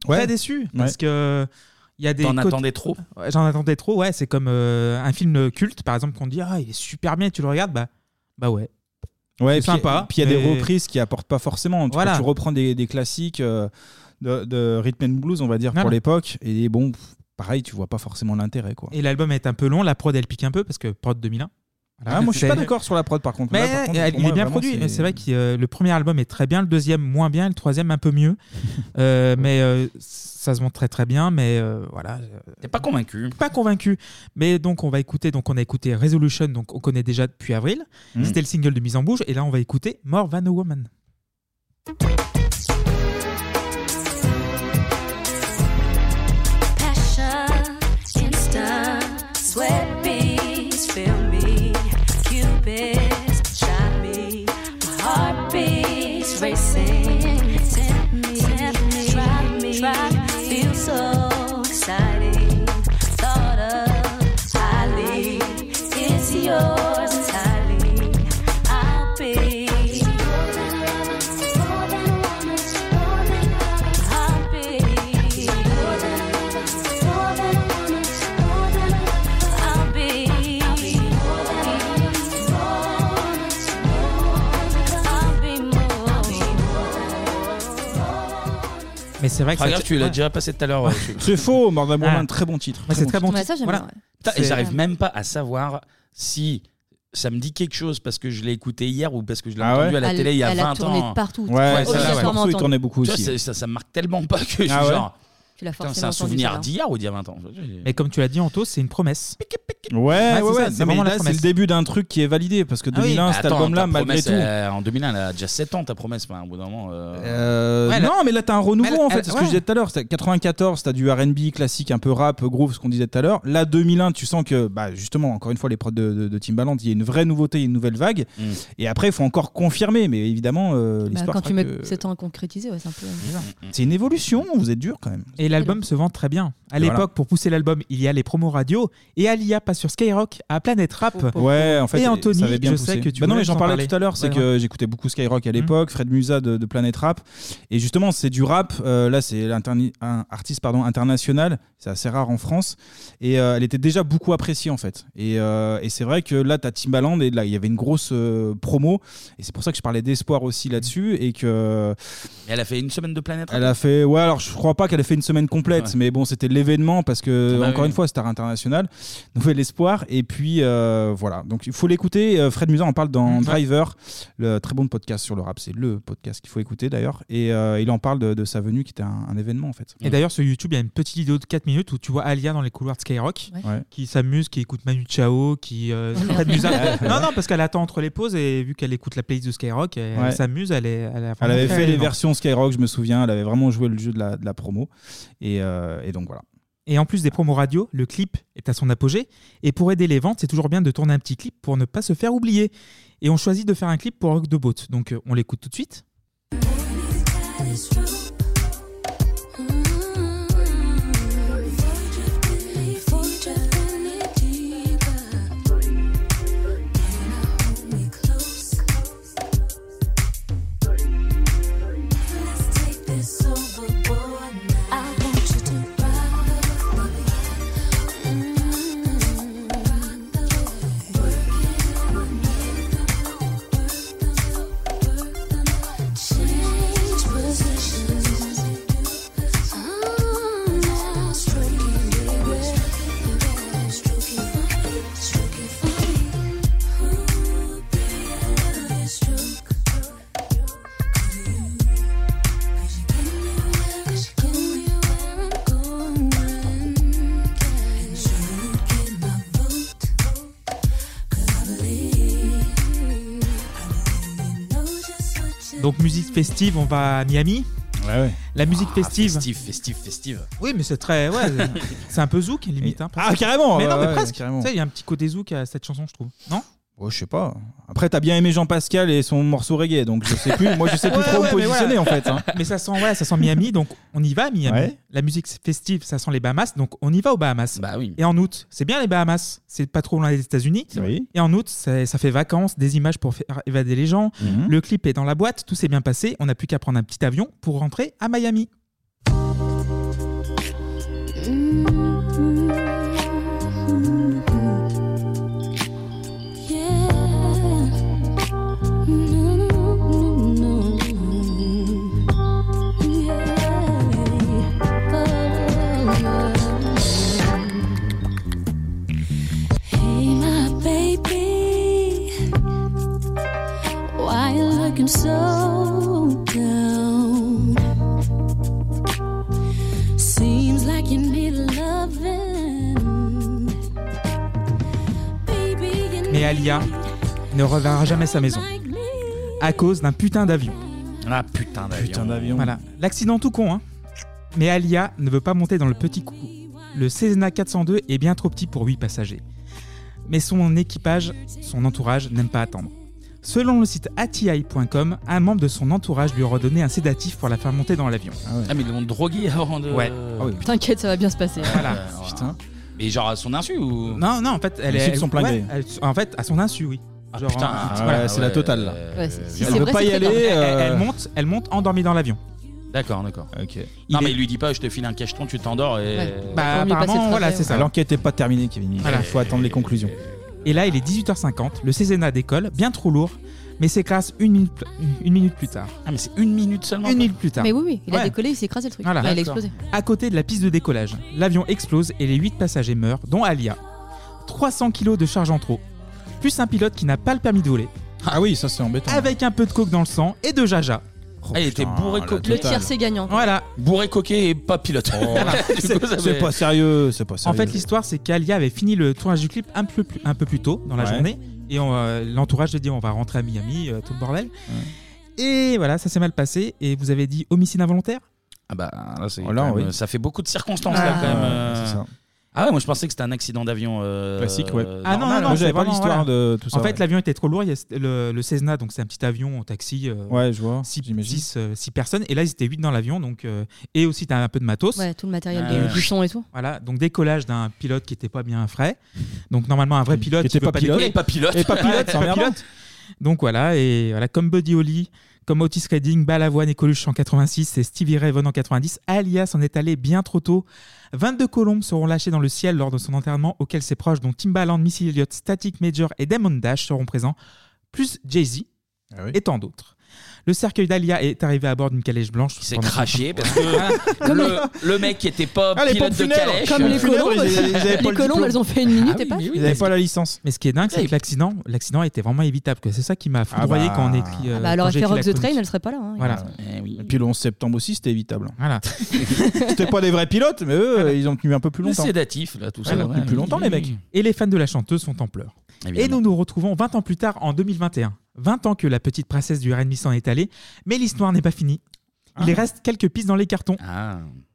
Speaker 7: Ouais.
Speaker 6: Très déçu. Parce
Speaker 7: Ouais.
Speaker 6: que. Il y a des
Speaker 7: T'en
Speaker 6: côtés-
Speaker 7: attendais trop
Speaker 6: Ouais, J'en attendais trop, ouais. C'est comme euh, un film culte, par exemple, qu'on te dit Ah, il est super bien, et tu le regardes, bah, bah ouais.
Speaker 7: Ouais,
Speaker 6: C'est
Speaker 7: et puis-
Speaker 6: sympa,
Speaker 7: et Puis il y a des
Speaker 6: mais-
Speaker 7: reprises qui apportent pas forcément. Tu,
Speaker 6: Voilà.
Speaker 7: tu reprends des, des classiques euh, de, de rhythm and blues, on va dire,
Speaker 6: Voilà.
Speaker 7: pour l'époque. Et bon, pff, pareil, tu vois pas forcément l'intérêt. quoi.
Speaker 6: Et l'album est un peu long, la prod elle pique un peu parce que prod 2001.
Speaker 7: Ah, moi, je suis
Speaker 6: C'est-
Speaker 7: pas d'accord sur la prod, par contre.
Speaker 6: Mais
Speaker 7: Là, par contre,
Speaker 6: elle-
Speaker 7: pour
Speaker 6: il
Speaker 7: moi,
Speaker 6: est bien
Speaker 7: vraiment,
Speaker 6: produit.
Speaker 7: c'est-
Speaker 6: mais C'est vrai que euh, le premier album est très bien, le deuxième moins bien, et le troisième un peu
Speaker 7: *laughs*
Speaker 6: mieux. Euh, mais euh, ça se montre très très bien. Mais euh, voilà.
Speaker 1: T'es pas convaincu
Speaker 6: Pas convaincu. Mais donc on va écouter. Donc on a écouté Resolution, donc on connaît déjà depuis avril.
Speaker 7: Mhm.
Speaker 6: C'était le single de mise en bouche. Et là on va écouter More Than a Woman.
Speaker 14: Passion, instant, sweat beats fill me. Cupid shot me. My heartbeats racing. Tempt me, drive me, Feel so exciting. Thought of highly. It's yours entirely. I'll be. More than a woman, more than a woman.
Speaker 6: Et c'est vrai que
Speaker 1: Pas
Speaker 6: ça-
Speaker 1: grave, tu l'as
Speaker 6: ouais.
Speaker 1: déjà passé tout à l'heure. euh, ouais.
Speaker 7: *laughs* C'est faux, Mort d'un
Speaker 6: Ah.
Speaker 7: Moulin, très bon titre.
Speaker 6: Ouais, *laughs* c'est très bon
Speaker 8: Ouais, ça, j'aime
Speaker 6: Voilà. euh,
Speaker 8: bien, ouais.
Speaker 1: Putain, Et
Speaker 8: C'est-
Speaker 1: j'arrive même pas à savoir si ça me dit quelque chose parce que je l'ai écouté hier ou parce que je l'ai
Speaker 7: Ah
Speaker 1: entendu
Speaker 7: ouais
Speaker 1: à la
Speaker 7: Elle-
Speaker 1: télé il y a
Speaker 8: elle a
Speaker 1: 20
Speaker 8: tourné
Speaker 1: ans.
Speaker 8: partout.
Speaker 7: Ouais, Ouais, ça, obligatoirement ouais. entendu. Il tournait beaucoup
Speaker 1: Tu vois,
Speaker 7: aussi.
Speaker 1: c'est- ça, ça me marque tellement pas que je
Speaker 6: Ah
Speaker 1: suis
Speaker 6: ouais
Speaker 1: genre.
Speaker 8: Tu l'as
Speaker 1: Putain,
Speaker 8: forcément
Speaker 1: c'est un
Speaker 8: entendu,
Speaker 1: souvenir
Speaker 8: celle-là.
Speaker 1: d'hier ou d'il y a 20 ans.
Speaker 6: Mais comme tu l'as dit, Anto, c'est une promesse.
Speaker 7: Ouais, ouais, ouais. Non, mais là, c'est le début d'un truc qui est validé parce que 2001, cet
Speaker 1: Ah Attends,
Speaker 7: album-là,
Speaker 1: ta
Speaker 7: malgré
Speaker 1: promesse,
Speaker 7: tout.
Speaker 1: euh, en 2001, elle a déjà 7 ans ta promesse, enfin, au bout d'un moment. euh,
Speaker 7: Euh,
Speaker 1: Ouais,
Speaker 7: non, mais là, t'as un renouveau
Speaker 1: mais
Speaker 7: en
Speaker 1: elle-
Speaker 7: fait. C'est ce que
Speaker 1: ouais.
Speaker 7: je disais tout à l'heure. C'est 94, t'as du RB classique, un peu rap, groove, ce qu'on disait tout à l'heure. Là, 2001, tu sens que, bah, justement, encore une fois, les prods de, de, de Timbaland, il y a une vraie nouveauté, il y a une nouvelle vague.
Speaker 1: Mm.
Speaker 7: Et après, il faut encore confirmer, mais évidemment, euh,
Speaker 8: Bah,
Speaker 7: l'histoire.
Speaker 8: quand tu
Speaker 7: fera
Speaker 8: mets
Speaker 7: que- mm,
Speaker 8: ce temps à concrétiser, ouais, c'est un peu bizarre.
Speaker 7: C'est une évolution, vous êtes dur quand même.
Speaker 6: Et l'album se vend très bien. À
Speaker 7: Et
Speaker 6: l'époque,
Speaker 7: voilà.
Speaker 6: pour pousser l'album, il y a les promos radio et Alia passe sur Skyrock à Planète Rap.
Speaker 7: Ouais, en fait,
Speaker 6: et Anthony,
Speaker 7: ça avait bien
Speaker 6: je
Speaker 7: poussé.
Speaker 6: sais que tu
Speaker 7: Bah non,
Speaker 6: voulais
Speaker 7: mais j'en
Speaker 6: en
Speaker 7: parlais
Speaker 6: parler. Hmm.
Speaker 7: tout à l'heure, c'est
Speaker 6: Ouais,
Speaker 7: que
Speaker 6: ouais.
Speaker 7: j'écoutais beaucoup Skyrock à l'époque, Fred Musa de, de Planète Rap, et justement, c'est du rap. euh, là, c'est l'interni- un artiste pardon international, c'est assez rare en France, et euh, elle était déjà beaucoup appréciée en fait. Et, euh, et c'est vrai que là, t'as Timbaland et là, il y avait une grosse euh, promo, et c'est pour ça que je parlais d'espoir aussi là-dessus, et que
Speaker 1: Et Elle a fait une semaine de planète.
Speaker 7: elle a fait, ouais, alors je crois pas qu'elle a fait une semaine complète,
Speaker 1: Ouais.
Speaker 7: mais bon, c'était l'événement parce que,
Speaker 1: Ah bah
Speaker 7: encore
Speaker 1: oui.
Speaker 7: une fois, Star International, *laughs* Nouvel Espoir. Et puis, euh, voilà. Donc, il faut l'écouter. Euh, Fred Musa en parle dans
Speaker 6: Mhm.
Speaker 7: Driver, le très bon podcast sur le rap. C'est le podcast qu'il faut écouter d'ailleurs. Et euh, il en parle de, de sa venue qui était un, un événement en fait.
Speaker 6: Et d'ailleurs, sur YouTube, il y a une petite vidéo de 4 minutes où tu vois Alia dans les couloirs de Skyrock
Speaker 7: Ouais. Ouais.
Speaker 6: qui s'amuse, qui écoute Manu Chao, qui. euh, pas de *laughs*
Speaker 7: *laughs*
Speaker 6: musique. non, non, parce qu'elle attend entre les pauses et vu qu'elle écoute la playlist de Skyrock, elle
Speaker 7: Ouais.
Speaker 6: s'amuse, elle est. Elle, est
Speaker 7: Elle
Speaker 6: vraiment
Speaker 7: avait
Speaker 6: très
Speaker 7: fait les
Speaker 6: vivante.
Speaker 7: versions Skyrock, je me souviens. Elle avait vraiment joué le jeu de la, de la promo. Et, euh, et donc, voilà.
Speaker 6: Et en plus des promos radio, le clip est à son apogée. Et pour aider les ventes, c'est toujours bien de tourner un petit clip pour ne pas se faire oublier. Et on choisit de faire un clip pour Rock de Boat. Donc euh, on l'écoute tout de suite.
Speaker 14: Change positions.
Speaker 6: Donc musique festive, on va à Miami. La
Speaker 7: Ah,
Speaker 6: musique festive.
Speaker 1: Festive, festive, festive.
Speaker 6: Oui, mais c'est très. Ouais,
Speaker 7: *laughs*
Speaker 6: c'est un peu zouk, limite. hein, presque.
Speaker 7: Ah, carrément,
Speaker 6: Mais
Speaker 7: ouais,
Speaker 6: non, mais
Speaker 7: ouais,
Speaker 6: presque.
Speaker 7: carrément.
Speaker 6: Tu sais, il y a un petit côté zouk à cette chanson, je trouve. Non
Speaker 7: Oh, je sais pas. Après, t'as bien aimé Jean-Pascal et son morceau reggae, donc je sais plus. Moi, je sais plus
Speaker 8: *laughs*
Speaker 6: Ouais,
Speaker 7: trop
Speaker 6: ouais,
Speaker 7: me
Speaker 6: mais
Speaker 7: positionner
Speaker 6: voilà.
Speaker 7: en fait. hein.
Speaker 6: Mais ça sent, ouais, ça sent Miami, donc on y va à Miami.
Speaker 7: Ouais.
Speaker 6: La musique festive, ça sent les Bahamas, donc on y va aux Bahamas. Et en août, c'est bien les Bahamas, c'est pas trop loin des États-Unis. Et en août, ça, ça fait vacances, des images pour faire évader les gens.
Speaker 7: Mhm.
Speaker 6: Le clip est dans la boîte, tout s'est bien passé. On n'a plus qu'à prendre un petit avion pour rentrer à Miami.
Speaker 14: Hey, my baby, why you looking so down? Seems like you need loving, baby. You
Speaker 6: Mais Alia ne reverra jamais sa maison à cause d'un putain d'avion.
Speaker 1: Ah putain d'avion.
Speaker 7: Putain d'avion.
Speaker 6: Voilà, l'accident tout con, hein. Mais Alia ne veut pas monter dans le petit coup. Le Cessna 402 est bien trop petit pour 8 passagers. Mais son équipage, son entourage n'aime pas attendre. Selon le site ATI.com, un membre de son entourage lui aurait donné un sédatif pour la faire monter dans l'avion.
Speaker 1: Ah, mais ils l'ont drogué *laughs* avant de.
Speaker 6: Ouais. Ah oui.
Speaker 8: T'inquiète, ça va bien se passer.
Speaker 6: Voilà.
Speaker 1: Putain. Mais genre à son insu ou.
Speaker 6: Non, non, en fait, elle
Speaker 1: Les
Speaker 6: est.
Speaker 1: chiffres sont plein
Speaker 6: ouais,
Speaker 1: gré.
Speaker 6: elle- en fait, à son insu, oui. Genre,
Speaker 1: putain,
Speaker 6: en-
Speaker 1: ah,
Speaker 6: voilà.
Speaker 1: ouais, c'est la totale, là. Ouais, c'est- si
Speaker 6: Elle
Speaker 1: c'est
Speaker 6: veut
Speaker 1: vrai,
Speaker 6: pas
Speaker 1: c'est
Speaker 6: y
Speaker 1: très
Speaker 6: aller.
Speaker 1: dangereux.
Speaker 6: Elle, elle monte, elle monte endormie dans l'avion.
Speaker 1: D'accord, Ah, d'accord.
Speaker 7: Ok.
Speaker 1: Non, mais il lui dit pas, je te file un cacheton, tu t'endors et.
Speaker 6: Bah, apparemment, voilà, c'est ça.
Speaker 7: L'enquête n'est pas terminée, Kevin. Il
Speaker 6: Voilà.
Speaker 7: faut attendre les conclusions.
Speaker 6: Et là, il est 18h50, le Céséna décolle, bien trop lourd. mais s'écrase une minute, pl- une minute plus tard.
Speaker 1: Ah, mais c'est une minute seulement
Speaker 6: Une minute plus tard.
Speaker 8: Mais oui, oui, il a
Speaker 6: Ouais. Ah
Speaker 8: décollé, il s'est écrasé le truc.
Speaker 6: Voilà.
Speaker 8: Enfin, il a explosé.
Speaker 6: À côté de la piste de décollage, l'avion explose et les 8 passagers meurent, dont Alia. 300 kilos de charge en trop, plus un pilote qui n'a pas le permis de voler.
Speaker 7: Ah oui, ça c'est embêtant.
Speaker 6: Avec un peu de coke dans le sang et de jaja.
Speaker 1: Elle était
Speaker 6: oh
Speaker 1: bourrée coquée.
Speaker 8: Le tir, c'est gagnant.
Speaker 6: Voilà.
Speaker 1: Bourré coquée et pas pilote.
Speaker 6: Oh.
Speaker 1: *laughs* Du coup, ça fait-
Speaker 7: sérieux, c'est pas
Speaker 6: En fait, l'histoire, c'est qu'Alia avait fini le tournage du clip un peu plus, un peu plus tôt dans la
Speaker 7: Ouais.
Speaker 6: journée. Et on, euh, l'entourage lui a dit on va rentrer à Miami, euh, tout le bordel. Et voilà, ça s'est mal passé. Et vous avez dit homicide involontaire
Speaker 1: Ah bah là, c'est
Speaker 6: Oh là,
Speaker 1: quand même-
Speaker 6: oui.
Speaker 1: ça fait beaucoup de circonstances
Speaker 6: Ah.
Speaker 1: là quand même.
Speaker 6: Ouais, c'est ça.
Speaker 1: Ah ouais, moi je pensais que c'était un accident d'avion euh,
Speaker 7: Classique, ouais.
Speaker 1: euh,
Speaker 6: Ah non,
Speaker 1: normal.
Speaker 6: non, non, c'est vraiment, voilà.
Speaker 7: de tout ça,
Speaker 6: En fait,
Speaker 7: ouais.
Speaker 6: l'avion était trop lourd. il y a- le, le Cessna, donc c'est un petit avion en taxi. euh,
Speaker 7: Ouais, je vois.
Speaker 6: 6 euh, personnes. Et là, ils étaient 8 dans l'avion. Donc, euh, et aussi, t'as un peu de matos. Euh,
Speaker 8: Ouais, tout le matériel de- du son et tout.
Speaker 6: Voilà, donc décollage d'un pilote qui était pas bien frais. Donc, normalement, un vrai pilote.
Speaker 7: était
Speaker 6: il veut
Speaker 7: pas pilote.
Speaker 6: décoller.
Speaker 7: Et pas pilote. Et pas
Speaker 6: Ouais,
Speaker 7: *laughs* pilote, c'est
Speaker 6: pas
Speaker 7: emmerdant.
Speaker 6: pilote. Donc voilà, et voilà, comme Buddy Holly, comme Otis Redding, Balavoine et Coluche en 86 et Stevie Ray Vaughan en 90, Alias en est allé bien trop tôt. 22 colombes seront lâchées dans le ciel lors de son enterrement, auquel ses proches, dont Timbaland, Missy Elliott, Static Major et Damon Dash, seront présents, plus Jay-Z et tant d'autres. Le cercueil d'Alia est arrivé à bord d'une calèche blanche.
Speaker 1: Il s'est
Speaker 6: pendant- *laughs*
Speaker 1: craché parce que le, le mec qui était pas
Speaker 6: Hein Ah, les
Speaker 1: pilote
Speaker 6: pompes
Speaker 1: de
Speaker 6: funèbres,
Speaker 1: calèche.
Speaker 6: comme les Funèbres, colombes, ils avaient- ils avaient pas le diplôme.
Speaker 8: fait une minute et pas.
Speaker 1: Ah oui,
Speaker 6: Ils avaient
Speaker 1: pas
Speaker 6: la licence. Mais ce qui est dingue, c'est que l'accident, l'accident était vraiment évitable. que C'est ça qui m'a foudroyé
Speaker 7: bah.
Speaker 6: quand on écrit. euh,
Speaker 8: Bah, alors,
Speaker 6: quand
Speaker 8: elle
Speaker 6: j'ai
Speaker 8: fait
Speaker 6: écrit
Speaker 8: Rock
Speaker 6: la
Speaker 8: the
Speaker 6: chronique.
Speaker 8: Train, elle serait pas là. hein.
Speaker 6: Voilà.
Speaker 1: Eh
Speaker 7: Et puis le 11 septembre aussi, c'était évitable.
Speaker 6: Voilà.
Speaker 7: *laughs* c'était pas des vrais pilotes, mais eux, ils ont tenu un peu plus
Speaker 6: Le
Speaker 7: longtemps.
Speaker 1: sédatif, là,
Speaker 6: Ah,
Speaker 1: tout ça,
Speaker 7: Ils ont
Speaker 1: ouais.
Speaker 7: tenu plus longtemps, les mecs.
Speaker 6: Et les fans de la chanteuse sont en pleurs. Et
Speaker 1: Évidemment.
Speaker 6: nous nous retrouvons 20 ans plus tard, en 2021. 20 ans que la petite princesse du RB s'en est allée, mais l'histoire n'est pas finie. Il reste quelques pistes dans les cartons.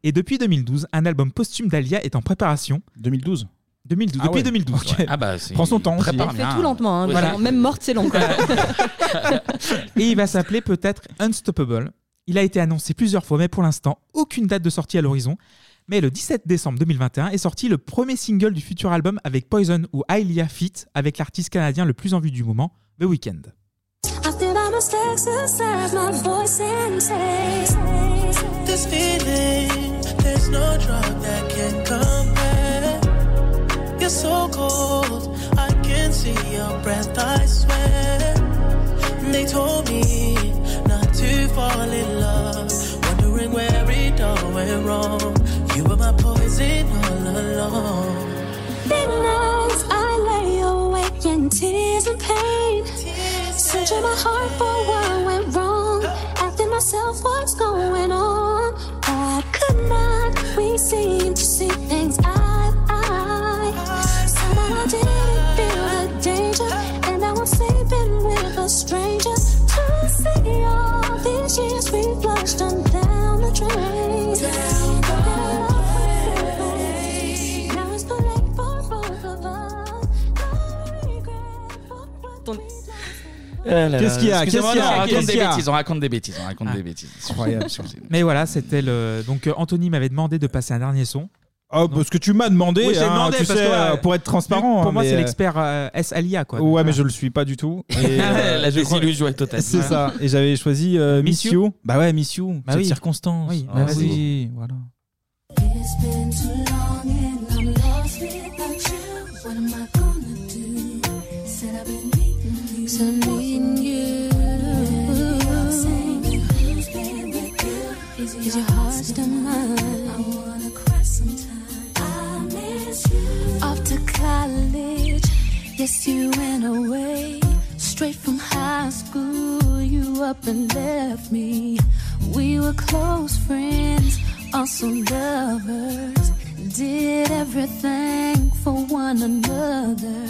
Speaker 6: Et depuis 2012, un album posthume d'Alia est en préparation.
Speaker 7: 2012
Speaker 6: 2012,
Speaker 7: Ah
Speaker 6: depuis
Speaker 7: ouais.
Speaker 6: 2012.
Speaker 7: Ouais. Ah bah, c'est- Prends son temps,
Speaker 8: Elle
Speaker 7: prépare
Speaker 8: fait tout lentement. hein. Genre, Même morte, c'est lent. quoi.
Speaker 6: Et il va s'appeler peut-être Unstoppable. Il a été annoncé plusieurs fois, mais pour l'instant, aucune date de sortie à l'horizon. Mais le 17 décembre 2021 est sorti le premier single du futur album avec Poison ou Alia Fit avec l'artiste canadien le plus en vue du moment, The Weeknd.
Speaker 14: I think I must exercise my voice and say,
Speaker 3: This feeling, there's no drug that can compare. You're so cold, I can see your breath, I swear. They told me not to fall in love, wondering where it all went wrong. You were my poison all along.
Speaker 14: Big nights I lay awake in tears and pain. Searching my heart for what went wrong. Asking myself what's going on. Why could not we seem to see things eye to eye? Somehow I didn't feel the danger. And now I'm sleeping with a stranger. To see all these years we flushed on down the drain. Look at our love we created. Now it's too late for both of us.
Speaker 6: Qu'est-ce qu'il y a
Speaker 1: Excusez-moi,
Speaker 6: Qu'est-ce qu'il y a
Speaker 1: non, on raconte
Speaker 6: Qu'est-ce
Speaker 1: des
Speaker 6: qu'il y a
Speaker 1: bêtises, on raconte des bêtises, on raconte des bêtises.
Speaker 6: Incroyable, Mais voilà, c'était le. Donc euh, Anthony m'avait demandé de passer un dernier son.
Speaker 7: Ah, parce que tu m'as demandé,
Speaker 6: Oui, j'ai
Speaker 7: hein,
Speaker 6: demandé
Speaker 7: tu
Speaker 6: parce
Speaker 7: sais,
Speaker 6: que, ouais,
Speaker 7: euh, pour être transparent.
Speaker 6: Pour
Speaker 7: hein,
Speaker 6: moi,
Speaker 7: mais,
Speaker 6: c'est
Speaker 7: euh,
Speaker 6: l'expert euh, S Alia quoi.
Speaker 7: Ouais, mais je le suis pas du tout.
Speaker 1: *laughs*
Speaker 7: Et, euh,
Speaker 1: La
Speaker 7: je crois-
Speaker 1: désillusion est totale.
Speaker 7: C'est ça. Et j'avais choisi euh, Miss
Speaker 1: Miss
Speaker 7: You.
Speaker 1: You.
Speaker 7: Bah ouais, Miss You.
Speaker 1: Bah
Speaker 7: cette
Speaker 1: oui.
Speaker 7: circonstance.
Speaker 1: Oui,
Speaker 7: Ah
Speaker 1: bah vas-y.
Speaker 7: oui, voilà.
Speaker 14: It's been too long and I'm lost without you. What am I gonna do? Said I've been needing you. So needing you. Saying who's been with you? Is, your heart still mine? I wanna cry sometime. I miss you. Off to college. Yes, you went away. Straight from high school, you up and left me. We were close friends, also lovers. Did everything for one another.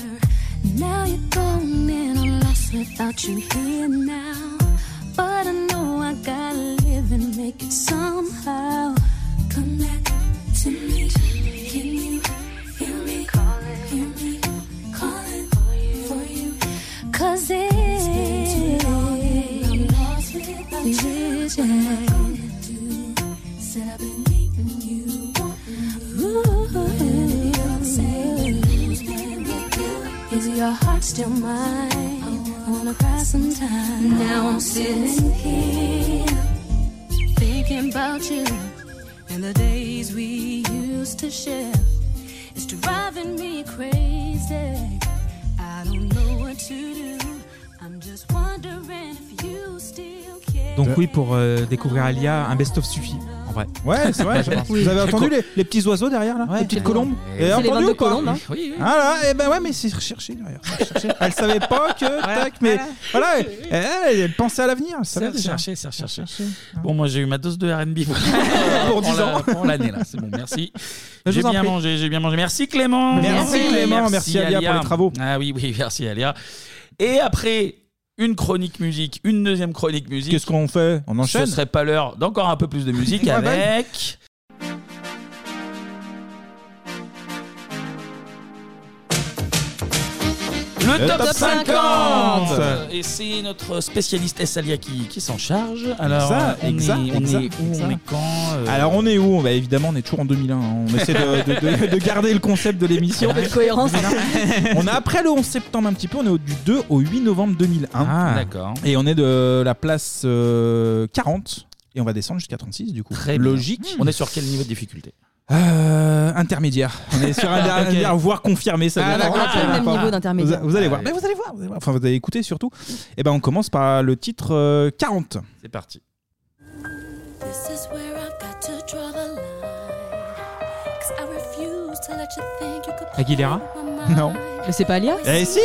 Speaker 14: Now you're gone and I'm lost without you here now. But I know I gotta live and make it somehow. Come back to me. Can you feel me? Hear me calling for you. Cause it's been too long and I'm lost without you. What am I gonna do? Said I've been needing you. Ooh. Saying who's been with you? Is your heart still mine? I wanna cry sometime. Now I'm sitting here thinking about you and the days we used to share. It's driving me crazy. I don't know what to do. I'm just wondering
Speaker 6: Donc oui, pour euh, découvrir Alia, un best-of suffit. En vrai.
Speaker 7: Ouais, c'est
Speaker 6: *laughs*
Speaker 7: vrai.
Speaker 6: Je pense.
Speaker 7: Vous avez
Speaker 6: Très
Speaker 7: entendu
Speaker 6: cool.
Speaker 7: les, les petits oiseaux derrière là Les petites colombes
Speaker 6: C'est
Speaker 7: Et
Speaker 6: les
Speaker 7: entendu
Speaker 6: vannes de
Speaker 7: ou pas
Speaker 6: colombes, hein. Oui, oui.
Speaker 7: Ah là, et ben ouais, mais c'est recherché derrière. c'est recherché. Elle savait pas que. tac, mais voilà, elle, elle, elle pensait à l'avenir. elle savait
Speaker 1: C'est
Speaker 7: déjà.
Speaker 1: recherché, c'est recherché. Bon, moi j'ai eu ma dose de RB voilà.
Speaker 7: Ah. *laughs* Pour 10
Speaker 1: la-
Speaker 7: ans.
Speaker 1: Pour l'année là, c'est bon, merci.
Speaker 7: Je
Speaker 1: J'ai
Speaker 7: vous en
Speaker 1: bien
Speaker 7: prie.
Speaker 1: mangé, j'ai bien mangé. Merci Clément.
Speaker 7: Merci, Clément, merci, Alia, pour les travaux.
Speaker 1: Ah oui, oui, merci Alia. Et après une chronique musique, une deuxième chronique musique.
Speaker 7: Qu'est-ce qu'on fait On enchaîne
Speaker 1: Ce serait pas l'heure d'encore un peu plus de
Speaker 7: *laughs*
Speaker 1: musique
Speaker 7: Ouais,
Speaker 1: avec. Le, top, 50, Et c'est notre spécialiste Essalia qui, qui s'en charge. Alors,
Speaker 7: Ça,
Speaker 1: on,
Speaker 7: exact,
Speaker 1: est, on
Speaker 7: exact,
Speaker 1: est où,
Speaker 7: exact.
Speaker 1: on est quand euh,
Speaker 7: Alors on est où Bah, Évidemment, on est toujours en 2001. hein. On essaie de, de- de- de garder le concept de l'émission.
Speaker 1: Un peu
Speaker 7: *laughs*
Speaker 1: de cohérence.
Speaker 6: hein.
Speaker 7: On est après le 11 septembre un petit peu. On est au- du 2 au 8 novembre 2001.
Speaker 6: Hein
Speaker 1: Ah. D'accord.
Speaker 7: Et on est de la place euh, 40. Et on va descendre jusqu'à 36 du coup.
Speaker 1: Très bien.
Speaker 7: Logique.
Speaker 1: On est sur quel niveau de difficulté
Speaker 7: Euh, intermédiaire. On est
Speaker 1: *laughs*
Speaker 7: sur
Speaker 1: Ok.
Speaker 7: intermédiaire, voire confirmé. Ça
Speaker 1: Ah,
Speaker 7: dépend.
Speaker 1: d'accord,
Speaker 7: Ça
Speaker 1: Ah, ok.
Speaker 7: dépend.
Speaker 1: Même niveau
Speaker 7: Vous a-
Speaker 1: d'intermédiaire.
Speaker 7: Vous, allez voir.
Speaker 1: Ouais.
Speaker 7: Mais vous allez voir. vous allez voir. Enfin, vous allez écouter surtout. Et ben, on commence par le titre euh, 40.
Speaker 1: C'est parti.
Speaker 14: This is where I've got to draw the line. Cause I refuse to let you think you could
Speaker 6: Aguilera
Speaker 7: Non.
Speaker 8: Mais c'est pas Alia Ah.
Speaker 7: Eh si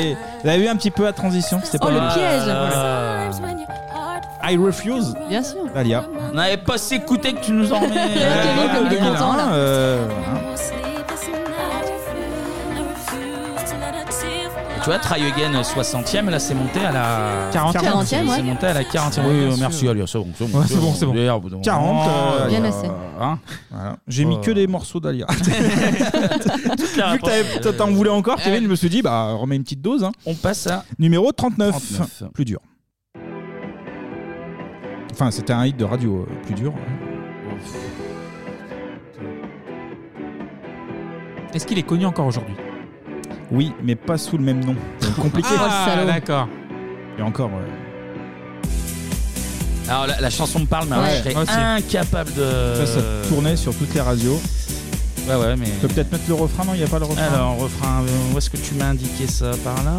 Speaker 7: Hey Vous avez vu un petit peu la transition, c'était pas
Speaker 8: Oh, le
Speaker 7: mal. Ah.
Speaker 8: piège
Speaker 7: I refuse.
Speaker 8: Bien sûr.
Speaker 7: Alia.
Speaker 1: On n'avait pas s'écouter que tu nous en remets.
Speaker 7: Ah,
Speaker 1: Ah,
Speaker 7: 2001,
Speaker 1: ah, ah.
Speaker 7: euh,
Speaker 1: Tu vois, Try Again 60ème, là c'est monté à la
Speaker 6: 40e, 40e,
Speaker 1: C'est
Speaker 6: ouais.
Speaker 1: c'est monté à la 40e. Oui, euh, merci Alia, c'est bon, c'est bon.
Speaker 7: Ouais, c'est bon, c'est bon.
Speaker 1: D'ailleurs, au bout d'un
Speaker 7: 40,
Speaker 1: moment,
Speaker 7: euh, Bien
Speaker 1: euh,
Speaker 7: assez.
Speaker 1: hein.
Speaker 7: J'ai mis
Speaker 6: Bah.
Speaker 1: Euh,
Speaker 7: que des
Speaker 6: *laughs*
Speaker 7: morceaux d'Alia. Vu que t'avais-
Speaker 1: réponse.
Speaker 7: t'en voulais encore, Kevin, je me suis dit, bah remets une petite dose. hein.
Speaker 1: On passe à.
Speaker 7: Numéro 39.
Speaker 1: 39.
Speaker 7: Plus dur. Enfin, c'était un hit de radio euh, plus dur.
Speaker 6: Est-ce qu'il est connu encore aujourd'hui
Speaker 7: Oui, mais pas sous le
Speaker 6: *laughs*
Speaker 7: même nom. C'est Compliqué.
Speaker 6: Ah, Ah, le salaud. d'accord.
Speaker 7: Et encore. euh,
Speaker 1: Alors la, la chanson me parle, mais alors,
Speaker 7: Ouais,
Speaker 1: je serais
Speaker 7: moi aussi.
Speaker 1: incapable de.
Speaker 7: Ça, ça tournait sur toutes les radios.
Speaker 1: Euh, Ouais, ouais, mais.
Speaker 7: Tu peux peut-être mettre le refrain, non Il n'y a pas le refrain.
Speaker 1: Alors, refrain, euh, où est-ce que tu m'as indiqué ça Par là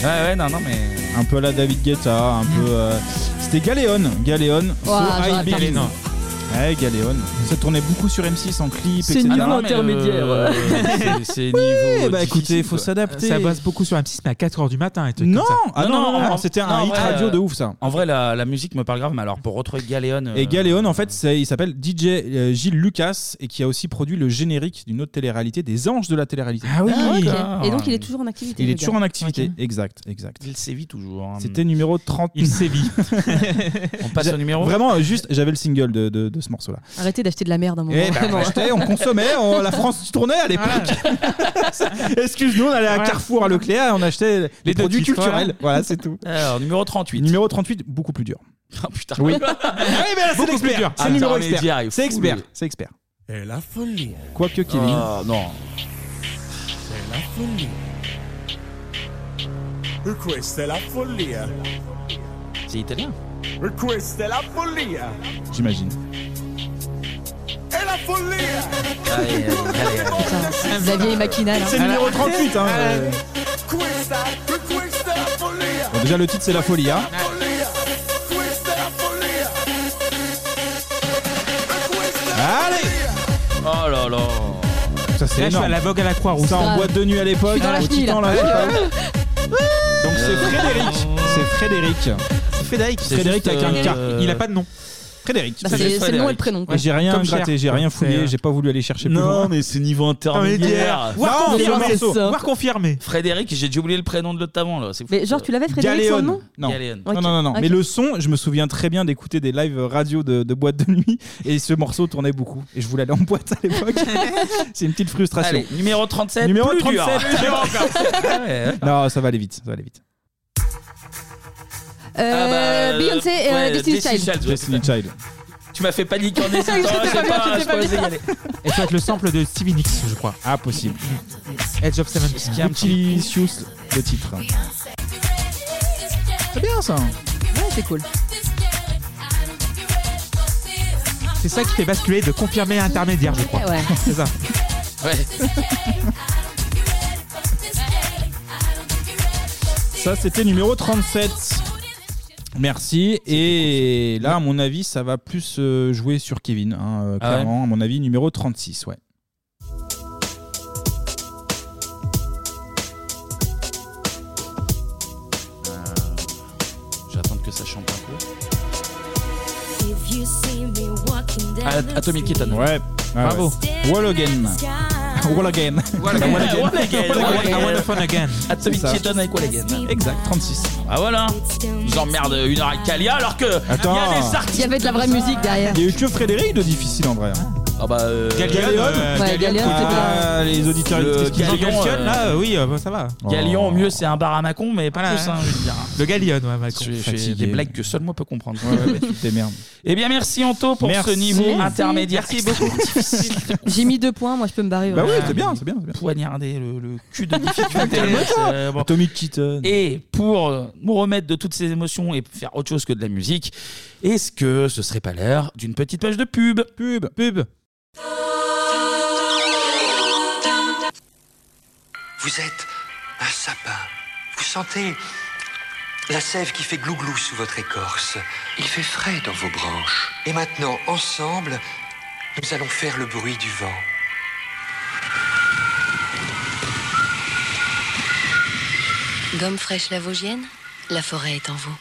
Speaker 1: Ouais, ouais, non, non, mais. Mm.
Speaker 7: Un peu à la David Guetta, un peu. euh, C'était Galéon. Galéon. so
Speaker 1: Ouah,
Speaker 7: I
Speaker 1: j'aurais pas
Speaker 7: Believe.
Speaker 1: dit.
Speaker 7: Ouais, Galéon. Ça tournait beaucoup sur M6 en clip, etc.
Speaker 1: Ah
Speaker 7: *laughs*
Speaker 1: euh, *laughs* c'est- c'est niveau.
Speaker 7: bah,
Speaker 1: difficile,
Speaker 7: écoutez, faut
Speaker 1: quoi.
Speaker 7: s'adapter.
Speaker 6: Ça bosse beaucoup sur M6, mais à 4h du matin.
Speaker 7: Non, ah non, non, non, c'était un
Speaker 1: en
Speaker 7: hit
Speaker 1: vrai,
Speaker 7: radio
Speaker 1: euh,
Speaker 7: de ouf ça.
Speaker 1: En vrai, la, la musique me parle grave, mais alors pour retrouver Galéon. euh,
Speaker 7: Et Galéon, en fait, c'est- il s'appelle DJ euh, Gilles Lucas et qui a aussi produit le générique d'une autre télé-réalité, des anges de la télé-réalité. Ah
Speaker 8: oui. Ah, ok. Et donc, il est toujours en activité,
Speaker 7: Il
Speaker 8: le
Speaker 7: est toujours
Speaker 8: gars.
Speaker 7: en activité, exact, exact.
Speaker 1: Il sévit toujours. hein.
Speaker 7: C'était numéro 30. Il *laughs* sévit.
Speaker 1: On passe au numéro
Speaker 7: Vraiment, euh, juste, j'avais le single de, de- de ce morceau-là.
Speaker 8: Arrêtez d'acheter de la merde à un moment.
Speaker 7: Eh ben, on
Speaker 8: vraiment.
Speaker 7: achetait, on consommait, on- la France tournait à l'époque. *laughs* Excuse-nous, on allait à Carrefour, à Leclerc, on achetait les,
Speaker 1: deux
Speaker 7: produits
Speaker 1: titres,
Speaker 7: culturels.
Speaker 1: voilà.
Speaker 7: Voilà, c'est tout.
Speaker 1: Alors, numéro 38.
Speaker 7: Numéro 38, beaucoup plus dur.
Speaker 1: *laughs* Ah, putain.
Speaker 7: Oui. Ah oui, mais là, c'est
Speaker 1: Beaucoup plus
Speaker 7: l'expert.
Speaker 1: dur.
Speaker 7: C'est le numéro
Speaker 1: Attends, on est d'y
Speaker 7: expert.
Speaker 1: arrive.
Speaker 7: C'est expert.
Speaker 1: Fou, le-
Speaker 7: C'est expert.
Speaker 2: Et la folie.
Speaker 7: Quoique Kevin.
Speaker 1: Ah, non.
Speaker 2: C'est la folie. Questa è la follia.
Speaker 1: C'est italien.
Speaker 2: Questa è la follia.
Speaker 7: J'imagine.
Speaker 2: È la follia.
Speaker 1: Allez, allez, allez.
Speaker 8: Putain, Xavier et Maquinal.
Speaker 7: C'est le numéro 38. Hein, euh.
Speaker 2: Questa, questa è la follia.
Speaker 7: Bon, déjà, le titre, c'est La Folie. Hein.
Speaker 2: Follia. Questa è la follia.
Speaker 7: Allez
Speaker 1: Oh là là.
Speaker 6: Là, je
Speaker 7: Ça, c'est
Speaker 6: suis
Speaker 7: énorme.
Speaker 6: à la Vogue à la Croix-Rouge.
Speaker 7: Ça, en boîte de nuit à
Speaker 6: Je
Speaker 7: l'époque.
Speaker 6: suis dans la
Speaker 7: au
Speaker 6: chenille,
Speaker 7: Titan,
Speaker 6: là.
Speaker 7: là, je sais pas. Donc, c'est Frédéric. C'est Frédéric. C'est Frédéric.
Speaker 6: C'est
Speaker 7: Frédéric
Speaker 6: juste,
Speaker 7: avec un K.
Speaker 6: euh,
Speaker 7: Il a pas de nom. Frédéric.
Speaker 8: Bah, c'est- c'est le nom et le prénom, quoi.
Speaker 7: Et J'ai rien
Speaker 8: Comme cher.
Speaker 7: gratté, j'ai rien
Speaker 6: C'est,
Speaker 7: fouillé,
Speaker 6: euh,
Speaker 7: j'ai pas voulu aller chercher plus
Speaker 6: Non,
Speaker 7: loin.
Speaker 1: mais c'est niveau
Speaker 7: intermédiaire.
Speaker 6: Voire
Speaker 7: Non,
Speaker 6: confirmé,
Speaker 7: c'est
Speaker 6: morceau.
Speaker 7: ça.
Speaker 6: Voire confirmé.
Speaker 1: Frédéric, j'ai déjà oublié le prénom de l'autre avant là. c'est fou,
Speaker 8: Mais genre,
Speaker 1: ça.
Speaker 8: tu l'avais, Frédéric, son nom
Speaker 7: Non.
Speaker 1: Galéon.
Speaker 7: non, non, non, non.
Speaker 8: Ok.
Speaker 7: Mais le son, je me souviens très bien d'écouter des lives radio de, de boîte de nuit et ce morceau tournait beaucoup. Et je voulais aller en boîte à
Speaker 8: *laughs*
Speaker 7: l'époque. C'est une petite frustration.
Speaker 1: Allez, numéro 37.
Speaker 7: Numéro
Speaker 1: plus
Speaker 7: 37.
Speaker 8: *laughs*
Speaker 1: Dur.
Speaker 7: *laughs*
Speaker 1: Ah ouais, ouais.
Speaker 7: Non, ça va aller vite, ça va aller vite. Ah
Speaker 8: Euh, Beyoncé et euh,
Speaker 1: Ah bah, ouais,
Speaker 8: Destiny's
Speaker 1: Destiny's
Speaker 8: Child.
Speaker 1: ouais,
Speaker 7: Destiny Child.
Speaker 1: Tu m'as fait paniquer
Speaker 8: *laughs*
Speaker 1: en essayant. je
Speaker 8: Je sais pas
Speaker 1: sais
Speaker 8: bien, je
Speaker 1: pas,
Speaker 8: sais
Speaker 1: je
Speaker 8: pas
Speaker 1: peux
Speaker 8: bien.
Speaker 1: essayer d'y aller.
Speaker 6: Et ça va être le sample de Stevie Nicks, je crois.
Speaker 7: Ah, possible.
Speaker 6: Edge of Seven.
Speaker 7: Ce qui est un petit sius, le titre.
Speaker 6: Ah,
Speaker 7: C'est bien ça.
Speaker 6: hein.
Speaker 8: Ouais, c'est cool.
Speaker 6: C'est ça qui fait basculer de confirmé à
Speaker 7: *laughs*
Speaker 6: intermédiaire, je crois.
Speaker 8: Ouais.
Speaker 6: C'est ça.
Speaker 1: Ouais.
Speaker 7: ça, c'était numéro 37. Merci. Et là, à mon avis, ça va plus euh, jouer sur Kevin. hein, euh,
Speaker 1: Ah ouais
Speaker 7: clairement, à mon avis, numéro 36, ouais.
Speaker 1: Euh, J'attends que ça chante un peu.
Speaker 17: If you see me walking down
Speaker 1: Ah,
Speaker 17: the
Speaker 1: Atomic
Speaker 17: street,
Speaker 1: Kitten. Ouais. ouais,
Speaker 7: Bravo. Wall again. Wall again. Wall again.
Speaker 1: Wall again. Wall again.
Speaker 7: I wanna phone again.
Speaker 1: Atomic
Speaker 7: C'est ça.
Speaker 1: Kitten avec Wall again.
Speaker 7: Exact, 36.
Speaker 1: Ah voilà. Nous emmerde une heure avec Kalia alors que.
Speaker 7: Attends.
Speaker 1: Il y a des artistes.
Speaker 8: Il y avait de la vraie musique derrière.
Speaker 7: Il y a eu que Frédéric de difficile en vrai. hein.
Speaker 1: Ah bah. Euh,
Speaker 7: Galgaléon
Speaker 1: euh,
Speaker 8: Ouais, Galgaléon,
Speaker 1: qui
Speaker 8: c'était
Speaker 7: Ah, les auditeurs qu'est-ce
Speaker 1: Le
Speaker 7: qu'ils en
Speaker 1: Gallion,
Speaker 7: questionnent,
Speaker 1: euh,
Speaker 7: là euh, Oui, euh, bah, ça va.
Speaker 1: Galion, au mieux, c'est un bar à Macon, mais pas
Speaker 7: Voilà,
Speaker 1: plus,
Speaker 7: hein.
Speaker 1: hein, je veux dire.
Speaker 7: Le Gallion, ouais, Macron.
Speaker 1: Je- je-
Speaker 7: Fatigué.
Speaker 1: Des blagues que seul moi peut comprendre.
Speaker 7: Ouais, ouais, tu te
Speaker 1: *laughs*
Speaker 7: démerdes.
Speaker 1: Eh bien, merci Anto pour
Speaker 7: Ah, Merci.
Speaker 1: ce niveau
Speaker 7: Merci.
Speaker 1: intermédiaire.
Speaker 7: Merci
Speaker 1: beaucoup.
Speaker 8: J'ai mis deux points, moi je peux me barrer.
Speaker 7: Bah oui,
Speaker 8: ouais.
Speaker 7: c'est bien, c'est bien.
Speaker 1: Poignarder le, le cul de difficulté. C'est- euh, bon.
Speaker 7: Tommy Keaton.
Speaker 1: Et pour euh, nous remettre de toutes ces émotions et faire autre chose que de la musique, est-ce que ce serait pas l'heure d'une petite page de pub
Speaker 7: Pub, pub.
Speaker 9: Vous êtes un sapin. Vous sentez la sève qui fait glouglou sous votre écorce. Il fait frais dans vos branches. Et maintenant, ensemble, nous allons faire le bruit du vent.
Speaker 29: Gomme fraîche la Vosgienne, la forêt est en vous.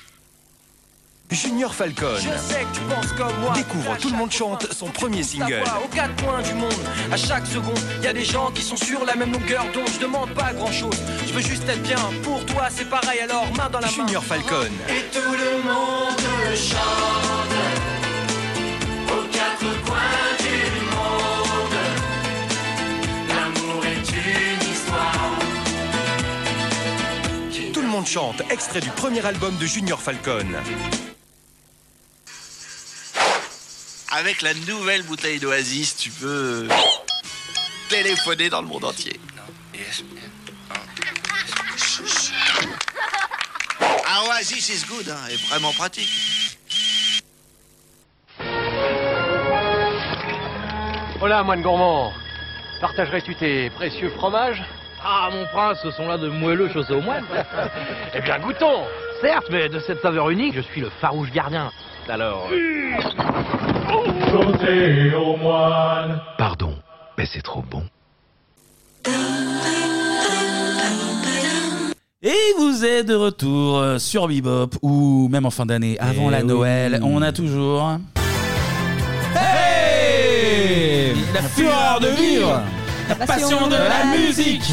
Speaker 21: Junior Falcon.
Speaker 29: Je
Speaker 21: sais que tu penses comme moi. Découvre Tout le monde chante son premier single. Aux quatre coins du monde, à chaque seconde, il y a des gens qui sont sur la même longueur donc je demande pas grand chose. Je veux juste être bien. Pour toi, c'est pareil alors, main dans la main. Junior Falcon.
Speaker 9: Et tout le monde le chante aux quatre coins du monde. L'amour est une histoire.
Speaker 21: Tout le monde chante, extrait du premier album de Junior Falcon.
Speaker 10: Avec la nouvelle bouteille d'Oasis, tu peux euh, téléphoner dans le monde entier. Ah, Oasis is good, hein, est vraiment pratique.
Speaker 16: Voilà, moine gourmand. Partagerais-tu tes précieux fromages Ah, mon prince, ce sont là de moelleux chaussés au moine. *laughs* eh bien, goûtons Certes, mais de cette saveur unique, je suis le farouche gardien.
Speaker 9: Oh.
Speaker 16: Alors... euh,
Speaker 13: au moine.
Speaker 21: Pardon, mais c'est trop bon.
Speaker 1: Et vous êtes de retour euh, sur Bebop ou même en fin d'année, avant
Speaker 7: Eh
Speaker 1: la
Speaker 7: oui.
Speaker 1: Noël, on a toujours.
Speaker 7: Hey
Speaker 1: La fureur de vivre La passion de la musique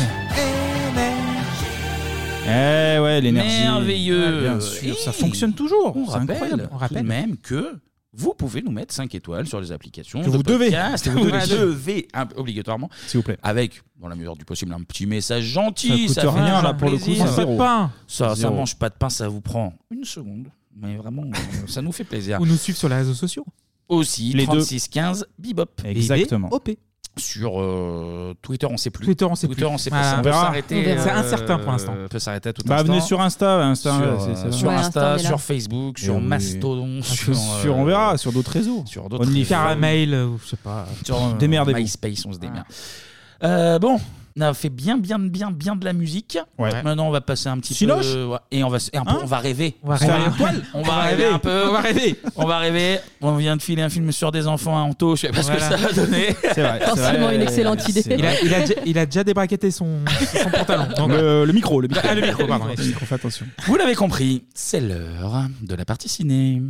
Speaker 7: Eh ouais, l'énergie.
Speaker 1: Merveilleux.
Speaker 7: Ah, bien sûr, ça
Speaker 1: Et
Speaker 7: fonctionne toujours.
Speaker 1: On
Speaker 7: C'est
Speaker 1: rappelle,
Speaker 7: incroyable.
Speaker 1: on rappelle même que vous pouvez nous mettre 5 étoiles sur les applications.
Speaker 7: Que
Speaker 1: de
Speaker 7: vous devez.
Speaker 1: podcast.
Speaker 7: Que vous
Speaker 1: vous
Speaker 7: devez.
Speaker 1: devez hein, obligatoirement.
Speaker 7: S'il vous plaît.
Speaker 1: Avec, dans la mesure du possible, un petit message gentil.
Speaker 7: Ça
Speaker 1: Ça,
Speaker 7: coûte
Speaker 1: fait
Speaker 7: rien,
Speaker 1: toujours
Speaker 7: là, pour le coup,
Speaker 1: plaisir.
Speaker 7: c'est Ça, zéro. pas de pain.
Speaker 1: Ça, ça
Speaker 7: Zéro.
Speaker 1: mange pas de pain, ça vous prend une seconde. Mais vraiment, euh, ça nous fait plaisir.
Speaker 6: Ou nous suivre sur les réseaux sociaux.
Speaker 1: Aussi,
Speaker 6: Les deux.
Speaker 1: 3615 Bibop.
Speaker 6: Exactement.
Speaker 1: OP. Sur euh, Twitter, on sait plus.
Speaker 6: Twitter, on sait
Speaker 1: Twitter,
Speaker 6: plus.
Speaker 1: on sait
Speaker 6: Voilà. On
Speaker 1: pas. On peut
Speaker 6: verra.
Speaker 1: s'arrêter.
Speaker 6: On verra. C'est
Speaker 1: euh,
Speaker 6: incertain pour l'instant.
Speaker 1: On peut s'arrêter à tout
Speaker 7: Bah,
Speaker 1: instant.
Speaker 7: venez sur Insta,
Speaker 6: hein,
Speaker 7: Insta,
Speaker 1: sur,
Speaker 7: ouais, c'est-
Speaker 1: euh,
Speaker 7: c'est-
Speaker 1: sur
Speaker 7: Ouais,
Speaker 1: Insta,
Speaker 7: Insta, on est là.
Speaker 1: sur Facebook, sur
Speaker 7: Et oui.
Speaker 1: Mastodon, sur,
Speaker 7: Ah,
Speaker 6: *laughs*
Speaker 7: Sur,
Speaker 1: euh,
Speaker 7: on verra, sur d'autres réseaux.
Speaker 1: sur d'autres
Speaker 7: Only-
Speaker 1: réseaux.
Speaker 7: Caramel,
Speaker 6: euh, ou je sais pas.
Speaker 1: Sur euh,
Speaker 7: Démerdez-vous.
Speaker 1: MySpace, on se démerde. Euh, bon, on a fait bien, bien, bien, bien de la musique.
Speaker 7: Ouais.
Speaker 1: Maintenant, on va passer un petit
Speaker 7: Sinoche
Speaker 1: peu ouais, et on va, se- et un peu, on va rêver.
Speaker 7: On va rêver.
Speaker 1: un peu. On va rêver un peu.
Speaker 7: On va rêver.
Speaker 1: On va rêver. On vient de filer un film sur des enfants à Anto. Je sais pas ce que
Speaker 6: Voilà.
Speaker 1: ça va donner.
Speaker 6: *laughs* C'est vrai, c'est Forcément vrai. une excellente idée. Il a- il a déjà- Ah,
Speaker 1: débraqueté *laughs* son.
Speaker 7: le, le micro, le micro.
Speaker 1: Ah, le micro, pardon.
Speaker 7: Le micro, fais attention.
Speaker 1: Vous l'avez compris, c'est l'heure de la partie ciné.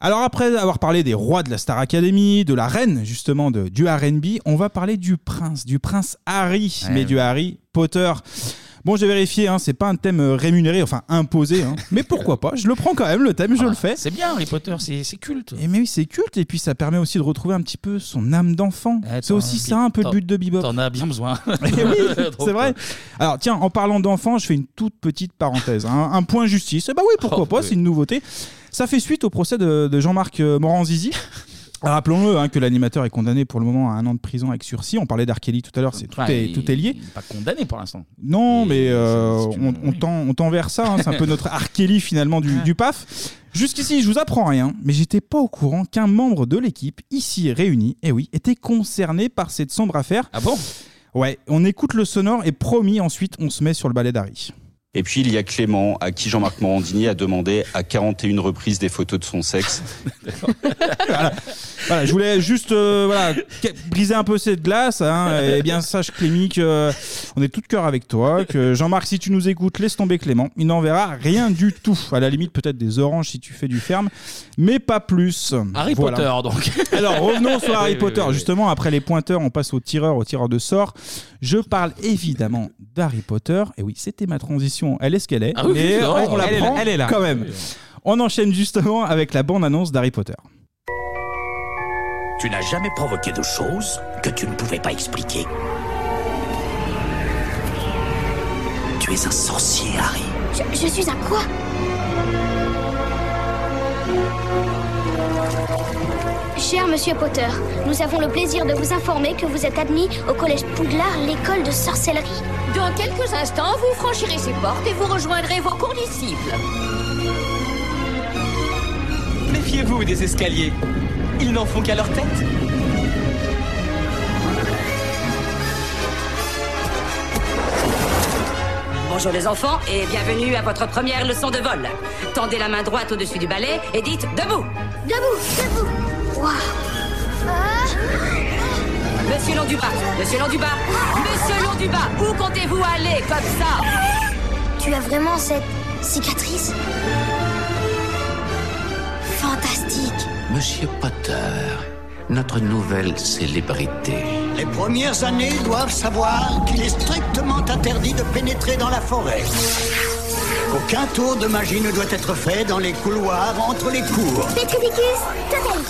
Speaker 7: Alors après avoir parlé des rois de la Star Academy, de la reine justement de, du R&B, on va parler du prince, du prince Harry,
Speaker 1: Ouais.
Speaker 7: mais du Harry Potter. Bon, j'ai vérifié, hein, c'est pas un thème euh, rémunéré, enfin imposé,
Speaker 1: *laughs*
Speaker 7: hein, mais pourquoi pas Je le prends quand même, le thème, je le fais.
Speaker 1: Ah, C'est bien, Harry Potter, c'est c'est culte.
Speaker 7: Et mais oui, c'est culte, et puis ça permet aussi de retrouver un petit peu son âme d'enfant. C'est aussi ça un peu le but
Speaker 1: *laughs*
Speaker 7: de Bebop.
Speaker 1: T'en as bien *laughs* besoin.
Speaker 7: Eh *laughs* oui,
Speaker 1: Donc,
Speaker 7: c'est vrai. Alors tiens, en parlant d'enfants, je fais une toute petite parenthèse. hein. Un, un point justice. Eh bah oui, pourquoi
Speaker 1: Oh,
Speaker 7: pas,
Speaker 1: oui.
Speaker 7: c'est une nouveauté. Ça fait suite au procès de, de Jean-Marc euh, Moranzizi. Rappelons-le hein, que l'animateur est condamné pour le moment à un an de prison avec sursis. On parlait d'Arkeli tout à l'heure, c'est tout,
Speaker 1: Enfin,
Speaker 7: est,
Speaker 1: il-
Speaker 7: tout Ah, est lié.
Speaker 1: Il n'est pas condamné pour l'instant.
Speaker 7: Non, mais euh, on, on tend, on tend vers ça. hein.
Speaker 1: *laughs*
Speaker 7: C'est un peu notre Arkeli finalement du, du PAF. Jusqu'ici, je vous apprends rien, mais j'étais pas au courant qu'un membre de l'équipe, ici réuni, eh oui, était concerné par cette sombre affaire.
Speaker 1: Ah bon
Speaker 7: Ouais, on écoute le sonore et promis, ensuite, on se met sur le balai d'Harry.
Speaker 4: Et puis il y a Clément, à qui Jean-Marc Morandini a demandé à 41 reprises des photos de son sexe.
Speaker 7: Voilà, je voulais juste euh, voilà, que- briser un peu cette glace. Hein, et bien, sache, Clémy, que euh, on est tout de cœur avec toi. Que Jean-Marc, si tu nous écoutes, laisse tomber Clément. Il n'en verra rien du tout. À la limite, peut-être des oranges si tu fais du ferme, mais pas plus.
Speaker 1: Harry
Speaker 7: Voilà.
Speaker 1: Potter, donc.
Speaker 7: Alors, revenons sur Harry
Speaker 1: Oui, oui,
Speaker 7: Potter.
Speaker 1: oui, oui.
Speaker 7: Justement, après les pointeurs, on passe aux tireurs, aux tireurs de sort. Je parle évidemment d'Harry Potter. Et oui, c'était ma transition. Elle est ce qu'elle est.
Speaker 6: Ah oui, oui,
Speaker 7: Et
Speaker 6: oui,
Speaker 7: on,
Speaker 6: oui,
Speaker 7: on la
Speaker 6: elle est là,
Speaker 7: prend
Speaker 6: elle est là.
Speaker 7: quand même. On enchaîne justement avec la bande-annonce d'Harry Potter.
Speaker 5: Tu n'as jamais provoqué de choses que tu ne pouvais pas expliquer. Tu es un sorcier, Harry.
Speaker 30: Je, je suis un quoi
Speaker 11: Cher Monsieur Potter, nous avons le plaisir de vous informer que vous êtes admis au Collège Poudlard, l'école de sorcellerie.
Speaker 24: Dans quelques instants, vous franchirez ces portes et vous rejoindrez vos condisciples.
Speaker 25: Méfiez-vous des escaliers. Ils n'en font qu'à leur tête.
Speaker 24: Bonjour les enfants et bienvenue à votre première leçon de vol. Tendez la main droite au-dessus du balai et dites debout.
Speaker 30: Debout, debout Waouh
Speaker 24: Monsieur Londubat, Monsieur Londubat, Monsieur Londubat, où comptez-vous aller comme ça
Speaker 11: Tu as vraiment cette cicatrice Fantastique
Speaker 5: Monsieur Potter, notre nouvelle célébrité.
Speaker 22: Les premières années doivent savoir qu'il est strictement interdit de pénétrer dans la forêt. Aucun tour de magie ne doit être fait dans les couloirs entre les cours.
Speaker 11: Petrificus totalis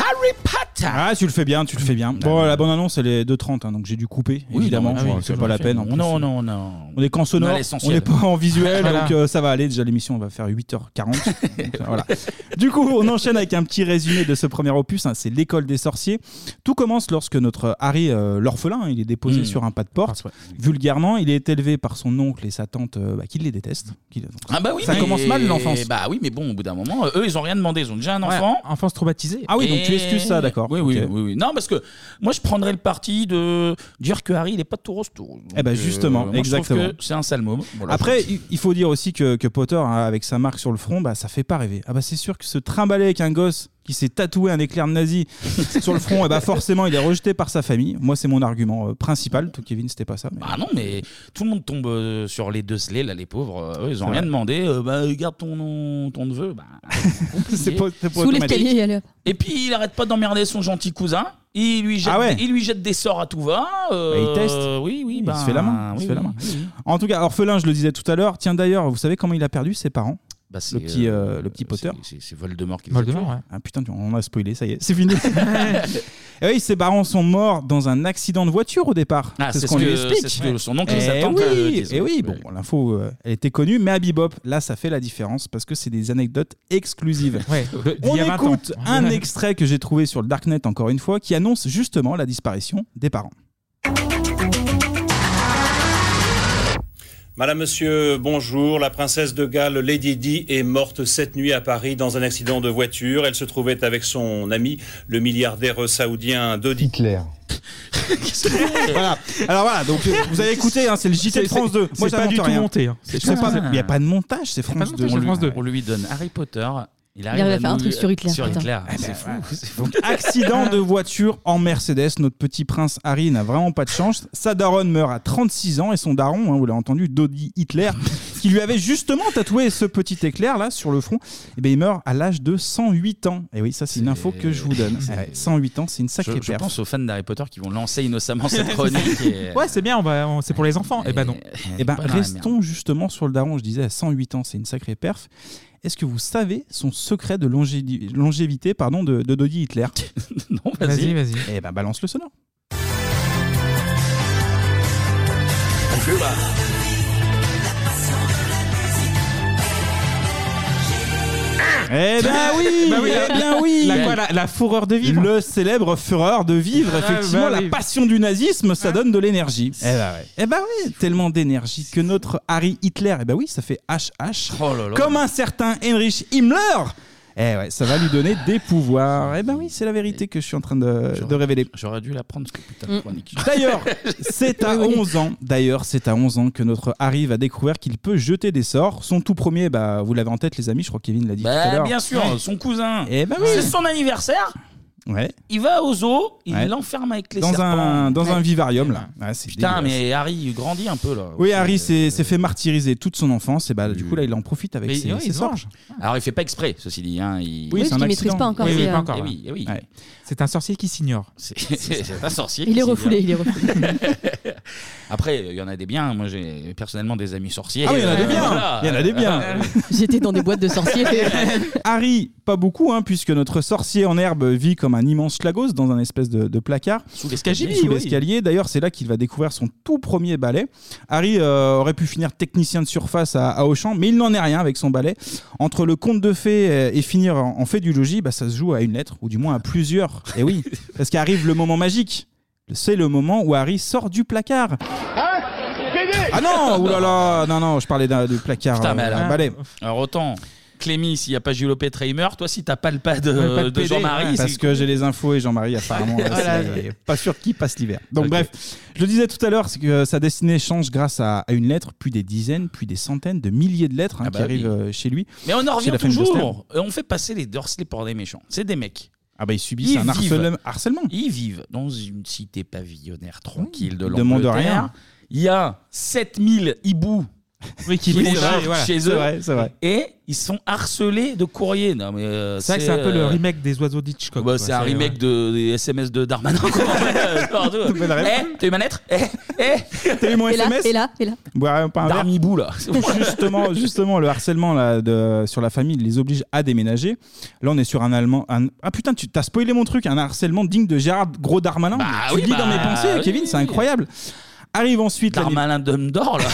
Speaker 1: Harry Potter
Speaker 7: Ah, tu le fais bien, tu le fais bien. Bon, la bonne annonce, elle est 2.30, hein, donc j'ai dû couper, évidemment.
Speaker 1: non, mais oui,
Speaker 7: c'est
Speaker 1: c'est
Speaker 7: pas la
Speaker 1: parfait.
Speaker 7: peine. en plus.
Speaker 1: Non, non, non.
Speaker 7: On est qu'en
Speaker 1: On
Speaker 7: sonore,
Speaker 1: a l'essentiel.
Speaker 7: on n'est pas en visuel,
Speaker 1: *laughs* Voilà.
Speaker 7: donc euh, ça va aller. Déjà, l'émission, on va faire
Speaker 1: *laughs*
Speaker 7: 8h40. Donc, euh, voilà. Du coup, on enchaîne avec un petit résumé de ce premier opus. hein, c'est l'école des sorciers. Tout commence lorsque notre Harry, euh, l'orphelin, il est déposé
Speaker 1: Mmh.
Speaker 7: sur un pas de porte. Vulgairement, il est élevé par son oncle et sa tante euh, bah, qui les détestent. qui-
Speaker 1: Ah bah oui,
Speaker 7: ça
Speaker 1: mais-
Speaker 7: commence mal l'enfance.
Speaker 1: Bah oui, mais bon, au bout d'un moment, euh, eux, ils ont rien demandé. Ils ont déjà un
Speaker 7: Ouais,
Speaker 1: enfant.
Speaker 6: Enfance traumatisée.
Speaker 7: Ah oui, donc tu
Speaker 1: Et-
Speaker 7: excuses ça, d'accord.
Speaker 1: Oui, oui,
Speaker 7: Ok.
Speaker 1: oui, oui. Non, parce que moi, je prendrais le parti de dire que Harry, il n'est pas tout rose, tout rose.
Speaker 7: Eh ben
Speaker 1: Donc,
Speaker 7: justement,
Speaker 1: euh, moi, je trouve
Speaker 7: exactement.
Speaker 1: que C'est un sale môme. Voilà,
Speaker 7: Après,
Speaker 1: je-
Speaker 7: il- il faut dire aussi que, que Potter, hein, avec sa marque sur le front, bah, ça fait pas rêver. Ah bah c'est sûr que se trimballer avec un gosse qui s'est tatoué un éclair nazi sur le front, et bah forcément, il est rejeté par sa famille. Moi, c'est mon argument euh, principal. Tout Kevin, c'était pas ça. mais-
Speaker 1: Ah non, mais tout le monde tombe euh, sur les deux scellés, là, les pauvres. Euh, Eux, ils ont
Speaker 7: C'est
Speaker 1: rien
Speaker 7: vrai.
Speaker 1: demandé. Euh, bah, garde ton, ton neveu.
Speaker 7: *laughs*
Speaker 1: Bah,
Speaker 7: c'est pas, c'est pas
Speaker 1: Sous
Speaker 7: automatique.
Speaker 1: l'escalier, Et puis il arrête pas d'emmerder son gentil cousin. Il lui jette,
Speaker 7: Ah ouais.
Speaker 1: il lui jette des sorts à tout va. euh,
Speaker 7: Bah, il teste.
Speaker 1: Oui, oui,
Speaker 7: Il
Speaker 1: bah,
Speaker 7: se fait la main. il se
Speaker 1: oui,
Speaker 7: fait la
Speaker 1: oui.
Speaker 7: main. En tout cas, orphelin, je le disais tout à l'heure. Tiens d'ailleurs, vous savez comment il a perdu ses parents
Speaker 1: c'est,
Speaker 7: le petit, euh,
Speaker 1: euh,
Speaker 7: le petit Potter.
Speaker 1: C'est c'est Voldemort qui les a
Speaker 7: Voldemort,
Speaker 1: tués.
Speaker 7: ouais. Ah putain, on a spoilé, ça y est, c'est fini. Et oui, ses parents sont morts dans un accident de voiture au départ.
Speaker 1: Ah,
Speaker 7: c'est
Speaker 1: c'est
Speaker 7: ce qu'on
Speaker 1: ce
Speaker 7: lui
Speaker 1: que-
Speaker 7: explique.
Speaker 1: c'est ce que son oncle
Speaker 7: Eh
Speaker 1: les attend euh,
Speaker 7: oui,
Speaker 1: que- disons.
Speaker 7: eh oui,
Speaker 1: Ouais.
Speaker 7: bon, l'info, euh, elle était connue, mais à Bebop, là, ça fait la différence parce que c'est des anecdotes exclusives.
Speaker 6: de- d'il
Speaker 7: on
Speaker 6: y a 20 ans.
Speaker 7: écoute un extrait que j'ai trouvé sur le Darknet, encore une fois, qui annonce justement la disparition des parents.
Speaker 31: *laughs* Madame, Monsieur, bonjour. La princesse de Galles, Lady Di, est morte cette nuit à Paris dans un accident de voiture. Elle se trouvait avec son ami, le milliardaire saoudien Dodi. *laughs* Hitler.
Speaker 7: voilà. Alors voilà, donc euh, vous avez écouté, hein, c'est le JT de
Speaker 6: C'est-
Speaker 7: France 2.
Speaker 6: c'est-
Speaker 7: Moi,
Speaker 6: c'est pas
Speaker 7: j'invente
Speaker 6: du tout
Speaker 7: rien.
Speaker 6: monté, hein.
Speaker 7: C'est
Speaker 6: C'est
Speaker 7: pas-
Speaker 6: pas-
Speaker 7: Il n'y a pas de montage, c'est
Speaker 6: Il y a pas de
Speaker 7: France 2.
Speaker 6: montage,
Speaker 7: on
Speaker 6: c'est
Speaker 7: lui-
Speaker 6: France 2.
Speaker 1: On lui donne Harry Potter. Il arrive,
Speaker 8: arrive à
Speaker 1: nous-
Speaker 8: faire un truc sur Hitler,
Speaker 1: Sur
Speaker 8: putain.
Speaker 1: Hitler,
Speaker 8: Eh
Speaker 1: c'est fou. c'est fou.
Speaker 7: ben,
Speaker 1: Eh,
Speaker 7: Accident
Speaker 1: *laughs*
Speaker 7: de voiture en Mercedes. Notre petit prince Harry n'a vraiment pas de chance. Sa daronne meurt à 36 ans et son daron, hein, vous l'avez entendu, Dodi
Speaker 1: *laughs*
Speaker 7: Hitler, qui lui avait justement tatoué ce petit éclair là sur le front, et ben il meurt à l'âge de 108 ans. Et oui, ça c'est une info que je vous
Speaker 1: *laughs*
Speaker 7: donne. Ouais, 108 ans, c'est une
Speaker 1: Je,
Speaker 7: sacrée
Speaker 1: je
Speaker 7: perf.
Speaker 1: pense aux fans d'Harry Potter qui vont lancer
Speaker 7: *laughs*
Speaker 1: innocemment cette chronique. et-
Speaker 6: Ouais, c'est bien, on va- on- c'est pour les enfants. Eh ben non.
Speaker 7: Eh ben
Speaker 1: pas dans la
Speaker 7: restons justement sur le daron. Je disais à 108 ans, c'est une sacrée perf. Est-ce que vous savez son secret de longé- longévité pardon, de, de
Speaker 6: *laughs*
Speaker 7: Dodi Hitler Non,
Speaker 6: vas-y. Vas-y,
Speaker 7: Eh ben balance le sonore.
Speaker 3: Ah
Speaker 7: Eh ben oui,
Speaker 6: Bah oui,
Speaker 7: eh
Speaker 6: la-
Speaker 7: bien oui.
Speaker 6: la quoi,
Speaker 7: fureur de vivre. Le célèbre fureur de vivre,
Speaker 6: Ah,
Speaker 7: effectivement,
Speaker 6: bah oui.
Speaker 7: la passion du nazisme,
Speaker 1: Hein
Speaker 7: ça donne de l'énergie. Eh
Speaker 1: bah
Speaker 6: ben
Speaker 7: ouais. Eh ben oui, tellement d'énergie que notre Harry Hitler, eh ben oui, ça fait HH.
Speaker 1: Oh
Speaker 7: Comme un certain Heinrich Himmler. Eh ouais, ça va lui donner des pouvoirs. Eh ben oui, c'est la vérité que je suis en train de, de révéler.
Speaker 1: J'aurais dû la prendre, cette putain de chronique. *laughs*
Speaker 7: D'ailleurs, c'est à 11 ans. D'ailleurs, c'est à 11 ans que notre Harry va découvrir qu'il peut jeter des sorts. Son tout premier, bah, vous l'avez en tête, les amis, je crois que Kevin l'a dit tout à
Speaker 1: Bah,
Speaker 7: l'heure.
Speaker 1: bien sûr,
Speaker 7: Ouais.
Speaker 1: son cousin.
Speaker 7: Eh ben oui.
Speaker 1: C'est son anniversaire.
Speaker 7: Ouais.
Speaker 1: Il va au zoo, il
Speaker 7: Ouais.
Speaker 1: l'enferme avec les
Speaker 7: Dans
Speaker 1: serpents. hein.
Speaker 7: un, dans un
Speaker 1: Ouais.
Speaker 7: vivarium, là. Ouais, c'est
Speaker 1: Putain,
Speaker 7: dégueulasse.
Speaker 1: mais euh, Harry, il grandit un peu, là.
Speaker 7: Oui, Harry s'est s'est fait martyriser toute son enfance. Et bah, du coup, là, il en profite avec
Speaker 1: Mais-
Speaker 7: ses,
Speaker 1: ouais,
Speaker 7: ses
Speaker 1: il se
Speaker 7: sorts.
Speaker 1: venge. Alors, il fait pas exprès, ceci dit. hein, Il...
Speaker 8: Oui, Oui, c'est parce un qu'il maîtrise accident. pas encore
Speaker 6: Oui, oui,
Speaker 8: ses,
Speaker 6: pas
Speaker 8: euh,
Speaker 6: encore,
Speaker 1: Eh
Speaker 6: là.
Speaker 1: oui, eh oui.
Speaker 6: Ouais. C'est un sorcier qui s'ignore.
Speaker 1: *laughs* C'est un sorcier.
Speaker 8: Il
Speaker 1: qui
Speaker 8: est
Speaker 1: s'y
Speaker 8: refoulé,
Speaker 1: vient.
Speaker 8: il est refoulé.
Speaker 1: *laughs* Après, il y en a des biens. Moi, j'ai personnellement des amis sorciers.
Speaker 7: Ah oui, il y en a des
Speaker 1: Euh,
Speaker 7: biens.
Speaker 1: voilà. Ah,
Speaker 7: Il y en a des biens.
Speaker 8: J'étais dans des boîtes de sorciers.
Speaker 7: euh, Harry, pas beaucoup, hein, puisque notre sorcier en herbe vit comme un immense schlagos dans un espèce de, de placard.
Speaker 1: Sous l'escalier,
Speaker 7: Sous
Speaker 1: oui.
Speaker 7: l'escalier. D'ailleurs, c'est là qu'il va découvrir son tout premier balai. Harry euh, aurait pu finir technicien de surface à, à Auchan, mais il n'en est rien avec son balai. Entre le conte de fées euh, et finir en, en fée du logis, bah, ça se joue à une lettre, ou du moins à plusieurs. Et
Speaker 1: *laughs*
Speaker 7: oui, parce qu'arrive le moment magique. C'est le moment où Harry sort du placard.
Speaker 3: Hein
Speaker 7: Ah non, oulala, non, non, je parlais d'un- du placard.
Speaker 1: Putain, mais
Speaker 7: euh,
Speaker 1: alors,
Speaker 7: balai.
Speaker 1: Ah, alors autant Clémy, s'il n'y a pas Julio Petra, il meurt. Toi, si t'as pas le pas de,
Speaker 7: Ouais, pas
Speaker 1: Euh, de
Speaker 7: PD,
Speaker 1: Jean-Marie,
Speaker 7: ouais,
Speaker 1: c'est
Speaker 7: Parce que j'ai les infos et Jean-Marie,
Speaker 1: *laughs*
Speaker 7: apparemment, euh,
Speaker 1: Voilà.
Speaker 7: c'est pas sûr qu'il passe l'hiver. Donc, bref, je le disais tout à l'heure, c'est que sa destinée change grâce à, à une lettre, puis des dizaines, puis des centaines de milliers de lettres hein,
Speaker 1: Ah bah
Speaker 7: qui
Speaker 1: oui.
Speaker 7: arrivent euh, chez lui.
Speaker 1: Mais on en
Speaker 7: Chez
Speaker 1: revient
Speaker 7: la famille
Speaker 1: toujours. On fait passer les Dursley pour des méchants. C'est des mecs.
Speaker 7: Ah bah ils subissent un harcèle- harcèlement.
Speaker 1: Ils vivent dans une cité pavillonnaire tranquille de
Speaker 7: ils demandent
Speaker 1: l'Angleterre.
Speaker 7: rien.
Speaker 1: Il y a 7000 hiboux
Speaker 7: Oui, qui vivent,
Speaker 1: les
Speaker 7: c'est vrai,
Speaker 1: gèrent
Speaker 7: voilà,
Speaker 1: chez
Speaker 7: c'est
Speaker 1: eux.
Speaker 7: vrai, c'est vrai.
Speaker 1: Et ils sont harcelés de courriers. Non, mais, euh,
Speaker 6: C'est vrai que c'est un peu le
Speaker 1: euh,
Speaker 6: remake des oiseaux d'Hitchcock.
Speaker 1: bah,
Speaker 6: quoi.
Speaker 1: c'est un remake de, des SMS de Darmanin. quoi. Euh, partout.
Speaker 6: Bonne réponse.
Speaker 1: Eh, t'as eu ma lettre Eh, eh
Speaker 7: T'as eu mon
Speaker 8: Et là,
Speaker 7: SMS
Speaker 8: et là, et là.
Speaker 7: Boire pas un verre.
Speaker 1: Darmibou, là.
Speaker 7: *laughs*
Speaker 1: *laughs*
Speaker 7: justement, justement, le harcèlement là, de, sur la famille les oblige à déménager. Là, on est sur un Allemand. un- Ah putain, tu t'as spoilé mon truc, un harcèlement digne de Gérard Gros Darmanin. tu
Speaker 1: oui,
Speaker 7: le lis dans
Speaker 1: bah,
Speaker 7: mes pensées,
Speaker 1: oui,
Speaker 7: Kevin, c'est incroyable. Arrive ensuite. l'année-
Speaker 1: Darmanin d'homme d'or, là.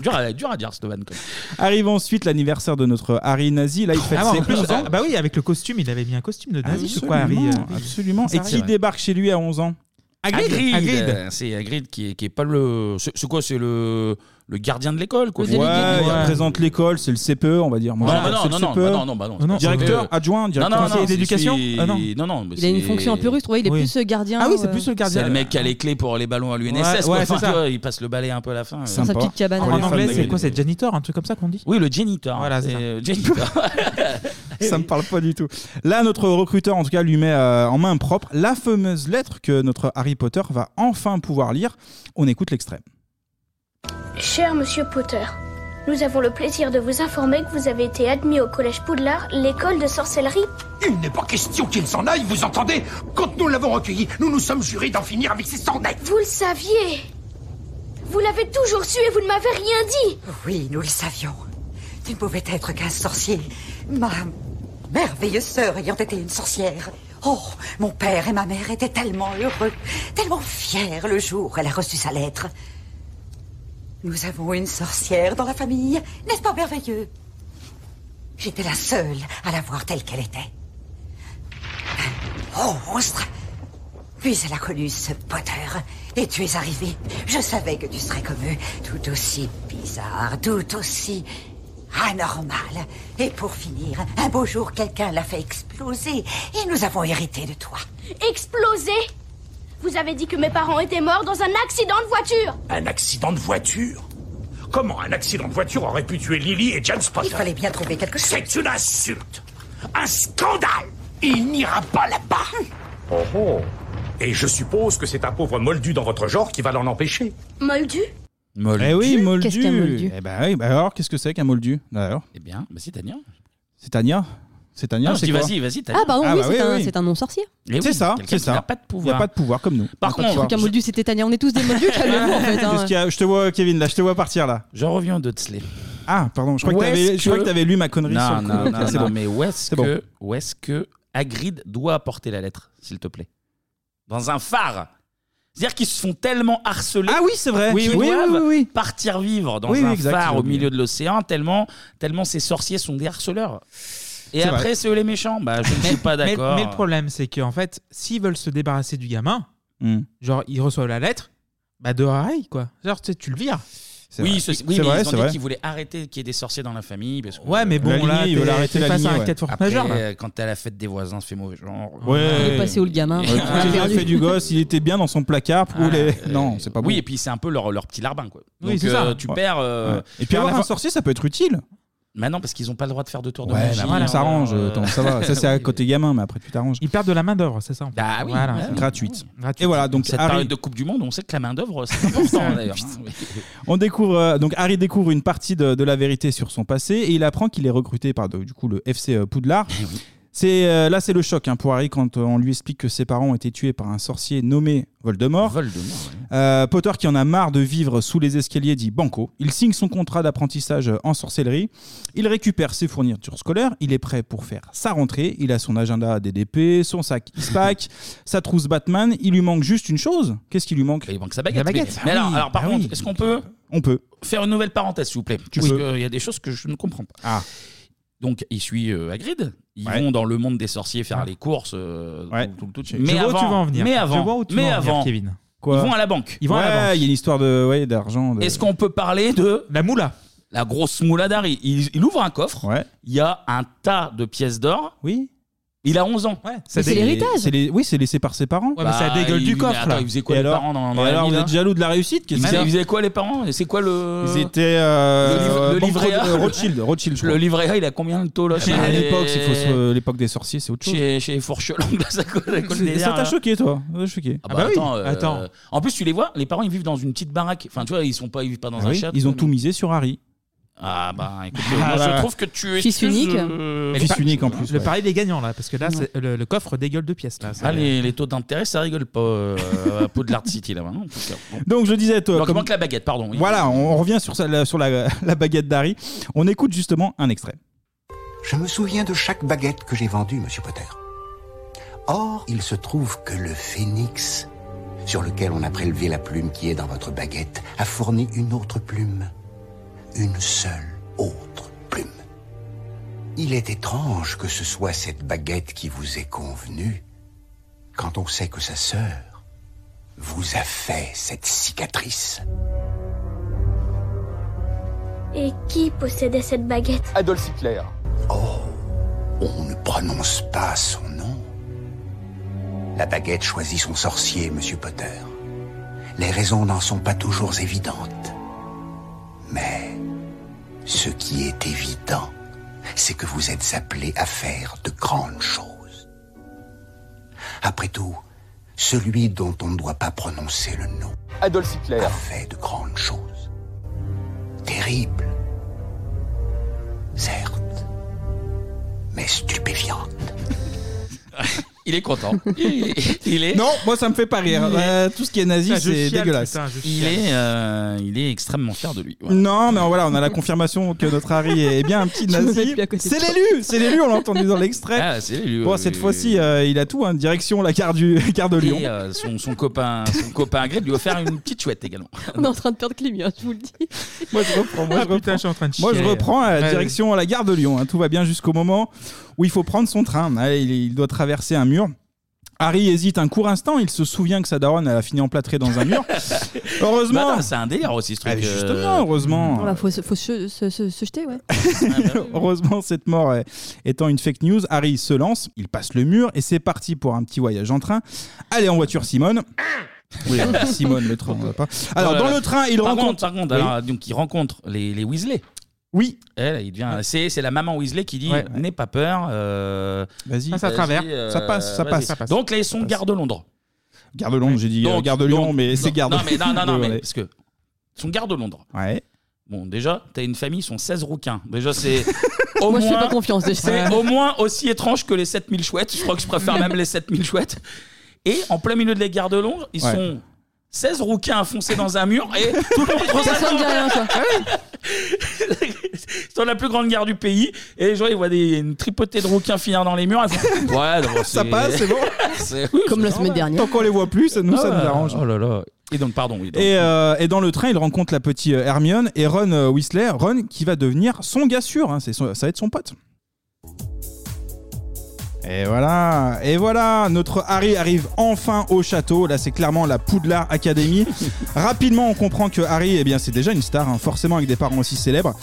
Speaker 1: dur, à, dur à dire, cette vanne, quand même.
Speaker 7: *laughs* Arrive ensuite l'anniversaire de notre Harry nazi. Là, il fête
Speaker 6: Ah,
Speaker 7: ses
Speaker 6: en
Speaker 1: *laughs*
Speaker 6: plus,
Speaker 7: 11 ans.
Speaker 6: ah, bah oui, avec le costume, il avait mis un costume de nazi, je crois, Harry.
Speaker 7: Absolument,
Speaker 6: euh,
Speaker 7: absolument.
Speaker 6: c'est
Speaker 7: Et
Speaker 6: vrai.
Speaker 7: qui débarque chez lui à 11 ans
Speaker 1: Hagrid,
Speaker 7: Hagrid.
Speaker 1: Euh, C'est Hagrid qui est, qui est pas le. C'est c'est quoi C'est le, le gardien de l'école, quoi.
Speaker 7: Ouais, il représente l'école, c'est le CPE, on va dire.
Speaker 1: Non,
Speaker 7: Moi,
Speaker 1: bah
Speaker 7: c'est
Speaker 1: non,
Speaker 7: le
Speaker 1: non, non,
Speaker 7: CPE.
Speaker 1: bah non, non, bah non, c'est pas
Speaker 7: Directeur,
Speaker 1: CPE.
Speaker 7: adjoint,
Speaker 1: Non,
Speaker 7: directeur
Speaker 1: non, non,
Speaker 7: conseiller
Speaker 1: c'est-
Speaker 7: d'éducation.
Speaker 1: c'est-
Speaker 7: Ah non.
Speaker 1: non, non, mais
Speaker 8: Il a une
Speaker 1: c'est-
Speaker 8: fonction un peu russe, ouais, il est
Speaker 1: Oui.
Speaker 8: plus euh, gardien. euh,
Speaker 1: C'est le mec qui a les clés pour les ballons à l'UNSS.
Speaker 6: Ouais,
Speaker 1: quoi.
Speaker 6: ouais, c'est
Speaker 1: Enfin,
Speaker 6: ça.
Speaker 1: tu vois, il passe le balai un peu à la fin.
Speaker 6: Sympa. Sa petite cabane En à la anglais, c'est quoi, c'est
Speaker 7: janitor, un truc comme ça qu'on dit
Speaker 1: Oui, le janitor. Voilà, c'est
Speaker 6: *laughs*
Speaker 7: *laughs* ça me parle pas du tout. Là, notre recruteur, en tout cas, lui met euh, en main propre la fameuse lettre que notre Harry Potter va enfin pouvoir lire. On écoute l'extrait.
Speaker 11: Cher Monsieur Potter, nous avons le plaisir de vous informer que vous avez été admis au Collège Poudlard, l'école de sorcellerie.
Speaker 9: Il n'est pas question qu'il s'en aille, vous entendez Quand nous l'avons recueilli, nous nous sommes jurés d'en finir avec ses sornettes.
Speaker 11: Vous le saviez Vous l'avez toujours su et vous ne m'avez rien dit
Speaker 2: Oui, nous le savions. Tu ne pouvais être qu'un sorcier. Ma merveilleuse sœur ayant été une sorcière. Oh, mon père et ma mère étaient tellement heureux, tellement fiers le jour où elle a reçu sa lettre. Nous avons une sorcière dans la famille, n'est-ce pas merveilleux J'étais la seule à la voir telle qu'elle était. Oh, monstre Puis elle a connu ce Potter, et tu es arrivé. Je savais que tu serais comme eux, tout aussi bizarre, tout aussi anormal. Et pour finir, un beau jour, quelqu'un l'a fait exploser, et nous avons hérité de toi.
Speaker 11: Explosé Vous avez dit que mes parents étaient morts dans un accident de voiture
Speaker 10: Un accident de voiture Comment un accident de voiture aurait pu tuer Lily et James Potter
Speaker 2: Il fallait bien trouver quelque chose.
Speaker 10: C'est une insulte Un scandale Il n'ira pas là-bas Oh oh Et je suppose que c'est un pauvre moldu dans votre genre qui va l'en empêcher.
Speaker 11: Moldu
Speaker 1: Moldu.
Speaker 7: Eh oui, moldu.
Speaker 11: Qu'est-ce qu'un moldu
Speaker 7: Eh ben oui, bah alors, qu'est-ce que c'est qu'un moldu D'ailleurs,
Speaker 1: Eh bien, bah, c'est Tania.
Speaker 7: c'est Tania. C'est Tania.
Speaker 1: Non, je
Speaker 7: c'est
Speaker 1: dis
Speaker 7: quoi
Speaker 1: vas-y, vas-y, Tania.
Speaker 8: Ah, pardon,
Speaker 7: Ah
Speaker 8: oui,
Speaker 7: bah
Speaker 8: c'est
Speaker 7: oui,
Speaker 8: un,
Speaker 7: oui.
Speaker 8: c'est un nom sorcier.
Speaker 1: Eh
Speaker 7: C'est
Speaker 1: oui,
Speaker 7: ça,
Speaker 1: quelqu'un
Speaker 7: c'est
Speaker 1: qui
Speaker 7: ça.
Speaker 1: n'a pas de pouvoir.
Speaker 7: Il n'y a pas de pouvoir comme nous. Il y a
Speaker 1: Par
Speaker 7: pas de
Speaker 1: contre,
Speaker 7: pouvoir.
Speaker 8: Qu'un moldu, c'était Tania. On est tous des *laughs* moldus, calmez-vous en fait. hein.
Speaker 7: Qu'est-ce qu'il y a Je te vois, Kevin, là, je te vois partir là.
Speaker 1: Je reviens de Tzley.
Speaker 7: Ah, pardon, je crois
Speaker 1: Où
Speaker 7: que t'avais-
Speaker 1: est-ce
Speaker 7: je crois que tu avais lu ma connerie
Speaker 1: Non,
Speaker 7: sur le coup.
Speaker 1: non,
Speaker 7: Ok, *laughs*
Speaker 1: non,
Speaker 7: c'est
Speaker 1: non,
Speaker 7: bon.
Speaker 1: mais où est-ce
Speaker 7: C'est bon.
Speaker 1: que, où est-ce que Hagrid doit apporter la lettre, s'il te plaît Dans un phare C'est-à-dire qu'ils se font tellement harceler.
Speaker 6: Ah oui, c'est vrai.
Speaker 1: Oui,
Speaker 6: Oui,
Speaker 1: oui,
Speaker 6: oui, oui,
Speaker 1: Partir vivre dans
Speaker 6: Oui, oui,
Speaker 1: un
Speaker 6: exact,
Speaker 1: phare
Speaker 6: j'ai
Speaker 1: au
Speaker 6: oublié.
Speaker 1: milieu de l'océan, tellement, tellement ces sorciers sont des harceleurs. Et
Speaker 6: C'est
Speaker 1: après,
Speaker 6: vrai.
Speaker 1: c'est eux les méchants. Bah, je ne suis pas
Speaker 6: Mais-
Speaker 1: d'accord.
Speaker 6: Mais, le problème, c'est qu'en fait, s'ils veulent se débarrasser du gamin, genre ils reçoivent la lettre, bah de pareil quoi. Genre tu, sais, tu le vires.
Speaker 1: Oui, ce- oui, mais ils ont dit qu'ils voulaient arrêter qu'il y ait des sorciers dans la famille. Parce que-
Speaker 6: Ouais, mais bon, La là, lignée, ils t'es- veulent arrêter t'es la face à lignée, un ouais. cas de force
Speaker 1: Après,
Speaker 6: majeure, là.
Speaker 1: euh, quand t'es à la fête des voisins, c'est mauvais genre.
Speaker 7: Ouais.
Speaker 1: Ouais. Ah, euh,
Speaker 7: Ouais, écoutez, il a fait du gosse, il était bien dans son placard. pour les... Non, c'est pas bon.
Speaker 1: Oui, et puis c'est un peu leur, leur petit larbin, quoi.
Speaker 7: Oui,
Speaker 1: Donc,
Speaker 7: c'est ça.
Speaker 1: euh, tu
Speaker 7: Ouais.
Speaker 1: perds. euh,
Speaker 7: Ouais. Et puis avoir
Speaker 1: à la
Speaker 7: un
Speaker 1: fin-
Speaker 7: sorcier, ça peut être utile.
Speaker 1: Bah non, parce qu'ils n'ont pas le droit de faire de tour de
Speaker 7: Ouais,
Speaker 1: magie.
Speaker 7: bah voilà, on s'arrange.
Speaker 1: euh,
Speaker 7: attends, ça va. Ça,
Speaker 1: *laughs*
Speaker 7: c'est à côté gamin, mais après, tu t'arranges.
Speaker 6: Ils perdent de la main-d'œuvre, c'est ça
Speaker 1: Bah oui,
Speaker 7: Voilà.
Speaker 1: ouais.
Speaker 7: Gratuite.
Speaker 6: Gratuite.
Speaker 7: Et voilà, donc
Speaker 1: cette
Speaker 7: Harry-
Speaker 1: période de Coupe du Monde, on sait que la main d'œuvre
Speaker 7: *laughs*
Speaker 1: c'est important d'ailleurs. hein. Oui.
Speaker 7: On découvre euh, donc Harry découvre une partie de, de la vérité sur son passé et il apprend qu'il est recruté par de- du coup le FC euh, Poudlard.
Speaker 1: Eh
Speaker 7: C'est euh, là c'est le choc hein, pour Harry quand euh, on lui explique que ses parents ont été tués par un sorcier nommé Voldemort. Euh, Potter qui en a marre de vivre sous les escaliers dit banco. Il signe son contrat d'apprentissage euh, en sorcellerie. Il récupère ses fournitures scolaires. Il est prêt pour faire sa rentrée. Il a son agenda DDP, son sac
Speaker 1: *laughs*
Speaker 7: Ispac, sa trousse Batman. Il lui manque juste une chose. Qu'est-ce qui lui manque
Speaker 1: Il manque sa baguette. Mais,
Speaker 7: Ah
Speaker 1: mais alors, alors,
Speaker 7: Bah
Speaker 1: par contre, est-ce qu'on peut
Speaker 7: on peut
Speaker 1: faire une nouvelle parenthèse, s'il vous plaît
Speaker 7: Tu
Speaker 1: Parce
Speaker 7: peux.
Speaker 1: qu'il y a des choses que je ne comprends pas.
Speaker 6: Ah.
Speaker 1: Donc, il suit euh, Hagrid. Ils vont dans le monde des sorciers faire les courses. euh, tout, tout- tout de suite.
Speaker 6: Ah. Je
Speaker 1: mais
Speaker 6: vois où
Speaker 1: avant,
Speaker 6: tu vas en venir.
Speaker 1: Mais
Speaker 6: Je
Speaker 1: avant,
Speaker 6: vois où tu
Speaker 1: mais
Speaker 6: vas en venir,
Speaker 1: avant,
Speaker 6: Kevin.
Speaker 7: Quoi
Speaker 1: ils vont à la banque.
Speaker 7: ouais, il y a une histoire de ouais, d'argent. de-
Speaker 1: Est-ce qu'on peut parler de
Speaker 6: la moula
Speaker 1: La grosse moula d'Harry. Il, il ouvre un coffre. Il y a un tas de pièces d'or.
Speaker 7: Oui.
Speaker 1: Il a 11 ans.
Speaker 7: Ça dé- c'est les- Oui, c'est laissé par ses parents.
Speaker 1: Ouais, mais ça Bah, dégueule du il- mais coffre, attends, là. il faisait quoi,
Speaker 7: Et
Speaker 1: les
Speaker 7: alors
Speaker 1: parents, dans- dans
Speaker 7: Et
Speaker 1: la hein
Speaker 7: alors,
Speaker 1: vie,
Speaker 7: vous
Speaker 1: là
Speaker 7: êtes jaloux de la réussite
Speaker 1: Ils
Speaker 7: qu'est-ce
Speaker 1: faisaient,
Speaker 7: que-
Speaker 1: ils faisaient quoi les parents Et C'est quoi le.
Speaker 7: Ils étaient. euh,
Speaker 1: Le, livre- le
Speaker 7: banque-
Speaker 1: livret A
Speaker 7: euh, Rothschild. Rothschild, je
Speaker 1: Le
Speaker 7: crois.
Speaker 1: livret A, il a combien le taux là
Speaker 7: Ah bah, à l'époque, il faut se- l'époque des sorciers, c'est autre chose.
Speaker 1: Chez, chez *laughs* Fourchelong, là, ça colle, ça colle
Speaker 7: C'est-
Speaker 1: des
Speaker 7: Ça
Speaker 1: airs,
Speaker 7: t'a
Speaker 1: là.
Speaker 7: choqué, toi Ça t'a choqué.
Speaker 1: Ah bah, attends, euh, En plus, tu les vois, les parents ils vivent dans une petite baraque. Enfin, tu vois, ils sont pas, ils vivent pas dans
Speaker 7: Ah
Speaker 1: un
Speaker 7: oui,
Speaker 1: château.
Speaker 7: ils ont tout misé sur Harry.
Speaker 1: Ah bah,
Speaker 7: *laughs*
Speaker 1: écoute,
Speaker 7: Ah là
Speaker 1: moi, je
Speaker 7: là.
Speaker 1: trouve que tu euh, es
Speaker 6: Fils unique.
Speaker 7: Mais Fils unique, en plus,
Speaker 6: Le
Speaker 7: ouais.
Speaker 6: pari des gagnants là, parce que là
Speaker 1: Non.
Speaker 6: c'est- le, le coffre dégueule de pièces là. c'est-
Speaker 1: Ah, les, les taux d'intérêt, ça rigole pas euh, à Poudlard City là-bas. non, en tout cas. Bon.
Speaker 7: Donc, je disais, toi,
Speaker 1: Donc, il
Speaker 7: comme-
Speaker 1: manque la baguette, pardon. oui.
Speaker 7: Voilà, on revient sur, ça- la- sur la, *laughs* la baguette d'Harry. On écoute justement un extrait.
Speaker 22: Je me souviens de chaque baguette que j'ai vendue, monsieur Potter. Or, il se trouve que le phénix, sur lequel on a prélevé la plume qui est dans votre baguette, a fourni une autre plume. Une seule autre plume. Il est étrange que ce soit cette baguette qui vous est convenue, quand on sait que sa sœur vous a fait cette cicatrice.
Speaker 11: Et qui possédait cette baguette
Speaker 22: Adolf Hitler. Oh, on ne prononce pas son nom. La baguette choisit son sorcier, monsieur Potter. Les raisons n'en sont pas toujours évidentes. Mais ce qui est évident, c'est que vous êtes appelé à faire de grandes choses. Après tout, celui dont on ne doit pas prononcer le nom Adolf Hitler. a fait de grandes choses. Terribles. Certes, mais stupéfiantes.
Speaker 1: Il est content. *laughs* Il, il est.
Speaker 7: Non, moi ça me fait pas rire.
Speaker 1: Il est-
Speaker 7: Euh, tout ce qui est nazi,
Speaker 1: Putain, je
Speaker 7: c'est
Speaker 1: chiale,
Speaker 7: dégueulasse.
Speaker 1: putain, je Il chiale. est, euh, il est extrêmement fier de lui. ouais.
Speaker 7: Non, mais voilà, on a la confirmation que notre Harry est bien un petit
Speaker 1: *laughs* Je me mets
Speaker 7: nazi.
Speaker 1: plus à côté de
Speaker 7: C'est
Speaker 1: toi.
Speaker 7: l'élu, c'est l'élu, on l'a entendu dans l'extrait.
Speaker 1: Ah, c'est l'élu,
Speaker 7: Bon,
Speaker 1: *laughs* oui,
Speaker 7: cette
Speaker 1: oui,
Speaker 7: fois-ci, euh, il a tout, hein. direction la gare, du, *laughs* gare de Lyon.
Speaker 1: Et euh, son, son copain, son copain Hagrid lui a offert une petite chouette également.
Speaker 8: On est en train de perdre Clémy, hein, je vous
Speaker 16: *laughs*
Speaker 8: le dis.
Speaker 7: Moi je reprends, moi,
Speaker 8: Ah,
Speaker 7: je reprends.
Speaker 8: putain, je suis en train de
Speaker 7: Moi, je
Speaker 8: chialer.
Speaker 7: reprends euh,
Speaker 8: Ouais.
Speaker 7: direction la gare de Lyon. hein. Tout va bien jusqu'au moment où il faut prendre son train. Allez, Il, il doit traverser un mur. Harry hésite un court instant, il se souvient que sa daronne elle a fini emplâtrée dans un
Speaker 1: *laughs*
Speaker 7: mur. *laughs* Heureusement. Ah,
Speaker 1: Bah, attends, c'est un délire aussi ce truc. euh.
Speaker 7: justement, heureusement.
Speaker 8: Bah, faut se- faut se, se- se- se jeter, ouais.
Speaker 7: Heureusement, cette mort euh, étant une fake news, Harry se lance, il passe le mur et c'est parti pour un petit voyage en train. Allez, en voiture, Simone.
Speaker 1: *laughs*
Speaker 7: Oui, euh, Simone, le train. on va pas. Alors,
Speaker 1: Oh là
Speaker 7: dans
Speaker 1: là.
Speaker 7: le train, il
Speaker 1: Par
Speaker 7: rencontre.
Speaker 1: contre, par contre,
Speaker 7: Oui.
Speaker 1: alors, donc, il rencontre les, les Weasley.
Speaker 7: Oui.
Speaker 1: Elle, il devient. C'est, c'est la maman Weasley qui dit
Speaker 7: Ouais.
Speaker 1: n'aie pas peur. euh,
Speaker 7: Vas-y.
Speaker 1: vas-y,
Speaker 7: Passe à travers.
Speaker 1: euh,
Speaker 7: Ça passe, ça
Speaker 1: vas-y.
Speaker 7: passe, ça passe.
Speaker 1: Donc là, ils sont gare de euh, Londres.
Speaker 7: Gare de Londres, j'ai dit euh, gare de Lyon,
Speaker 1: donc-
Speaker 7: mais
Speaker 1: non,
Speaker 7: c'est gare de
Speaker 1: Non, mais, non,
Speaker 7: *laughs*
Speaker 1: non, non,
Speaker 7: de-
Speaker 1: mais parce que. Ils sont gare de Londres.
Speaker 7: Ouais.
Speaker 1: Bon, déjà, t'as une famille, ils sont 16 rouquins. Déjà,
Speaker 8: *laughs*
Speaker 1: c'est. au
Speaker 8: Moi, je fais
Speaker 1: moins-
Speaker 8: pas confiance, déjà.
Speaker 6: Ah,
Speaker 1: C'est au moins aussi étrange que les 7000 chouettes. Je crois que je
Speaker 8: *laughs*
Speaker 1: préfère même les 7000 chouettes. Et en plein milieu de la gare de Londres, ils
Speaker 7: Ouais.
Speaker 1: sont 16 rouquins enfoncés dans un mur et tout le monde
Speaker 8: Personne
Speaker 1: s'attend.
Speaker 8: dit rien, quoi.
Speaker 1: Ah oui. sur la plus grande gare du pays. Et les gens, ils voient des, une tripotée de rouquins finir dans les murs. Ils font,
Speaker 7: *laughs*
Speaker 1: ouais, non,
Speaker 7: Ça passe, c'est bon.
Speaker 1: oui,
Speaker 7: Comme la
Speaker 1: *laughs*
Speaker 7: semaine
Speaker 1: c'est normal.
Speaker 7: dernière. Tant qu'on les voit plus, ça- nous, ça nous arrange.
Speaker 1: Oh là là. Et donc, pardon. oui, donc.
Speaker 7: Et, euh, et dans le train, il rencontre la petite euh, Hermione et Ron euh, Weasley, Ron qui va devenir son gars sûr, hein, c'est son- ça va être son pote. Et voilà, et voilà, notre Harry arrive enfin au château. Là, c'est clairement la Poudlard
Speaker 1: *laughs*
Speaker 7: Academy. Rapidement, on comprend que Harry, eh bien, c'est déjà une star, hein, forcément avec des parents aussi célèbres.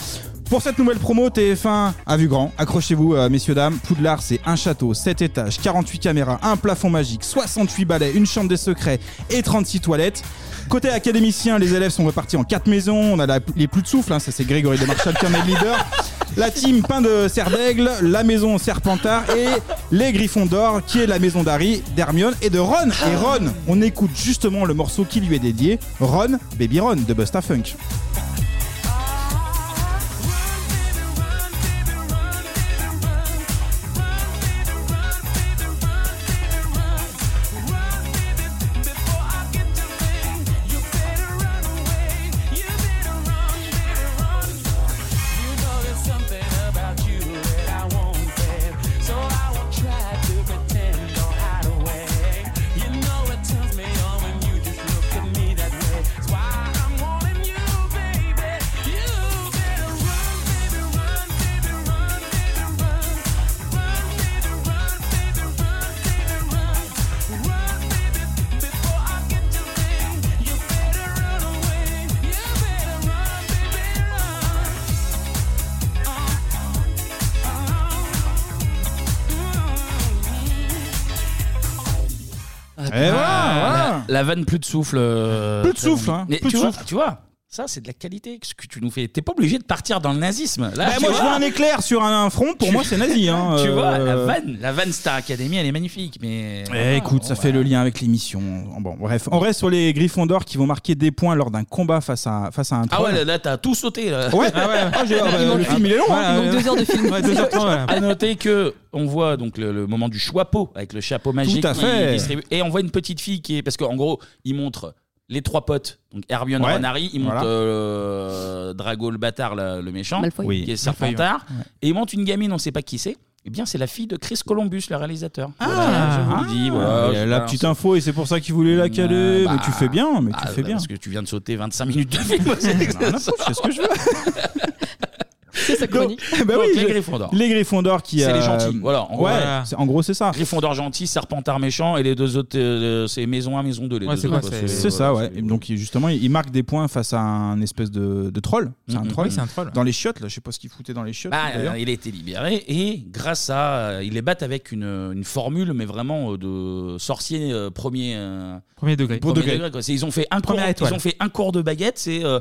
Speaker 7: Pour cette nouvelle promo, TF1 a vu grand. Accrochez-vous, euh, messieurs, dames. Poudlard, c'est un château, 7 étages, 48 caméras, un plafond magique, 68 balais, une chambre des secrets et 36 toilettes. Côté académicien, les élèves sont repartis en 4 maisons. On a la- les plus de souffle, hein, ça c'est Grégory Demarchal qui en est le leader. La team Pain de Serre d'Aigle, la maison Serpentard et les Griffons d'Or, qui est la maison d'Harry, d'Hermione et de Ron. Et Ron, on écoute justement le morceau qui lui est dédié, Ron, Baby Ron de Busta Funk.
Speaker 1: Ah,
Speaker 7: voilà,
Speaker 1: La,
Speaker 7: Eh voilà.
Speaker 1: la vanne plus de souffle. euh,
Speaker 7: Plus de
Speaker 1: très bonne.
Speaker 7: souffle, hein,
Speaker 1: Mais
Speaker 7: plus
Speaker 1: tu
Speaker 7: de
Speaker 1: vois,
Speaker 7: souffle.
Speaker 1: tu vois, ça c'est de la qualité que ce que tu nous fais. T'es pas obligé de partir dans le nazisme. Là,
Speaker 7: Bah,
Speaker 1: tu
Speaker 7: moi je
Speaker 1: vois.
Speaker 7: vois un éclair sur un, un front, pour moi c'est nazi. hein,
Speaker 1: *laughs* tu
Speaker 7: euh,
Speaker 1: vois, la vanne, la vanne Star Academy, elle est magnifique. Mais
Speaker 7: Eh, écoute, ça fait le lien avec l'émission. Bon, bref, on reste sur les Griffons d'Or qui vont marquer des points lors d'un combat face à, face à un
Speaker 1: Ah
Speaker 7: troll.
Speaker 1: ouais, là, là, t'as tout sauté. Là.
Speaker 7: Ouais. Ah ouais. Ah, j'ai- ah, bah, Il manque- le film, il est long, hein. Il manque deux heures de film. Ouais, deux heures trente, ouais.
Speaker 1: À noter que on voit donc le, le moment du chapeau avec le chapeau magique
Speaker 7: Tout à
Speaker 1: qui
Speaker 7: fait.
Speaker 1: distribue. Et on voit une petite fille qui est parce qu'en gros, ils montrent les trois potes. Donc Hermione,
Speaker 7: Ouais.
Speaker 1: Ron, Harry, ils montent
Speaker 7: Voilà.
Speaker 1: euh, Drago le bâtard, là, le méchant,
Speaker 7: Malfoy. Oui.
Speaker 1: qui est
Speaker 7: Malfoy, ouais.
Speaker 1: Serpentard, et ils montent une gamine, on sait pas qui c'est. Eh bien, c'est la fille de Chris Columbus, le réalisateur. Ah,
Speaker 7: Ah, et la petite info, et c'est pour ça qu'ils voulaient
Speaker 1: Bah,
Speaker 7: la caler. mais tu fais bien, mais tu fais bien.
Speaker 1: Ah, Parce que tu viens de sauter 25 minutes de film.
Speaker 7: c'est ce que je veux.
Speaker 1: C'est
Speaker 7: *laughs*
Speaker 1: sa chronique.
Speaker 7: Bah oui,
Speaker 1: les
Speaker 7: je-
Speaker 1: Griffons d'or.
Speaker 7: Les Griffons d'Or qui.
Speaker 1: C'est les
Speaker 7: euh,
Speaker 1: gentils. Voilà, en gros.
Speaker 7: ouais, c'est- en gros, c'est ça.
Speaker 1: Griffon d'or gentil, Serpentard méchant et les deux autres, euh, c'est maison 1, maison 2. Les
Speaker 7: Ouais,
Speaker 1: deux
Speaker 7: c'est
Speaker 1: autres,
Speaker 7: quoi,
Speaker 1: quoi,
Speaker 7: c'est- c'est ça, ouais. Et donc, il- justement, il il marque des points face à un espèce de, de troll. C'est un
Speaker 1: Mhm.
Speaker 7: troll.
Speaker 1: Oui, c'est un troll.
Speaker 7: Dans les chiottes, là, je sais pas ce qu'il foutait dans les chiottes.
Speaker 1: Bah,
Speaker 7: d'ailleurs.
Speaker 1: euh, il a été libéré et grâce à. euh, ils les battent avec une, une formule, mais vraiment euh, de sorcier euh, premier. euh,
Speaker 6: Premier degré.
Speaker 1: Premier degré, quoi. C'est- Ils ont fait un cours,
Speaker 6: Première étoile.
Speaker 1: ils ont fait un cours de baguette, c'est euh,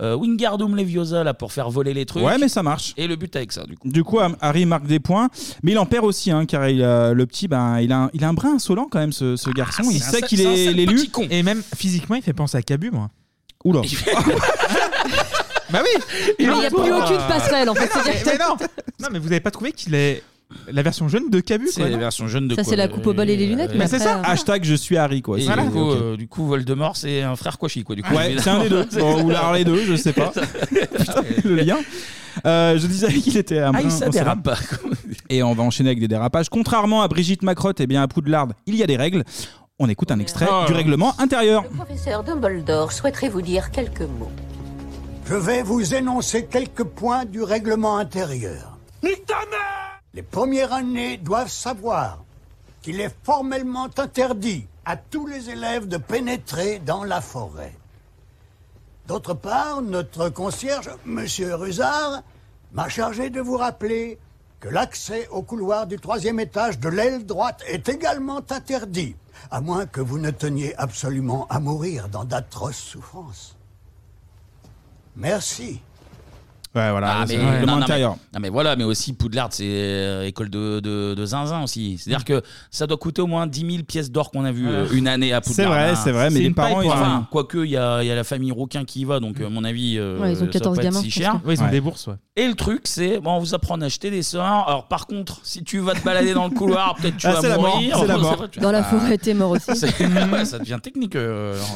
Speaker 1: euh, Wingardium Leviosa là pour faire voler les trucs.
Speaker 7: Ouais, mais ça marche.
Speaker 1: Et le but avec ça, du coup.
Speaker 7: Du coup, Ham- Harry marque des points, mais il en perd aussi, hein, car il a- le petit, ben, il, a un, il a un brin insolent quand même, ce,
Speaker 1: Ah,
Speaker 7: ce garçon. il
Speaker 6: C'est un
Speaker 7: sait
Speaker 6: sa-
Speaker 7: qu'il
Speaker 6: c'est un
Speaker 7: est
Speaker 6: sale
Speaker 7: l'élu.
Speaker 6: petit con. Et même physiquement, il fait penser à Cabu, moi.
Speaker 7: Oula.
Speaker 6: bah oui.
Speaker 7: Il y a plus aucune
Speaker 8: passerelle, en fait, c'est
Speaker 6: Mais,
Speaker 8: direct.
Speaker 6: mais non. Non, mais vous avez pas trouvé qu'il est la version jeune de Cabu
Speaker 1: C'est la version jeune de
Speaker 8: Ça, quoi, c'est la de- coupe au bol et les lunettes, mais
Speaker 6: Mais c'est
Speaker 8: après,
Speaker 6: ça.
Speaker 1: Ah.
Speaker 8: euh,
Speaker 7: Hashtag je suis Harry, quoi.
Speaker 1: Et
Speaker 7: Voilà.
Speaker 1: du, coup,
Speaker 7: Ok.
Speaker 1: euh, du coup, Voldemort, c'est un frère Quashi, quoi. Du coup,
Speaker 7: Ouais, c'est un
Speaker 1: *laughs*
Speaker 7: des deux. Bon, ou l'un des deux, je sais pas. Putain, le lien. Euh, je disais qu'il était un
Speaker 1: Ah, il
Speaker 7: brin
Speaker 1: ça
Speaker 7: insolent.
Speaker 1: dérape pas.
Speaker 7: Et on va enchaîner avec des dérapages. Contrairement à Brigitte Macrotte, et bien à Poudlard, il y a des règles. On écoute un extrait
Speaker 17: Oh.
Speaker 7: du règlement intérieur.
Speaker 17: Professeur Dumbledore souhaiterait vous dire quelques mots.
Speaker 32: Je vais vous énoncer quelques points du règlement intérieur. Les premières années doivent savoir qu'il est formellement interdit à tous les élèves de pénétrer dans la forêt. D'autre part, notre concierge, Monsieur Rusard, m'a chargé de vous rappeler que l'accès au couloir du troisième étage de l'aile droite est également interdit, à moins que vous ne teniez absolument à mourir dans d'atroces souffrances. Merci.
Speaker 7: Ouais, voilà.
Speaker 1: Ah,
Speaker 7: c'est
Speaker 1: mais,
Speaker 7: le règlement
Speaker 1: non, non,
Speaker 7: intérieur.
Speaker 1: mais- non, mais voilà, mais aussi Poudlard, c'est euh, école de, de, de zinzin aussi. C'est-à-dire que ça doit coûter au moins 10 000 pièces d'or qu'on a vu euh, une année à Poudlard.
Speaker 7: C'est vrai,
Speaker 1: hein.
Speaker 7: c'est vrai, mais
Speaker 1: C'est
Speaker 7: les
Speaker 1: une paille
Speaker 7: parents, ils
Speaker 1: pour-
Speaker 7: ont-
Speaker 1: enfin, Quoique, il y a, il y a la famille Rouquin qui y va, donc euh, à mon avis, euh,
Speaker 6: Ouais, ils ont
Speaker 1: ça doit
Speaker 6: 14
Speaker 1: pas être
Speaker 6: gamins,
Speaker 1: si
Speaker 6: je pense
Speaker 1: cher.
Speaker 6: que- Ouais, ils ont des bourses, ouais.
Speaker 1: Et le truc, c'est, bon, on vous apprend à acheter des sorts. Alors, par contre, si tu vas te balader dans le couloir, peut-être tu
Speaker 7: Ah,
Speaker 1: vas
Speaker 7: c'est la mort,
Speaker 1: *laughs* mourir.
Speaker 7: c'est la
Speaker 1: Bon,
Speaker 7: mort.
Speaker 1: *laughs* vrai, tu-
Speaker 8: Dans la
Speaker 1: Ah,
Speaker 8: forêt, t'es mort aussi.
Speaker 1: c'est- ouais, ça devient technique. euh, alors,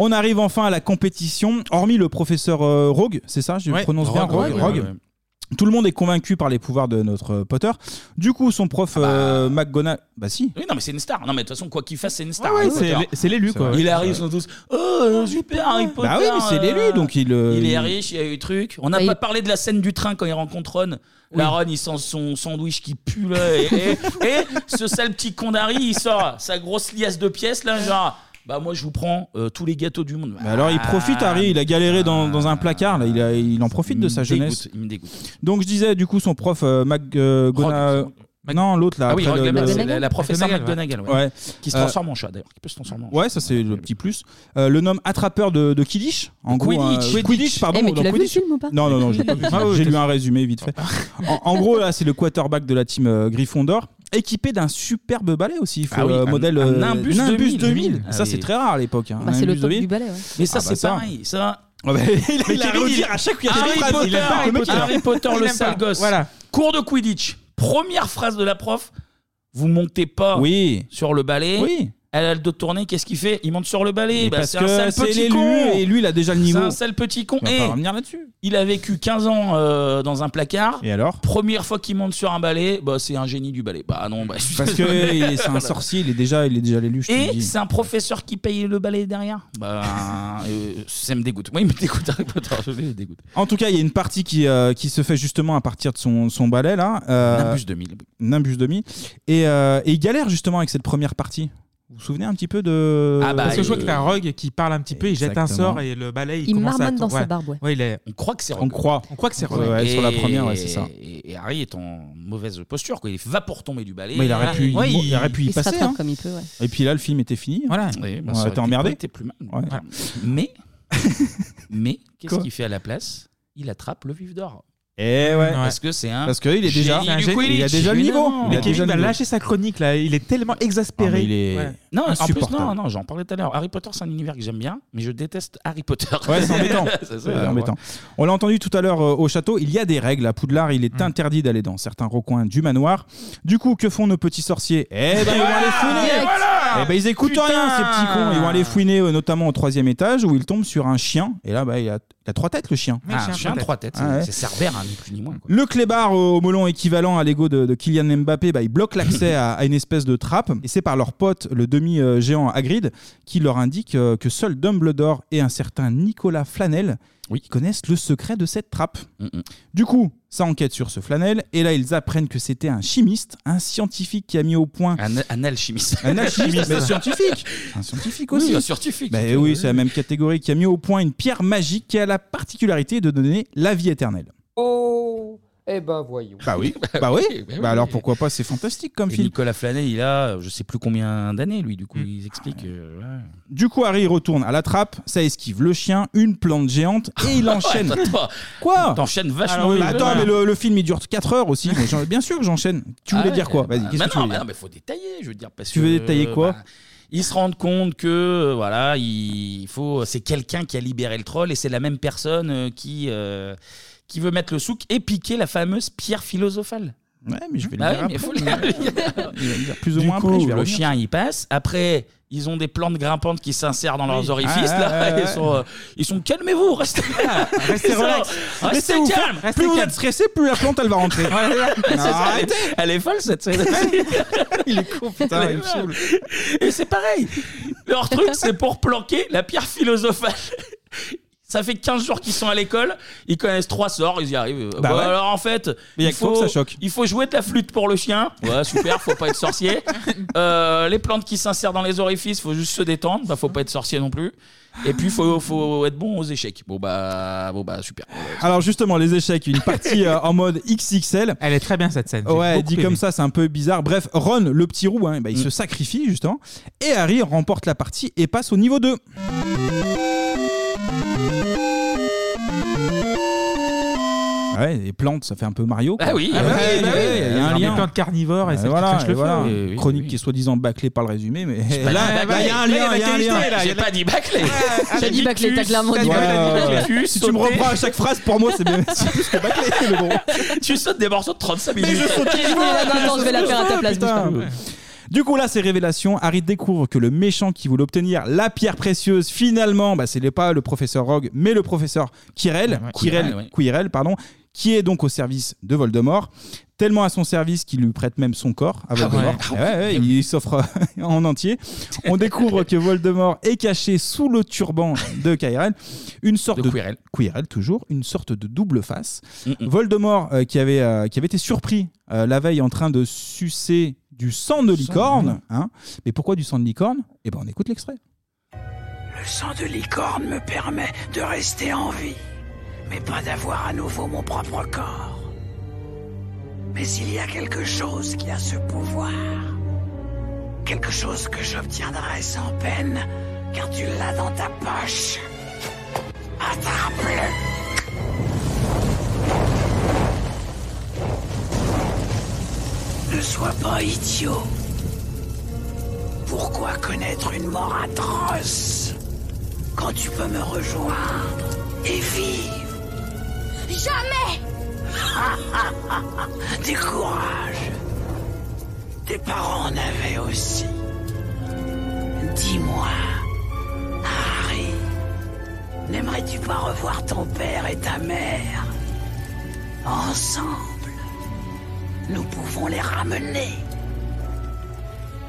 Speaker 7: On arrive enfin à la compétition, hormis le professeur euh, Rogue, c'est ça Je
Speaker 6: Ouais.
Speaker 7: prononce bien
Speaker 6: Rogue,
Speaker 7: Rogue.
Speaker 6: ouais,
Speaker 7: Rogue.
Speaker 6: ouais, ouais.
Speaker 7: Tout le monde est convaincu par les pouvoirs de notre euh, Potter. Du coup, son prof
Speaker 1: Ah
Speaker 7: euh, McGonagall. Bah si. Ah
Speaker 1: Oui, non, mais c'est une star. Non, mais de toute façon, quoi qu'il fasse, Ah c'est une star.
Speaker 7: Ouais,
Speaker 1: Harry
Speaker 7: c'est
Speaker 1: Potter.
Speaker 7: l'é- c'est l'élu, quoi.
Speaker 1: Il arrive, ils
Speaker 7: Ouais.
Speaker 1: sont tous. Oh,
Speaker 7: Ah,
Speaker 1: super Harry Potter.
Speaker 7: Bah oui, mais c'est l'élu,
Speaker 1: euh,
Speaker 7: donc il. euh,
Speaker 1: Il est
Speaker 7: il-
Speaker 1: riche, il y a eu des trucs. On n'a
Speaker 7: Bah,
Speaker 1: pas
Speaker 7: il-
Speaker 1: parlé de la scène du train quand il rencontre Ron. La Ron, il sent son sandwich qui pue là. Et, *laughs* et- et ce sale petit con d'Harry, il sort sa grosse liasse de pièces là, genre. Bah moi, je vous prends euh, tous les gâteaux du monde.
Speaker 7: Bah alors il profite, Harry. Il a galéré dans, dans un placard. Là, il, a- il en profite de sa
Speaker 1: dégoûte,
Speaker 7: jeunesse.
Speaker 1: Ah, il me dégoûte.
Speaker 7: Donc je disais, du coup, son prof euh, Mac- euh, Gona- Non, l'autre là.
Speaker 1: Ah oui,
Speaker 7: après,
Speaker 1: Rogue
Speaker 7: le-
Speaker 1: Lemon,
Speaker 7: le-
Speaker 1: c'est la, la professeure McGonagall, ouais.
Speaker 7: Ouais.
Speaker 1: qui se
Speaker 7: Euh,
Speaker 1: transforme en chat d'ailleurs, qui peut se transformer en chat.
Speaker 7: Ouais, ça c'est le petit plus. Euh, le nom attrapeur de, de Kiddish, en gros.
Speaker 1: Quidditch.
Speaker 7: euh,
Speaker 1: Quidditch.
Speaker 7: Quidditch, pardon.
Speaker 1: Eh, mais tu
Speaker 7: dans
Speaker 1: l'as vu, le
Speaker 7: Quidditch.
Speaker 1: film, ou pas
Speaker 7: Non, non, non, j'ai pas vu.
Speaker 6: Ah ouais,
Speaker 7: J'ai
Speaker 6: t'es-
Speaker 7: lu un résumé vite *laughs* fait. En, en gros, là, c'est le quarterback de la team euh, Gryffondor, équipé d'un superbe balai aussi. Il faut
Speaker 1: Ah oui,
Speaker 7: euh,
Speaker 1: un-
Speaker 7: modèle
Speaker 1: un
Speaker 7: euh,
Speaker 1: Nimbus 2000.
Speaker 7: 2000.
Speaker 1: Ah
Speaker 7: Ça,
Speaker 1: oui.
Speaker 7: c'est très rare à l'époque. hein,
Speaker 1: Bah,
Speaker 7: un
Speaker 1: c'est le
Speaker 7: Nimbus
Speaker 1: top du
Speaker 7: 2000.
Speaker 1: balai, ouais. Mais
Speaker 7: Ah,
Speaker 1: ça, c'est
Speaker 7: bah,
Speaker 1: pareil, ça.
Speaker 7: Ah bah, *laughs* il a-
Speaker 1: Mais
Speaker 7: il a
Speaker 1: Kevin,
Speaker 7: redit
Speaker 1: il-
Speaker 7: à chaque fois qu'il y a
Speaker 1: Harry
Speaker 7: des phrases, il
Speaker 1: Potter,
Speaker 7: aime pas
Speaker 1: Harry
Speaker 7: le mec,
Speaker 1: Potter,
Speaker 7: il a-
Speaker 1: Harry Potter,
Speaker 7: Il
Speaker 1: le
Speaker 7: aime
Speaker 1: sale
Speaker 7: pas.
Speaker 1: gosse.
Speaker 7: Voilà.
Speaker 1: Cours de Quidditch. Première phrase de la prof. Vous montez pas
Speaker 7: Oui.
Speaker 1: sur le balai.
Speaker 7: Oui.
Speaker 1: Elle a le dos tourné. Qu'est-ce qu'il fait Il monte sur le balai.
Speaker 7: Mais
Speaker 1: Bah,
Speaker 7: parce
Speaker 1: c'est un
Speaker 7: que
Speaker 1: sale
Speaker 7: c'est
Speaker 1: petit
Speaker 7: l'élu,
Speaker 1: con.
Speaker 7: et lui, il a déjà le niveau.
Speaker 1: C'est un sale petit con.
Speaker 7: On va
Speaker 1: Et
Speaker 7: pas revenir là-dessus.
Speaker 1: Il a vécu 15 ans euh, dans un placard.
Speaker 7: Et alors
Speaker 1: Première fois qu'il monte sur un balai, bah, c'est un génie du balai. Bah non, bah, je suis
Speaker 7: Parce que
Speaker 1: *laughs* désolé.
Speaker 7: il est- c'est un
Speaker 1: Voilà.
Speaker 7: sorcier, il est déjà, il est déjà l'élu. je te le
Speaker 1: Et
Speaker 7: dis.
Speaker 1: c'est un professeur qui paye le balai derrière. Bah, euh, ça me dégoûte. Moi, il me dégoûte Harry Potter. Je me dégoûte.
Speaker 7: En tout cas, il y a une partie qui, euh, qui se fait justement à partir de son, son balai là. euh,
Speaker 1: Nimbus 2000.
Speaker 7: Nimbus 2000. Et, euh, et il galère justement avec cette première partie. Vous vous souvenez un petit peu de.
Speaker 6: Ah bah, Parce que je crois que t'as
Speaker 7: Rogue qui parle un petit peu,
Speaker 6: il jette un sort et le balai, il,
Speaker 7: Il
Speaker 6: commence à
Speaker 7: marmonne dans sa
Speaker 6: ouais.
Speaker 7: barbe, ouais.
Speaker 6: Ouais, il est...
Speaker 1: On croit que c'est
Speaker 7: On croit.
Speaker 6: On croit que c'est
Speaker 7: Ouais,
Speaker 6: Rogue.
Speaker 7: ouais, sur la
Speaker 1: Et-
Speaker 7: première, ouais, c'est ça.
Speaker 1: Et, et Harry est en mauvaise posture. Quoi. Il va pour tomber du balai.
Speaker 7: Mais il aurait pu, y-
Speaker 1: Ouais,
Speaker 7: il, aurait pu y passer. hein.
Speaker 8: comme il peut, ouais.
Speaker 7: Et puis là, le film était fini. hein.
Speaker 1: Voilà.
Speaker 7: On aurait été emmerdé.
Speaker 1: plus mal.
Speaker 7: Ouais.
Speaker 1: Voilà.
Speaker 7: *laughs*
Speaker 1: Mais, mais qu'est-ce
Speaker 7: Quoi
Speaker 1: qu'il fait à la place Il attrape le vif d'or.
Speaker 7: Et ouais.
Speaker 1: Parce que c'est un.
Speaker 7: Parce qu'il est déjà.
Speaker 1: génie du
Speaker 7: C'est un génie, il a
Speaker 1: Quidditch,
Speaker 7: déjà le niveau. Il
Speaker 1: évidemment.
Speaker 7: a
Speaker 6: Mais Kevin
Speaker 7: déjà
Speaker 6: va
Speaker 7: le niveau. Ah,
Speaker 6: lâcher sa chronique là, il est tellement exaspéré. Ouais.
Speaker 1: Non, en plus,
Speaker 6: Insupportable.
Speaker 1: non, non, j'en parlais tout à l'heure. Harry Potter, c'est un univers que j'aime bien, mais je déteste Harry Potter.
Speaker 7: Ouais, c'est embêtant.
Speaker 1: C'est *laughs* ça,
Speaker 7: C'est
Speaker 1: ouais.
Speaker 7: embêtant. On l'a entendu tout à l'heure euh, au château, il y a des règles. À Poudlard, il est interdit d'aller dans certains recoins du manoir. Du coup, que font nos petits sorciers Eh ben, ils vont aller fouiner Eh ben, ils écoutent
Speaker 6: Putain
Speaker 7: rien, ces petits cons. Ils vont aller fouiner, euh, notamment au troisième étage, où ils tombent sur un chien. Et là, bah, il, a, il a trois têtes, le chien.
Speaker 1: Ah, un chien, trois têtes.
Speaker 7: Ah ouais.
Speaker 1: C'est Cerbère, hein, ni plus ni moins. quoi.
Speaker 7: Le clébard au melon équivalent à l'ego de, de Kylian Mbappé, bah, il bloque l'accès à, à une espèce de trappe. Et c'est par leur pote, le demi-géant Hagrid, qui leur indique euh, que seuls Dumbledore et un certain Nicolas Flanel connaissent le secret de cette trappe.
Speaker 1: Mm,
Speaker 7: Du coup, ça enquête sur ce Flanel. Et là, ils apprennent que c'était un chimiste, un scientifique qui a mis au point.
Speaker 1: Un, alchimiste.
Speaker 7: Un
Speaker 1: *laughs*
Speaker 7: alchimiste, mais un scientifique.
Speaker 1: Un
Speaker 7: scientifique
Speaker 1: Oui,
Speaker 7: aussi.
Speaker 1: un scientifique.
Speaker 7: Bah oui, c'est la même catégorie qui a mis au point une pierre magique qui a la particularité de donner la vie éternelle.
Speaker 29: Oh, eh ben voyons.
Speaker 7: Bah
Speaker 1: *laughs*
Speaker 7: oui, bah, *laughs* oui. Bah alors pourquoi pas, c'est fantastique comme
Speaker 1: Et
Speaker 7: film.
Speaker 1: Nicolas Flanet, il a euh, je sais plus combien d'années, lui, du
Speaker 7: Mm.
Speaker 1: coup, ils expliquent. euh, ouais.
Speaker 7: Du coup, Harry retourne à la trappe, ça esquive le chien, une plante géante, et il enchaîne.
Speaker 1: *laughs* Ouais, attends,
Speaker 7: quoi
Speaker 1: T'enchaînes vachement.
Speaker 7: Alors,
Speaker 1: les
Speaker 7: bah, attends,
Speaker 1: trucs.
Speaker 7: mais le, le film il dure 4 heures aussi. mais j'en- bien sûr que j'enchaîne. Tu
Speaker 1: Ah
Speaker 7: voulais
Speaker 1: ouais,
Speaker 7: dire quoi Vas-y,
Speaker 1: bah,
Speaker 7: qu'est-ce
Speaker 1: bah
Speaker 7: que tu
Speaker 1: non,
Speaker 7: voulais dire
Speaker 1: bah non, mais faut détailler, je veux dire. Parce
Speaker 7: Tu veux
Speaker 1: que,
Speaker 7: détailler quoi
Speaker 1: bah, Ils se rendent compte que euh, voilà, il faut, c'est quelqu'un qui a libéré le troll et c'est la même personne euh, qui, euh, qui veut mettre le souk et piquer la fameuse pierre philosophale.
Speaker 7: Ouais, mais je vais
Speaker 1: Bah
Speaker 7: le dire
Speaker 1: oui, mais
Speaker 7: après, mais-
Speaker 1: faut le dire.
Speaker 7: *laughs* Il va
Speaker 1: *laughs*
Speaker 7: le dire plus ou
Speaker 1: Du
Speaker 7: moins
Speaker 1: coup,
Speaker 7: après, je vais
Speaker 1: le
Speaker 7: revenir.
Speaker 1: chien il passe. Après, ils ont des plantes grimpantes qui s'insèrent dans leurs
Speaker 7: Oui.
Speaker 1: orifices.
Speaker 7: Ah,
Speaker 1: là.
Speaker 7: ouais, ouais,
Speaker 1: *laughs* ils,
Speaker 7: ouais.
Speaker 1: sont, euh, ils sont
Speaker 7: *laughs*
Speaker 1: calmez-vous, restez là.
Speaker 7: *laughs* Restez
Speaker 1: Ils sont-
Speaker 7: relax.
Speaker 1: Restez
Speaker 7: Laissez-vous faire.
Speaker 1: calme.
Speaker 7: plus vous êtes stressé, plus la plante elle va *laughs* rentrer.
Speaker 1: *laughs* C'est
Speaker 7: Non,
Speaker 1: ça, elle,
Speaker 7: arrêtez.
Speaker 1: est, elle est folle cette scène. il est con,
Speaker 7: putain, il me
Speaker 1: Et c'est pareil. Leur truc, c'est pour planquer la pierre philosophale. Ça fait 15 jours qu'ils sont à l'école, ils connaissent trois sorts, ils y arrivent.
Speaker 7: Bah
Speaker 1: Bon,
Speaker 7: ouais.
Speaker 1: Alors en fait,
Speaker 7: Mais y a
Speaker 1: il
Speaker 7: que toi
Speaker 1: faut,
Speaker 7: que ça choque.
Speaker 1: il faut jouer de la flûte pour le chien. Ouais, super, faut pas
Speaker 7: *laughs*
Speaker 1: être sorcier. Euh, les plantes qui s'insèrent dans les orifices, faut juste se détendre, bah faut pas être sorcier non plus. Et puis faut, faut être bon aux échecs. Bon bah, bon bah
Speaker 7: *laughs*
Speaker 1: super.
Speaker 7: *laughs* Alors justement, les échecs, une partie euh, en mode XXL.
Speaker 6: Elle est très bien cette scène.
Speaker 7: Ouais,
Speaker 6: beaucoup
Speaker 7: dit comme
Speaker 6: aimé. Mm.
Speaker 7: ça, c'est un peu bizarre. Bref, Ron, le petit roux, hein, bah, il se sacrifie justement. Et Harry remporte la partie et passe au niveau 2. Ouais, les plantes, ça fait un peu Mario. quoi.
Speaker 6: Ah oui,
Speaker 7: ouais,
Speaker 6: ah oui,
Speaker 7: ouais,
Speaker 6: bah oui.
Speaker 7: ouais, il y a un
Speaker 6: Des
Speaker 7: lien.
Speaker 6: plantes carnivores et celles qui
Speaker 7: voilà,
Speaker 6: crachent le hein. feu.
Speaker 7: voilà.
Speaker 6: Et oui,
Speaker 7: Chronique qui est soi-disant bâclée par le résumé, mais
Speaker 6: C'est pas
Speaker 7: là,
Speaker 6: dit
Speaker 7: là, il
Speaker 6: bâclée.
Speaker 7: y a un
Speaker 6: Là, il y a
Speaker 7: lien,
Speaker 6: la
Speaker 7: il y a un
Speaker 6: qualité,
Speaker 7: lien.
Speaker 6: là, il y a
Speaker 1: J'ai pas dit bâclé.
Speaker 4: Ah,
Speaker 8: J'ai dit bâclé, t'as clairement dit
Speaker 7: Ouais, ouais, ouais.
Speaker 1: Tu
Speaker 7: Si tu me
Speaker 1: sautais.
Speaker 7: reprends à chaque phrase, pour moi, c'est bien- c'est plus que bâclé, mais bon.
Speaker 1: Tu sautes des morceaux de 35 minutes.
Speaker 6: *laughs*
Speaker 1: *laughs*
Speaker 7: je saute toujours, là,
Speaker 8: Attends, je vais la faire à ta place,
Speaker 7: Putain. Du coup, là, c'est révélation. Harry découvre que le méchant qui voulait obtenir la pierre précieuse, finalement, bah, ce n'est pas le professeur Rogue, mais le professeur Quirrell,
Speaker 6: Ouais, ouais.
Speaker 7: Quirrell,
Speaker 6: Quirrell, ouais.
Speaker 7: Quirrell, pardon, qui est donc au service de Voldemort. Tellement à son service qu'il lui prête même son corps à Voldemort. Eh
Speaker 6: Ah ouais.
Speaker 7: Ouais, ouais, il s'offre euh, *laughs* en entier. On découvre que Voldemort est caché sous le turban de Quirrell, une sorte de, Quirrell. Mm, toujours, une sorte de double face. Voldemort euh, qui avait euh, qui avait été surpris euh, la veille en train de sucer du sang de licorne. hein. Mais pourquoi du sang de licorne Eh ben on écoute l'extrait.
Speaker 18: Le sang de licorne me permet de rester en vie, mais pas d'avoir à nouveau mon propre corps. Mais s'il y a quelque chose qui a ce pouvoir, quelque chose que j'obtiendrai sans peine, car tu l'as dans ta poche, attrape-le Ne sois pas idiot. Pourquoi connaître une mort atroce quand tu peux me rejoindre et vivre
Speaker 11: Jamais
Speaker 18: Ah, Du courage. Tes parents en avaient aussi. Dis-moi, Harry, n'aimerais-tu pas revoir ton père et ta mère Ensemble, nous pouvons les ramener.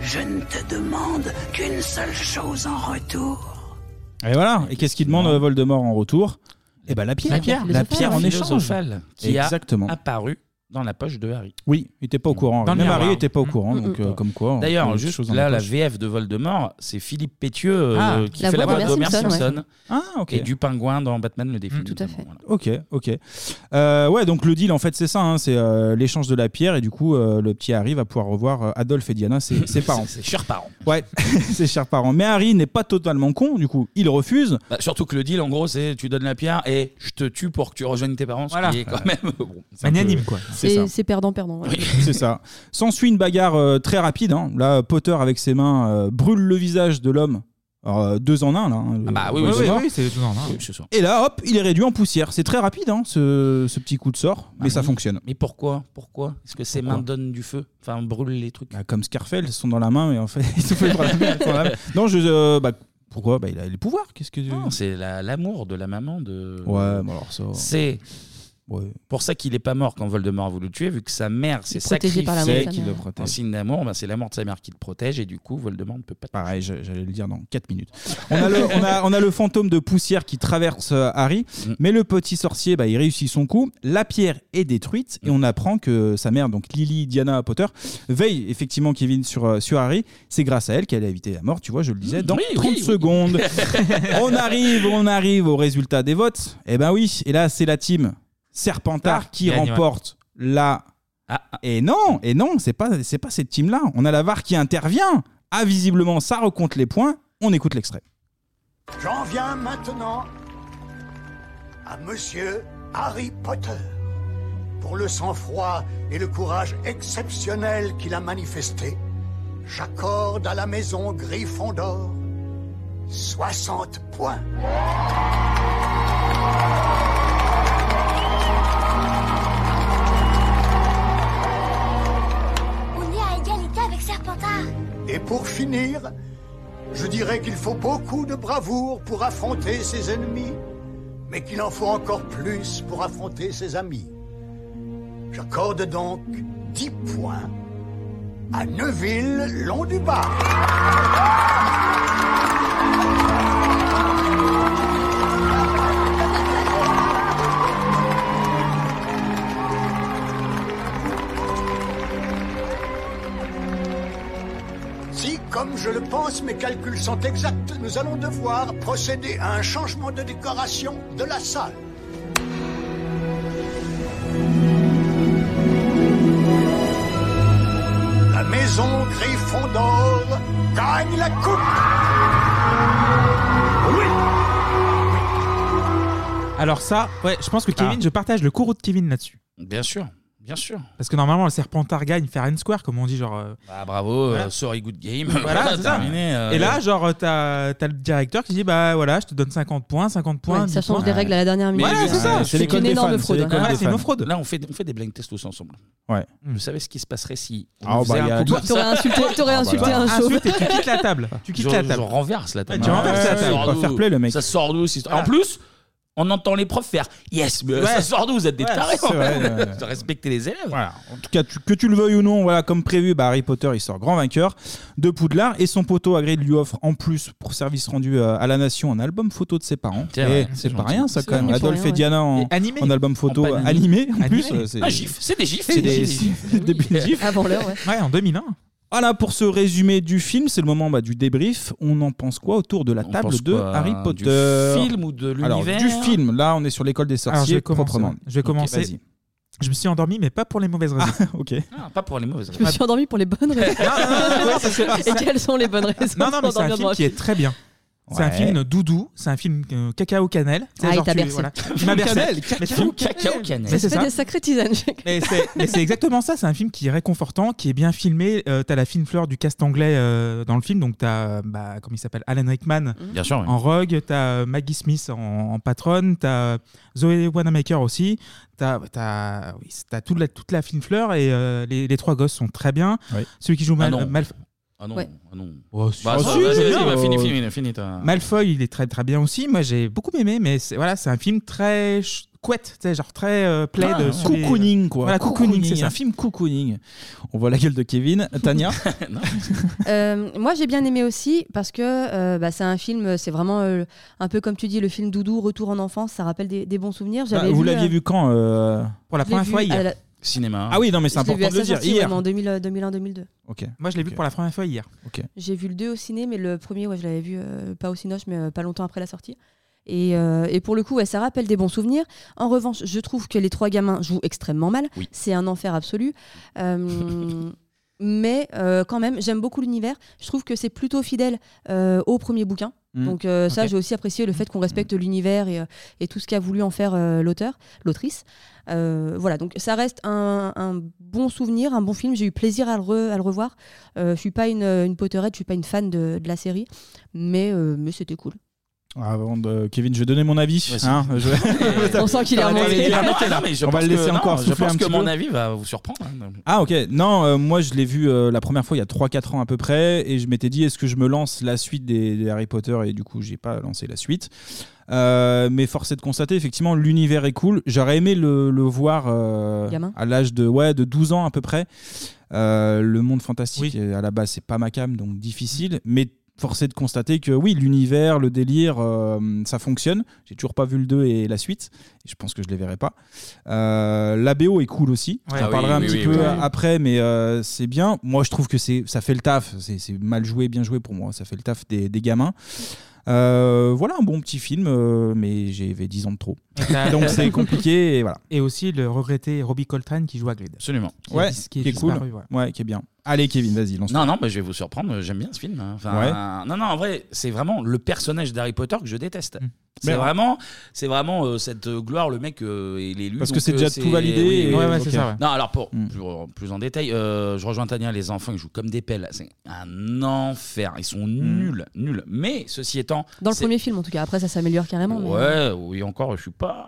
Speaker 18: Je ne te demande qu'une seule chose en retour.
Speaker 7: Et voilà. Et qu'est-ce qu'il demande euh, Voldemort en retour Eh ben la pierre.
Speaker 1: La pierre,
Speaker 7: La pierre en échange.
Speaker 1: qui
Speaker 7: Exactement.
Speaker 1: a apparu dans la poche de Harry.
Speaker 7: Oui, il était pas au courant.
Speaker 1: Dans le
Speaker 7: Même
Speaker 1: miroir.
Speaker 7: Harry était pas au courant,
Speaker 1: Mm,
Speaker 7: donc
Speaker 1: mm,
Speaker 7: euh,
Speaker 1: mm.
Speaker 7: comme quoi. on
Speaker 1: D'ailleurs,
Speaker 7: trouve des
Speaker 1: juste
Speaker 7: choses dans
Speaker 1: là,
Speaker 7: la
Speaker 1: la
Speaker 7: poche.
Speaker 1: VF de Voldemort, c'est Philippe Pétieux euh,
Speaker 7: Ah,
Speaker 1: qui
Speaker 7: la
Speaker 1: fait la
Speaker 7: voix
Speaker 1: voix
Speaker 7: d'Homer
Speaker 1: d'Homer
Speaker 7: Simpson,
Speaker 1: Simpson,
Speaker 7: ouais. Ah, ok. Mmh,
Speaker 1: et du pingouin dans Batman le défi. Tout à fait.
Speaker 7: Ok, ok. Euh, ouais, donc le deal, en fait, c'est ça. hein, c'est euh, l'échange de la pierre, et du coup, euh, le petit Harry va pouvoir revoir euh, Adolphe et Diana, ses,
Speaker 1: *laughs*
Speaker 7: ses parents.
Speaker 1: C'est cher parent.
Speaker 7: Ouais, *laughs* ses chers parents. Mais Harry n'est pas totalement con, du coup, il refuse.
Speaker 1: Bah, surtout que le deal, en gros, c'est tu donnes la pierre et je te tue pour que tu rejoignes tes parents, ce
Speaker 7: Voilà.
Speaker 1: qui est quand même. *laughs* bon, c'est un peu-
Speaker 7: Magnanime,
Speaker 1: *laughs*
Speaker 7: quoi. C'est ça.
Speaker 8: C'est c'est perdant-perdant. ouais.
Speaker 7: *laughs* C'est ça. S'ensuit une bagarre euh, très rapide. hein. Là, Potter, avec ses mains, euh, brûle le visage de l'homme. Alors, euh, deux en un, là. hein, le-
Speaker 1: bah oui,
Speaker 7: le
Speaker 1: oui, oui,
Speaker 7: Voldemort.
Speaker 1: oui, c'est deux en un. Oui, c'est ça.
Speaker 7: Et là, hop, il est réduit en poussière. C'est très rapide, hein, ce, ce petit coup de sort, mais ça fonctionne.
Speaker 1: Ah Mais pourquoi Pourquoi Est-ce que ces mains donnent du feu Enfin, brûlent les trucs.
Speaker 7: Bah, comme Scarfell, ils sont dans la main, mais en fait, *laughs* ils sont faits par la main, ils sont dans la main. Non, je. euh, bah, pourquoi Bah, Il a les pouvoirs. Qu'est-ce que
Speaker 1: Non, c'est la- l'amour de la maman de.
Speaker 7: Ouais, mais alors ça.
Speaker 1: C'est pour ça qu'il n'est pas mort quand Voldemort a voulu le tuer, vu que sa mère s'est
Speaker 7: protégé
Speaker 1: sacrifiée
Speaker 7: par l'amour de sa Qui mère. le protège.
Speaker 1: en signe d'amour. ben, c'est la mort de sa mère qui le protège et du coup Voldemort ne peut pas.
Speaker 7: Pareil, j'allais le dire dans 4 minutes. On a, le, on, a, on a le fantôme de poussière qui traverse euh, Harry,
Speaker 6: Mm.
Speaker 7: mais le petit sorcier, bah, il réussit son coup. La pierre est détruite
Speaker 6: Mm.
Speaker 7: et on apprend que sa mère, donc Lily Diana Potter, veille effectivement Kevin sur, euh, sur Harry. C'est grâce à elle qu'elle a évité la mort, tu vois, je le disais, dans
Speaker 6: Mm, Oui, oui,
Speaker 7: 30
Speaker 6: oui. *laughs*
Speaker 7: secondes. *laughs* on arrive, on arrive au résultat des votes. Et ben oui, et là, c'est la team Serpentard
Speaker 6: Ah,
Speaker 7: qui
Speaker 6: gagne, ouais.
Speaker 7: remporte la
Speaker 6: Ah,
Speaker 7: et non, et non, c'est pas, c'est pas cette team-là. On a la VAR qui intervient. Ah, visiblement, ça recompte les points. On écoute l'extrait.
Speaker 32: J'en viens maintenant à Monsieur Harry Potter. Pour le sang-froid et le courage exceptionnel qu'il a manifesté, j'accorde à la maison Gryffondor 60 points.
Speaker 11: On est à égalité avec Serpentard
Speaker 32: Et pour finir, je dirais qu'il faut beaucoup de bravoure pour affronter ses ennemis, mais qu'il en faut encore plus pour affronter ses amis. J'accorde donc 10 points à Neuville, long du bas. Si, comme je le pense, mes calculs sont exacts, nous allons devoir procéder à un changement de décoration de la salle. La maison Gryffondor gagne la coupe. Oui.
Speaker 6: Alors ça, ouais, je pense que Kevin, je partage le courroux de Kevin là-dessus.
Speaker 1: Bien sûr. Bien sûr.
Speaker 6: Parce que normalement, le Serpentard gagne fair and square, comme on dit, genre. euh,
Speaker 1: Ah, bravo,
Speaker 6: Voilà.
Speaker 1: euh, sorry, good game.
Speaker 6: *laughs* Voilà, c'est ça.
Speaker 1: terminé, euh,
Speaker 6: Et là, genre, euh, t'as t'as le directeur qui dit Bah voilà, je te donne 50 points, 50 points.
Speaker 8: Ouais, ça
Speaker 6: 10
Speaker 8: change
Speaker 6: points.
Speaker 8: des règles à la dernière minute.
Speaker 6: Voilà, c'est ça.
Speaker 8: une énorme fraude. hein. ouais.
Speaker 1: Ah,
Speaker 6: Ouais, c'est une fraude.
Speaker 1: Là, on fait, on fait des blind tests tous ensemble.
Speaker 7: Ouais.
Speaker 1: Vous savez ce qui se passerait si on
Speaker 7: Ah, bah,
Speaker 1: faisait
Speaker 7: y a-
Speaker 1: un coup
Speaker 7: Toi,
Speaker 1: comme
Speaker 7: t'aurais
Speaker 1: ça
Speaker 7: insulté- t'aurais
Speaker 1: Ah,
Speaker 7: insulté
Speaker 1: bah,
Speaker 7: un chauve.
Speaker 1: insultes et tu quittes la
Speaker 6: table.
Speaker 1: Tu quittes la table. Je renverse la table.
Speaker 7: Ouais, tu renverses la
Speaker 1: Ça
Speaker 7: table.
Speaker 1: sort
Speaker 7: Faut pas
Speaker 1: d'où
Speaker 7: faire play, le mec. Ah.
Speaker 1: Ça sort d'où cette histoire En plus, on entend les profs faire Yes, mais
Speaker 7: Ouais.
Speaker 1: ça sort d'où Vous êtes des
Speaker 7: Ouais,
Speaker 1: tarés.
Speaker 7: c'est vrai, ouais, ouais.
Speaker 1: De Respecter les élèves.
Speaker 7: En tout cas, tu- que tu le veuilles ou non, voilà, comme prévu, bah, Harry Potter, il sort grand vainqueur de Poudlard et son poteau Hagrid lui offre en plus pour service rendu euh, à la nation un album photo de ses parents.
Speaker 1: C'est
Speaker 7: Et
Speaker 1: vrai,
Speaker 7: C'est
Speaker 1: c'est
Speaker 7: pas
Speaker 1: gentil.
Speaker 7: rien ça
Speaker 1: C'est
Speaker 7: quand même.
Speaker 1: gentil pour
Speaker 7: Adolphe
Speaker 1: rien,
Speaker 7: et
Speaker 1: ouais.
Speaker 7: Diana en,
Speaker 1: Et animé.
Speaker 7: en album photo
Speaker 1: En panini.
Speaker 7: animé en
Speaker 1: Animé.
Speaker 7: plus. euh,
Speaker 1: Un gif. C'est des gifs,
Speaker 7: C'est
Speaker 1: c'est des
Speaker 7: des
Speaker 1: gifs.
Speaker 7: c'est *laughs* des petits
Speaker 1: *laughs*
Speaker 7: gifs.
Speaker 8: Avant l'heure, ouais.
Speaker 6: Ouais, en 2001.
Speaker 7: Voilà pour ce résumé du film, c'est le moment bah, du débrief. On en pense quoi autour de la table
Speaker 1: pense
Speaker 7: de
Speaker 1: quoi
Speaker 7: Harry
Speaker 1: Du
Speaker 7: Potter
Speaker 1: film ou de
Speaker 7: Alors,
Speaker 1: l'univers
Speaker 7: Du film, là on est sur l'école des
Speaker 6: Alors, je
Speaker 7: sorciers
Speaker 6: vais commencer.
Speaker 7: proprement.
Speaker 6: Je vais
Speaker 7: Ok,
Speaker 6: commencer.
Speaker 7: vas-y.
Speaker 6: je me suis endormi, mais pas pour les mauvaises raisons.
Speaker 7: ok.
Speaker 1: Ah, Pas pour les mauvaises
Speaker 8: Je me suis endormi pour les bonnes raisons. Et quelles sont les bonnes raisons
Speaker 6: *laughs* Non, non, mais c'est
Speaker 8: pour
Speaker 6: un
Speaker 8: s'endormir dans
Speaker 6: film qui est très bien. C'est un
Speaker 8: Ouais.
Speaker 6: film doudou, c'est un film euh, cacao cannelle. Tu sais,
Speaker 8: Ah, il
Speaker 6: genre,
Speaker 8: t'a
Speaker 6: tu-
Speaker 8: bercé.
Speaker 6: *laughs*
Speaker 8: *laughs*
Speaker 6: voilà. Il
Speaker 8: Film
Speaker 6: m'a bercé.
Speaker 8: cannelle,
Speaker 6: Mais
Speaker 8: cacao
Speaker 6: c'est film-
Speaker 8: cannelle.
Speaker 6: Mais
Speaker 8: Ça
Speaker 6: c'est
Speaker 8: fait
Speaker 6: ça.
Speaker 8: des sacrées tisanes, Jacques.
Speaker 6: Mais c'est- mais c'est exactement ça, c'est un film qui est réconfortant, qui est bien filmé. Euh, t'as la fine fleur du cast anglais euh, dans le film, donc t'as, euh, bah, comment il s'appelle, Alan Rickman
Speaker 1: Bien sûr, oui.
Speaker 6: en Rogue, t'as euh, Maggie Smith en, en patronne, t'as Zoé Wanamaker aussi, t'as, t'as, oui, t'as toute, la, toute la fine fleur et euh, les, les trois gosses sont très bien.
Speaker 1: Oui.
Speaker 6: Celui qui joue mal,
Speaker 1: Ah non.
Speaker 6: Malf-
Speaker 1: Ah non,
Speaker 6: Ouais.
Speaker 1: ah non.
Speaker 6: Oh, si.
Speaker 1: Bah,
Speaker 6: Oh,
Speaker 1: ça,
Speaker 6: si,
Speaker 1: vas-y,
Speaker 6: c'est
Speaker 1: vas-y,
Speaker 6: bien.
Speaker 1: bah, fini,
Speaker 6: Oh.
Speaker 1: fini, fini, t'as- *laughs*
Speaker 6: Malfoy, il est très très bien aussi. Moi, j'ai beaucoup aimé, mais c'est voilà, c'est un film très ch- couette, tu sais, genre très euh, plaid.
Speaker 7: Ah,
Speaker 6: sur les-
Speaker 7: cocooning quoi.
Speaker 6: Voilà, cocooning, c'est
Speaker 7: c'est
Speaker 6: ça.
Speaker 7: un film cocooning. On voit la gueule
Speaker 6: *laughs*
Speaker 7: de Kevin, Tania.
Speaker 8: Euh, moi, j'ai bien aimé aussi parce que euh, bah, c'est un film, c'est vraiment euh, un peu comme tu dis, le film Doudou, Retour en enfance, ça rappelle des, des bons souvenirs.
Speaker 7: Ah,
Speaker 8: J'avais
Speaker 7: vous
Speaker 8: vu,
Speaker 7: l'aviez
Speaker 8: euh,
Speaker 7: vu quand euh
Speaker 6: Pour la
Speaker 8: je l'ai première vu fois, hier. à la-
Speaker 1: Cinéma.
Speaker 7: Ah oui, non mais c'est
Speaker 8: je l'ai vu
Speaker 7: important
Speaker 8: à
Speaker 7: de
Speaker 8: sa
Speaker 7: le dire
Speaker 8: sortie,
Speaker 7: hier.
Speaker 8: ouais, mais en 2000, euh, 2001, 2002.
Speaker 7: OK.
Speaker 6: Moi, je l'ai vu pour la première fois hier. *laughs*
Speaker 7: OK.
Speaker 8: J'ai vu le 2 au ciné, mais le premier, ouais, je l'avais vu euh, pas au cinoche, mais euh, pas longtemps après la sortie. Et, euh, et pour le coup, ouais, ça rappelle des bons souvenirs. En revanche, je trouve que les trois gamins jouent extrêmement mal. C'est un enfer absolu. Euh, mais euh, quand même, j'aime beaucoup l'univers. Je trouve que c'est plutôt fidèle euh, au premier bouquin.
Speaker 17: Mm.
Speaker 8: Donc euh, ça,
Speaker 17: Ok.
Speaker 8: j'ai aussi apprécié le fait qu'on
Speaker 7: Mm.
Speaker 8: respecte l'univers et, euh, et tout ce qu'a voulu en faire euh, l'auteur, l'autrice. Euh, voilà, donc ça reste un, un bon souvenir, un bon film. J'ai eu plaisir à le, re- à le revoir. Euh, je suis pas une, une Potterhead, je suis pas une fan de, de la série, mais, euh, mais c'était cool.
Speaker 7: Ah, Avant de Kevin, je vais donner mon avis.
Speaker 1: Vas-y.
Speaker 7: hein, je-
Speaker 6: *laughs*
Speaker 8: On sent qu'il est
Speaker 7: Ah,
Speaker 8: remonté.
Speaker 7: il est
Speaker 1: Ah non,
Speaker 7: remonté,
Speaker 1: ah
Speaker 7: là.
Speaker 1: non, mais je
Speaker 7: On va
Speaker 1: pense
Speaker 7: le laisser
Speaker 1: que-
Speaker 7: encore
Speaker 1: non, Je
Speaker 7: souffler
Speaker 1: pense
Speaker 7: un
Speaker 1: que
Speaker 7: petit
Speaker 1: mon
Speaker 7: peu.
Speaker 1: avis va vous surprendre. hein.
Speaker 7: Ah ok, non, euh, moi je l'ai vu euh, la première fois il y a 3-4 ans à peu près et je m'étais dit est-ce que je me lance la suite des, des Harry Potter et du coup j'ai pas lancé la suite. Euh, mais force est de constater effectivement l'univers est cool. J'aurais aimé le, le voir euh,
Speaker 8: Gamin.
Speaker 7: à l'âge de ouais de 12 ans à peu près. Euh, le monde fantastique euh, à la base c'est pas ma cam donc difficile mais force est de constater que oui l'univers le délire euh, ça fonctionne j'ai toujours pas vu le 2 et la suite et je pense que je les verrai pas Euh, la BO est cool aussi
Speaker 6: Ouais.
Speaker 7: on
Speaker 6: Ah
Speaker 7: en
Speaker 6: oui,
Speaker 7: parlera un
Speaker 6: oui,
Speaker 7: petit
Speaker 6: oui,
Speaker 7: peu
Speaker 6: oui.
Speaker 7: après, mais euh, c'est bien. Moi, je trouve que c'est, ça fait le taf. C'est, c'est mal joué, bien joué pour moi. Ça fait le taf des, des gamins. Euh, voilà un bon petit film, euh, mais j'avais 10 ans de trop.
Speaker 6: t'as-
Speaker 7: Donc c'est compliqué et voilà.
Speaker 6: euh, *laughs* Et aussi le regretté Robbie Coltrane qui joue à Grid.
Speaker 1: Absolument.
Speaker 6: Qui
Speaker 7: Ouais,
Speaker 6: est, dis- qui est
Speaker 7: qui est cool.
Speaker 6: disparu, ouais.
Speaker 7: Ouais, qui est bien. Allez, Kevin, vas-y, lance.
Speaker 1: Non, non, bah, je vais vous surprendre. J'aime bien ce film. hein. Enfin,
Speaker 7: Ouais.
Speaker 1: Non, non, en vrai, c'est vraiment le personnage d'Harry Potter que je déteste. C'est
Speaker 7: Mais-
Speaker 1: vraiment, c'est vraiment euh, cette euh, gloire, le mec, euh, il est élu.
Speaker 7: Parce que
Speaker 1: donc,
Speaker 7: c'est
Speaker 1: euh,
Speaker 7: déjà tout validé
Speaker 1: oui, oui,
Speaker 7: et- Ouais, ouais,
Speaker 1: ok.
Speaker 7: c'est ça, ouais. Hum.
Speaker 1: Non, alors pour plus, plus en détail, euh, je rejoins Tania, les enfants, ils jouent comme des pelles. C'est un enfer. Ils sont
Speaker 7: Hum.
Speaker 1: nuls, nuls. Mais ceci étant.
Speaker 8: Dans le
Speaker 1: c'est-
Speaker 8: premier film, en tout cas. Après, ça s'améliore carrément. mais-
Speaker 1: Ouais, oui, encore, je suis pas.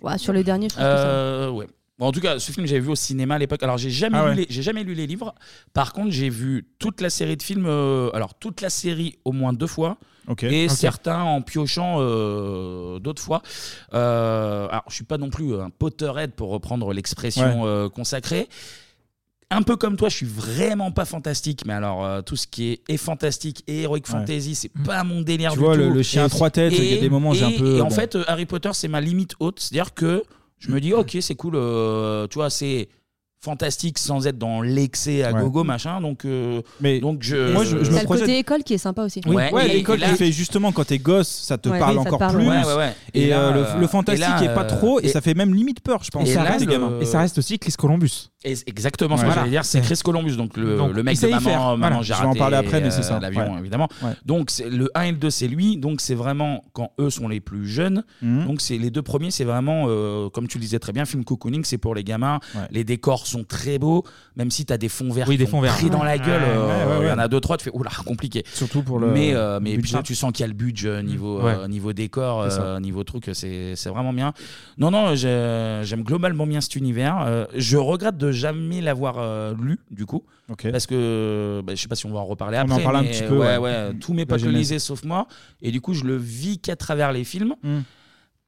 Speaker 8: Ouais, sur le dernier, je trouve que ça.
Speaker 1: Euh, ouais. Bon, en tout cas, ce film, j'avais vu au cinéma à l'époque. Alors, j'ai jamais,
Speaker 7: Ah
Speaker 1: lu
Speaker 7: ouais.
Speaker 1: les- j'ai jamais lu les livres. Par contre, j'ai vu toute la série de films. euh, alors, toute la série au moins deux fois.
Speaker 7: Ok.
Speaker 1: Et
Speaker 7: Ok.
Speaker 1: certains en piochant euh, d'autres fois. Euh, alors, je suis pas non plus un Potterhead pour reprendre l'expression
Speaker 7: Ouais.
Speaker 1: euh, consacrée. Un peu comme toi, je suis vraiment pas fantastique. Mais alors, euh, tout ce qui est, est fantastique et heroic
Speaker 7: Ouais. Mm.
Speaker 1: fantasy, c'est pas mon délire
Speaker 7: Tu
Speaker 1: du
Speaker 7: vois,
Speaker 1: tout.
Speaker 7: le- le chien à
Speaker 1: Et-
Speaker 7: trois têtes, il y a des moments, j'ai
Speaker 1: et-
Speaker 7: un peu,
Speaker 1: Et en
Speaker 7: bon.
Speaker 1: fait, euh, Harry Potter, c'est ma limite haute. C'est-à-dire que je me dis, ok, c'est cool, euh, tu vois, c'est fantastique sans être dans l'excès à
Speaker 7: Ouais.
Speaker 1: gogo, machin. Donc, euh, donc je.
Speaker 7: moi, je- je me
Speaker 8: T'as le côté école qui est sympa aussi.
Speaker 7: Oui,
Speaker 1: Ouais,
Speaker 7: ouais,
Speaker 1: et-
Speaker 7: l'école
Speaker 1: et là-
Speaker 7: qui fait justement quand t'es gosse, ça te
Speaker 8: Ouais,
Speaker 7: parle
Speaker 8: oui, ça te
Speaker 7: encore
Speaker 8: parle,
Speaker 7: plus.
Speaker 8: ouais. Ouais, ouais,
Speaker 1: ouais.
Speaker 7: Et,
Speaker 1: Et là,
Speaker 7: euh, le-
Speaker 1: euh,
Speaker 7: le, fantastique
Speaker 1: et là,
Speaker 7: est pas
Speaker 1: euh,
Speaker 7: trop et,
Speaker 1: et-
Speaker 7: ça fait même limite peur, je pense.
Speaker 6: Et, ça
Speaker 7: quand t'es
Speaker 6: reste,
Speaker 7: gamin.
Speaker 6: et ça reste aussi Chris Columbus.
Speaker 1: Et c'est exactement ce que
Speaker 7: Ouais.
Speaker 1: j'allais dire, c'est
Speaker 7: Voilà.
Speaker 1: Chris Columbus, donc le,
Speaker 7: Donc,
Speaker 1: le
Speaker 7: il
Speaker 1: mec
Speaker 7: sait
Speaker 1: de
Speaker 7: y
Speaker 1: maman,
Speaker 7: faire.
Speaker 1: maman
Speaker 7: Voilà.
Speaker 1: j'ai
Speaker 7: Je vais en
Speaker 1: raté,
Speaker 7: parler après, mais
Speaker 1: euh,
Speaker 7: c'est ça.
Speaker 1: L'avion,
Speaker 7: Ouais.
Speaker 1: évidemment.
Speaker 7: Ouais.
Speaker 1: Donc c'est- le 1 et le 2, c'est lui. Donc c'est vraiment quand eux sont les plus jeunes.
Speaker 7: Mhm.
Speaker 1: Donc c'est les deux premiers, c'est vraiment, euh, comme tu le disais très bien, film cocooning, c'est pour les gamins. Les décors sont très beaux, même si tu as des fonds verts
Speaker 6: Oui,
Speaker 1: qui
Speaker 6: des
Speaker 1: t'ont
Speaker 6: fonds verts.
Speaker 1: pris dans la
Speaker 6: Ouais,
Speaker 1: gueule.
Speaker 6: ouais,
Speaker 1: euh, Il
Speaker 6: ouais,
Speaker 1: y
Speaker 6: ouais.
Speaker 1: en a deux, trois, tu fais, oula, compliqué.
Speaker 7: Surtout pour le-
Speaker 1: Mais, euh,
Speaker 7: le
Speaker 1: mais
Speaker 7: budget. Mmh.
Speaker 1: putain, tu sens qu'il y a le budget niveau, euh,
Speaker 7: Ouais.
Speaker 1: niveau décor,
Speaker 7: C'est ça.
Speaker 1: euh, niveau truc, c'est c'est vraiment bien. Non, non, j'ai- j'aime globalement bien cet univers. Euh, je regrette de jamais l'avoir euh, lu, du coup. Parce que bah, je sais pas si on va en reparler
Speaker 7: On en
Speaker 1: après.
Speaker 7: parle un
Speaker 1: mais
Speaker 7: petit peu,
Speaker 1: Ouais,
Speaker 7: ouais. Mmh.
Speaker 1: ouais, tous mes
Speaker 7: La
Speaker 1: potes le
Speaker 7: genèse.
Speaker 1: lisaient sauf moi. Et du coup, je le vis qu'à travers les films.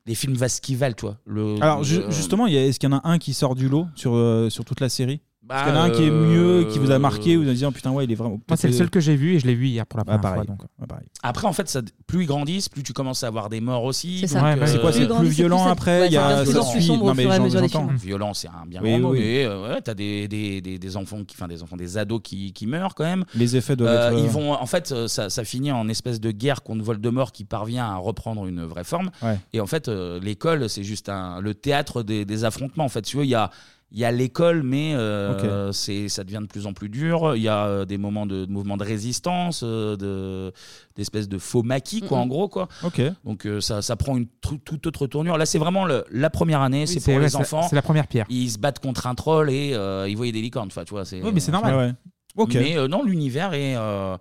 Speaker 1: Les films vas qui valent, toi. Le,
Speaker 7: Mmh. Alors ju-
Speaker 1: le-
Speaker 7: justement, il y a- est-ce qu'il y en a un qui sort du lot sur, euh, sur toute la série
Speaker 1: Bah,
Speaker 7: Est-ce qu'il y en a un qui est mieux, qui vous a
Speaker 1: euh,
Speaker 7: marqué, vous avez dit oh, putain ouais il est vraiment.
Speaker 6: Moi, c'est le seul que j'ai vu et je l'ai vu hier pour la
Speaker 7: Ah,
Speaker 6: première
Speaker 7: pareil.
Speaker 6: fois. Donc.
Speaker 7: Ouais, pareil.
Speaker 1: Après, en fait, ça, plus ils grandissent, plus tu commences à avoir des morts aussi.
Speaker 6: C'est ça.
Speaker 1: Donc,
Speaker 6: Ouais, bah, c'est quoi,
Speaker 1: euh,
Speaker 6: c'est Plus ils plus grandissent, violent plus ça- après, ouais, il y a- ça devient de plus en ça plus suit. sombre au Non, mais fur et à j'en- mesure des j'entends. films.
Speaker 1: Violent, c'est un bien
Speaker 7: Oui,
Speaker 1: grand mot,
Speaker 7: oui, oui.
Speaker 1: mais euh, ouais, t'as des, des, des, des enfants, qui, enfin des enfants, des ados qui, qui meurent quand même.
Speaker 7: Les effets doivent
Speaker 1: Euh,
Speaker 7: être, euh,
Speaker 1: Ils vont, en fait, euh, ça, ça finit en espèce de guerre contre Voldemort qui parvient à reprendre une vraie forme.
Speaker 7: Ouais.
Speaker 1: Et en fait, euh, l'école, c'est juste un, le théâtre des, des affrontements. En fait, tu vois, il y a. Il y a l'école, mais euh, c'est, ça devient de plus en plus dur. Il y a euh, des moments de, de mouvements de résistance, euh, de, d'espèces de faux maquis, quoi,
Speaker 7: Mhm.
Speaker 1: en gros. Quoi.
Speaker 7: Ok.
Speaker 1: Donc euh, ça, ça prend une tru- toute autre tournure. Là, c'est vraiment le- la première année, c'est
Speaker 6: c'est-
Speaker 1: pour
Speaker 6: ouais,
Speaker 1: les
Speaker 6: c'est-
Speaker 1: enfants.
Speaker 6: c'est la première pierre.
Speaker 1: Ils se battent contre un troll et euh, ils voyaient des licornes. Enfin, tu vois, c'est, euh,
Speaker 6: Oui, mais c'est normal. Ouais, ouais. Ok.
Speaker 1: Mais euh, non, l'univers est. euh,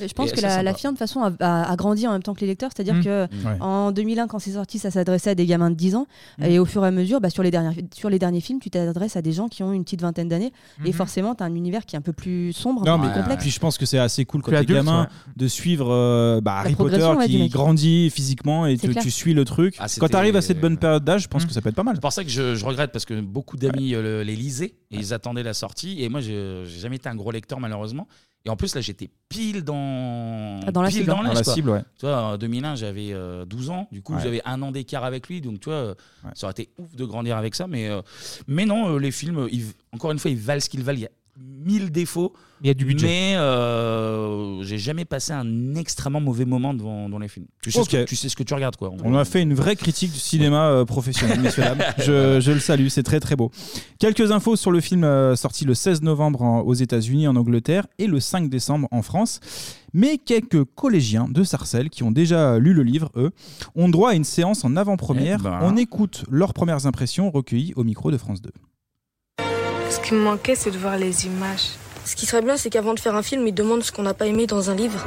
Speaker 8: Et je pense
Speaker 1: est
Speaker 8: que
Speaker 1: assez
Speaker 8: la, la
Speaker 1: sympa.
Speaker 8: firme, de toute façon, a, a- a grandi en même temps que les lecteurs. C'est-à-dire
Speaker 7: Mmh.
Speaker 1: Mm.
Speaker 8: que
Speaker 1: Mm. Ouais.
Speaker 8: en 2001, quand c'est sorti, ça s'adressait à des gamins de 10 ans.
Speaker 7: Mmh.
Speaker 8: Et au fur et à mesure, bah, sur, les dernières, sur les derniers films, tu t'adresses à des gens qui ont une petite vingtaine d'années. Et forcément, tu as un univers qui est un peu plus
Speaker 6: Oh,
Speaker 8: sombre, un
Speaker 7: Mmh.
Speaker 6: bah,
Speaker 7: Non,
Speaker 8: peu
Speaker 7: mais
Speaker 8: plus complexe.
Speaker 7: puis je pense que c'est assez cool quand
Speaker 6: Plus
Speaker 7: t'es
Speaker 6: adulte,
Speaker 7: gamin
Speaker 6: ouais.
Speaker 7: de suivre euh, bah, Harry Potter
Speaker 6: progression, ouais, du
Speaker 7: qui
Speaker 6: mec.
Speaker 7: grandit physiquement et
Speaker 6: C'est
Speaker 7: tu,
Speaker 6: clair.
Speaker 7: tu suis le truc.
Speaker 1: Ah,
Speaker 7: quand
Speaker 1: c'était-
Speaker 7: t'arrives à cette bonne période d'âge, je pense
Speaker 6: Hmm.
Speaker 1: Mm.
Speaker 7: que ça peut être pas mal.
Speaker 1: C'est pour ça que je, je regrette parce que beaucoup d'amis euh, le- les lisaient et ils attendaient la sortie. Et moi, je j'ai jamais été un gros lecteur malheureusement. Et en plus, là, j'étais pile dans,
Speaker 6: Ah, dans la
Speaker 1: pile
Speaker 6: cible.
Speaker 1: dans
Speaker 6: Dans
Speaker 1: l'âge,
Speaker 6: la
Speaker 1: quoi.
Speaker 6: cible, ouais.
Speaker 1: Tu vois, en 2001, j'avais euh, 12 ans. Du coup,
Speaker 6: Ouais.
Speaker 1: j'avais un an d'écart avec lui. Donc, tu vois, euh, ça aurait été ouf de grandir avec ça. Mais, euh, mais non, euh, les films, ils- encore une fois, ils valent ce qu'ils valent. Il y a mille défauts.
Speaker 6: Il y a du budget.
Speaker 1: Mais euh, j'ai jamais passé un extrêmement mauvais moment devant dans les films. Tu sais,
Speaker 7: Ok.
Speaker 1: ce que, tu sais ce que tu regardes, quoi.
Speaker 7: On a fait une vraie critique du cinéma euh, professionnel, messieurs, dames. Je, je le salue, c'est très très beau. Quelques infos sur le film euh, sorti le 16 novembre en- aux États-Unis, en Angleterre et le 5 décembre en France. Mais quelques collégiens de Sarcelles qui ont déjà euh, lu le livre, eux, ont droit à une séance en avant-première.
Speaker 1: Eh ben.
Speaker 7: On écoute leurs premières impressions recueillies au micro de France 2.
Speaker 20: Ce qui me manquait, c'est de voir les images.
Speaker 21: Ce qui serait bien, c'est qu'avant de faire un film, ils demandent ce qu'on n'a pas aimé dans un livre.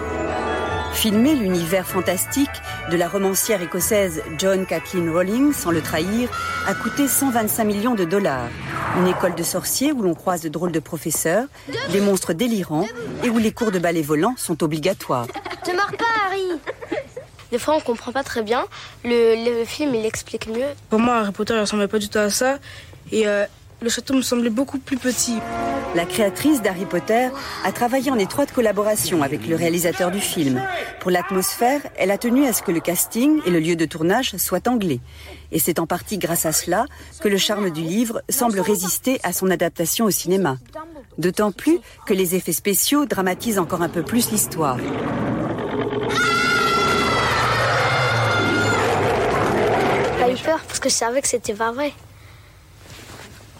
Speaker 19: Filmer l'univers fantastique de la romancière écossaise John Kathleen Rowling, sans le trahir, a coûté 125 millions de dollars. Une école de sorciers où l'on croise de drôles de professeurs, des monstres délirants et où les cours de ballet volant sont obligatoires.
Speaker 11: Ne meurs pas, Harry Des fois, on comprend pas très bien. Le, le film, il explique mieux.
Speaker 21: Pour moi, Harry Potter, il ressemblait pas du tout à ça. Et euh, le château me semblait beaucoup plus petit.
Speaker 19: La créatrice d'Harry Potter a travaillé en étroite collaboration avec le réalisateur du film. Pour l'atmosphère, elle a tenu à ce que le casting et le lieu de tournage soient anglais. Et c'est en partie grâce à cela que le charme du livre semble résister à son adaptation au cinéma. D'autant plus que les effets spéciaux dramatisent encore un peu plus l'histoire.
Speaker 11: J'ai pas eu peur parce que je savais que c'était pas vrai.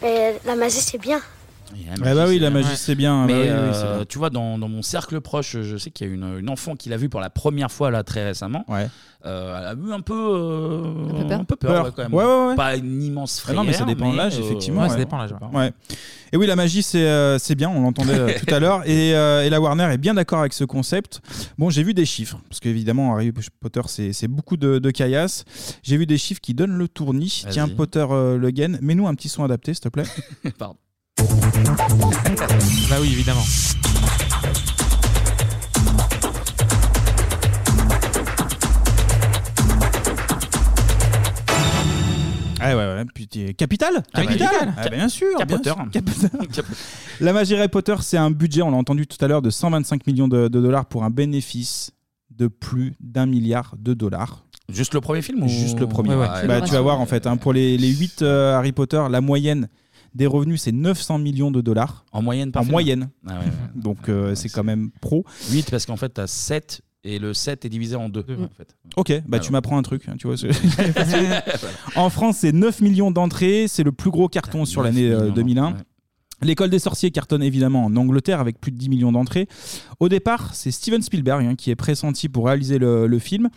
Speaker 11: Mais la magie, c'est bien.
Speaker 7: Ah bah oui, la magie, c'est bien.
Speaker 1: Mais
Speaker 7: Bah oui, oui,
Speaker 1: euh,
Speaker 7: c'est bien.
Speaker 1: tu vois, dans, dans mon cercle proche, je sais qu'il y a une, une enfant qui l'a vu pour la première fois là très récemment. Euh, elle a eu un peu, euh,
Speaker 7: Un peu peur.
Speaker 1: ouais, quand même.
Speaker 7: Ouais, ouais, ouais.
Speaker 1: Pas une immense
Speaker 7: Ah
Speaker 1: frayeur.
Speaker 7: non, mais ça dépend de l'âge,
Speaker 1: euh,
Speaker 7: effectivement. Ouais. Et oui, la magie, c'est euh, c'est bien, on l'entendait
Speaker 1: *laughs*
Speaker 7: euh, tout à l'heure. Et, euh, et la Warner est bien d'accord avec ce concept. Bon, j'ai vu des chiffres, parce qu'évidemment, Harry Potter, c'est c'est beaucoup de, de caillasses. J'ai vu des chiffres qui donnent le tournis.
Speaker 1: Vas-y.
Speaker 7: Tiens, Potter euh, Le Guen, mets-nous un petit son adapté, s'il te plaît.
Speaker 1: *laughs* Pardon.
Speaker 6: Bah oui, évidemment.
Speaker 7: Ah ouais, ouais, putain. Capital
Speaker 1: Ah bah,
Speaker 7: Capital
Speaker 1: Capital.
Speaker 7: Ah bah, Bien sûr bien
Speaker 1: Capoteur.
Speaker 7: sûr. La magie Harry Potter, c'est un budget, on l'a entendu tout à l'heure, de 125 millions de, de dollars pour un bénéfice de plus d'un milliard de dollars.
Speaker 1: Juste le premier film ou-
Speaker 7: Juste le premier.
Speaker 1: Ouais, ouais.
Speaker 7: Bah, tu vas voir en fait, hein, pour les, 8 Harry Potter, la moyenne des revenus, c'est 900 millions de dollars.
Speaker 1: En moyenne
Speaker 7: En
Speaker 1: par film
Speaker 7: moyenne.
Speaker 1: Ah ouais, ouais.
Speaker 7: Donc euh, c'est quand même pro.
Speaker 1: 8 parce qu'en fait, t'as 7 et le 7 est divisé en 2. En fait.
Speaker 7: Ok,
Speaker 6: Ah
Speaker 7: bah
Speaker 1: Alors.
Speaker 7: tu m'apprends un truc, hein, tu vois. *laughs* ce- en France, c'est 9 millions d'entrées, c'est le plus gros carton sur l'année euh, 2001. L'école des sorciers cartonne évidemment en Angleterre avec plus de 10 millions d'entrées. Au départ, c'est Steven Spielberg hein, qui est pressenti pour réaliser le, le film,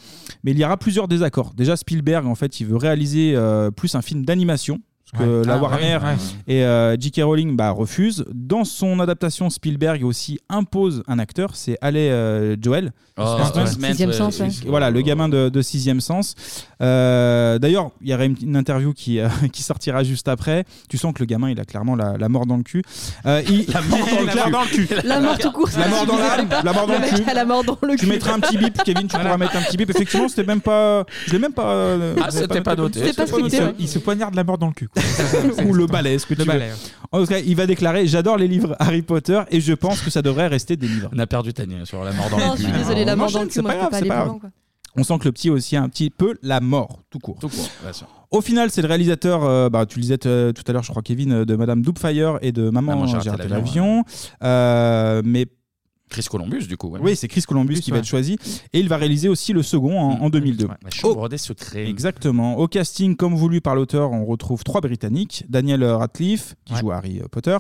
Speaker 7: mais il y aura plusieurs désaccords. Déjà, Spielberg, en fait, il veut réaliser euh, plus un film d'animation. Parce que
Speaker 6: Ouais.
Speaker 7: la
Speaker 6: Ah,
Speaker 7: Warner
Speaker 6: ouais, ouais.
Speaker 7: et euh, J.K. Rowling bah, refusent. Dans son adaptation, Spielberg aussi impose un acteur, c'est Haley euh, Joel.
Speaker 1: Oh,
Speaker 7: Je sais pas si tu
Speaker 1: ouais.
Speaker 7: te souviens.
Speaker 1: Sixième Sens, ouais.
Speaker 7: Voilà, le gamin de, de Sixième Sens. Euh, D'ailleurs, il y aura une, une interview qui, euh, *laughs* qui sortira juste après. Tu sens que le gamin, il a clairement la, la mort dans le cul. Euh, il-
Speaker 1: La mort
Speaker 7: *laughs*
Speaker 1: dans le
Speaker 7: la mort
Speaker 1: cul.
Speaker 7: dans le cul.
Speaker 1: La mort tout court,
Speaker 7: La
Speaker 1: ça,
Speaker 7: mort
Speaker 1: je
Speaker 7: dans la
Speaker 1: disais pas.
Speaker 7: la mort dans
Speaker 1: Le
Speaker 7: le
Speaker 1: mec
Speaker 7: cul.
Speaker 1: a la mort dans le
Speaker 7: Tu
Speaker 1: cul.
Speaker 7: mettras un petit bip, Kevin, tu pourras mettre un petit bip. Effectivement, c'était même pas. Je l'ai même pas. euh,
Speaker 1: Ah, c'était pas noté. C'était pas
Speaker 7: noté.
Speaker 1: scripté, ouais.
Speaker 7: Il se poignarde la mort dans le
Speaker 1: *laughs*
Speaker 7: cul. quoi. Ou le balai, ce que
Speaker 6: Le
Speaker 7: tu veux.
Speaker 6: balai, ouais.
Speaker 7: En tout cas, il va déclarer J'adore les livres Harry Potter et je pense que ça devrait rester des livres.
Speaker 1: On a perdu Tania sur la mort
Speaker 8: dans le Non, je cul. suis désolée, la
Speaker 7: On
Speaker 8: mort dans le
Speaker 7: enchaîne,
Speaker 8: cul,
Speaker 7: c'est
Speaker 8: moi,
Speaker 7: pas
Speaker 8: je peux
Speaker 7: grave,
Speaker 8: pas
Speaker 7: c'est
Speaker 8: aller
Speaker 7: pas
Speaker 8: plus
Speaker 7: grave.
Speaker 8: loin, quoi.
Speaker 7: On sent que le petit aussi a un petit peu la mort, tout court.
Speaker 1: Tout court, bien sûr.
Speaker 7: Au final, c'est le réalisateur, euh, bah, tu le disais euh, tout à l'heure, je crois, Kevin, euh, de Madame Doubtfire et de Maman,
Speaker 1: Maman,
Speaker 7: j'ai raté l'avion. Euh, mais.
Speaker 1: Chris Columbus, du coup. ouais.
Speaker 7: Oui, c'est Chris Columbus qui va
Speaker 1: ouais.
Speaker 7: être choisi. Et il va réaliser aussi le second en,
Speaker 1: Mm.
Speaker 7: en 2002.
Speaker 1: La chambre des secrets.
Speaker 7: Exactement. Au casting, comme voulu par l'auteur, on retrouve trois Britanniques Daniel Radcliffe, qui joue Harry Potter,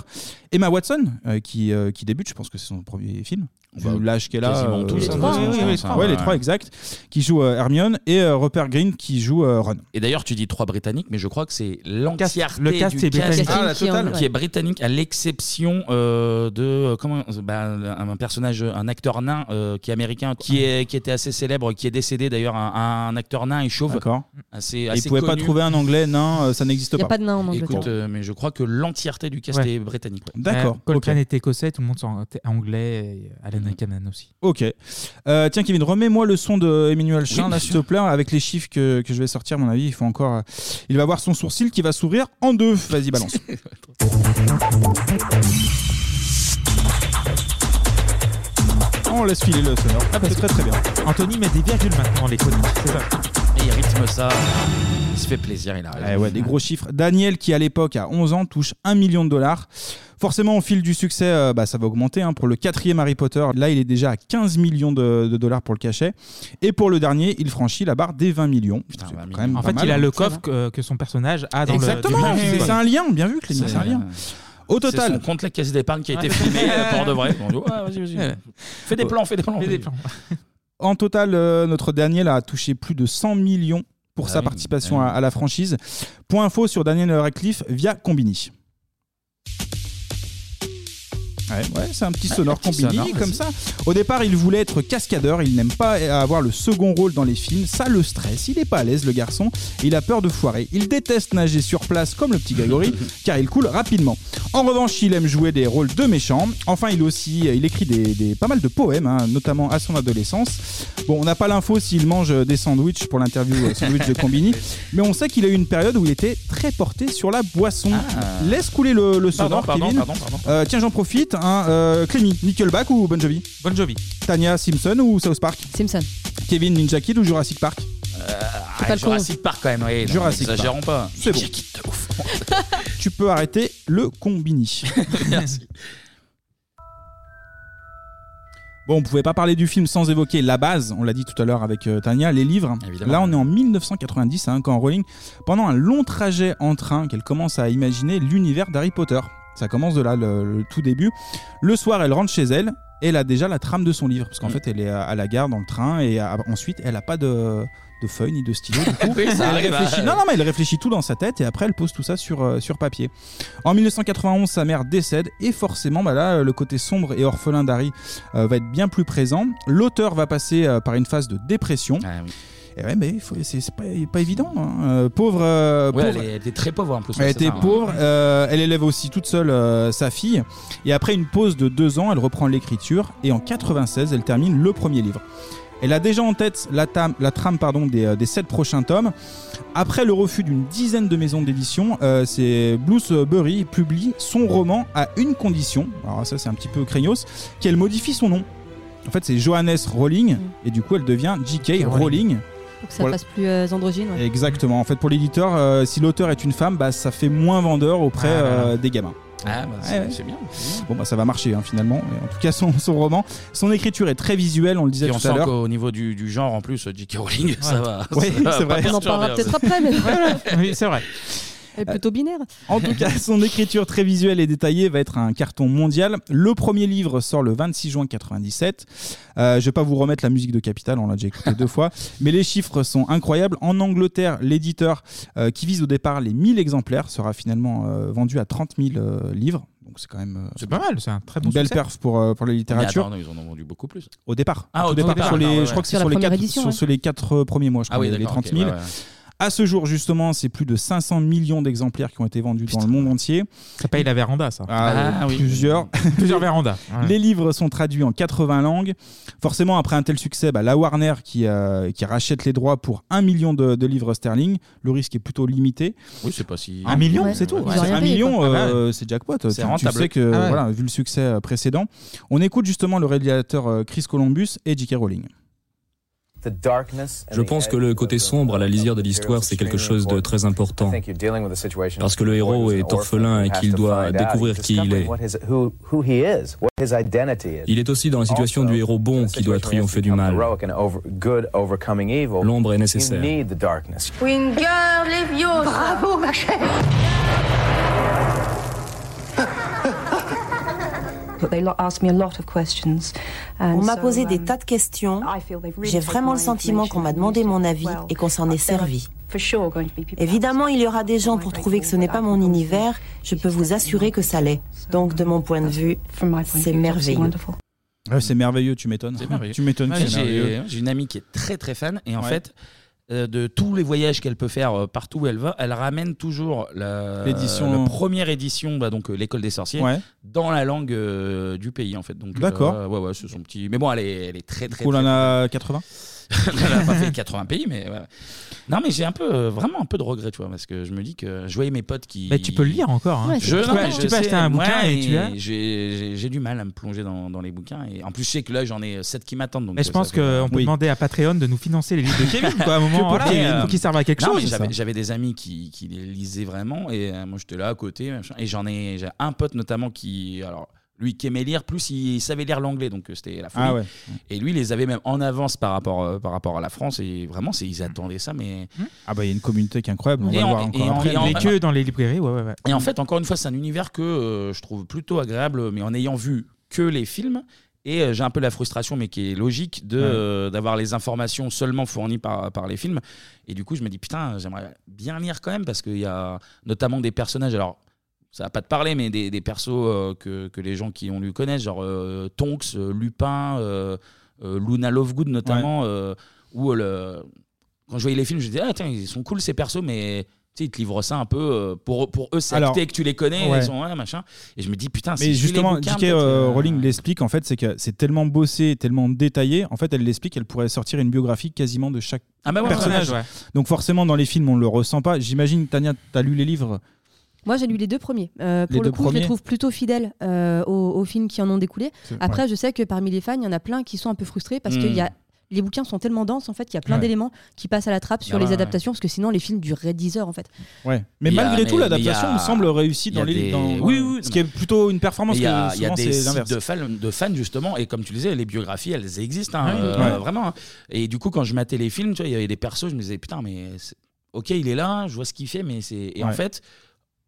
Speaker 7: Emma Watson, euh, qui, euh, qui débute, je pense que c'est son premier film. Vu
Speaker 1: Bah,
Speaker 7: l'âge qu'elle a.
Speaker 1: quasiment
Speaker 7: euh,
Speaker 1: tous,
Speaker 7: ouais,
Speaker 1: hein, de toute façon, je
Speaker 7: les
Speaker 1: pense, hein.
Speaker 7: trois, ouais, les trois, exact. Qui joue euh, Hermione et euh, Rupert Green, qui joue euh, Ron.
Speaker 1: Et d'ailleurs, tu dis trois britanniques, mais je crois que c'est l'entièreté
Speaker 7: Le cast
Speaker 1: du
Speaker 7: est britannique. Ah, la
Speaker 1: qui,
Speaker 7: totale.
Speaker 1: est britannique, à l'exception euh, de euh, comment bah, un un personnage, un acteur nain euh, qui est américain, qui est qui était assez célèbre, qui est décédé d'ailleurs, un, un acteur nain et chauve.
Speaker 7: D'accord.
Speaker 1: Assez,
Speaker 7: Et
Speaker 1: assez
Speaker 7: ils pouvaient pas
Speaker 1: connu.
Speaker 7: trouver un anglais, non, euh, ça n'existe
Speaker 1: Y a
Speaker 7: pas.
Speaker 1: pas de nain en Angleterre. Écoute, euh, mais je crois que l'entièreté du cast est britannique, ouais.
Speaker 7: D'accord.
Speaker 6: Ouais, Euh, Coltrane
Speaker 7: ok.
Speaker 6: est écossais, tout le monde s'en- était anglais, et Alan
Speaker 1: Mm.
Speaker 6: Kanan aussi.
Speaker 7: Ok. Euh, tiens, Kevin, remets-moi le son de Emmanuel Chin,
Speaker 6: bien
Speaker 7: là, s'il te plaît, avec les chiffres que, que je vais sortir, à mon avis. Il faut encore. euh, Il va avoir son sourcil qui va s'ouvrir en deux. Vas-y, balance. On laisse filer le sonore. c'est très très bien.
Speaker 6: Ah bah, Anthony met des virgules maintenant, les connus. C'est ça.
Speaker 1: Et il rythme ça. Il se fait plaisir, il arrive.
Speaker 7: Eh ouais, des gros chiffres. Daniel, qui à l'époque a 11 ans, touche 1 million de dollars. Forcément, au fil du succès, euh, bah, ça va augmenter. hein. Pour le quatrième Harry Potter, là, il est déjà à 15 millions de, de dollars pour le cachet. Et pour le dernier, il franchit la barre des 20 millions. C'est quand même
Speaker 6: En
Speaker 7: pas
Speaker 6: fait,
Speaker 7: mal. hein.
Speaker 6: il a le coffre que, que son personnage a dans
Speaker 7: Exactement,
Speaker 6: le.
Speaker 7: c'est- c'est un lien, bien vu, Clémy,
Speaker 6: C'est-
Speaker 7: c'est un lien. Au total.
Speaker 1: euh, C'est son compte la caisse d'épargne qui a été filmée euh, pour de vrai.
Speaker 7: *laughs*
Speaker 1: On dit, ouais, vas-y, vas-y.
Speaker 7: Ouais.
Speaker 1: Fais des plans, fais des plans.
Speaker 6: Fais des plans.
Speaker 7: En total, euh, notre Daniel a touché plus de 100 millions pour
Speaker 1: Ah
Speaker 7: sa
Speaker 1: oui,
Speaker 7: participation
Speaker 1: ah
Speaker 7: à,
Speaker 1: oui.
Speaker 7: à la franchise. Point info sur Daniel Radcliffe via Combini. Ouais, ouais, c'est un petit
Speaker 1: Ouais,
Speaker 7: sonore
Speaker 1: un petit
Speaker 7: Combini,
Speaker 1: sonore,
Speaker 7: comme
Speaker 1: vas-y.
Speaker 7: ça. Au départ, il voulait être cascadeur, il n'aime pas avoir le second rôle dans les films, ça le stresse, il n'est pas à l'aise le garçon, il a peur de foirer, il déteste nager sur place comme le petit Grégory, car il coule rapidement. En revanche, il aime jouer des rôles de méchants, enfin il aussi, il écrit des, des- pas mal de poèmes, hein, notamment à son adolescence. Bon, on n'a pas l'info s'il mange des sandwichs pour l'interview euh, sandwich de Combini, mais on sait qu'il a eu une période où il était très porté sur la boisson. Laisse couler le, le
Speaker 1: Pardon,
Speaker 7: sonore,
Speaker 1: Ah. pardon,
Speaker 7: Kevin.
Speaker 1: pardon, pardon.
Speaker 7: Euh, tiens, j'en profite. Hein, euh, Clémy, Nickelback ou Bon Jovi
Speaker 6: Bon Jovi.
Speaker 7: Tania Simpson ou South Park
Speaker 8: Simpson.
Speaker 7: Kevin Ninja Kid ou Jurassic Park
Speaker 1: Euh,
Speaker 7: Fais
Speaker 1: ah,
Speaker 7: pas le
Speaker 1: Jurassic Park quand même, oui.
Speaker 7: Jurassic Park.
Speaker 1: Exagérons pas.
Speaker 7: C'est bon. tu peux arrêter le combini.
Speaker 1: *laughs* Merci.
Speaker 7: Bon, on pouvait pas parler du film sans évoquer la base, on l'a dit tout à l'heure avec euh, Tania, les livres. Là, on est en 1990, hein, quand Rowling, pendant un long trajet en train, qu'elle commence à imaginer l'univers d'Harry Potter. Ça commence de là, le, le tout début. Le soir, elle rentre chez elle, et elle a déjà la trame de son livre,
Speaker 1: Mm.
Speaker 7: parce qu'en fait, elle est à, à la gare, dans le train, et à- ensuite, elle a pas de, de feuille ni de stylo.
Speaker 1: *laughs*
Speaker 7: Du coup,
Speaker 1: Oui, ça
Speaker 7: elle
Speaker 1: arrive,
Speaker 7: réfléchit.
Speaker 1: hein.
Speaker 7: Non, non, mais elle réfléchit tout dans sa tête, et après, elle pose tout ça sur, euh, sur papier. En 1991, sa mère décède et forcément, bah là, le côté sombre et orphelin d'Harry euh, va être bien plus présent. L'auteur va passer euh, par une phase de dépression. Et ouais, mais il faut- c'est c'est pas, pas évident. hein. Euh, pauvre, euh,
Speaker 1: Ouais, elle,
Speaker 7: pauvre-
Speaker 1: est- elle était très pauvre en plus.
Speaker 7: elle
Speaker 1: ouais,
Speaker 7: était
Speaker 1: c'est ça, hein.
Speaker 7: pauvre, euh, elle élève aussi toute seule euh, sa fille. Et après une pause de deux ans, elle reprend l'écriture. Et en 96, elle termine le premier livre. Elle a déjà en tête la, tam- la trame pardon, des, euh, des sept prochains tomes. Après le refus d'une dizaine de maisons d'édition, euh, c'est Bruce Burry publie son roman à une condition. Alors ça c'est un petit peu craignos, qu'elle modifie son nom. En fait c'est Johannes Rowling et du coup elle devient J.K. Rowling.
Speaker 8: Pour que ça
Speaker 7: Voilà.
Speaker 8: fasse plus euh, androgyne.
Speaker 7: *laughs*
Speaker 8: ouais.
Speaker 7: Exactement. En fait, pour l'éditeur, euh, si l'auteur est une femme, bah, ça fait moins vendeur auprès
Speaker 1: Ah, là, là.
Speaker 7: euh, des gamins.
Speaker 1: Ah, bah, c'est
Speaker 7: ouais.
Speaker 1: c'est bien.
Speaker 7: Bon, bah, ça va marcher hein, finalement. Et en tout cas, son, son roman, son écriture est très visuelle. On le disait
Speaker 1: Et on
Speaker 7: tout à *laughs*
Speaker 1: sent
Speaker 7: l'heure.
Speaker 1: qu'au niveau du, du genre en plus, J.K. Rowling, ça va.
Speaker 7: Ouais,
Speaker 1: ça va
Speaker 7: c'est
Speaker 1: pas
Speaker 7: vrai.
Speaker 1: perturber, hein, ça.
Speaker 8: mais-
Speaker 7: oui, c'est vrai.
Speaker 8: *laughs* Et plutôt binaire.
Speaker 7: En tout cas, son écriture très visuelle et détaillée va être un carton mondial. Le premier livre sort le 26 juin 97. Euh, je vais pas vous remettre la musique de Capital, on l'a déjà
Speaker 6: *laughs*
Speaker 7: écouté deux fois, mais les chiffres sont incroyables. En Angleterre, l'éditeur euh, qui vise au départ les 1000 exemplaires sera finalement euh, vendu à 30 000 euh, livres. Donc c'est quand même euh,
Speaker 6: C'est pas mal, c'est un très bon
Speaker 7: une belle
Speaker 6: succès.
Speaker 7: perf pour, euh, pour la littérature.
Speaker 1: Mais attends, non, Ah, ils en ont vendu beaucoup plus.
Speaker 7: Au départ.
Speaker 1: Ah,
Speaker 7: Au
Speaker 1: au
Speaker 7: départ,
Speaker 1: départ,
Speaker 7: sur les,
Speaker 1: ouais, ouais.
Speaker 7: je crois que c'est sur,
Speaker 1: Sur la
Speaker 7: les
Speaker 1: première
Speaker 7: quatre-
Speaker 1: édition,
Speaker 7: sur-
Speaker 1: ouais.
Speaker 7: sur les quatre euh, premiers mois, je
Speaker 1: Ah
Speaker 7: crois,
Speaker 1: oui,
Speaker 7: les- les
Speaker 1: d'accord,
Speaker 7: 30
Speaker 1: ok,
Speaker 7: 000.
Speaker 1: ouais, ouais.
Speaker 7: À ce jour, justement, c'est plus de 500 millions d'exemplaires qui ont été vendus dans le monde entier. Ça paye la véranda, ça.
Speaker 6: Ah oui.
Speaker 7: euh,
Speaker 1: *laughs*
Speaker 7: Plusieurs.
Speaker 6: Plusieurs vérandas. Ouais.
Speaker 7: Les livres sont traduits en 80 langues. Forcément, après un tel succès, bah, la Warner qui, euh, qui rachète les droits pour 1 million de, de livres sterling, le risque est plutôt limité.
Speaker 1: Oui, c'est pas si.
Speaker 7: Un million,
Speaker 1: Ouais.
Speaker 7: c'est tout.
Speaker 1: Ouais.
Speaker 7: C'est
Speaker 1: Ils ont rien
Speaker 7: un
Speaker 1: payé,
Speaker 7: million,
Speaker 1: quoi.
Speaker 7: euh,
Speaker 1: Ah ouais.
Speaker 7: c'est jackpot.
Speaker 1: C'est
Speaker 7: Tu- tu,
Speaker 1: rentable.
Speaker 7: sais que,
Speaker 1: Ah ouais.
Speaker 7: voilà, vu le succès euh, précédent, on écoute justement le réalisateur euh, Chris Columbus et J.K. Rowling.
Speaker 4: Je pense que le côté sombre à la lisière de l'histoire, c'est quelque chose de très important. Parce que le héros est orphelin Oh, et qu'il doit découvrir qui il est. Il est aussi dans la situation du héros bon qui doit triompher du mal. L'ombre est nécessaire.
Speaker 3: Winger Leviosa.
Speaker 2: Bravo, ma chère.
Speaker 25: On m'a posé des tas de questions. J'ai vraiment le sentiment qu'on m'a demandé mon avis et qu'on s'en est servi. Évidemment, il y aura des gens pour trouver que ce n'est pas mon univers. Je peux vous assurer que ça l'est. Donc, de mon point de vue, c'est merveilleux.
Speaker 7: Ouais, c'est merveilleux, tu m'étonnes.
Speaker 1: C'est merveilleux.
Speaker 7: Tu m'étonnes.
Speaker 1: Moi,
Speaker 7: c'est
Speaker 1: J'ai
Speaker 7: merveilleux.
Speaker 1: j'ai une amie qui est très très fan et en
Speaker 7: Ouais.
Speaker 1: fait. euh, de tous les voyages qu'elle peut faire euh, partout où elle va, elle ramène toujours la,
Speaker 7: L'édition.
Speaker 1: la première édition, bah, donc euh, l'école des sorciers,
Speaker 7: Ouais.
Speaker 1: dans la langue euh, du pays en fait. Donc,
Speaker 7: D'accord.
Speaker 1: euh, ouais, ouais, c'est son petit. Mais bon, elle est, elle est très très.
Speaker 7: Cool, on en
Speaker 1: très-
Speaker 7: a 80
Speaker 1: *laughs* elle a pas fait 80 pays, mais voilà. Non, mais j'ai un peu, euh, vraiment un peu de regret, tu vois, parce que je me dis que je voyais mes potes qui.
Speaker 6: Mais Bah, tu peux le lire encore, hein. Ouais,
Speaker 1: je,
Speaker 6: tu
Speaker 1: non,
Speaker 6: peux-
Speaker 1: mais
Speaker 6: tu
Speaker 1: je
Speaker 6: peux
Speaker 1: sais,
Speaker 6: acheter un bouquin
Speaker 1: ouais,
Speaker 6: et tu as-
Speaker 1: J'ai j'ai- j'ai du mal à me plonger dans, dans les bouquins. Et en plus, je sais que là, j'en ai 7 qui m'attendent. donc,
Speaker 6: Mais je
Speaker 1: euh,
Speaker 6: pense
Speaker 1: ça fait-
Speaker 6: qu'on peut demander à Patreon de nous financer les livres
Speaker 7: *laughs*
Speaker 6: de Kevin, quoi, à un
Speaker 1: Que
Speaker 6: moment,
Speaker 1: pour
Speaker 6: voilà,
Speaker 1: Kevin.
Speaker 6: il faut qu'ils servent à quelque
Speaker 1: Non, mais
Speaker 6: chose.
Speaker 1: j'avais- J'avais des amis qui, qui les lisaient vraiment, et euh, moi j'étais là à côté, machin. et j'en ai, j'ai un pote notamment qui, alors lui qui aimait lire, plus il savait lire l'anglais, donc euh, c'était la folie.
Speaker 7: Ah ouais.
Speaker 1: Et lui, il les avait même en avance par rapport, euh, par rapport à la France, et vraiment, c'est- ils attendaient ça, mais.
Speaker 7: Ah bah il y a une communauté qui est incroyable, on
Speaker 1: Et
Speaker 7: va le
Speaker 1: en-
Speaker 7: voir
Speaker 1: et
Speaker 7: encore
Speaker 1: en-
Speaker 7: après.
Speaker 1: et en-
Speaker 7: Les queues
Speaker 6: dans les librairies, ouais, ouais, ouais.
Speaker 1: Et en fait, encore une fois, c'est un univers que euh, je trouve plutôt agréable, mais en ayant vu que les films. Et euh, j'ai un peu la frustration, mais qui est logique, de,
Speaker 6: Ouais.
Speaker 1: euh, d'avoir les informations seulement fournies par, par les films. Et du coup, je me dis, putain, j'aimerais bien lire quand même, parce qu'il y a notamment des personnages. Alors, ça va pas te parler, mais des, des persos euh, que, que les gens qui ont lu connaissent, genre euh, Tonks, euh, Lupin, euh, euh, Luna Lovegood notamment, euh, où euh, le- quand je voyais les films, je me disais, ah tiens, ils sont cool ces persos, mais. tu sais, ils te livrent ça un peu euh, pour, pour eux, c'est
Speaker 7: Alors,
Speaker 1: acté que tu les connais,
Speaker 7: ouais.
Speaker 1: ils ont ouais, machin. Et je me dis, putain, si je
Speaker 7: Mais
Speaker 1: lis les
Speaker 7: justement,
Speaker 1: bouquins,
Speaker 7: J.K.
Speaker 1: peut-être,
Speaker 7: euh,
Speaker 1: euh,
Speaker 7: Rowling l'explique, en fait, c'est que c'est tellement bossé, tellement détaillé, en fait, elle l'explique, elle pourrait sortir une biographie quasiment de chaque
Speaker 1: Ah bah ouais,
Speaker 7: personnage.
Speaker 1: ouais, ouais.
Speaker 7: Donc forcément, dans les films, on le ressent pas. J'imagine, Tania, t'as lu les livres
Speaker 8: Moi, j'ai lu les deux premiers. Euh, pour
Speaker 7: Les
Speaker 8: le
Speaker 7: deux
Speaker 8: coup, je
Speaker 7: premiers
Speaker 8: les trouve plutôt fidèles euh, aux, aux films qui en ont découlé.
Speaker 7: C'est-
Speaker 8: Après,
Speaker 7: ouais.
Speaker 8: je sais que parmi les fans, il y en a plein qui sont un peu frustrés parce
Speaker 7: Mm.
Speaker 8: que y a... les bouquins sont tellement denses en fait qu'il y a plein
Speaker 7: Ouais.
Speaker 8: d'éléments qui passent à la trappe sur
Speaker 7: Ah ouais,
Speaker 8: les
Speaker 7: ouais.
Speaker 8: adaptations parce que sinon les films dureraient 10 heures en fait.
Speaker 7: Ouais. Mais
Speaker 1: Il y a-
Speaker 7: malgré tout,
Speaker 1: mais- mais
Speaker 7: l'adaptation
Speaker 1: il y a-
Speaker 7: me semble réussie
Speaker 1: il y a
Speaker 7: dans les
Speaker 1: des-
Speaker 7: dans-
Speaker 1: Oui, oui,
Speaker 7: Ce qui est plutôt une performance
Speaker 1: Il y a,
Speaker 7: que
Speaker 1: il y a
Speaker 7: souvent
Speaker 1: des
Speaker 7: c'est
Speaker 1: sites
Speaker 7: l'inverse.
Speaker 1: de fans, de fans justement, et comme tu le disais, les biographies, elles existent hein,
Speaker 7: Ouais.
Speaker 1: euh,
Speaker 7: Ouais.
Speaker 1: vraiment. hein. Et du coup, quand je matais les films, tu vois, il y avait des persos, je me disais putain, mais c'est- ok, il est là, je vois ce qu'il fait, mais c'est et en
Speaker 7: Ouais.
Speaker 1: fait,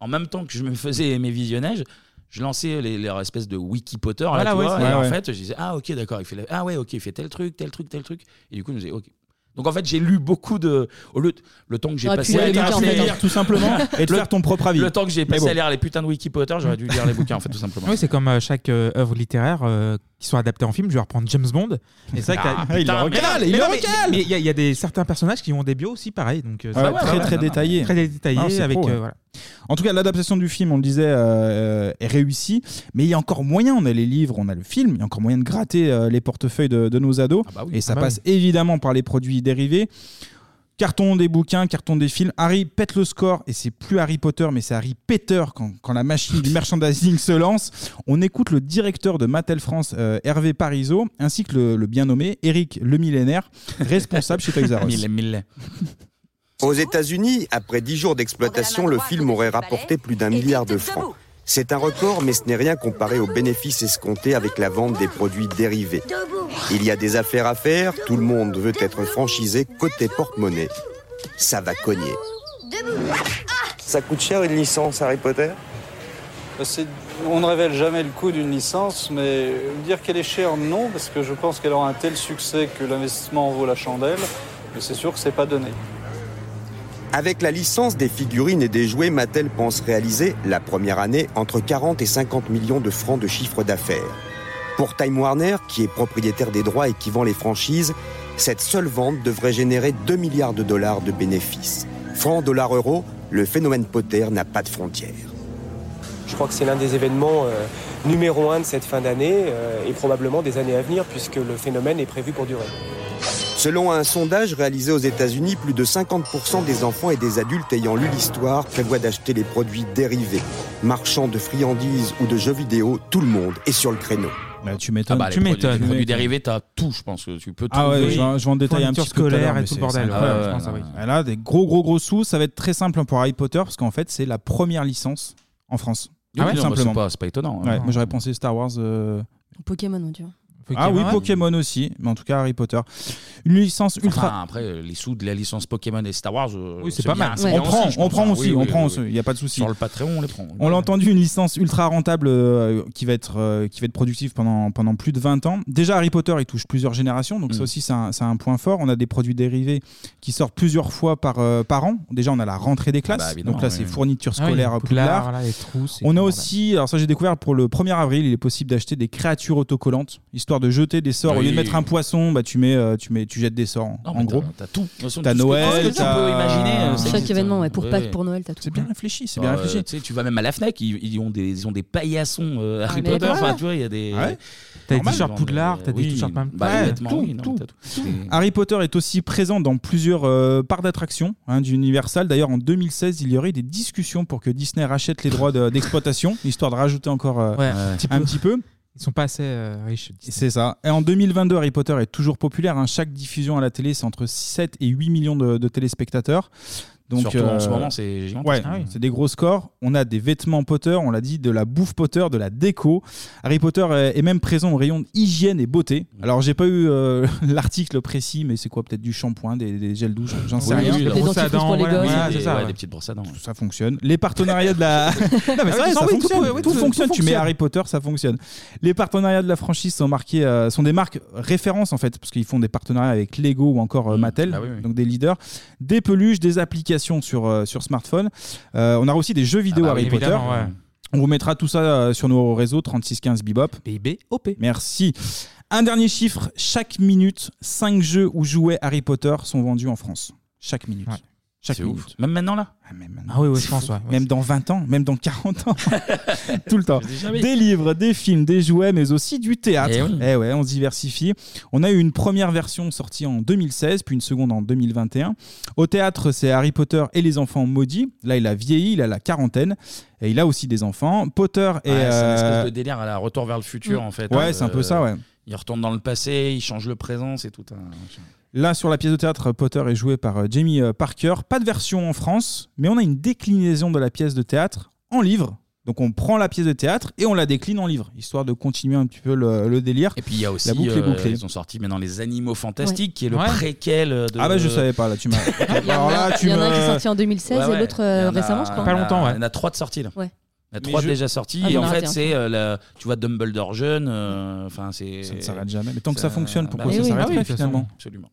Speaker 1: en même temps que je me faisais mes visionnages. Je lançais les, leur espèce de Wiki Potter, là,
Speaker 6: Voilà,
Speaker 1: tu
Speaker 6: ouais,
Speaker 1: vois,
Speaker 6: c'est-
Speaker 1: et
Speaker 6: ouais,
Speaker 1: en
Speaker 6: ouais.
Speaker 1: fait, je disais ah ok d'accord, il fait la- ah ouais ok, il fait tel truc, tel truc, tel truc, et du coup je me disais ok. Donc en fait j'ai lu beaucoup de au lieu de- le temps que j'ai
Speaker 7: T'aurais
Speaker 1: passé
Speaker 7: pu
Speaker 1: à
Speaker 7: lire les
Speaker 1: lire,
Speaker 7: bouquins, en fait,
Speaker 1: lire,
Speaker 7: hein. tout simplement, et de
Speaker 1: Le-
Speaker 7: faire ton propre avis.
Speaker 1: Le temps que j'ai
Speaker 7: Mais
Speaker 1: passé
Speaker 7: bon.
Speaker 1: à lire les putains de Wiki Potter, j'aurais dû lire les bouquins en fait tout simplement.
Speaker 6: Oui, c'est comme euh, chaque euh, œuvre littéraire euh, qui soit adaptée en film. Je vais reprendre James Bond. Et c'est vrai
Speaker 1: Ah,
Speaker 6: qu'il y a-
Speaker 1: putain, mais- mais non, mais-
Speaker 6: Mais il y a- il y a des certains personnages qui ont des bios aussi, pareil. Donc euh,
Speaker 7: Ah Ouais,
Speaker 6: c'est vrai que
Speaker 7: très
Speaker 6: c'est-
Speaker 7: très détaillé.
Speaker 6: Très détaillé
Speaker 7: Non, c'est
Speaker 6: avec
Speaker 7: pro,
Speaker 6: euh,
Speaker 7: ouais.
Speaker 6: voilà.
Speaker 7: En tout cas, l'adaptation du film, on le disait, euh, est réussie, mais il y a encore moyen. On a les livres, on a le film, il y a encore moyen de gratter euh, les portefeuilles de, de nos ados. Et ça
Speaker 6: Ah bah
Speaker 7: passe évidemment par les produits dérivés. Carton des bouquins, carton des films. Harry pète le score et c'est plus Harry Potter, mais c'est Harry Peter quand, quand la machine
Speaker 6: *laughs*
Speaker 7: du merchandising se lance. On écoute le directeur de Mattel France, euh, Hervé Parisot, ainsi que le, le bien nommé Eric le Millénaire, responsable
Speaker 6: *laughs*
Speaker 7: chez Toys R Us.
Speaker 1: Mille, mille.
Speaker 30: Aux États-Unis, après dix jours d'exploitation, le film aurait rapporté plus d'un milliard de francs. C'est un record, mais ce n'est rien comparé aux bénéfices escomptés avec la vente des produits dérivés. Il y a des affaires à faire, tout le monde veut être franchisé côté porte-monnaie. Ça va cogner.
Speaker 11: Debout. Ah
Speaker 30: Ça coûte cher une licence Harry Potter
Speaker 5: C'est- On ne révèle jamais le coût d'une licence, mais dire qu'elle est chère, non, parce que je pense qu'elle aura un tel succès que l'investissement en vaut la chandelle, mais c'est sûr que c'est pas donné.
Speaker 30: Avec la licence des figurines et des jouets, Mattel pense réaliser, la première année, entre 40 et 50 millions de francs de chiffre d'affaires. Pour Time Warner, qui est propriétaire des droits et qui vend les franchises, cette seule vente devrait générer 2 milliards de dollars de bénéfices. Francs, dollars, euros, le phénomène Potter n'a pas de frontières.
Speaker 24: Je crois que c'est l'un des événements euh, numéro un de cette fin d'année euh, et probablement des années à venir puisque le phénomène est prévu pour durer.
Speaker 30: Selon un sondage réalisé aux États-Unis, plus de 50% des enfants et des adultes ayant lu l'histoire prévoient d'acheter les produits dérivés. Marchands de friandises ou de jeux vidéo, tout le monde est sur le créneau.
Speaker 7: tu m'étonnes.
Speaker 1: Ah bah, les
Speaker 7: Tu
Speaker 1: produits-
Speaker 7: m'étonnes.
Speaker 1: Les produits
Speaker 7: Tu
Speaker 1: dérivés, t'as tout, je pense que tu peux
Speaker 7: Ah ouais,
Speaker 1: trouver.
Speaker 7: je vais, je vais en détailler un
Speaker 6: Fourniture
Speaker 7: petit peu. tout à
Speaker 6: scolaire
Speaker 7: l'heure,
Speaker 6: et
Speaker 7: mais
Speaker 6: tout le
Speaker 7: c'est-
Speaker 6: bordel.
Speaker 7: c'est
Speaker 6: Ouais,
Speaker 7: incroyable.
Speaker 6: ouais, je pense, ah oui.
Speaker 7: Et Là, des gros, gros, gros sous. Ça va être très simple pour Harry Potter parce qu'en fait, c'est la première licence en France.
Speaker 1: Ah ouais,
Speaker 7: Tout
Speaker 1: non, bah,
Speaker 7: simplement.
Speaker 1: c'est pas- c'est pas étonnant, hein.
Speaker 7: Ouais, moi, j'aurais pensé Star Wars. euh,
Speaker 8: Pokémon, mon dieu.
Speaker 7: ah oui,
Speaker 1: ouais.
Speaker 7: Pokémon aussi, mais en tout cas Harry Potter. Une licence ultra.
Speaker 1: Enfin, après, euh, les sous de la licence Pokémon et Star Wars. euh,
Speaker 7: Oui, c'est pas
Speaker 1: bien,
Speaker 7: mal.
Speaker 1: c'est
Speaker 7: On
Speaker 1: bien
Speaker 7: prend,
Speaker 1: je
Speaker 7: on
Speaker 1: pense,
Speaker 7: prend
Speaker 1: hein.
Speaker 7: aussi, on prend aussi, il y a pas de souci.
Speaker 1: Sur le Patreon, on les prend.
Speaker 7: On l'a entendu, une licence ultra rentable euh, qui va être, euh, qui va être productive pendant, pendant plus de 20 ans. Déjà, Harry Potter, il touche plusieurs générations,
Speaker 6: Mm.
Speaker 7: donc ça aussi, c'est un, c'est un point fort. On a des produits dérivés qui sortent plusieurs fois par, euh, par an. Déjà, on a la rentrée des classes,
Speaker 6: bah, évidemment,
Speaker 7: donc là,
Speaker 6: oui,
Speaker 7: c'est
Speaker 6: oui.
Speaker 7: fourniture
Speaker 6: Ah oui,
Speaker 7: scolaire,
Speaker 6: Poudlard,
Speaker 7: Poudlard.
Speaker 6: là, les trousses et
Speaker 7: On
Speaker 6: tout le
Speaker 7: a aussi, alors ça, j'ai découvert pour le 1er avril, il est possible d'acheter des créatures autocollantes, histoire de jeter des sorts. Au lieu
Speaker 1: Oui.
Speaker 7: de mettre un poisson, bah, tu, mets, euh, tu, mets, tu jettes des sorts, en-
Speaker 1: Non, mais
Speaker 7: en gros.
Speaker 1: T'as tout. De toute façon,
Speaker 7: T'as
Speaker 1: tout ce que-
Speaker 7: Noël,
Speaker 1: tout ce que tu
Speaker 7: t'as-
Speaker 1: peux imaginer. euh,
Speaker 7: Chaque
Speaker 1: ça existe,
Speaker 8: événement,
Speaker 1: hein.
Speaker 8: ouais, pour Pâques, pour Noël, t'as tout.
Speaker 7: C'est bien réfléchi, c'est
Speaker 1: Enfin,
Speaker 7: bien
Speaker 1: euh,
Speaker 7: réfléchi.
Speaker 1: tu sais, tu vas même à la Fnac, ils, ils ont des, ils ont des paillassons euh, Harry
Speaker 6: mais
Speaker 1: Potter.
Speaker 6: ouais.
Speaker 1: Enfin, tu vois, il y a des.
Speaker 7: Ouais.
Speaker 6: T'as des
Speaker 1: Normal,
Speaker 6: t-shirts
Speaker 1: ils vendent,
Speaker 6: Poudlard,
Speaker 1: euh,
Speaker 6: t'as des
Speaker 1: oui,
Speaker 6: t-shirts Pam-
Speaker 1: bah,
Speaker 6: Ouais,
Speaker 1: honnêtement,
Speaker 6: tout,
Speaker 1: oui, non,
Speaker 6: tout.
Speaker 1: t'as C'est-
Speaker 7: Harry Potter est aussi présent dans plusieurs euh, parts d'attractions hein, d'Universal. D'ailleurs, en 2016, il y aurait des discussions pour que Disney rachète les droits de- d'exploitation, histoire de rajouter encore euh,
Speaker 6: Ouais,
Speaker 7: un,
Speaker 6: un petit
Speaker 7: petit
Speaker 6: peu.
Speaker 7: peu.
Speaker 6: Ils sont pas assez euh, riches.
Speaker 7: C'est ça. Et en 2022, Harry Potter est toujours populaire. hein. Chaque diffusion à la télé, c'est entre 7 et 8 millions de, de téléspectateurs. Donc, euh,
Speaker 1: Surtout en ce moment, c'est gigantesque.
Speaker 7: ouais,
Speaker 1: Ah oui.
Speaker 7: c'est des gros scores. On a des vêtements Potter, on l'a dit, de la bouffe Potter, de la déco. Harry Potter est- est même présent au rayon hygiène et beauté.
Speaker 1: Mm.
Speaker 7: Alors, j'ai pas eu euh, *laughs* l'article précis, mais c'est quoi Peut-être du shampoing, des, des gels douche, j'en sais
Speaker 1: Oui,
Speaker 7: rien.
Speaker 1: oui, Des la brosses à dentifrice dents, pour les voilà, gosses.
Speaker 7: Ouais,
Speaker 1: des-
Speaker 7: c'est ça,
Speaker 1: ouais,
Speaker 7: ouais.
Speaker 1: des petites brosses à dents, ouais.
Speaker 7: Ça fonctionne. Les partenariats de
Speaker 1: *laughs*
Speaker 7: la. Non, mais c'est
Speaker 6: Ah oui,
Speaker 7: vrai,
Speaker 6: tout
Speaker 7: ça
Speaker 6: ça, oui, tout
Speaker 7: fonctionne.
Speaker 6: peut- oui,
Speaker 7: Tout
Speaker 6: tout-
Speaker 7: fonctionne.
Speaker 6: tout
Speaker 7: Tu mets
Speaker 6: fonctionne.
Speaker 7: Harry Potter, ça fonctionne. Les partenariats de la franchise sont marqués, euh, sont des marques références en fait, parce qu'ils font des partenariats avec Lego ou encore euh, Mattel,
Speaker 1: Ah oui, oui.
Speaker 7: donc des leaders, des peluches, des applications sur, euh, sur smartphone. Euh, on a aussi des jeux vidéo
Speaker 6: Ah bah oui,
Speaker 7: Harry Potter.
Speaker 6: évidemment, ouais.
Speaker 7: On vous mettra tout ça euh, sur nos réseaux 3615 Bibop. BIBOP. Merci. Un dernier chiffre, chaque minute, 5 jeux ou jouets Harry Potter sont vendus en France. Chaque minute. Chaque
Speaker 1: C'est
Speaker 7: minute.
Speaker 1: ouf. Même maintenant, là
Speaker 7: Ah oui, oui, je pense, Même dans 20 ans, même dans
Speaker 1: *laughs*
Speaker 7: 40 ans. Tout le temps.
Speaker 1: jamais.
Speaker 7: Des livres, des films, des jouets, mais aussi du théâtre.
Speaker 1: Eh oui.
Speaker 7: Eh ouais, on se diversifie. On a eu une première version sortie en 2016, puis une seconde en 2021. Au théâtre, c'est Harry Potter et les enfants maudits. Là, il a vieilli, il a la quarantaine. Et il a aussi des enfants. Potter et.
Speaker 1: Ouais, C'est une
Speaker 7: euh,
Speaker 1: espèce de délire à la retour vers le futur,
Speaker 7: Mm.
Speaker 1: en fait.
Speaker 7: Ouais,
Speaker 1: hein,
Speaker 7: c'est un peu
Speaker 1: euh,
Speaker 7: ça, ouais.
Speaker 1: Il retourne dans le passé, il change le présent, c'est tout un.
Speaker 7: Là, sur la pièce de théâtre, Potter est joué par euh, Jamie euh, Parker. Pas de version en France, mais on a une déclinaison de la pièce de théâtre en livre. Donc on prend la pièce de théâtre et on la décline en livre, histoire de continuer un petit peu le, le délire. Et
Speaker 1: puis il y a aussi,
Speaker 7: la boucle est
Speaker 1: euh,
Speaker 7: bouclée.
Speaker 1: ils ont sorti maintenant les Animaux Fantastiques,
Speaker 7: Ouais.
Speaker 1: qui est le
Speaker 7: Ouais.
Speaker 1: préquel euh, de.
Speaker 7: Ah bah je savais pas là,
Speaker 1: *laughs*
Speaker 7: tu m'as. *laughs* Alors là, tu
Speaker 8: Il y en a un qui est
Speaker 7: me-
Speaker 8: sorti en 2016
Speaker 1: Ouais, ouais.
Speaker 8: et l'autre euh,
Speaker 1: Il y en a-
Speaker 8: récemment, je crois.
Speaker 1: il y en a- Il y en a trois de sorties là. Il y
Speaker 8: Ouais.
Speaker 1: en a
Speaker 8: Mais
Speaker 1: trois
Speaker 8: je-
Speaker 1: déjà sortis.
Speaker 8: Ah,
Speaker 1: et
Speaker 8: j'en
Speaker 1: en
Speaker 8: ai raté
Speaker 1: fait,
Speaker 8: un.
Speaker 1: c'est euh, la- tu vois Dumbledore jeune. euh, Enfin, c'est. Ça ne
Speaker 7: s'arrête jamais. Mais tant que ça fonctionne, pourquoi
Speaker 1: ça Ah
Speaker 7: ça
Speaker 1: s'arrête
Speaker 7: s'arrêterait, finalement
Speaker 1: Absolument.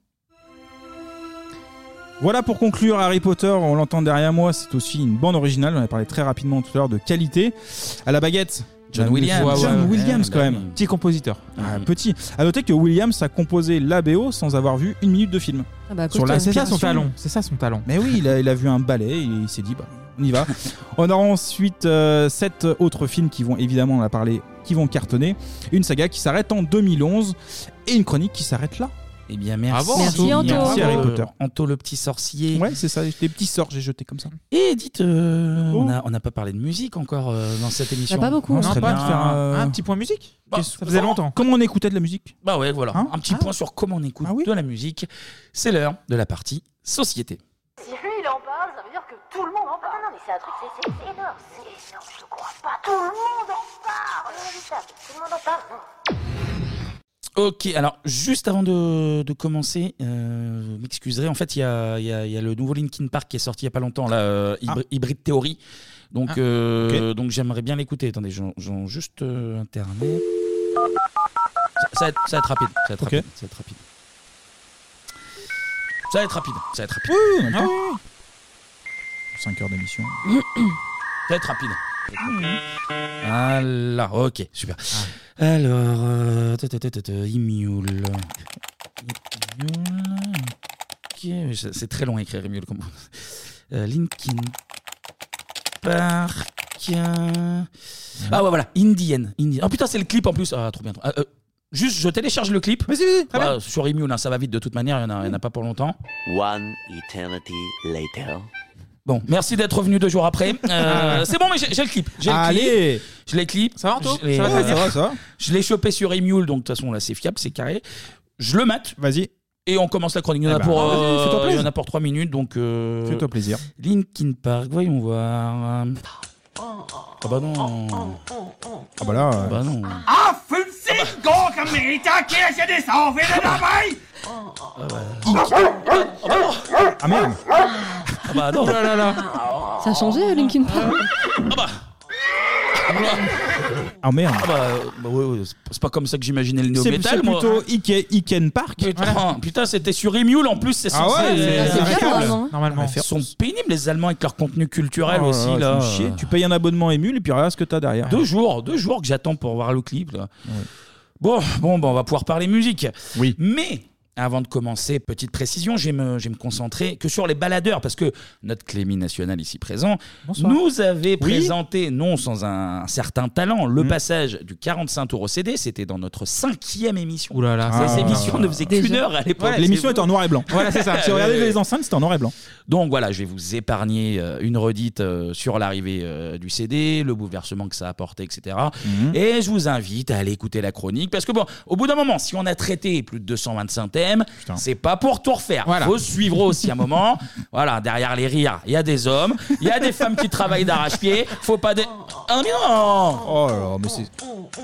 Speaker 7: Voilà pour conclure Harry Potter, on l'entend derrière moi, c'est aussi une bande originale, on a parlé très rapidement tout à l'heure de qualité. À la baguette,
Speaker 1: John
Speaker 7: Bah,
Speaker 1: Williams.
Speaker 7: ouais, ouais, John
Speaker 1: ouais,
Speaker 7: Williams
Speaker 1: ouais,
Speaker 7: quand
Speaker 1: bah
Speaker 7: même, petit compositeur. Ah, petit. À noter que Williams a composé la BO sans avoir vu une minute de film.
Speaker 6: Ah bah,
Speaker 7: Sur
Speaker 6: costaud.
Speaker 7: la
Speaker 6: C'est ça son talent, c'est ça son talent.
Speaker 7: Mais oui, il a, il a vu un ballet et il s'est dit bah, on y va. on aura ensuite euh, sept autres films qui vont évidemment on en a parlé, qui vont cartonner, une saga qui s'arrête en 2011 et une chronique qui s'arrête là.
Speaker 1: Eh bien, merci.
Speaker 7: Bravo, Merci, Anto. Anto. Merci, Harry Potter.
Speaker 1: Euh, Anto, le petit sorcier.
Speaker 7: Ouais, c'est ça, des petits sorts, j'ai jeté comme ça.
Speaker 1: Et dites,
Speaker 6: Oh.
Speaker 1: euh, on n'a on n'a pas parlé de musique encore euh, dans cette émission.
Speaker 6: On
Speaker 1: serait
Speaker 6: n'a pas
Speaker 1: bien-
Speaker 6: de faire un, un petit point musique.
Speaker 1: Bah,
Speaker 6: ça faisait longtemps.
Speaker 7: Comment on écoutait de la musique
Speaker 1: Bah ouais, voilà. un
Speaker 6: Ah.
Speaker 1: petit point sur comment on écoute de la musique. C'est l'heure de la partie société.
Speaker 17: Si lui il en parle, ça veut dire que tout le monde en parle. Non, non, mais c'est un truc, c'est c'est énorme, c'est énorme, je te crois pas. Tout le monde en parle. Tout le monde en parle.
Speaker 1: Ok, alors juste avant de, de commencer, euh, vous m'excuserez, en fait, il y a, il y a- il y a le nouveau Linkin Park qui est sorti il n'y a pas longtemps, là, euh, Hybrid,
Speaker 7: Ah.
Speaker 1: Hybrid Theory. Donc,
Speaker 6: Ah,
Speaker 1: euh, donc j'aimerais bien l'écouter. Attendez, j'en j'en juste euh, Internet. Ça, ça va être, ça va être rapide. Ça va être
Speaker 7: Ok.
Speaker 1: rapide. Ça va être rapide. Ça va être rapide. Ça va être rapide.
Speaker 7: Oui,
Speaker 1: Ah.
Speaker 7: 5 heures d'émission.
Speaker 1: Ça va être rapide. Voilà, ok, super. Alors, euh, ta, ta, ta, ta, ta, Imule. Imule. Ok, ça- c'est très long à écrire Imule. Comme... *laughs* Euh, Linkin Park. euh, Ah ouais, voilà, Indienne. Indienne. Oh putain, c'est le clip en plus. Ah, trop bien. trop- ah, euh, juste, je télécharge le clip. Ouais, sur Imule, hein, ça va vite de toute manière, il n'y en, a- il y en a pas pour longtemps.
Speaker 9: One eternity later.
Speaker 1: Bon, merci d'être revenu deux
Speaker 7: *laughs*
Speaker 1: jours après. Euh, c'est bon, mais j'ai j'ai le clip. J'ai le clip.
Speaker 7: Allez.
Speaker 1: Je l'ai clip. Ça va,
Speaker 7: Anto Ça va, ça va, ça va
Speaker 1: *laughs* Je l'ai chopé sur Emule, donc de toute façon, là, c'est fiable, c'est carré. Je le mate.
Speaker 7: Vas-y.
Speaker 1: Et on commence la chronique. Il y en
Speaker 7: Eh
Speaker 1: a
Speaker 7: ben,
Speaker 1: pour,
Speaker 7: vas-y,
Speaker 1: euh,
Speaker 7: fais-toi plaisir.
Speaker 1: il y en a pour 3 minutes, donc. euh,
Speaker 7: Fais-toi plaisir.
Speaker 1: Linkin Park, voyons voir. Ah bah non.
Speaker 2: Oh,
Speaker 7: Ah bah là.
Speaker 1: Bah non.
Speaker 3: Ah, fünfzig Gorka-Militärkirche des Sauwede dabei!
Speaker 7: Ah merde
Speaker 1: Ah bah non.
Speaker 8: Ça a changé, Linkin Park
Speaker 7: Ah merde.
Speaker 1: Ah bah, euh, bah ouais, ouais, c'est- c'est pas comme ça que j'imaginais le
Speaker 7: C'est
Speaker 1: néo-metal,
Speaker 7: c'est
Speaker 1: moi.
Speaker 7: plutôt Ike, Iken Park.
Speaker 1: Putain, putain, c'était sur Emule en plus, c'est
Speaker 7: Ah
Speaker 1: censé-
Speaker 7: ouais, c'est- Ah, c'est c'est bien, normal.
Speaker 1: Ils
Speaker 7: normalement.
Speaker 1: sont pénibles les Allemands avec leur contenu culturel
Speaker 7: Oh là
Speaker 1: aussi
Speaker 7: là,
Speaker 1: là.
Speaker 7: c'est une chier. Tu payes un abonnement émule et puis regarde ce que t'as derrière.
Speaker 1: Deux jours, deux jours que j'attends pour voir le clip. là. Bon, bon, bah, on va pouvoir parler musique. Oui. Mais avant de commencer, petite précision, je vais me, je vais me concentrer que sur les baladeurs parce que notre Clémy national ici présent
Speaker 6: Bonsoir.
Speaker 1: nous avait
Speaker 6: Oui.
Speaker 1: présenté, non sans un, certain talent,
Speaker 7: Mm.
Speaker 1: le passage du 45 tours au CD. C'était dans notre cinquième émission.
Speaker 6: Ouh là là,
Speaker 1: Ces
Speaker 6: ah.
Speaker 1: émissions ne faisaient qu'une heure à l'époque.
Speaker 7: Ouais, L'émission
Speaker 1: C'est-
Speaker 7: est en noir et blanc.
Speaker 1: Voilà, c'est ça.
Speaker 7: Si vous regardez
Speaker 1: Ouais, ouais.
Speaker 7: les enceintes, c'était en noir et blanc.
Speaker 1: Donc voilà, je vais vous épargner euh, une redite euh, sur l'arrivée euh, du CD, le bouleversement que ça a apporté, etc.
Speaker 7: Mhm.
Speaker 1: Et je vous invite à aller écouter la chronique parce que bon, au bout d'un moment, si on a traité plus de 225 thèmes, c'est pas pour tout refaire.
Speaker 6: Voilà.
Speaker 1: Faut suivre aussi un moment. *laughs* voilà, derrière les rires, il y a des hommes, il y a des femmes qui travaillent d'arrache-pied. Faut pas des. Ah mais non
Speaker 7: Oh là là, mais c'est.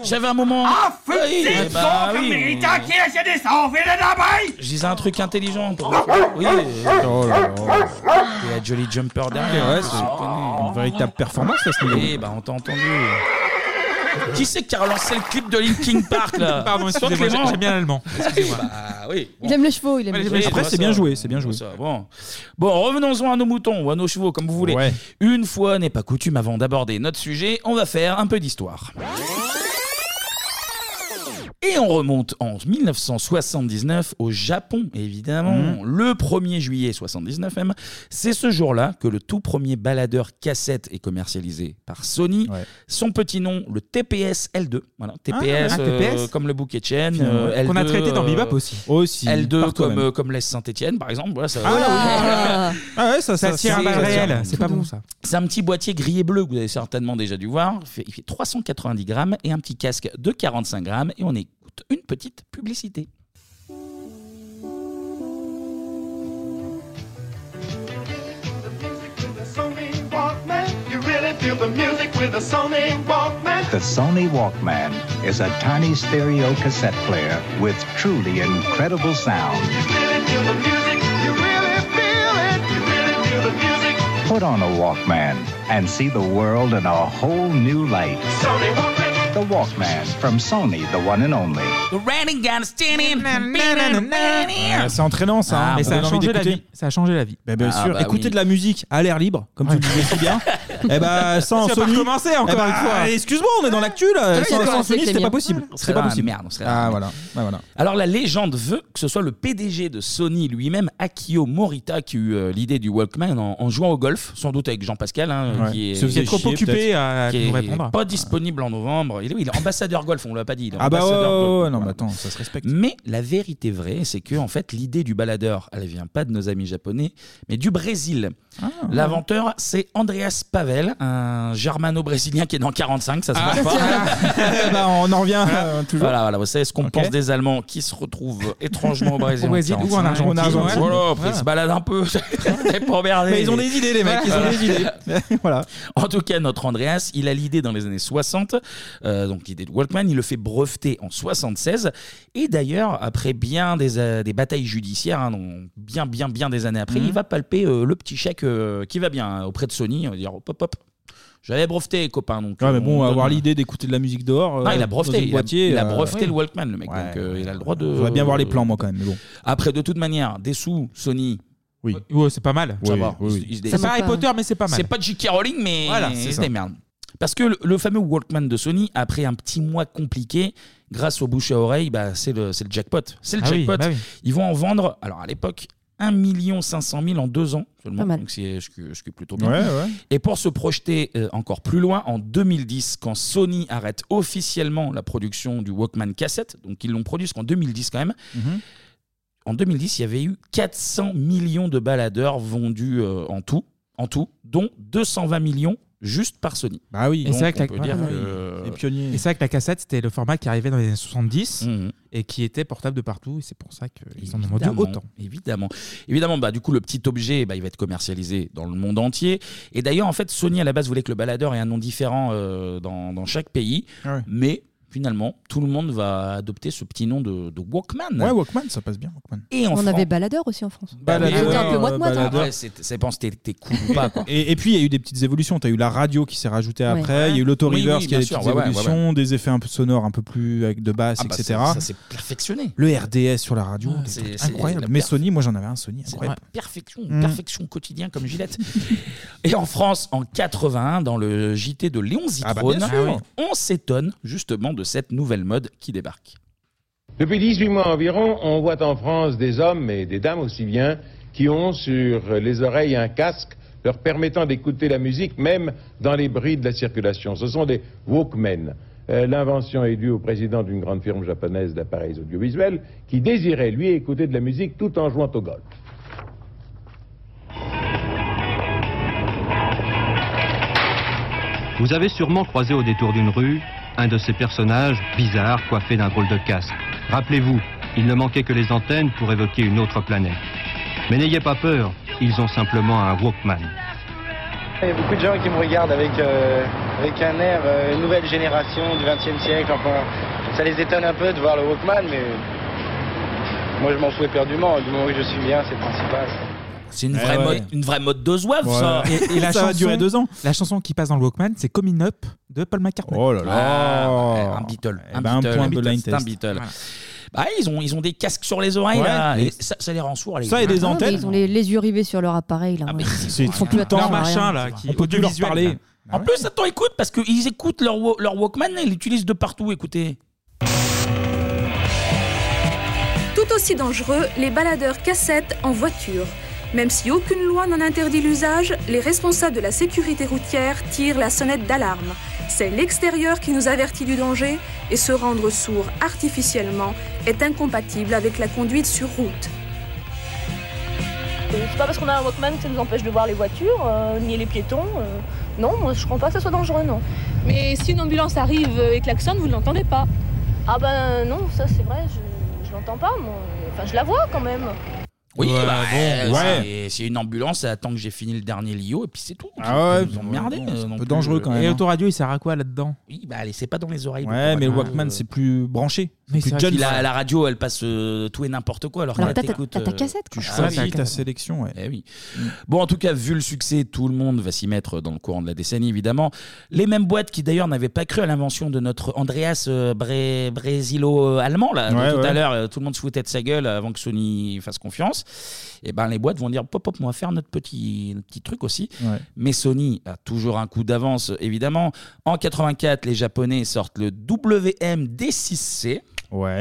Speaker 1: J'avais un moment.
Speaker 3: Ah,
Speaker 1: Oui, eh
Speaker 3: fünfzig
Speaker 1: bah oui.
Speaker 3: Gorka-Militärkirche des Sauwede dabei!
Speaker 1: Je disais un truc intelligent. pour- Oui.
Speaker 7: Oh là là.
Speaker 1: Il y a Jolly Jumper derrière. hein.
Speaker 7: Ok, ouais, c'est une véritable performance à ce niveau.
Speaker 1: Eh bah on t'a entendu. Qui c'est qui a relancé le clip de Linkin Park là
Speaker 6: Pardon,
Speaker 1: Toi,
Speaker 6: excusez-moi,
Speaker 1: Clément
Speaker 6: j'ai- j'aime bien l'allemand. Excusez-moi.
Speaker 1: Bah oui.
Speaker 8: Il aime les chevaux, il aime les
Speaker 1: Oui,
Speaker 8: chevaux.
Speaker 7: Après,
Speaker 1: ça,
Speaker 7: c'est bien
Speaker 1: ça,
Speaker 7: joué, c'est bien joué.
Speaker 1: ça, Bon, bon revenons-en à nos moutons ou à nos chevaux, comme vous voulez.
Speaker 7: Ouais.
Speaker 1: Une fois n'est pas coutume, avant d'aborder notre sujet, on va faire un peu d'histoire. Et on remonte en 1979 au Japon, évidemment. Le 1er juillet 79 même, c'est ce jour-là que le tout premier baladeur cassette est commercialisé par Sony. Son petit nom, le TPS L2. Voilà, TPS,
Speaker 6: Ah,
Speaker 1: euh,
Speaker 6: TPS.
Speaker 1: comme le bouquet de chêne.
Speaker 6: Finalement,
Speaker 1: euh,
Speaker 6: qu'on a
Speaker 1: L2,
Speaker 6: traité dans
Speaker 1: euh,
Speaker 6: Bebop aussi.
Speaker 7: Aussi,
Speaker 1: L2
Speaker 7: par
Speaker 1: comme,
Speaker 7: toi-même.
Speaker 1: euh, comme l'Est Saint-Etienne, par exemple. Voilà, ça,
Speaker 7: Ah, Ah. Ah ouais, ça- ça-
Speaker 1: tire
Speaker 7: ça-
Speaker 1: à balles
Speaker 7: ça tire.
Speaker 1: réelles.
Speaker 7: C'est pas bon, ça.
Speaker 1: C'est un petit boîtier gris et bleu que vous avez certainement déjà dû voir. Il fait, il fait 390 grammes et un petit casque de 45 grammes. Et on écoute une petite publicité.
Speaker 3: Sony Walkman, you really feel the music with the Sony Walkman.
Speaker 14: The Sony Walkman is a tiny stereo cassette player with truly incredible sound.
Speaker 3: Really feel the music, you really feel it. You really feel the music.
Speaker 14: Put on a Walkman and see the world in a whole new light.
Speaker 3: Sony Walkman.
Speaker 14: The Walkman from Sony, the one and only.
Speaker 1: The Running Gun Standing.
Speaker 7: Ah, c'est entraînant ça. hein.
Speaker 6: mais ça
Speaker 7: Ça
Speaker 6: a
Speaker 7: donne envie
Speaker 6: changé la
Speaker 7: d'écouter.
Speaker 6: vie. Ça a changé la vie.
Speaker 7: Ben, bien
Speaker 1: Ah,
Speaker 7: sûr,
Speaker 1: bah
Speaker 7: écouter de la musique à l'air libre, comme tu le disais si bien. Eh ben,
Speaker 1: *laughs*
Speaker 7: sans
Speaker 6: Ça va pas
Speaker 7: Sony.
Speaker 6: recommencer encore
Speaker 7: eh ben,
Speaker 6: une fois.
Speaker 7: Excuse-moi, on est dans l'actu là.
Speaker 1: Ah
Speaker 6: Oui,
Speaker 7: Sans,
Speaker 6: d'accord,
Speaker 7: sans
Speaker 6: c'est
Speaker 7: Sony, c'était
Speaker 6: Clémien.
Speaker 7: pas possible. C'était
Speaker 1: On serait
Speaker 7: pas
Speaker 1: dans la
Speaker 7: possible.
Speaker 1: merde, on serait dans la
Speaker 7: ah
Speaker 1: merde.
Speaker 7: voilà. Ah, voilà.
Speaker 1: Alors la légende veut que ce soit le PDG de Sony lui-même, Akio Morita, qui eut euh, l'idée du Walkman en, en jouant au golf, sans doute avec Jean-Pascal, hein,
Speaker 6: Ouais.
Speaker 1: qui est,
Speaker 6: Se faisait
Speaker 1: qui est
Speaker 6: trop
Speaker 1: chier,
Speaker 6: occupé
Speaker 1: peut-être,
Speaker 6: à- à
Speaker 1: qui
Speaker 6: nous
Speaker 1: est
Speaker 6: répondre.
Speaker 1: Pas disponible en novembre. Il est, oui, il est ambassadeur golf, on l'a pas dit. il est
Speaker 7: Ah bah ouais, ouais,
Speaker 1: ambassadeur golf.
Speaker 7: ouais, ouais, non, mais attends, ça se respecte.
Speaker 1: Mais la vérité vraie, c'est que en fait, l'idée du
Speaker 7: Ah,
Speaker 1: baladeur, elle vient pas de nos amis japonais, mais du Brésil. L'inventeur, c'est Andreas Paver. Clavel, un germano-brésilien qui est dans 45, ça se mange pas.
Speaker 7: Ah, *laughs* Bah, on en revient euh, toujours.
Speaker 1: Voilà, voilà, vous savez ce qu'on pense des Allemands qui se retrouvent étrangement au Brésil.
Speaker 7: Au Brésil ou en
Speaker 1: Voilà,
Speaker 7: Argentine. En
Speaker 1: qui-
Speaker 7: Argentine.
Speaker 1: Voilà, après,
Speaker 7: Voilà.
Speaker 1: *laughs* ils se baladent un peu.
Speaker 7: *laughs*
Speaker 1: les pommerdés.
Speaker 7: Mais ils ont des idées, les mecs, ils ont des idées.
Speaker 1: voilà. En tout cas, notre Andreas, il a l'idée dans les années 60, euh, donc l'idée de Walkman, il le fait breveter en 76. Et d'ailleurs, après bien des, euh, des batailles judiciaires, hein, donc bien, bien, bien des années après,
Speaker 7: Mhm.
Speaker 1: il va palper euh, le petit chèque euh, qui va bien hein, auprès de Sony. On va dire hop, hop, hop. J'avais breveté, les copains. Donc,
Speaker 7: Ouais, mais
Speaker 1: on
Speaker 7: bon,
Speaker 1: donne-
Speaker 7: avoir l'idée d'écouter de la musique dehors.
Speaker 1: Non,
Speaker 7: euh,
Speaker 1: il a
Speaker 7: dans
Speaker 1: Ah breveté,
Speaker 7: une
Speaker 1: il a,
Speaker 7: boîtier,
Speaker 1: il a
Speaker 7: euh,
Speaker 1: breveté
Speaker 7: ouais.
Speaker 1: le Walkman, le mec. Donc, euh, il a le droit de.
Speaker 7: J'aimerais bien voir les plans, moi, quand même. Mais bon.
Speaker 1: Après, de toute manière, des sous, Sony.
Speaker 7: Oui.
Speaker 1: c'est pas mal.
Speaker 7: Oui, oui, oui.
Speaker 6: C'est pas Harry Potter, mais c'est pas mal.
Speaker 1: C'est pas J.K. Rowling, mais
Speaker 6: Voilà, c'est
Speaker 1: c'est
Speaker 6: ça.
Speaker 1: des merdes. Parce que le, le fameux Walkman de Sony, après un petit mois compliqué, grâce aux bouches à oreille, bah, c'est le, c'est le jackpot. C'est le
Speaker 6: Ah oui,
Speaker 1: jackpot.
Speaker 6: bah oui.
Speaker 1: Ils vont en vendre, alors à l'époque, 1 500 000 en deux ans seulement.
Speaker 6: Pas mal.
Speaker 1: Donc c'est je, suis- je suis plutôt bien.
Speaker 7: Ouais, ouais.
Speaker 1: Et pour se projeter euh, encore plus loin, en 2010, quand Sony arrête officiellement la production du Walkman cassette, donc ils l'ont produit jusqu'en 2010 quand même,
Speaker 7: Mhm.
Speaker 1: en 2010, il y avait eu 400 millions de baladeurs vendus euh, en tout, en tout, dont 220 millions juste par Sony.
Speaker 7: Bah oui,
Speaker 6: Et c'est vrai que la-
Speaker 1: peut dire
Speaker 6: ouais,
Speaker 1: que-
Speaker 6: Et c'est vrai que la cassette, c'était le format qui arrivait dans les années 70 et qui était portable de partout. Et c'est pour ça qu'ils en ont vendu
Speaker 1: Mhm. Évidemment,
Speaker 6: autant.
Speaker 1: Évidemment. Évidemment, bah, du coup, le petit objet, bah, il va être commercialisé dans le monde entier. Et d'ailleurs, en fait, Sony, à la base, voulait que le baladeur ait un nom différent euh, dans, dans chaque pays.
Speaker 7: Ah ouais.
Speaker 1: Mais finalement, tout le monde va adopter ce petit nom de, de Walkman.
Speaker 7: Ouais, Walkman, ça passe bien. Walkman.
Speaker 1: Et en bah,
Speaker 8: on
Speaker 1: France-
Speaker 8: avait baladeur aussi en France.
Speaker 1: Baladeur,
Speaker 8: C'était un peu moite-moite. hein.
Speaker 1: Après, c'est- ça dépend si t'es- t'es cool ou pas. quoi.
Speaker 7: Et, et puis il y a eu des petites évolutions. Tu as eu la radio qui s'est rajoutée
Speaker 1: Ouais.
Speaker 7: après. Il y a eu l'auto-reverse
Speaker 1: Oui, oui,
Speaker 7: qui a des
Speaker 1: bien sûr,
Speaker 7: petites
Speaker 1: ouais, ouais,
Speaker 7: évolutions,
Speaker 1: ouais,
Speaker 7: des effets un peu sonores, un peu plus avec de basse,
Speaker 1: Ah bah,
Speaker 7: etc.
Speaker 1: ça- ça s'est perfectionné. Ah,
Speaker 7: Le RDS sur la radio, des
Speaker 1: c'est-
Speaker 7: trucs
Speaker 1: c'est
Speaker 7: incroyable.
Speaker 1: la
Speaker 7: Mais
Speaker 1: perf-
Speaker 7: Sony, moi j'en avais un Sony.
Speaker 1: C'est
Speaker 7: incroyable.
Speaker 1: la perfection,
Speaker 7: Mm.
Speaker 1: perfection quotidien comme Gillette. Et en France, en 81, dans le JT de Léon
Speaker 7: Ah bah,
Speaker 1: Zitrone,
Speaker 7: bien sûr.
Speaker 1: on s'étonne justement de cette nouvelle mode qui débarque.
Speaker 29: Depuis 18 mois environ, on voit en France des hommes et des dames aussi bien qui ont sur les oreilles un casque leur permettant d'écouter la musique même dans les bris de la circulation. Ce sont des Walkmen. Euh, L'invention est due au président d'une grande firme japonaise d'appareils audiovisuels qui désirait, lui, écouter de la musique tout en jouant au golf.
Speaker 10: Vous avez sûrement croisé au détour d'une rue un de ces personnages bizarres coiffés d'un drôle de casque. Rappelez-vous, il ne manquait que les antennes pour évoquer une autre planète. Mais n'ayez pas peur, ils ont simplement un Walkman.
Speaker 16: Il y a beaucoup de gens qui me regardent avec, euh, avec un air euh, nouvelle génération du XXe siècle. Enfin, ça les étonne un peu de voir le Walkman, mais moi je m'en souviens perdument. Du moment que je suis bien, c'est le principal.
Speaker 1: C'est une,
Speaker 6: Eh
Speaker 1: vraie
Speaker 6: ouais.
Speaker 1: mode, une vraie mode de
Speaker 7: Ah,
Speaker 1: zouave,
Speaker 6: Ouais.
Speaker 1: ça.
Speaker 6: Et, et la chanson,
Speaker 1: va durer
Speaker 6: ans. La chanson qui passe dans le Walkman, c'est Coming Up de Paul McCartney.
Speaker 7: Oh là là.
Speaker 1: Ah, un Beatle.
Speaker 7: Eh ben, un
Speaker 1: Beatle,
Speaker 7: point
Speaker 1: un
Speaker 7: de
Speaker 1: Beatle,
Speaker 7: line
Speaker 1: c'est un
Speaker 7: test.
Speaker 1: Beatle.
Speaker 7: Voilà.
Speaker 1: Bah, ils, ont, ils ont des casques sur les oreilles,
Speaker 7: Ouais.
Speaker 1: là. Et
Speaker 7: Et-
Speaker 1: ça, ça les rend sourds, les
Speaker 7: Ça et
Speaker 1: gars.
Speaker 7: des
Speaker 8: Ah, mais
Speaker 7: antennes.
Speaker 8: Ils ont les, les yeux rivés sur leur appareil.
Speaker 1: Ah,
Speaker 8: Là, *laughs* ouais.
Speaker 7: Ils font tout le
Speaker 8: Leur
Speaker 7: temps.
Speaker 8: machin, là,
Speaker 7: On peut plus leur parler.
Speaker 1: en plus, attends, écoute, parce qu'ils écoutent leur, wa- leur Walkman, ils l'utilisent de partout, écoutez.
Speaker 13: Tout aussi dangereux, les baladeurs cassettes en voiture. Même si aucune loi n'en interdit l'usage, les responsables de la sécurité routière tirent la sonnette d'alarme. C'est l'extérieur qui nous avertit du danger et se rendre sourd artificiellement est incompatible avec la conduite sur route.
Speaker 22: C'est Euh, pas parce qu'on a un Walkman que ça nous empêche de voir les voitures, euh, ni les piétons. euh. non, moi je crois pas que ça soit dangereux, non. Mais si une ambulance arrive et klaxonne, vous ne l'entendez pas Ah ben non, ça c'est vrai, je, je l'entends pas, moi. Enfin, je la vois quand même.
Speaker 1: Oui,
Speaker 7: Ouais,
Speaker 1: bah,
Speaker 7: bon,
Speaker 1: euh,
Speaker 7: ouais.
Speaker 1: c'est- c'est une ambulance, elle attend que j'ai fini le dernier Lio et puis c'est tout.
Speaker 7: Ah ouais,
Speaker 1: ils ont merdé. euh,
Speaker 7: bon, c'est un peu dangereux quand même,
Speaker 6: Et
Speaker 7: hein.
Speaker 6: l'autoradio, il sert à quoi là-dedans
Speaker 1: Oui, bah allez, c'est pas dans les oreilles.
Speaker 7: Ouais, mais le
Speaker 1: l'autoradio,
Speaker 7: Walkman,
Speaker 1: euh,
Speaker 7: c'est plus branché.
Speaker 1: Mais
Speaker 7: plus
Speaker 1: c'est
Speaker 7: jeune.
Speaker 1: la, la radio, elle passe euh, tout et n'importe quoi. Alors,
Speaker 7: Alors
Speaker 1: que là,
Speaker 7: t'as ta-
Speaker 1: t'écoutes,
Speaker 7: t'as ta
Speaker 1: euh,
Speaker 7: cassette,
Speaker 1: Tu
Speaker 7: quoi.
Speaker 1: choisis
Speaker 7: Ah ouais, t'as
Speaker 1: ta
Speaker 7: ta
Speaker 1: sélection. Ouais. Eh oui. Bon, en tout cas, vu le succès, tout le monde va s'y mettre dans le courant de la décennie, évidemment. Les mêmes boîtes qui, d'ailleurs, n'avaient pas cru à l'invention de notre Andreas euh, Bré- brésilo-allemand, là, dont
Speaker 7: Ouais,
Speaker 1: tout à
Speaker 7: ouais.
Speaker 1: l'heure, euh, tout le monde se foutait de sa gueule avant que Sony fasse confiance. Et ben, les boîtes vont dire pop, pop, on va faire notre petit, notre petit truc aussi.
Speaker 7: Ouais.
Speaker 1: Mais Sony a toujours un coup d'avance, évidemment. En 84, les Japonais sortent le WM-D6C,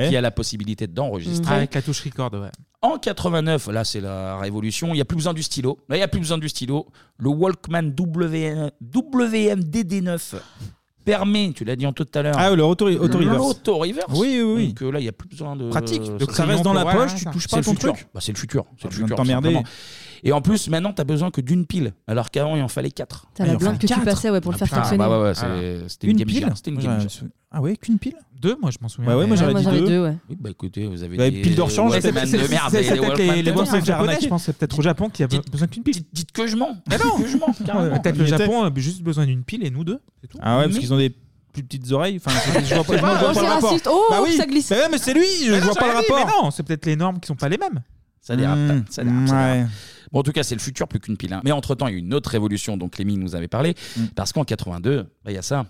Speaker 1: qui a la possibilité d'enregistrer.
Speaker 6: Avec la touche record, ouais.
Speaker 1: En 89, là c'est la révolution, il n'y a plus besoin du stylo. Là il n'y a plus besoin du stylo. Le Walkman WM, WMDD9 permet, tu l'as dit en tout à l'heure.
Speaker 7: Ah, le auto- auto-reverse.
Speaker 1: L'auto-reverse.
Speaker 7: Oui, oui, oui.
Speaker 1: Donc euh, là il n'y a plus besoin de.
Speaker 7: Pratique.
Speaker 1: euh,
Speaker 7: Donc, ça
Speaker 1: crayon
Speaker 7: reste dans
Speaker 1: pour-
Speaker 7: la
Speaker 1: voilà,
Speaker 7: poche,
Speaker 1: c'est
Speaker 7: tu touches
Speaker 1: ça.
Speaker 7: pas
Speaker 1: C'est le
Speaker 7: ton
Speaker 1: futur.
Speaker 7: truc.
Speaker 1: Bah, c'est le futur. C'est le
Speaker 7: besoin de
Speaker 1: futur.
Speaker 7: t'emmerder.
Speaker 1: simplement. Et en plus, maintenant, t'as besoin que d'une pile, alors qu'avant, il en fallait quatre.
Speaker 8: T'as la
Speaker 1: Il en
Speaker 8: blinde
Speaker 1: fallait
Speaker 8: que tu
Speaker 1: quatre.
Speaker 8: passais ouais, pour le faire
Speaker 1: putain,
Speaker 8: fonctionner.
Speaker 1: bah ouais, ouais,
Speaker 6: Ah.
Speaker 1: c'est- c'était une,
Speaker 7: Une
Speaker 1: game
Speaker 7: pile
Speaker 1: Gear, c'était une Game
Speaker 7: Ouais,
Speaker 1: Gear.
Speaker 7: je- Ah ouais, qu'une pile
Speaker 6: Deux, moi je m'en souviens.
Speaker 7: Ouais, ouais, moi j'avais dit deux.
Speaker 1: Oui, bah écoutez, vous avez
Speaker 7: Vous avez
Speaker 1: des
Speaker 7: pile de rechange,
Speaker 1: Walkman
Speaker 7: c'est- c'est-
Speaker 1: de merde,
Speaker 7: c'est-
Speaker 1: des
Speaker 7: c'est peut-être les-
Speaker 1: Walkman
Speaker 7: les
Speaker 1: de
Speaker 7: Walkman
Speaker 1: merde.
Speaker 7: japonais,
Speaker 6: Je pense que c'est peut-être au Japon qui a besoin qu'une pile.
Speaker 1: Dites que je mens.
Speaker 6: Mais non,
Speaker 1: que je mens. carrément.
Speaker 6: Peut-être
Speaker 7: Il
Speaker 6: le
Speaker 7: était-
Speaker 6: Japon a juste besoin d'une pile et nous deux. c'est tout.
Speaker 7: Ah ouais, parce
Speaker 6: Mais-
Speaker 7: qu'ils ont des plus petites oreilles. Enfin, je- je vois pas,
Speaker 6: Mhm. *laughs* C'est pas-
Speaker 7: je vois pas
Speaker 6: oh,
Speaker 7: le
Speaker 6: c'est
Speaker 7: rapport.
Speaker 6: raciste. Oh,
Speaker 7: bah oui.
Speaker 6: ça glisse.
Speaker 7: Bah ouais, mais c'est lui, je
Speaker 6: Mais non,
Speaker 7: vois pas le
Speaker 6: j'aurais dit,
Speaker 7: rapport.
Speaker 6: mais non, c'est peut-être les normes qui sont pas les mêmes.
Speaker 1: Ça dérape,
Speaker 6: Mmh.
Speaker 1: ça dérape, ça dérape. Bon, en tout cas, c'est le futur plus qu'une pile. hein. Mais entre-temps, il y a une autre révolution dont Clémy nous avait parlé, parce qu'en 82, bah, il y a ça.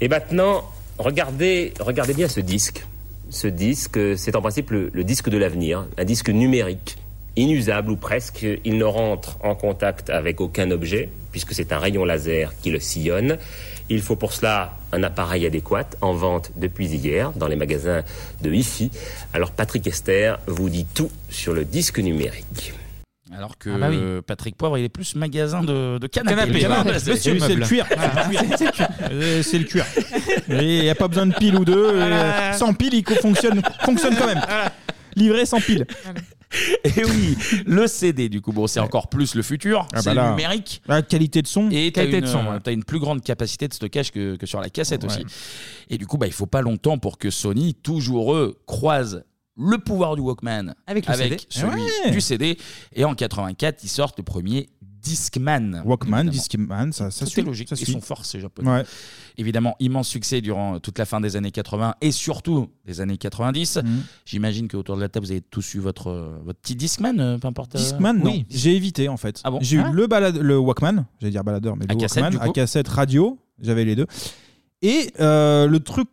Speaker 32: Et maintenant, regardez, regardez bien ce disque. Ce disque, euh, c'est en principe le, le disque de l'avenir, un disque numérique, inusable ou presque. Il ne rentre en contact avec aucun objet, puisque c'est un rayon laser qui le sillonne. Il faut pour cela un appareil adéquat, en vente depuis hier, dans les magasins de hi Alors Patrick Esther vous dit tout sur le disque numérique.
Speaker 1: Alors que
Speaker 32: Ah bah oui.
Speaker 1: Patrick Poivre, il est plus magasin de, de canapé.
Speaker 32: Canapé,
Speaker 1: Lui,
Speaker 32: canapé.
Speaker 6: Bah,
Speaker 1: hein.
Speaker 7: Bah,
Speaker 32: Monsieur, c'est le
Speaker 1: meuble.
Speaker 32: cuir.
Speaker 7: C'est
Speaker 6: *laughs*
Speaker 7: le cuir. Euh, C'est le cuir. Il n'y a pas besoin de pile ou deux. euh, Sans pile, il co- fonctionne, fonctionne quand même. Livré sans pile.
Speaker 1: *laughs* Et Eh oui, le CD, du coup, bon, c'est encore plus le futur.
Speaker 7: Ah
Speaker 1: c'est
Speaker 7: bah là.
Speaker 1: numérique.
Speaker 7: La qualité de son.
Speaker 1: Et t'as
Speaker 7: Qualité
Speaker 1: une,
Speaker 7: de son,
Speaker 1: euh,
Speaker 7: ouais.
Speaker 1: t'as une plus grande capacité de stockage que, que sur la cassette
Speaker 7: Ouais.
Speaker 1: aussi. Et du coup, bah, il faut pas longtemps pour que Sony, toujours eux, croise le pouvoir du Walkman
Speaker 6: Avec le CD.
Speaker 1: celui
Speaker 6: Ouais.
Speaker 1: du CD. Et en 84, ils sortent le premier Discman.
Speaker 7: Walkman, Discman, ça, ça
Speaker 1: Tout
Speaker 7: suit.
Speaker 1: est logique,
Speaker 7: ça
Speaker 1: ils
Speaker 7: suit.
Speaker 1: sont forts ces japonais.
Speaker 7: Ouais.
Speaker 1: Évidemment, immense succès durant toute la fin des années 80 et surtout des années 90.
Speaker 7: Mhm.
Speaker 1: J'imagine qu'autour de la table, vous avez tous eu votre, votre petit Discman, euh, peu importe. euh,
Speaker 7: Discman, non.
Speaker 1: oui.
Speaker 7: J'ai évité en fait.
Speaker 1: Ah bon
Speaker 7: J'ai eu
Speaker 1: Ah.
Speaker 7: le, balade, le Walkman, j'allais dire baladeur, mais
Speaker 1: À
Speaker 7: le
Speaker 1: cassette,
Speaker 7: Walkman,
Speaker 1: du coup.
Speaker 7: à cassette radio, j'avais les deux. Et euh, le truc,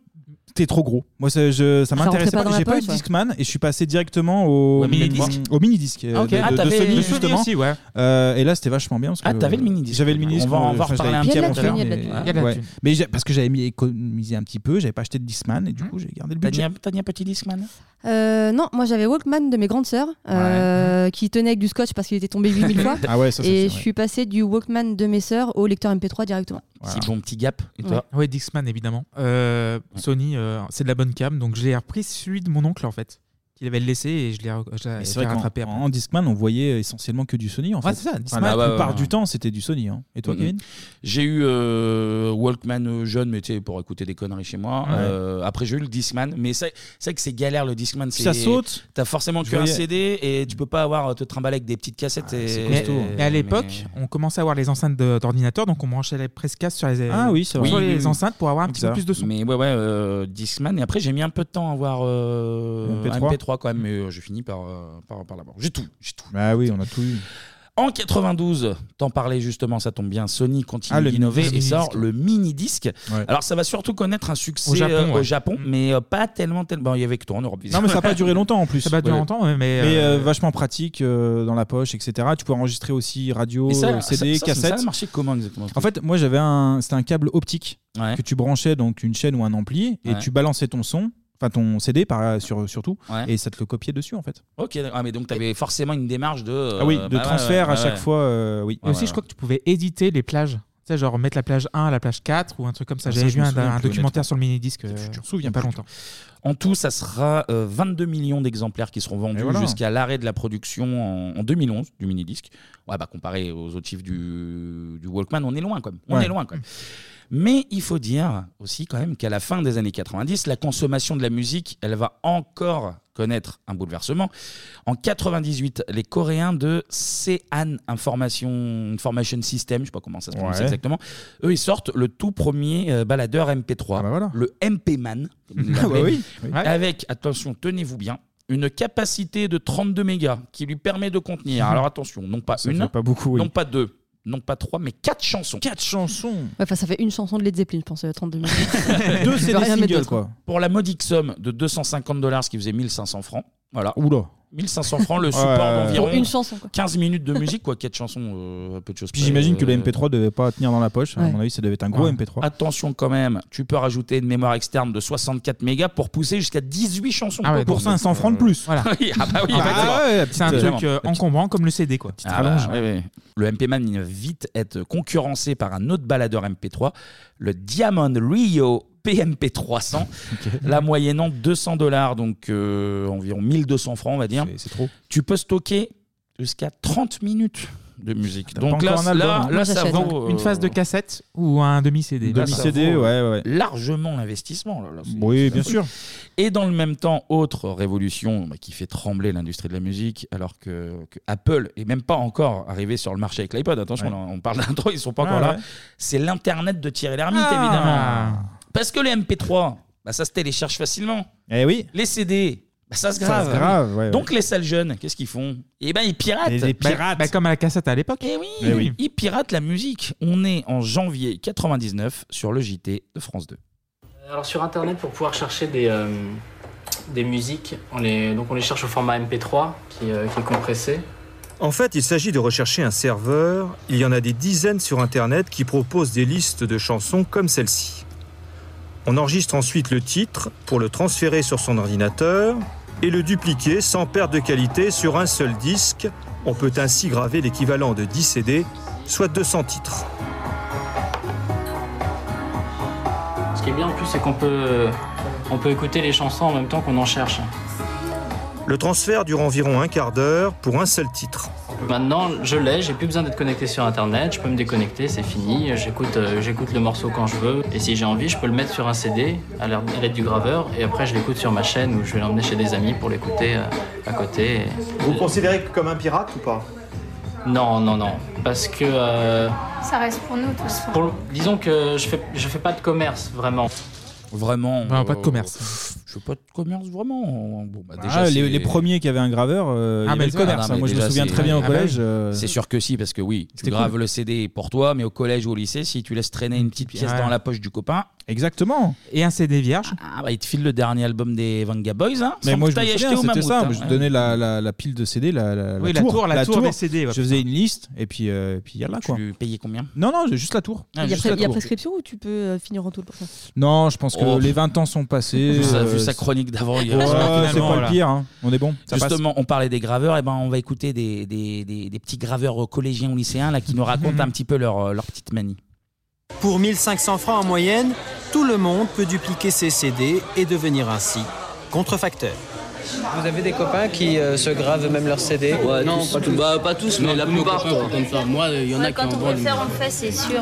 Speaker 7: t'es trop gros. Moi, ça, je- ça
Speaker 6: Ça
Speaker 7: m'intéressait
Speaker 6: rentrait pas
Speaker 7: pas.
Speaker 6: dans la
Speaker 7: J'ai pas eu
Speaker 6: poche,
Speaker 7: de
Speaker 6: ouais.
Speaker 7: Discman et je suis passé directement au,
Speaker 6: Au mini-disque.
Speaker 7: Mm, au mini-disque euh,
Speaker 6: Ah, ok.
Speaker 7: de,
Speaker 6: Ah,
Speaker 7: de
Speaker 6: t'avais-
Speaker 7: Sony
Speaker 6: de Sony
Speaker 7: justement.
Speaker 6: aussi, ouais.
Speaker 7: Euh, et là, c'était vachement bien. parce que-
Speaker 1: Ah, t'avais le mini-disque.
Speaker 7: J'avais le mini-disque. euh,
Speaker 1: On va- on va
Speaker 7: enfin,
Speaker 1: reparler
Speaker 7: j'avais
Speaker 1: un
Speaker 7: piqué
Speaker 1: petit
Speaker 7: à
Speaker 1: peu
Speaker 7: mon
Speaker 1: tout à l'heure,
Speaker 7: frère,
Speaker 1: mais-
Speaker 7: mais-
Speaker 1: il y a de la
Speaker 7: ouais.
Speaker 1: thune.
Speaker 7: Mais j'ai- parce que j'avais mis- économisé un petit peu, j'avais pas acheté de Discman et du
Speaker 1: Mmh.
Speaker 7: coup, j'ai gardé le
Speaker 1: T'as
Speaker 7: budget.
Speaker 1: dit un- T'as dit un petit Discman
Speaker 8: Euh, non, moi j'avais Walkman de mes grandes sœurs euh, qui tenait avec du scotch parce qu'il était tombé 8000 fois.
Speaker 1: *laughs* Ah ouais, ça, ça, c'est
Speaker 8: et
Speaker 1: vrai.
Speaker 8: je suis passé du Walkman de mes sœurs au lecteur MP3 directement.
Speaker 1: Petit bon petit gap. Et toi
Speaker 6: Ouais, Dixman évidemment. Euh, Sony, euh, c'est de la bonne cam, donc je l'ai repris celui de mon oncle en fait. Qu'il avait laissé et je l'ai re- je l'ai
Speaker 7: Mais
Speaker 6: je
Speaker 7: c'est
Speaker 6: l'ai
Speaker 7: vrai
Speaker 6: rattrapé.
Speaker 7: qu'en en, Discman, on voyait essentiellement que du Sony. En
Speaker 6: Ouais,
Speaker 7: fait.
Speaker 6: c'est ça,
Speaker 7: Enfin,
Speaker 6: Discman.
Speaker 7: la
Speaker 1: Ah bah ouais,
Speaker 7: plupart
Speaker 1: ouais,
Speaker 7: du temps, c'était du Sony. hein. Et toi,
Speaker 1: Mhm.
Speaker 7: Kevin
Speaker 1: J'ai eu euh, Walkman euh, jeune, mais tu sais, pour écouter des conneries chez moi.
Speaker 7: Ouais.
Speaker 1: Euh, après, j'ai eu le Discman, mais c'est c'est vrai que c'est galère le Discman.
Speaker 7: Ça
Speaker 1: c'est-
Speaker 7: saute.
Speaker 1: T'as forcément
Speaker 7: Je
Speaker 1: qu'un
Speaker 7: voyais- Ah,
Speaker 1: CD et tu peux pas avoir euh, te trimballer avec des petites cassettes. et-
Speaker 6: Mais,
Speaker 1: hein.
Speaker 7: hein.
Speaker 6: mais à l'époque, on commençait à avoir les enceintes de- d'ordinateur, donc on branchait les prescasses sur les,
Speaker 7: Ah
Speaker 1: Ah
Speaker 6: euh, sur les enceintes pour avoir un petit peu plus de son.
Speaker 1: Mais ouais, ouais, euh, Discman. Et après, j'ai mis un peu de temps à avoir euh,
Speaker 7: MP3.
Speaker 1: MP3. quand même, mais euh, j'ai fini par, euh, par, par l'avoir. J'ai tout, j'ai tout.
Speaker 7: Bah oui, on a tout eu.
Speaker 1: En 92, t'en parlais justement, ça tombe bien, Sony continue
Speaker 7: Ah, le
Speaker 1: d'innover
Speaker 7: mini-
Speaker 1: et
Speaker 7: le
Speaker 1: sort
Speaker 7: mini-disque.
Speaker 1: le mini-disque.
Speaker 7: Ouais.
Speaker 1: Alors ça va surtout connaître un succès
Speaker 6: Au Japon,
Speaker 1: euh,
Speaker 6: ouais.
Speaker 1: mais euh, pas tellement... tellement- Bon, il y avait que toi en Europe.
Speaker 7: Mm. Non, mais ça n'a pas duré
Speaker 1: *laughs*
Speaker 7: longtemps en plus.
Speaker 1: Ça n'a pas duré Ouais. longtemps, ouais, mais,
Speaker 7: euh,
Speaker 1: euh,
Speaker 7: vachement pratique euh, dans la poche, etc. Tu peux enregistrer aussi radio,
Speaker 1: Et ça,
Speaker 7: euh, CD,
Speaker 1: ça, ça,
Speaker 7: cassette.
Speaker 1: Ça a marché comment exactement
Speaker 7: En fait, moi j'avais un, c'était un câble optique
Speaker 1: Ouais.
Speaker 7: que tu branchais donc une chaîne ou un ampli et
Speaker 1: Ouais.
Speaker 7: tu balançais ton son, enfin ton CD par, sur, surtout,
Speaker 1: Ouais.
Speaker 7: et ça te le copiait dessus en fait.
Speaker 1: Ok, d'accord. ah, mais donc t'avais forcément une démarche de... euh,
Speaker 7: ah oui,
Speaker 1: bah
Speaker 7: de
Speaker 1: ouais,
Speaker 7: transfert
Speaker 1: ouais,
Speaker 7: à
Speaker 1: ouais,
Speaker 7: chaque
Speaker 1: ouais.
Speaker 7: fois, euh, oui.
Speaker 6: Et aussi, je crois que tu pouvais éditer les plages. Tu sais, genre mettre la plage 1 à la plage 4 ou un truc comme ça.
Speaker 1: Ah, ça,
Speaker 6: J'avais
Speaker 1: je
Speaker 6: vu
Speaker 1: me
Speaker 6: un,
Speaker 1: souviens
Speaker 6: un
Speaker 1: plus,
Speaker 6: documentaire
Speaker 1: honnêtement.
Speaker 6: sur le mini-disque. euh, il y a pas
Speaker 1: Ah
Speaker 6: longtemps.
Speaker 1: En tout, ça sera euh, 22 millions d'exemplaires qui seront vendus
Speaker 6: Et voilà.
Speaker 1: jusqu'à l'arrêt de la production en, en 2011 du mini-disque. Ouais, bah, comparé aux autres chiffres du, du Walkman, on est loin quand même. On
Speaker 6: Ouais.
Speaker 1: est loin quand même. Mais il faut dire aussi quand même qu'à la fin des années 90, la consommation de la musique, elle va encore connaître un bouleversement. En 98, les Coréens de Sean Information, Information System, je sais pas comment ça se prononce
Speaker 7: Ouais.
Speaker 1: exactement, eux ils sortent le tout premier euh, baladeur MP3, le MP-Man, comme ils
Speaker 7: bah *laughs* Ah
Speaker 1: l'appelaient,
Speaker 7: bah oui, oui.
Speaker 1: avec, attention, tenez-vous bien, une capacité de 32 mégas qui lui permet
Speaker 7: *laughs*
Speaker 1: de contenir, alors attention, non pas
Speaker 7: Ça
Speaker 1: une,
Speaker 7: fait pas beaucoup, oui.
Speaker 1: non pas deux, non pas trois, mais quatre chansons.
Speaker 7: Quatre chansons
Speaker 8: Ouais, enfin, ça fait une chanson de Led Zeppelin, je pense, euh, 32 minutes.
Speaker 1: *laughs* deux
Speaker 8: Je peux rien mettre d'autre.
Speaker 1: Pour la modique somme de 250 dollars, ce qui faisait 1500 francs. Voilà.
Speaker 7: Oula.
Speaker 1: 1500 francs, le support
Speaker 7: *laughs* Ouais.
Speaker 1: d'environ
Speaker 7: Pour une
Speaker 1: 15 minutes de musique, quoi. 4 chansons, euh, peu de choses.
Speaker 7: Puis
Speaker 1: près,
Speaker 7: j'imagine que le
Speaker 1: euh,
Speaker 7: MP3 devait pas tenir dans la poche. À
Speaker 1: Ouais.
Speaker 7: mon avis, ça devait être un gros
Speaker 1: Ouais.
Speaker 7: MP3.
Speaker 1: Attention quand même, tu peux rajouter une mémoire externe de 64 mégas pour pousser jusqu'à 18 chansons.
Speaker 6: Ah ouais,
Speaker 1: quoi.
Speaker 6: pour 500 francs de
Speaker 7: plus.
Speaker 6: Voilà.
Speaker 1: *laughs* Oui, ah bah oui,
Speaker 6: Ah
Speaker 1: d'accord.
Speaker 6: ouais, c'est un
Speaker 1: Exactement.
Speaker 6: truc euh, encombrant comme le CD, quoi. Petite
Speaker 1: Ah bah,
Speaker 6: rallonge.
Speaker 1: ouais, ouais. Le MP-Man il va vite être concurrencé par un autre baladeur MP3, le Diamond Rio PMP 300,
Speaker 6: *laughs*
Speaker 1: la moyennant 200 dollars, donc euh, environ 1200 francs, on va dire.
Speaker 7: C'est trop.
Speaker 1: Tu peux stocker jusqu'à 30 minutes de musique.
Speaker 6: Pas
Speaker 1: Donc là,
Speaker 6: encore un album,
Speaker 1: là,
Speaker 6: hein.
Speaker 1: là, ça vaut. euh,
Speaker 6: Une phase de cassette ou un demi-CD
Speaker 1: Là, ça vaut euh, Largement l'investissement. Là, là, c'est-
Speaker 7: Oui,
Speaker 1: c'est
Speaker 7: bien
Speaker 1: dingue.
Speaker 7: sûr.
Speaker 1: Et dans le même temps, autre révolution bah, qui fait trembler l'industrie de la musique, alors que, que Apple est même pas encore arrivé sur le marché avec l'iPod. Attention,
Speaker 7: Ouais.
Speaker 1: là, on parle *laughs* d'intro, ils sont pas
Speaker 7: Ah,
Speaker 1: encore là.
Speaker 7: ouais.
Speaker 1: C'est l'internet de Thierry Lhermitte,
Speaker 7: Ah.
Speaker 1: évidemment. Parce que les MP3, bah, ça se télécharge facilement.
Speaker 7: Eh oui.
Speaker 1: Les CD. bah, ça se
Speaker 6: Ça
Speaker 1: grave.
Speaker 6: se grave, ouais,
Speaker 1: Donc les salles jeunes, qu'est-ce qu'ils font Eh ben ils piratent.
Speaker 6: Bah- bah, comme à la cassette à l'époque.
Speaker 1: Eh oui, ils piratent la musique. On est en janvier 99 sur le JT de France 2.
Speaker 21: Alors sur internet pour pouvoir chercher des, euh, des musiques, on les, donc on les cherche au format MP3 qui, euh, qui est compressé.
Speaker 18: En fait, il s'agit de rechercher un serveur. Il y en a des dizaines sur Internet qui proposent des listes de chansons comme celle-ci. On enregistre ensuite le titre pour le transférer sur son ordinateur et le dupliquer sans perte de qualité sur un seul disque. On peut ainsi graver l'équivalent de 10 CD, soit 200 titres.
Speaker 21: Ce qui est bien en plus c'est qu'on peut, on peut écouter les chansons en même temps qu'on en cherche.
Speaker 18: Le transfert dure environ un quart d'heure pour un seul titre.
Speaker 21: Maintenant je l'ai, j'ai plus besoin d'être connecté sur internet, je peux me déconnecter, c'est fini, j'écoute euh, j'écoute le morceau quand je veux et si j'ai envie je peux le mettre sur un CD à l'air- à l'aide du graveur et après je l'écoute sur ma chaîne ou je vais l'emmener chez des amis pour l'écouter euh, à côté.
Speaker 33: Vous considérez comme un pirate ou pas
Speaker 21: Non, non, non, parce que... euh,
Speaker 14: Ça reste pour nous tous.
Speaker 21: Pour le- disons que je fais, je fais pas de commerce, vraiment.
Speaker 1: Vraiment.
Speaker 21: Non,
Speaker 6: pas de commerce.
Speaker 1: Je veux pas de commerce vraiment. Bon, bah,
Speaker 7: Ah,
Speaker 1: c'est-
Speaker 7: les, les premiers qui avaient un graveur, euh, il y avait le commerce.
Speaker 1: Ah, bah non,
Speaker 7: hein.
Speaker 1: mais
Speaker 7: Moi, je me
Speaker 1: déjà,
Speaker 7: souviens
Speaker 1: c'est-
Speaker 7: très bien au collège. euh,
Speaker 1: C'est sûr que si, parce que oui, tu
Speaker 7: C'était
Speaker 1: graves
Speaker 7: cool. Ah,
Speaker 1: le CD pour toi, mais au collège ou au lycée, si tu laisses traîner une petite pièce
Speaker 6: Ouais.
Speaker 1: dans la poche du copain.
Speaker 7: Exactement.
Speaker 6: Et un CD vierge.
Speaker 1: Ah, bah, il te file le dernier album des Vanga Boys. Hein,
Speaker 7: Mais
Speaker 1: sans
Speaker 7: moi,
Speaker 1: que
Speaker 7: je me
Speaker 1: t'ailles
Speaker 7: souviens,
Speaker 1: acheter au
Speaker 7: c'était
Speaker 1: Mammouth,
Speaker 7: ça.
Speaker 1: hein.
Speaker 7: Moi, Je donnais la, la, la pile de CD, la, la,
Speaker 1: Oui, la tour, la tour des CD, ouais,
Speaker 7: je faisais une liste et puis, euh, et puis là, quoi.
Speaker 1: Tu payais combien Ah,
Speaker 7: Non, non, juste la tour.
Speaker 8: Il y a,
Speaker 7: Juste
Speaker 8: pré-
Speaker 7: la
Speaker 8: il y a
Speaker 7: tour.
Speaker 8: prescription ou tu peux euh, finir en tout pour ça
Speaker 7: Non, je pense que
Speaker 1: Oh.
Speaker 7: les 20 ans sont passés.
Speaker 1: Vu sa-
Speaker 7: euh,
Speaker 1: vu sa chronique d'avant, il y a-
Speaker 7: Ouais, c'est
Speaker 1: finalement,
Speaker 7: pas
Speaker 1: voilà.
Speaker 7: le pire. hein. On est bon. ça passe.
Speaker 1: Justement, on parlait des graveurs, et ben on va écouter des, des, des, des petits graveurs euh, collégiens ou lycéens là, qui
Speaker 7: *laughs*
Speaker 1: nous racontent un petit peu leur, euh, leur petite manie.
Speaker 24: Pour 1500 francs en moyenne, tout le monde peut dupliquer ses CD et devenir ainsi contrefacteur.
Speaker 16: Vous avez des copains qui euh, se gravent même leurs CD
Speaker 24: Non, pas tous.
Speaker 16: Bah, pas tous, mais la plupart.
Speaker 21: Moi, il y en a qui
Speaker 13: quand
Speaker 21: en
Speaker 13: on peut le faire, on le fait, c'est sûr.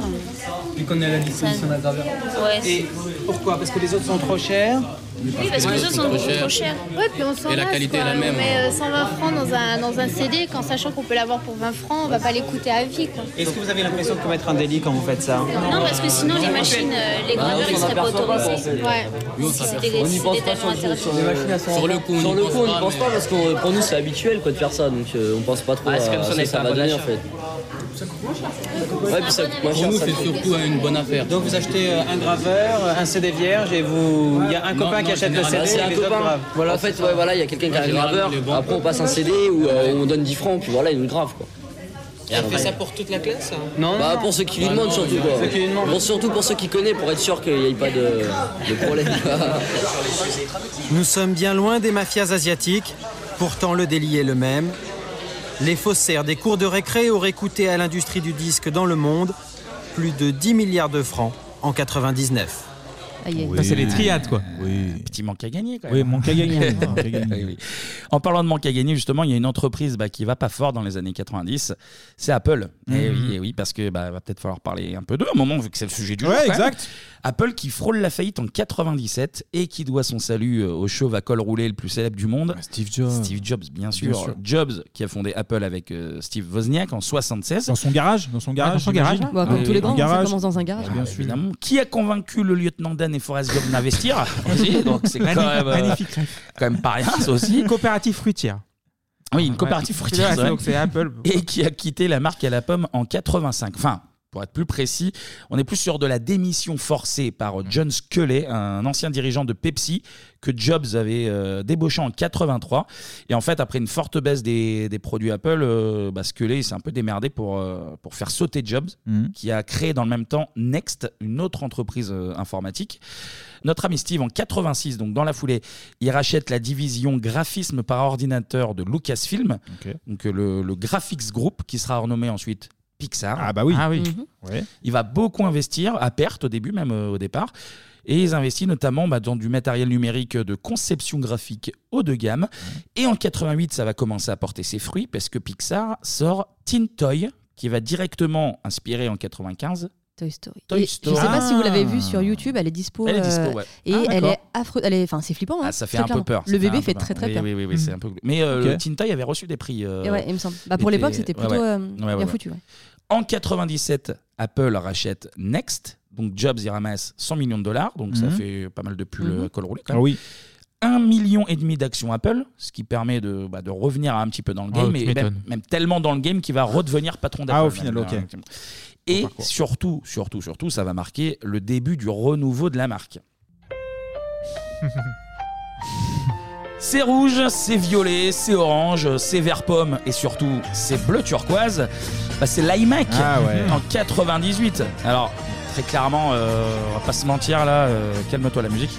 Speaker 16: Tu connais la disposition d'un graveur
Speaker 13: Ouais.
Speaker 16: Et pourquoi Parce que les autres sont trop chers
Speaker 13: Oui, parce que les autres sont beaucoup trop chers.
Speaker 14: Ouais, puis on s'en
Speaker 16: Et la
Speaker 14: lasse,
Speaker 16: qualité
Speaker 14: quoi.
Speaker 16: est la même.
Speaker 14: On met euh, 120 francs dans un, dans un CD, qu'en sachant qu'on peut l'avoir pour 20 francs, on va pas l'écouter à vie, quoi.
Speaker 16: Est-ce que vous avez l'impression de commettre un délit quand vous faites ça
Speaker 13: Non, parce que sinon, les machines, euh, les
Speaker 1: Ah,
Speaker 16: Bah,
Speaker 13: graveurs,
Speaker 16: on
Speaker 13: ils seraient pas
Speaker 16: s'en aperçoit pas,
Speaker 13: autorisés.
Speaker 16: on
Speaker 13: Ouais. C'était des- c'était tellement intéressant.
Speaker 16: Sur le coup, on n'y pense, pas parce que pour nous c'est habituel quoi de faire ça donc
Speaker 21: euh,
Speaker 16: on pense pas trop
Speaker 21: Ouais, c'est à comme si on ça, avait ça fait un va bon donner, achat. en
Speaker 16: Ouais, puis ça coûte moins cher, ça.
Speaker 21: une bonne affaire.
Speaker 16: Donc vous achetez euh, un graveur, un CD vierge et vous il y a un copain qui achète le CD
Speaker 21: C'est
Speaker 16: et
Speaker 21: un
Speaker 16: les autres
Speaker 21: copain.
Speaker 16: gravent.
Speaker 21: Voilà, en fait, ouais, voilà, il y a quelqu'un qui a un graveur. Après, on passe un CD ou euh, on donne 10 francs, puis voilà, il nous grave quoi.
Speaker 16: Et on fait ça pour toute la classe hein
Speaker 21: Non, bah, pour ceux qui lui demandent surtout quoi.
Speaker 16: Ceux qui lui demandent.
Speaker 21: Bon, surtout pour ceux qui connaissent pour être sûr qu'il n'y ait pas de, de problème.
Speaker 24: Nous sommes bien loin des mafias asiatiques, pourtant le délit est le même. Les faussaires des cours de récré auraient coûté à l'industrie du disque dans le monde plus de 10 milliards de francs en 99.
Speaker 6: Ça, c'est les triades, quoi.
Speaker 1: Petit manque à gagner, quand
Speaker 7: Oui,
Speaker 1: même.
Speaker 7: manque à
Speaker 1: *laughs*
Speaker 7: gagner. Manque à gagner.
Speaker 1: Oui, oui. En parlant de manque à gagner, justement, il y a une entreprise bah, qui va pas fort dans les années 90, c'est Apple. Et,
Speaker 7: Mhm.
Speaker 1: oui, eh oui, parce que bah, va peut-être falloir parler un peu d'eux à un moment, vu que c'est le sujet du
Speaker 7: Ouais,
Speaker 1: jour, quand même.
Speaker 7: exact.
Speaker 1: Apple qui frôle la faillite en 97 et qui doit son salut euh, au chauve à col roulé le plus célèbre du monde.
Speaker 7: Bah, Steve Jobs.
Speaker 1: Steve Jobs, bien sûr.
Speaker 7: sûr.
Speaker 1: Jobs qui a fondé Apple avec euh, Steve Wozniak en 76.
Speaker 7: Dans son garage, dans son garage.
Speaker 1: j'imagine.
Speaker 7: j'imagine.
Speaker 1: Ah, oui.
Speaker 7: Un
Speaker 8: hein,
Speaker 7: garage.
Speaker 8: dans un garage.
Speaker 1: Ah, Bien sûr. Bah, Évidemment. Qui a convaincu le lieutenant Dan et Forrest Gump d'investir *laughs* Vas-y, Donc c'est quand,
Speaker 6: Magnifique,
Speaker 1: même, euh,
Speaker 6: magnifique.
Speaker 1: quand même pas rien, ça aussi.
Speaker 6: Coopérative fruitière.
Speaker 1: Oui, une
Speaker 6: Ouais.
Speaker 1: coopérative fruitière.
Speaker 6: Ouais,
Speaker 1: vrai.
Speaker 6: donc c'est Apple.
Speaker 1: *laughs* Et qui a quitté la marque à la pomme en 85. Enfin, pour être plus précis, on est plus sûr de la démission forcée par
Speaker 6: Mm.
Speaker 1: John Sculley, un ancien dirigeant de Pepsi, que Jobs avait euh, débauché en 83. Et en fait, après une forte baisse des, des produits Apple, euh, bah, Sculley s'est un peu démerdé pour, euh, pour faire sauter Jobs,
Speaker 6: Mm.
Speaker 7: Mhm.
Speaker 1: qui a créé dans le même temps Next, une autre entreprise euh, informatique. Notre ami Steve, en 86, donc dans la foulée, il rachète la division graphisme par ordinateur de Lucasfilm, donc euh, le, le Graphics Group, qui sera renommé ensuite Pixar. Ah
Speaker 7: bah oui.
Speaker 6: Ah oui.
Speaker 1: Il va beaucoup investir, à perte au début, même euh, au départ. Et ils investissent notamment bah, dans du matériel numérique de conception graphique haut de gamme. Et en 88, ça va commencer à porter ses fruits parce que Pixar sort Teen Toy, qui va directement inspirer en 95
Speaker 8: Toy Story.
Speaker 1: Toy
Speaker 8: Et Je sais
Speaker 1: Story.
Speaker 8: pas si vous l'avez
Speaker 1: Ah.
Speaker 8: vu sur YouTube, elle est dispo.
Speaker 1: Elle est dispo,
Speaker 8: euh,
Speaker 1: ouais.
Speaker 8: Et
Speaker 1: Ah,
Speaker 8: elle
Speaker 1: d'accord.
Speaker 8: est affreuse. Elle est, enfin, c'est flippant. hein,
Speaker 1: Ah, ça fait un
Speaker 8: très
Speaker 1: peu
Speaker 8: clairement.
Speaker 1: peur. ça
Speaker 8: Le
Speaker 1: un
Speaker 8: bébé
Speaker 1: peu
Speaker 8: fait
Speaker 1: peur.
Speaker 8: très très
Speaker 1: Oui,
Speaker 8: peur.
Speaker 1: Oui, oui, oui, c'est un peu. glauque. Mais euh,
Speaker 8: Ok.
Speaker 1: le Teen Toy avait reçu des prix. euh,
Speaker 8: Et ouais, il me semble. Bah, pour
Speaker 1: était-
Speaker 8: l'époque, c'était
Speaker 1: ouais,
Speaker 8: plutôt
Speaker 1: ouais.
Speaker 8: euh,
Speaker 1: Ouais, ouais,
Speaker 8: bien
Speaker 1: ouais.
Speaker 8: foutu. ouais.
Speaker 1: En 97, Apple rachète Next. Donc Jobs y ramasse 100 millions de dollars. Donc ça
Speaker 7: Mhm.
Speaker 1: fait pas mal de pulls
Speaker 7: Mhm.
Speaker 1: euh, col roulé. quand même.
Speaker 7: Ah oui.
Speaker 1: Un million et demi d'actions Apple, ce qui permet de, bah, de revenir un petit peu dans le
Speaker 7: Ah,
Speaker 1: game,
Speaker 7: tu
Speaker 1: et
Speaker 7: m'étonnes.
Speaker 1: même, même tellement dans le game qu'il va redevenir patron d'Apple.
Speaker 7: Ah, au final,
Speaker 1: même.
Speaker 7: ok.
Speaker 1: Et surtout, surtout, surtout, ça va marquer le début du renouveau de
Speaker 7: *laughs*
Speaker 1: la marque. C'est rouge, c'est violet, c'est orange, c'est vert pomme et surtout c'est bleu turquoise. Bah, c'est l'iMac
Speaker 7: Ah ouais.
Speaker 1: en 98. Alors très clairement, euh, on va pas se mentir là, euh, calme-toi la musique.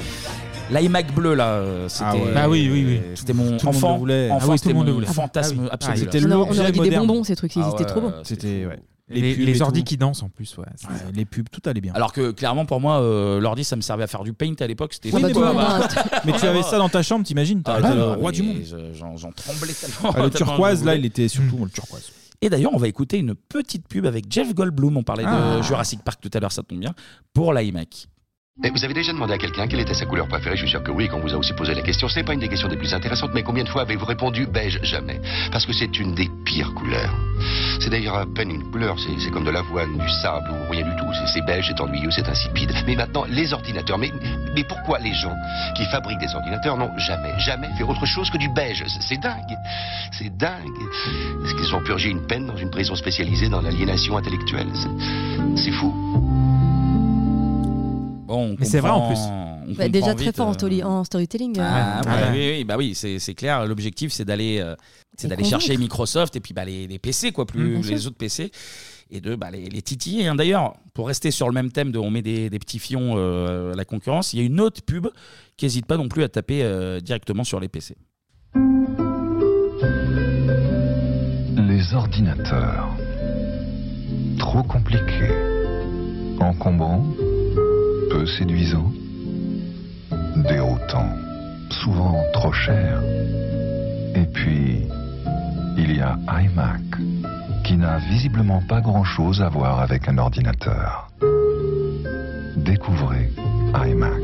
Speaker 1: L'iMac bleu là, euh, c'était
Speaker 7: Ah ouais. Bah oui, oui, oui.
Speaker 1: c'était mon
Speaker 7: Tout le monde
Speaker 1: enfant,
Speaker 7: le voulait.
Speaker 1: enfant,
Speaker 7: Ah oui, tout
Speaker 1: c'était
Speaker 7: le monde
Speaker 1: mon
Speaker 7: le voulait.
Speaker 1: fantasme
Speaker 7: Ah oui.
Speaker 1: absolu.
Speaker 7: Ah, c'était On le aurait- on aurait dit des moderne. bonbons, ces trucs, ils
Speaker 1: Ah
Speaker 7: étaient trop bons.
Speaker 1: C'était ouais.
Speaker 6: Les,
Speaker 1: pubs
Speaker 6: les
Speaker 1: et
Speaker 6: ordi
Speaker 1: tout.
Speaker 6: qui dansent en plus, ouais. c'est-
Speaker 7: Ouais, Les pubs, tout allait bien.
Speaker 1: Alors que clairement pour moi euh, l'ordi ça me servait à faire du paint à l'époque, c'était
Speaker 7: Oui, mais,
Speaker 1: pas toi, *laughs*
Speaker 7: bon,
Speaker 1: bah.
Speaker 7: mais tu avais ça dans ta chambre, t'imagines
Speaker 1: Ah,
Speaker 7: T'as été
Speaker 1: là,
Speaker 7: le
Speaker 1: là,
Speaker 7: roi
Speaker 1: mais
Speaker 7: du monde.
Speaker 1: je- J'en j'en tremblais tellement.
Speaker 7: Ah, le
Speaker 1: *laughs* tellement je
Speaker 7: turquoise, là,
Speaker 1: voulais.
Speaker 7: il était surtout le turquoise.
Speaker 1: Et d'ailleurs, on va écouter une petite pub avec Jeff Goldblum. On parlait
Speaker 2: Ah.
Speaker 1: de Jurassic Park tout à l'heure, ça tombe bien. Pour l'iMac.
Speaker 2: Et vous avez déjà demandé à quelqu'un quelle était sa couleur préférée Je suis sûr que oui, qu'on vous a aussi posé la question. C'est pas une des questions des plus intéressantes, mais combien de fois avez-vous répondu beige Jamais. Parce que c'est une des pires couleurs. C'est d'ailleurs à peine une couleur, c'est c'est comme de l'avoine, du sable ou rien du tout. C'est- C'est beige, c'est ennuyeux, c'est insipide. Mais maintenant, les ordinateurs, mais, mais pourquoi les gens qui fabriquent des ordinateurs n'ont jamais, jamais fait autre chose que du beige C'est- C'est dingue C'est dingue Est-ce qu'ils ont purgé une peine dans une prison spécialisée dans l'aliénation intellectuelle C'est- C'est fou
Speaker 1: Bon, on
Speaker 2: Mais c'est vrai, en
Speaker 1: comprend-
Speaker 2: plus.
Speaker 1: on
Speaker 8: Bah,
Speaker 1: comprend
Speaker 8: déjà très
Speaker 1: vite,
Speaker 8: fort en,
Speaker 1: euh,
Speaker 8: story- en storytelling. euh.
Speaker 1: Ah,
Speaker 2: Ah
Speaker 1: ouais,
Speaker 2: ouais.
Speaker 1: Oui, oui, bah oui, c'est c'est clair. L'objectif, c'est d'aller, euh, c'est
Speaker 8: Et
Speaker 1: d'aller
Speaker 8: convaincre.
Speaker 1: chercher Microsoft et puis bah, les, les PC, quoi,
Speaker 8: Mm,
Speaker 1: plus
Speaker 8: bien
Speaker 1: les
Speaker 8: sûr.
Speaker 1: autres PC, et de bah, les, les titiller. hein. D'ailleurs, pour rester sur le même thème de on met des, des petits fions euh, à la concurrence, il y a une autre pub qui n'hésite pas non plus à taper euh, directement sur les PC.
Speaker 5: Les ordinateurs. Trop compliqués. Encombrants. Peu séduisants. Déroutants. Souvent trop chers. Et puis, il y a iMac, qui n'a visiblement pas grand-chose à voir avec un ordinateur. Découvrez iMac.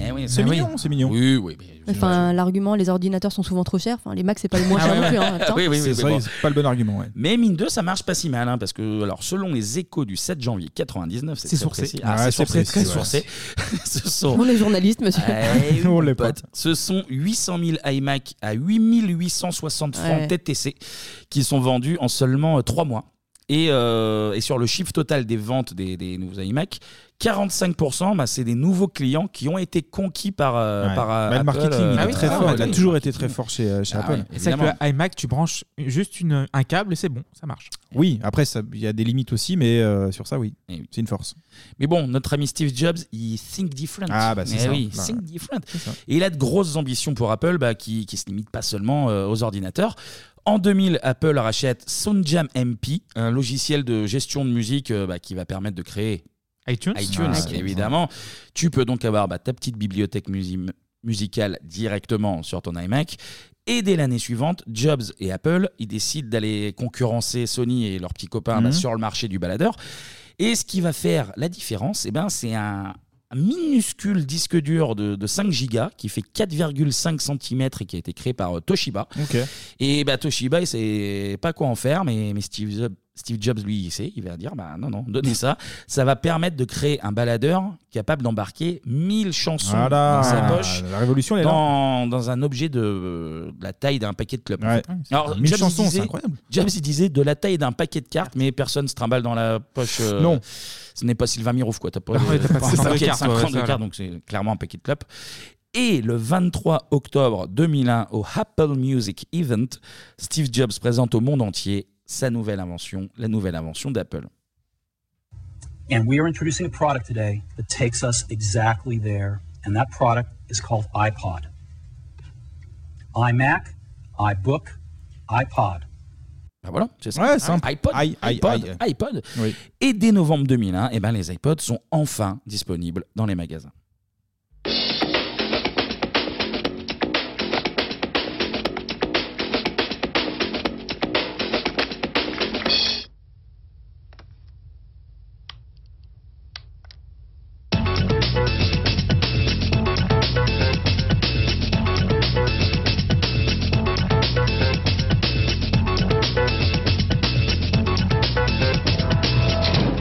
Speaker 1: Eh oui,
Speaker 7: C'est
Speaker 1: bah oui.
Speaker 7: mignon, c'est mignon.
Speaker 1: Oui, oui.
Speaker 8: Enfin, l'argument, les ordinateurs sont souvent trop chers. Enfin, les Macs, c'est pas le moins
Speaker 1: Ah
Speaker 8: cher
Speaker 1: ouais,
Speaker 8: non plus.
Speaker 1: ouais.
Speaker 8: hein, attends.
Speaker 1: Oui, oui, oui,
Speaker 7: C'est
Speaker 1: mais
Speaker 7: vrai,
Speaker 1: bon.
Speaker 7: c'est pas le bon argument. ouais.
Speaker 1: Mais mine 2, ça marche pas si mal, hein, parce que alors, selon les échos du 7 janvier 99,
Speaker 7: C'est
Speaker 1: très
Speaker 7: sourcé.
Speaker 1: précis.
Speaker 7: Ah,
Speaker 1: c'est
Speaker 7: c'est
Speaker 1: sourcé,
Speaker 7: précis,
Speaker 1: très
Speaker 7: ouais.
Speaker 1: sourcé. *laughs* Ce sont...
Speaker 8: On est journaliste, monsieur.
Speaker 7: *laughs*
Speaker 1: Eh oui,
Speaker 7: On l'est
Speaker 1: mon pote. Ce sont 800 000 iMac à 8860 francs
Speaker 8: Ouais.
Speaker 1: TTC qui sont vendus en seulement 3 mois. Et, euh, et sur le chiffre total des ventes des, des nouveaux iMac, 45%, bah, c'est des nouveaux clients qui ont été conquis par, euh,
Speaker 7: Ouais.
Speaker 1: par
Speaker 7: Bah,
Speaker 1: euh,
Speaker 7: le
Speaker 1: Apple,
Speaker 7: marketing,
Speaker 1: euh,
Speaker 7: il est
Speaker 1: ah oui,
Speaker 7: très
Speaker 1: ah,
Speaker 7: fort.
Speaker 1: ouais,
Speaker 7: Il a
Speaker 1: oui.
Speaker 7: toujours été très fort chez, euh, chez
Speaker 1: Ah
Speaker 7: Apple.
Speaker 1: ouais,
Speaker 6: Et c'est vrai que le iMac, tu branches juste une- un câble et c'est bon, ça marche.
Speaker 7: Oui, après, ça- il y a des limites aussi, mais euh, sur ça, oui.
Speaker 1: Eh oui.
Speaker 7: C'est une force.
Speaker 1: Mais bon, notre ami Steve Jobs, il think different.
Speaker 7: Ah, bah, c'est
Speaker 1: Eh
Speaker 7: ça.
Speaker 1: oui,
Speaker 7: Bah,
Speaker 1: think different.
Speaker 7: c'est ça.
Speaker 1: Et il a de grosses ambitions pour Apple bah, qui ne se limitent pas seulement euh, aux ordinateurs. En 2000, Apple rachète SoundJam MP, un logiciel de gestion de musique euh, bah, qui va permettre de créer
Speaker 6: iTunes,
Speaker 1: iTunes
Speaker 6: Ah, iTunes,
Speaker 1: évidemment. Tu peux donc avoir bah, ta petite bibliothèque musi- musicale directement sur ton iMac. Et dès l'année suivante, Jobs et Apple, ils décident d'aller concurrencer Sony et leurs petits copains bah,
Speaker 7: Mhm.
Speaker 1: sur le marché du baladeur. Et ce qui va faire la différence, eh ben, c'est un un minuscule disque dur de, de 5 gigas qui fait 4,5 cm et qui a été créé par euh, Toshiba.
Speaker 7: Ok.
Speaker 1: Et bah, Toshiba, il sait pas quoi en faire, mais, mais Steve, Jobs, Steve Jobs, lui, il sait. Il va dire bah, non, non, donnez ça. Ça va permettre de créer un baladeur capable d'embarquer 1000 chansons
Speaker 7: Voilà.
Speaker 1: dans sa poche.
Speaker 7: La révolution, elle est là.
Speaker 1: dans, dans un objet de, euh, de la taille d'un paquet de clubs. en
Speaker 7: Ouais.
Speaker 1: fait.
Speaker 7: Ouais, c'est
Speaker 1: Alors,
Speaker 7: 1000
Speaker 1: Jobs, il
Speaker 7: chansons, c'est
Speaker 1: disait-
Speaker 7: incroyable.
Speaker 1: Jobs, il disait de la taille d'un paquet de cartes, mais personne se trimballe dans la poche. euh,
Speaker 7: Non.
Speaker 1: Ce n'est pas Sylvain Mirouf, quoi. T'as pas,
Speaker 6: Ouais, t'as pas *laughs*
Speaker 1: un
Speaker 6: cinquante
Speaker 1: paquet de
Speaker 6: cartes, ouais,
Speaker 1: 50
Speaker 6: ça,
Speaker 1: de
Speaker 6: là.
Speaker 1: cartes, donc c'est clairement un paquet de clopes. Et le 23 octobre 2001, au Apple Music Event, Steve Jobs présente au monde entier sa nouvelle invention, la nouvelle invention d'Apple.
Speaker 11: And we are introducing a product today that takes us exactly there. And that product is called iPod. iMac, iBook, iPod.
Speaker 1: Ben voilà, c'est ça.
Speaker 7: Ouais, simple.
Speaker 1: iPod,
Speaker 7: Aïe, aïe,
Speaker 1: iPod,
Speaker 7: aïe.
Speaker 1: iPod.
Speaker 7: Oui.
Speaker 1: Et dès novembre 2001, eh ben, les iPods sont enfin disponibles dans les magasins.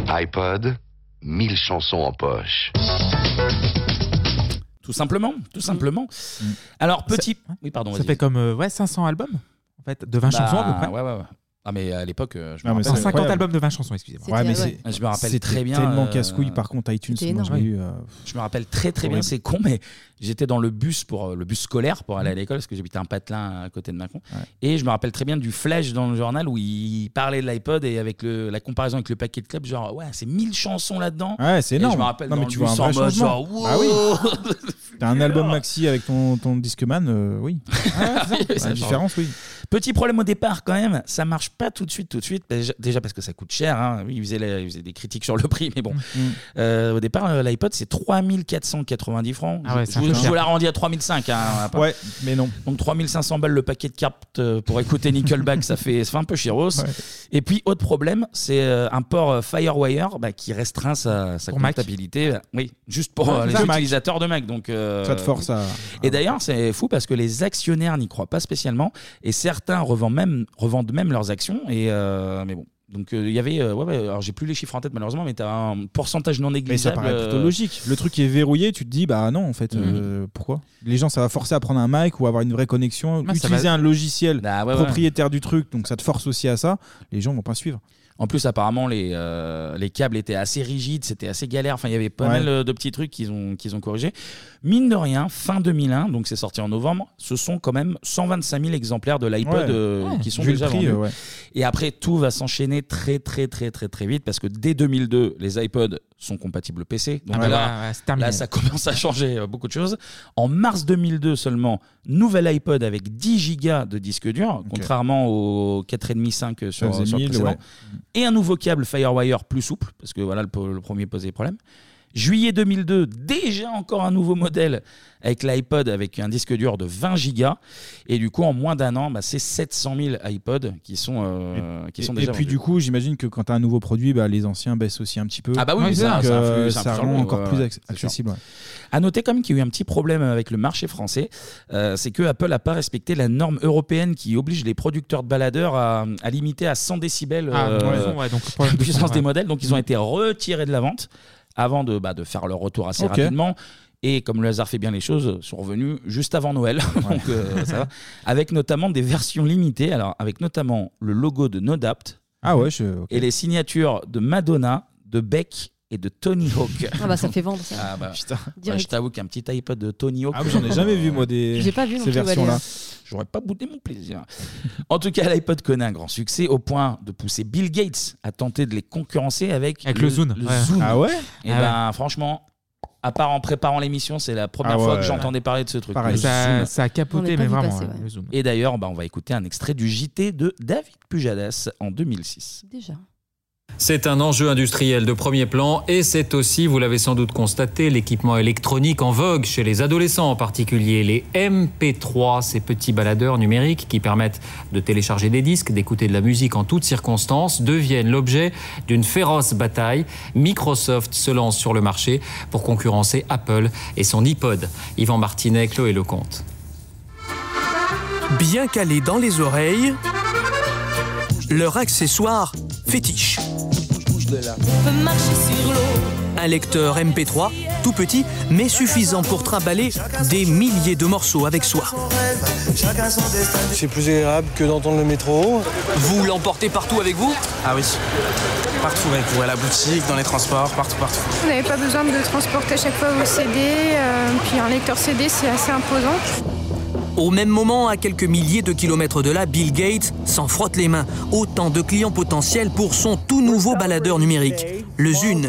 Speaker 2: iPod, 1000 chansons en poche.
Speaker 1: Tout simplement, tout simplement. Alors, petit. Oui, pardon,
Speaker 6: Mmh. Ça
Speaker 1: vas-y.
Speaker 6: fait comme euh, ouais, 500 albums, en fait, de 20
Speaker 1: Bah,
Speaker 6: chansons à peu près.
Speaker 1: Ouais, ouais, ouais. Ah, mais à l'époque, euh, je me
Speaker 7: Ah, mais
Speaker 1: rappelle.
Speaker 7: c'est incroyable.
Speaker 6: 50 albums de 20 chansons, excusez-moi.
Speaker 7: Ouais, mais
Speaker 1: C'était-
Speaker 7: c'est-
Speaker 1: Je me rappelle
Speaker 7: c'était
Speaker 1: très bien.
Speaker 7: tellement
Speaker 1: euh,
Speaker 7: casse-couille, par contre, iTunes.
Speaker 1: C'était
Speaker 7: moi, je
Speaker 1: énorme.
Speaker 7: l'ai eu, euh,
Speaker 1: Je me rappelle très très bien,
Speaker 7: horrible.
Speaker 1: c'est con, mais j'étais dans le bus pour euh, le bus scolaire pour aller à l'école parce que j'habitais un patelin à côté de Macron. Et je me rappelle très bien du flash dans le journal où il parlait de l'iPod et avec le, la comparaison avec le paquet de club, genre ouais, c'est 1000 chansons là-dedans.
Speaker 7: Ouais, c'est
Speaker 1: Et
Speaker 7: énorme.
Speaker 1: Je me rappelle
Speaker 7: Non,
Speaker 1: dans
Speaker 7: mais
Speaker 1: le
Speaker 7: tu vois
Speaker 1: bus
Speaker 7: un
Speaker 1: en
Speaker 7: vrai
Speaker 1: mode
Speaker 7: changement.
Speaker 1: genre,
Speaker 7: Bah oui.
Speaker 1: wow.
Speaker 7: T'as un album maxi avec ton, ton Discman, euh, oui.
Speaker 1: Ça
Speaker 7: la
Speaker 1: *laughs* change.
Speaker 7: différence, oui.
Speaker 1: Petit problème au départ quand même, ça marche pas tout de suite, tout de suite. Déjà, déjà parce que ça coûte cher. hein. Oui, ils faisaient, la- ils faisaient des critiques sur le prix, mais
Speaker 7: Mm.
Speaker 1: bon. Euh, au départ, euh, l'iPod c'est 3490 francs.
Speaker 6: Ah ouais,
Speaker 1: je
Speaker 6: c'est un
Speaker 1: je-
Speaker 6: peu
Speaker 1: je
Speaker 6: cher.
Speaker 1: vous la rendis à 3005. hein, on va pas-
Speaker 7: Ouais, mais non.
Speaker 1: Donc 3500 balles le paquet de cartes euh, pour écouter Nickelback, ça fait, ça fait un peu chiros. Et puis autre problème, c'est euh, un port euh, FireWire bah, qui restreint sa, sa
Speaker 7: Pour Mac.
Speaker 1: comptabilité. Oui, juste pour
Speaker 7: Ouais,
Speaker 1: euh,
Speaker 7: c'est
Speaker 1: les
Speaker 7: ça.
Speaker 1: utilisateurs de Mac. Donc euh,
Speaker 7: Ça te force à-
Speaker 1: Et d'ailleurs, c'est fou parce que les actionnaires n'y croient pas spécialement et certains revendent même, revendent même leurs actions. Et euh, mais bon. Donc euh, il y avait, euh, ouais, ouais, alors j'ai plus les chiffres en tête malheureusement, mais t'as un pourcentage non négligeable.
Speaker 7: Mais ça paraît plutôt
Speaker 1: euh, Mm.
Speaker 7: logique. Le truc qui est verrouillé, tu te dis, bah non, en fait, euh, pourquoi Les gens, ça va forcer à prendre un mic ou avoir une vraie connexion,
Speaker 1: Ah, ça
Speaker 7: utiliser
Speaker 1: va-
Speaker 7: un logiciel
Speaker 1: Ah, ouais, ouais.
Speaker 7: propriétaire du truc, donc ça te force aussi à ça. Les gens vont pas suivre.
Speaker 1: En plus, apparemment, les, euh, les câbles étaient assez rigides, c'était assez galère. Enfin, il y avait pas
Speaker 7: Ouais.
Speaker 1: mal euh, de petits trucs qu'ils ont, qu'ils ont corrigés. Mine de rien, fin 2001, donc c'est sorti en novembre, ce sont quand même 125 000 exemplaires de l'iPod
Speaker 7: Ouais.
Speaker 1: euh,
Speaker 7: Ouais.
Speaker 1: qui sont
Speaker 7: Vu le
Speaker 1: déjà
Speaker 7: prix,
Speaker 1: vendus.
Speaker 7: euh, ouais.
Speaker 1: Et après, tout va s'enchaîner très, très, très, très, très vite parce que dès 2002, les iPods sont compatibles PC. Donc
Speaker 6: Ah bah
Speaker 1: là,
Speaker 6: ouais, ouais, c'est terminé.
Speaker 1: là, ça *laughs* commence à changer euh, beaucoup de choses. En mars 2002 seulement, nouvel iPod avec 10 gigas de disque dur, contrairement aux 4,5 5 sur,
Speaker 7: Ça faisait
Speaker 1: sur le
Speaker 7: 1000,
Speaker 1: précédent.
Speaker 7: ouais.
Speaker 1: Et un nouveau câble FireWire plus souple, parce que voilà, le, po- le premier posait problème. Juillet 2002, déjà encore un nouveau modèle avec l'iPod avec un disque dur de 20 gigas. Et du coup, en moins d'un an, bah, c'est 700 000 iPods qui sont, euh, qui
Speaker 7: Et-
Speaker 1: sont
Speaker 7: et,
Speaker 1: déjà
Speaker 7: puis
Speaker 1: vendus.
Speaker 7: du coup, j'imagine que quand tu as un nouveau produit, bah, les anciens baissent aussi un petit peu.
Speaker 1: Ah bah oui,
Speaker 7: Donc,
Speaker 1: mais ça, ça influe-
Speaker 7: euh,
Speaker 1: ça
Speaker 7: ça
Speaker 1: influe sur
Speaker 7: rend
Speaker 1: le-
Speaker 7: encore
Speaker 1: ouais,
Speaker 7: plus
Speaker 1: ouais,
Speaker 7: acc-
Speaker 1: c'est sûr.
Speaker 7: accessible. ouais.
Speaker 1: À noter quand même qu'il y a eu un petit problème avec le marché français, euh, c'est que Apple n'a pas respecté la norme européenne qui oblige les producteurs de baladeurs à, à limiter à 100 décibels
Speaker 6: Ah,
Speaker 1: euh,
Speaker 6: ouais, ouais, donc,
Speaker 1: la
Speaker 6: problème de
Speaker 1: puissance
Speaker 6: son,
Speaker 1: des
Speaker 6: ouais. Mm.
Speaker 1: modèles. Donc ils ont été retirés de la vente avant de, bah, de faire leur retour assez
Speaker 6: Ok.
Speaker 1: rapidement. Et comme le hasard fait bien les choses, sont revenus juste avant Noël, *laughs* donc euh, ça va. Avec notamment des versions limitées, alors avec notamment le logo de NoDapt
Speaker 7: Ah ouais, je- ok.
Speaker 1: et les signatures de Madonna, de Beck et de Tony Hawk.
Speaker 8: Ah bah, ça fait vendre, ça.
Speaker 1: Ah bah,
Speaker 8: *laughs*
Speaker 7: Putain.
Speaker 8: Direct.
Speaker 1: je t'avoue qu'un petit iPod de Tony Hawk. euh,
Speaker 7: Ah oui, j'en ai jamais vu, moi, des-
Speaker 8: J'ai pas vu non
Speaker 7: ces
Speaker 8: plus,
Speaker 7: versions-là.
Speaker 8: Valérie.
Speaker 1: J'aurais pas boudé mon plaisir. En tout cas, l'iPod connaît un grand succès au point de pousser Bill Gates à tenter de les concurrencer avec,
Speaker 6: Avec le Zune, ouais.
Speaker 1: Zune.
Speaker 6: Ah ouais
Speaker 1: Et
Speaker 6: Ah
Speaker 1: ben franchement, à part en préparant l'émission, c'est la première
Speaker 6: Ah
Speaker 1: fois
Speaker 6: ouais.
Speaker 1: que j'entendais parler de ce truc.
Speaker 6: Pareil.
Speaker 1: Le
Speaker 6: Ça-
Speaker 1: Zune.
Speaker 6: ça a capoté, On n'est pas mais vu vraiment, passer, ouais. le Zune.
Speaker 1: Et d'ailleurs, bah, on va écouter un extrait du JT de David Pujadas en 2006.
Speaker 8: Déjà.
Speaker 3: C'est un enjeu industriel de premier plan et c'est aussi, vous l'avez sans doute constaté, l'équipement électronique en vogue chez les adolescents en particulier, les MP3, ces petits baladeurs numériques qui permettent de télécharger des disques, d'écouter de la musique en toutes circonstances, deviennent l'objet d'une féroce bataille. Microsoft se lance sur le marché pour concurrencer Apple et son iPod. Yvan Martinet, Chloé Lecomte.
Speaker 9: bien calés dans les oreilles, leur accessoire fétiche. Un lecteur MP3, tout petit, mais suffisant pour trimballer des milliers de morceaux avec soi.
Speaker 24: C'est plus agréable que d'entendre le métro.
Speaker 9: Vous l'emportez partout avec vous
Speaker 24: Ah oui. Partout avec vous, à la boutique, dans les transports, partout, partout.
Speaker 17: Vous n'avez pas besoin de transporter à chaque fois vos CD, euh, puis un lecteur CD c'est assez imposant.
Speaker 9: Au même moment, à quelques milliers de kilomètres de là, Bill Gates s'en frotte les mains. Autant de clients potentiels pour son tout nouveau baladeur numérique, le Zune.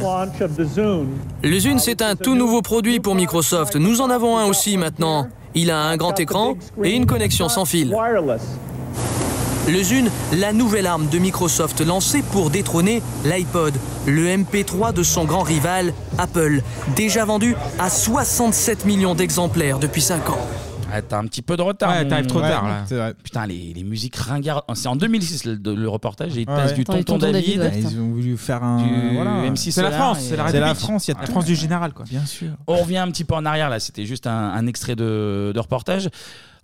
Speaker 9: Le Zune, c'est un tout nouveau produit pour Microsoft. Nous en avons un aussi maintenant. Il a un grand écran et une connexion sans fil. Le Zune, la nouvelle arme de Microsoft lancée pour détrôner l'iPod, le MP3 de son grand rival Apple, déjà vendu à 67 millions d'exemplaires depuis 5 ans.
Speaker 1: Ah, t'as un petit peu de retard.
Speaker 9: Ouais,
Speaker 1: mon-
Speaker 9: t'arrives trop tard, là.
Speaker 1: Putain, les, les musiques ringardes. C'est en 2006 le, de- le reportage et il
Speaker 7: Ouais,
Speaker 1: passe
Speaker 7: ouais.
Speaker 1: du
Speaker 7: Attends, les
Speaker 1: tonton
Speaker 7: tontons
Speaker 1: David.
Speaker 7: David, ouais. Ils ont voulu faire un-
Speaker 1: du
Speaker 7: voilà.
Speaker 1: M6
Speaker 7: C'est la
Speaker 1: Solar
Speaker 7: France,
Speaker 1: E et-
Speaker 7: c'est la C'est la République. France, il y
Speaker 1: Ah,
Speaker 7: a- la France du général, quoi. Bien sûr.
Speaker 1: On revient un petit peu en arrière là, c'était juste un, un extrait de, de reportage.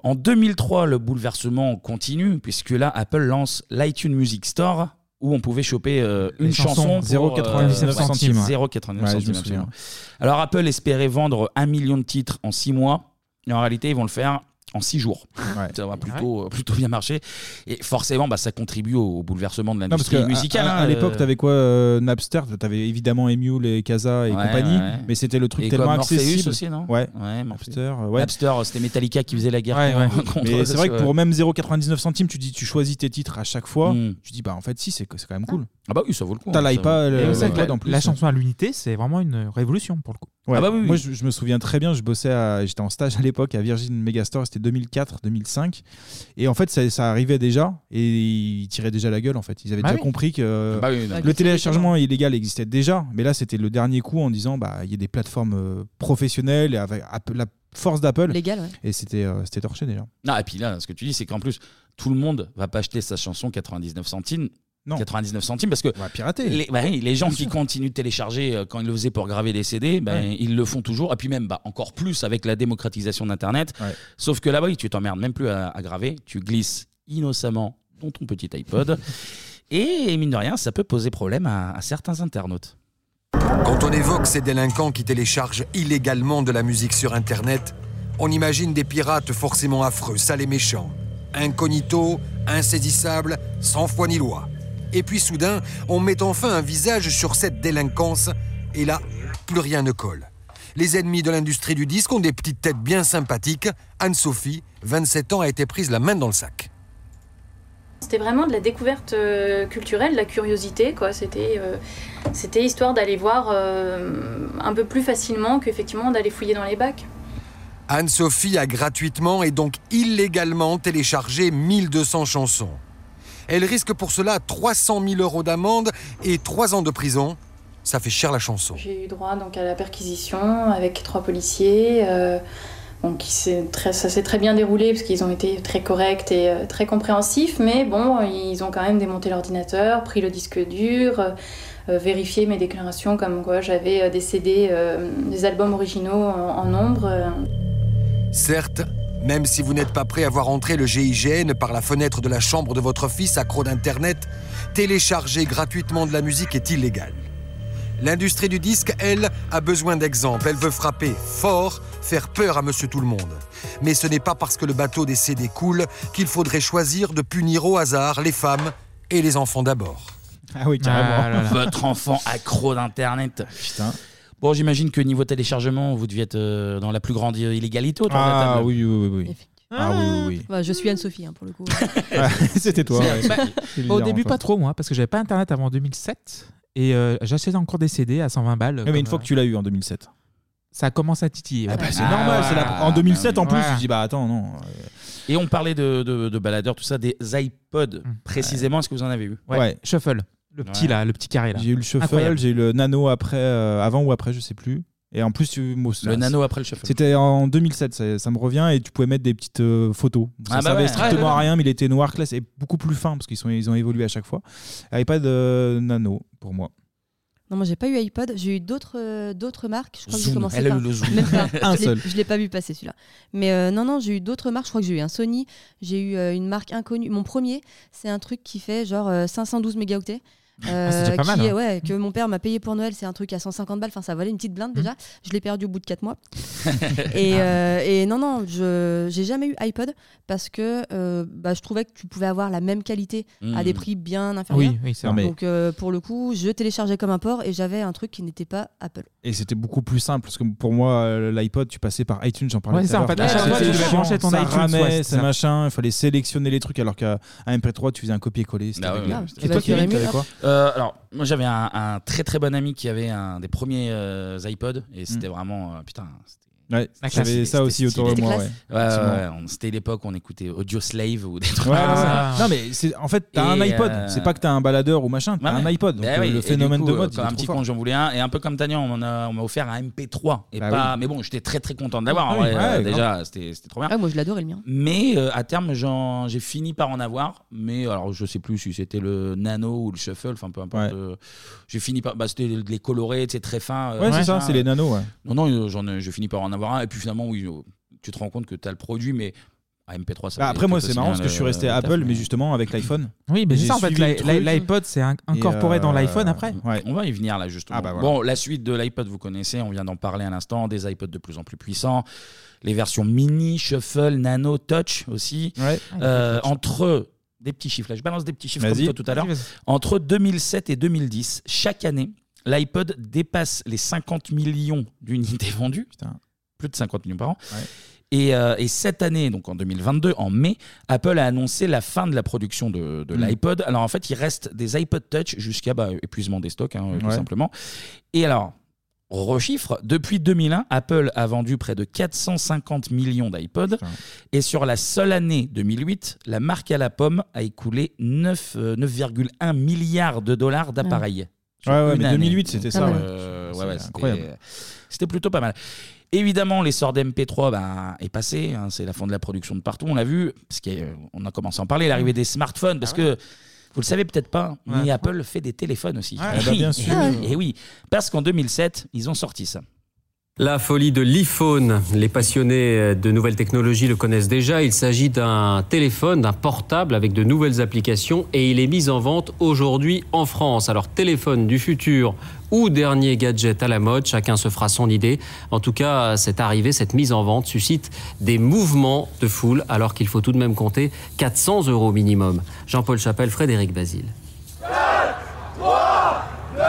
Speaker 1: En 2003, le bouleversement continue puisque là, Apple lance l'iTunes Music Store où on pouvait choper euh,
Speaker 7: Les
Speaker 1: une
Speaker 7: chansons,
Speaker 1: chanson pour,
Speaker 7: 0,99
Speaker 1: ouais,
Speaker 7: centimes, ouais.
Speaker 1: 0,99
Speaker 7: Ouais, je me
Speaker 1: centimes,
Speaker 7: souviens.
Speaker 1: absolument. Alors Apple espérait vendre un million de titres en six mois, et en réalité ils vont le faire en six jours. *laughs* Ça va plutôt, euh, plutôt bien marcher. Et forcément, bah, ça contribue au, au bouleversement de
Speaker 7: Non, parce que
Speaker 1: l'industrie
Speaker 7: à-
Speaker 1: musicale.
Speaker 7: à, à
Speaker 1: hein,
Speaker 7: l'époque,
Speaker 1: euh,
Speaker 7: t'avais quoi euh, Napster, t'avais évidemment Emule et Casa et
Speaker 1: Ouais,
Speaker 7: compagnie,
Speaker 1: ouais.
Speaker 7: mais c'était le truc
Speaker 1: Et
Speaker 7: tellement
Speaker 1: quoi, Morpheus
Speaker 7: accessible.
Speaker 1: aussi, non
Speaker 7: ouais.
Speaker 1: ouais,
Speaker 7: Napster, euh, ouais.
Speaker 1: Napster, euh, c'était Metallica qui faisait la guerre
Speaker 7: Ouais, ouais.
Speaker 1: *laughs* contre- contre
Speaker 7: Mais
Speaker 1: eux,
Speaker 7: c'est vrai que
Speaker 1: ouais.
Speaker 7: pour même 0,99 centimes, tu dis, tu choisis tes titres à chaque fois.
Speaker 1: Mm.
Speaker 7: Tu dis, bah en fait, si, c'est c'est quand même cool.
Speaker 1: Ah bah oui, ça vaut le coup.
Speaker 7: T'as
Speaker 1: hein, ça
Speaker 7: l'iPad,
Speaker 1: vaut-
Speaker 7: euh,
Speaker 1: Et
Speaker 7: le
Speaker 1: ouais, ouais.
Speaker 7: iPod en plus.
Speaker 6: La chanson à l'unité, c'est vraiment une révolution pour le coup.
Speaker 1: Ah
Speaker 7: Ouais.
Speaker 1: bah
Speaker 7: Moi, je, je me souviens très bien, je bossais, à- j'étais en stage à l'époque à Virgin Megastore, c'était 2004-2005. Et en fait, ça, ça arrivait déjà, et ils tiraient déjà la gueule, en fait. Ils avaient
Speaker 1: Bah
Speaker 7: déjà
Speaker 1: oui.
Speaker 7: compris que
Speaker 1: Bah oui, non.
Speaker 7: le téléchargement illégal existait déjà, mais là, c'était le dernier coup en disant, bah, il y a des plateformes euh, professionnelles, et avec Apple- la force d'Apple.
Speaker 1: Légal, ouais.
Speaker 7: Et c'était euh, c'était torché déjà.
Speaker 1: Ah, et puis là, ce que tu dis, c'est qu'en plus, tout le monde va pas acheter sa chanson 99 centimes. 99 centimes parce que
Speaker 7: pirater.
Speaker 1: les, bah oui, les gens
Speaker 7: Bien
Speaker 1: qui
Speaker 7: sûr.
Speaker 1: continuent de télécharger euh, quand ils le faisaient pour graver des CD bah,
Speaker 7: Ouais.
Speaker 1: ils le font toujours et puis même bah, encore plus avec la démocratisation d'internet sauf que là-bas oui, tu t'emmerdes même plus à, à graver tu glisses innocemment dans ton petit
Speaker 7: *laughs*
Speaker 1: iPod et mine de rien ça peut poser problème à- à certains internautes
Speaker 29: Quand on évoque ces délinquants qui téléchargent illégalement de la musique sur Internet, on imagine des pirates forcément affreux, sales et méchants, incognito, insaisissables, sans foi ni loi. Et puis soudain, on met enfin un visage sur cette délinquance, et là, plus rien ne colle. Les ennemis de l'industrie du disque ont des petites têtes bien sympathiques. Anne-Sophie, 27 ans, a été prise la main dans le sac.
Speaker 25: C'était vraiment de la découverte euh, culturelle, de la curiosité, quoi. C'était, euh, c'était histoire d'aller voir euh, un peu plus facilement qu'effectivement d'aller fouiller dans les bacs.
Speaker 29: Anne-Sophie a gratuitement et donc illégalement téléchargé 1200 chansons. Elle risque pour cela 300 000 euros d'amende et 3 ans de prison. Ça fait cher la chanson.
Speaker 25: J'ai eu droit donc à la perquisition avec trois policiers. euh, bon, qui s'est très- ça s'est très bien déroulé parce qu'ils ont été très corrects et euh, très compréhensifs, mais bon, ils ont quand même démonté l'ordinateur, pris le disque dur, euh, euh, vérifié mes déclarations comme quoi j'avais euh, des CD, euh, des albums originaux en, en nombre. euh.
Speaker 29: Certes, même si vous n'êtes pas prêt à voir entrer le GIGN par la fenêtre de la chambre de votre fils accro d'Internet, télécharger gratuitement de la musique est illégal. L'industrie du disque, elle, a besoin d'exemples. Elle veut frapper fort, faire peur à monsieur tout le monde. Mais ce n'est pas parce que le bateau des CD coule qu'il faudrait choisir de punir au hasard les femmes et les enfants d'abord.
Speaker 7: Ah oui, carrément.
Speaker 1: Votre enfant accro d'Internet.
Speaker 7: Putain.
Speaker 1: Bon, j'imagine que niveau téléchargement, vous deviez être euh, dans la plus grande euh, illégalité autour de la
Speaker 7: Ah
Speaker 1: table.
Speaker 7: oui, oui, oui. oui. Ah oui, oui, oui.
Speaker 8: Bah, je suis Anne-Sophie hein,
Speaker 6: *laughs*
Speaker 7: *laughs*
Speaker 8: pour le coup.
Speaker 7: C'était toi. ouais.
Speaker 6: Bah,
Speaker 7: C'est
Speaker 6: au
Speaker 7: bizarre,
Speaker 6: début,
Speaker 7: enfin.
Speaker 6: pas trop, moi, parce que j'avais pas internet avant 2007 et euh, j'achetais encore des CD à 120 balles. euh,
Speaker 7: Ouais, mais une fois que tu l'as eu en 2007.
Speaker 6: Ça commence à titiller.
Speaker 7: Ah
Speaker 6: ouais.
Speaker 7: bah, c'est normal, c'est la- en 2007 en plus, je dis bah attends non.
Speaker 1: ah bah
Speaker 7: euh.
Speaker 1: Et on parlait de, de, de baladeurs, tout ça, des iPods précisément. Est-ce que vous en avez eu
Speaker 7: Hum. Ouais.
Speaker 6: Shuffle, le petit là, le petit carré là.
Speaker 7: J'ai eu le shuffle,
Speaker 6: Incroyable.
Speaker 7: j'ai eu le nano après, euh, avant ou après, je sais plus. Et en plus, tu- moi, ça-
Speaker 1: nano après le shuffle.
Speaker 7: C'était en 2007, ça, ça me revient, et tu pouvais mettre des petites euh, photos. Ça
Speaker 1: Ah bah
Speaker 7: servait
Speaker 1: ouais.
Speaker 7: strictement
Speaker 1: Ouais, ouais,
Speaker 7: à
Speaker 1: ouais.
Speaker 7: rien, mais il était noir classe et beaucoup plus fin parce qu'ils sont, ils ont évolué à chaque fois. iPad euh, nano pour moi.
Speaker 8: Non, moi j'ai pas eu iPod, j'ai eu d'autres euh, d'autres marques. Je crois que j'ai
Speaker 7: Zoom,
Speaker 8: commencé
Speaker 7: elle a
Speaker 8: par-
Speaker 7: eu le Zoom.
Speaker 8: Même pas.
Speaker 7: *laughs* Un
Speaker 8: Je l'ai-
Speaker 7: seul.
Speaker 8: Je l'ai pas vu passer celui-là. Mais euh, non, non, j'ai eu d'autres marques. Je crois que j'ai eu un Sony, j'ai eu euh, une marque inconnue. Mon premier, c'est un truc qui fait genre euh, 512 mégaoctets.
Speaker 7: Ah,
Speaker 8: Euh,
Speaker 6: c'est déjà pas
Speaker 8: qui
Speaker 6: mal,
Speaker 8: est-
Speaker 6: hein.
Speaker 8: ouais, que mon père m'a payé pour Noël, c'est un truc à 150 balles, enfin ça valait une petite
Speaker 7: Mmh.
Speaker 8: blinde déjà. Je l'ai perdu au bout de 4
Speaker 7: *laughs*
Speaker 8: mois. et,
Speaker 7: Ah.
Speaker 8: euh, et non, non, je j'ai jamais eu iPod parce que euh, bah, je trouvais que tu pouvais avoir la même qualité à des
Speaker 6: Mm.
Speaker 8: prix bien inférieurs.
Speaker 6: Oui, oui, c'est vrai.
Speaker 8: Donc euh, pour le coup, je téléchargeais comme un port et j'avais un truc qui n'était pas Apple.
Speaker 7: Et c'était beaucoup plus simple parce que pour moi, euh, l'iPod, tu passais par iTunes, j'en parlais.
Speaker 6: Ouais,
Speaker 7: tout
Speaker 6: ça,
Speaker 7: à
Speaker 6: en fait,
Speaker 7: l'heure.
Speaker 6: à chaque fois, tu devais
Speaker 7: chiant,
Speaker 6: brancher ton
Speaker 7: ça
Speaker 6: iTunes,
Speaker 7: ramait,
Speaker 6: ouais, c'est
Speaker 7: ça
Speaker 6: ça.
Speaker 7: machin, il fallait sélectionner les trucs alors qu'à à MP3, tu faisais un copier-coller. c'était
Speaker 1: Ah ouais,
Speaker 7: dégueulasse.
Speaker 1: ouais.
Speaker 7: Et toi,
Speaker 6: bah,
Speaker 7: Kevin, t'avais quoi
Speaker 1: Euh, Alors, moi j'avais un, un très très bon ami qui avait un des premiers euh, iPods et c'était vraiment euh, putain. c'était-
Speaker 7: Hmm. Ouais, j'avais ça aussi autour de moi. ouais.
Speaker 1: Ouais, ouais, ouais,
Speaker 7: Effectivement.
Speaker 1: on- C'était l'époque où on écoutait Audio
Speaker 7: *laughs*
Speaker 1: Slave ou des trucs
Speaker 7: Ouais,
Speaker 1: comme
Speaker 7: ouais,
Speaker 1: ça.
Speaker 7: ouais. Non, mais c'est- en fait, t'as
Speaker 1: Ah.
Speaker 7: un
Speaker 1: Et,
Speaker 7: iPod.
Speaker 1: euh,
Speaker 7: C'est pas que t'as un baladeur ou machin, t'as
Speaker 1: Ouais,
Speaker 7: un
Speaker 1: ouais.
Speaker 7: iPod. Donc,
Speaker 1: Bah
Speaker 7: euh,
Speaker 1: oui, et
Speaker 7: le
Speaker 1: du
Speaker 7: phénomène
Speaker 1: coup,
Speaker 7: de
Speaker 1: euh,
Speaker 7: mode. il
Speaker 1: Comme
Speaker 7: est
Speaker 1: un
Speaker 7: trop
Speaker 1: petit
Speaker 7: fort.
Speaker 1: con, j'en voulais un. Et un peu comme Tagnan, on m'en a- on m'a offert un MP3. Et
Speaker 7: Bah
Speaker 1: pas,
Speaker 7: oui.
Speaker 1: Mais bon, j'étais très très content de l'avoir. en
Speaker 7: Ah oui,
Speaker 1: vrai, euh,
Speaker 7: ouais,
Speaker 1: déjà,
Speaker 7: grave.
Speaker 1: c'était c'était trop bien.
Speaker 8: Ah, moi, je l'adorais le mien.
Speaker 1: Mais euh, à terme, j'en- j'ai fini par en avoir. Mais alors, je sais plus si c'était le Nano ou le Shuffle, enfin peu importe.
Speaker 7: Ouais.
Speaker 1: euh, j'ai fini par. Bah, c'était les colorés, tu sais, très fins. euh,
Speaker 7: Ouais, c'est
Speaker 1: machin,
Speaker 7: ça, c'est les
Speaker 1: euh,
Speaker 7: nanos. ouais.
Speaker 1: non, non, euh, j'en ai, j'ai fini par en avoir un. Et puis finalement, oui, euh, tu te rends compte que tu as le produit, mais ah, à MP3, ça
Speaker 7: Bah,
Speaker 1: fait
Speaker 7: après, moi,
Speaker 1: tout
Speaker 7: c'est
Speaker 1: aussi
Speaker 7: marrant parce
Speaker 1: bien
Speaker 7: que
Speaker 1: le-
Speaker 7: je suis resté
Speaker 1: le
Speaker 7: à
Speaker 1: euh, taf,
Speaker 7: Apple,
Speaker 1: mais-
Speaker 7: mais justement avec
Speaker 1: *laughs*
Speaker 7: l'iPhone.
Speaker 6: Oui, mais c'est
Speaker 7: J'ai
Speaker 6: ça, en fait,
Speaker 7: suivi
Speaker 6: l'i-
Speaker 7: le truc.
Speaker 6: l'i- l'iPod, c'est in-
Speaker 7: Et,
Speaker 6: incorporé dans
Speaker 7: euh,
Speaker 6: l'iPhone après.
Speaker 1: On va y venir là justement.
Speaker 6: Ah, bah, voilà.
Speaker 1: Bon, la suite de l'iPod, vous connaissez, on vient d'en parler à l'instant, des iPods de plus en plus puissants, les versions mini, shuffle, nano, touch aussi. Euh,
Speaker 6: Ah,
Speaker 1: entre des petits chiffres, là, je balance des petits chiffres comme
Speaker 7: Vas-y.
Speaker 1: toi tout à l'heure.
Speaker 7: Vas-y, vas-y.
Speaker 1: Entre 2007 et 2010, chaque année, l'iPod dépasse les 50 millions d'unités vendues. Plus de 50 millions par an. Et, euh, et cette année, donc en 2022, en mai, Apple a annoncé la fin de la production de, de
Speaker 7: Mm.
Speaker 1: l'iPod. Alors en fait, il reste des iPod Touch jusqu'à bah, épuisement des stocks, hein, tout
Speaker 7: Ouais.
Speaker 1: simplement. Et alors, rechiffre, depuis 2001, Apple a vendu près de 450 millions d'iPod. Et sur la seule année 2008, la marque à la pomme a écoulé 9, euh, 9,1 milliards de dollars d'appareils. Sur
Speaker 7: Ouais, ouais,
Speaker 1: une
Speaker 7: mais
Speaker 1: année.
Speaker 7: 2008, c'était ça, ouais.
Speaker 1: Euh, ouais, ouais,
Speaker 7: C'est
Speaker 1: incroyable.
Speaker 7: incroyable.
Speaker 1: C'était plutôt pas mal. Évidemment, l'essor d'MP3 ben, est passé. hein, c'est la fin de la production de partout. On l'a vu. Parce qu'on a commencé à en parler, l'arrivée des smartphones. Parce que vous le savez peut-être pas, mais
Speaker 7: Ah Ouais.
Speaker 1: Apple fait des téléphones aussi.
Speaker 7: Ah, bah, bien sûr.
Speaker 1: Et oui, parce qu'en 2007, ils ont sorti ça.
Speaker 3: La folie de l'iPhone. Les passionnés de nouvelles technologies le connaissent déjà. Il s'agit d'un téléphone, d'un portable avec de nouvelles applications et il est mis en vente aujourd'hui en France. Alors téléphone du futur ou dernier gadget à la mode, chacun se fera son idée. En tout cas, cette arrivée, cette mise en vente suscite des mouvements de foule alors qu'il faut tout de même compter 400 euros minimum. Jean-Paul Chapelle, Frédéric Basile.
Speaker 24: Trois, deux,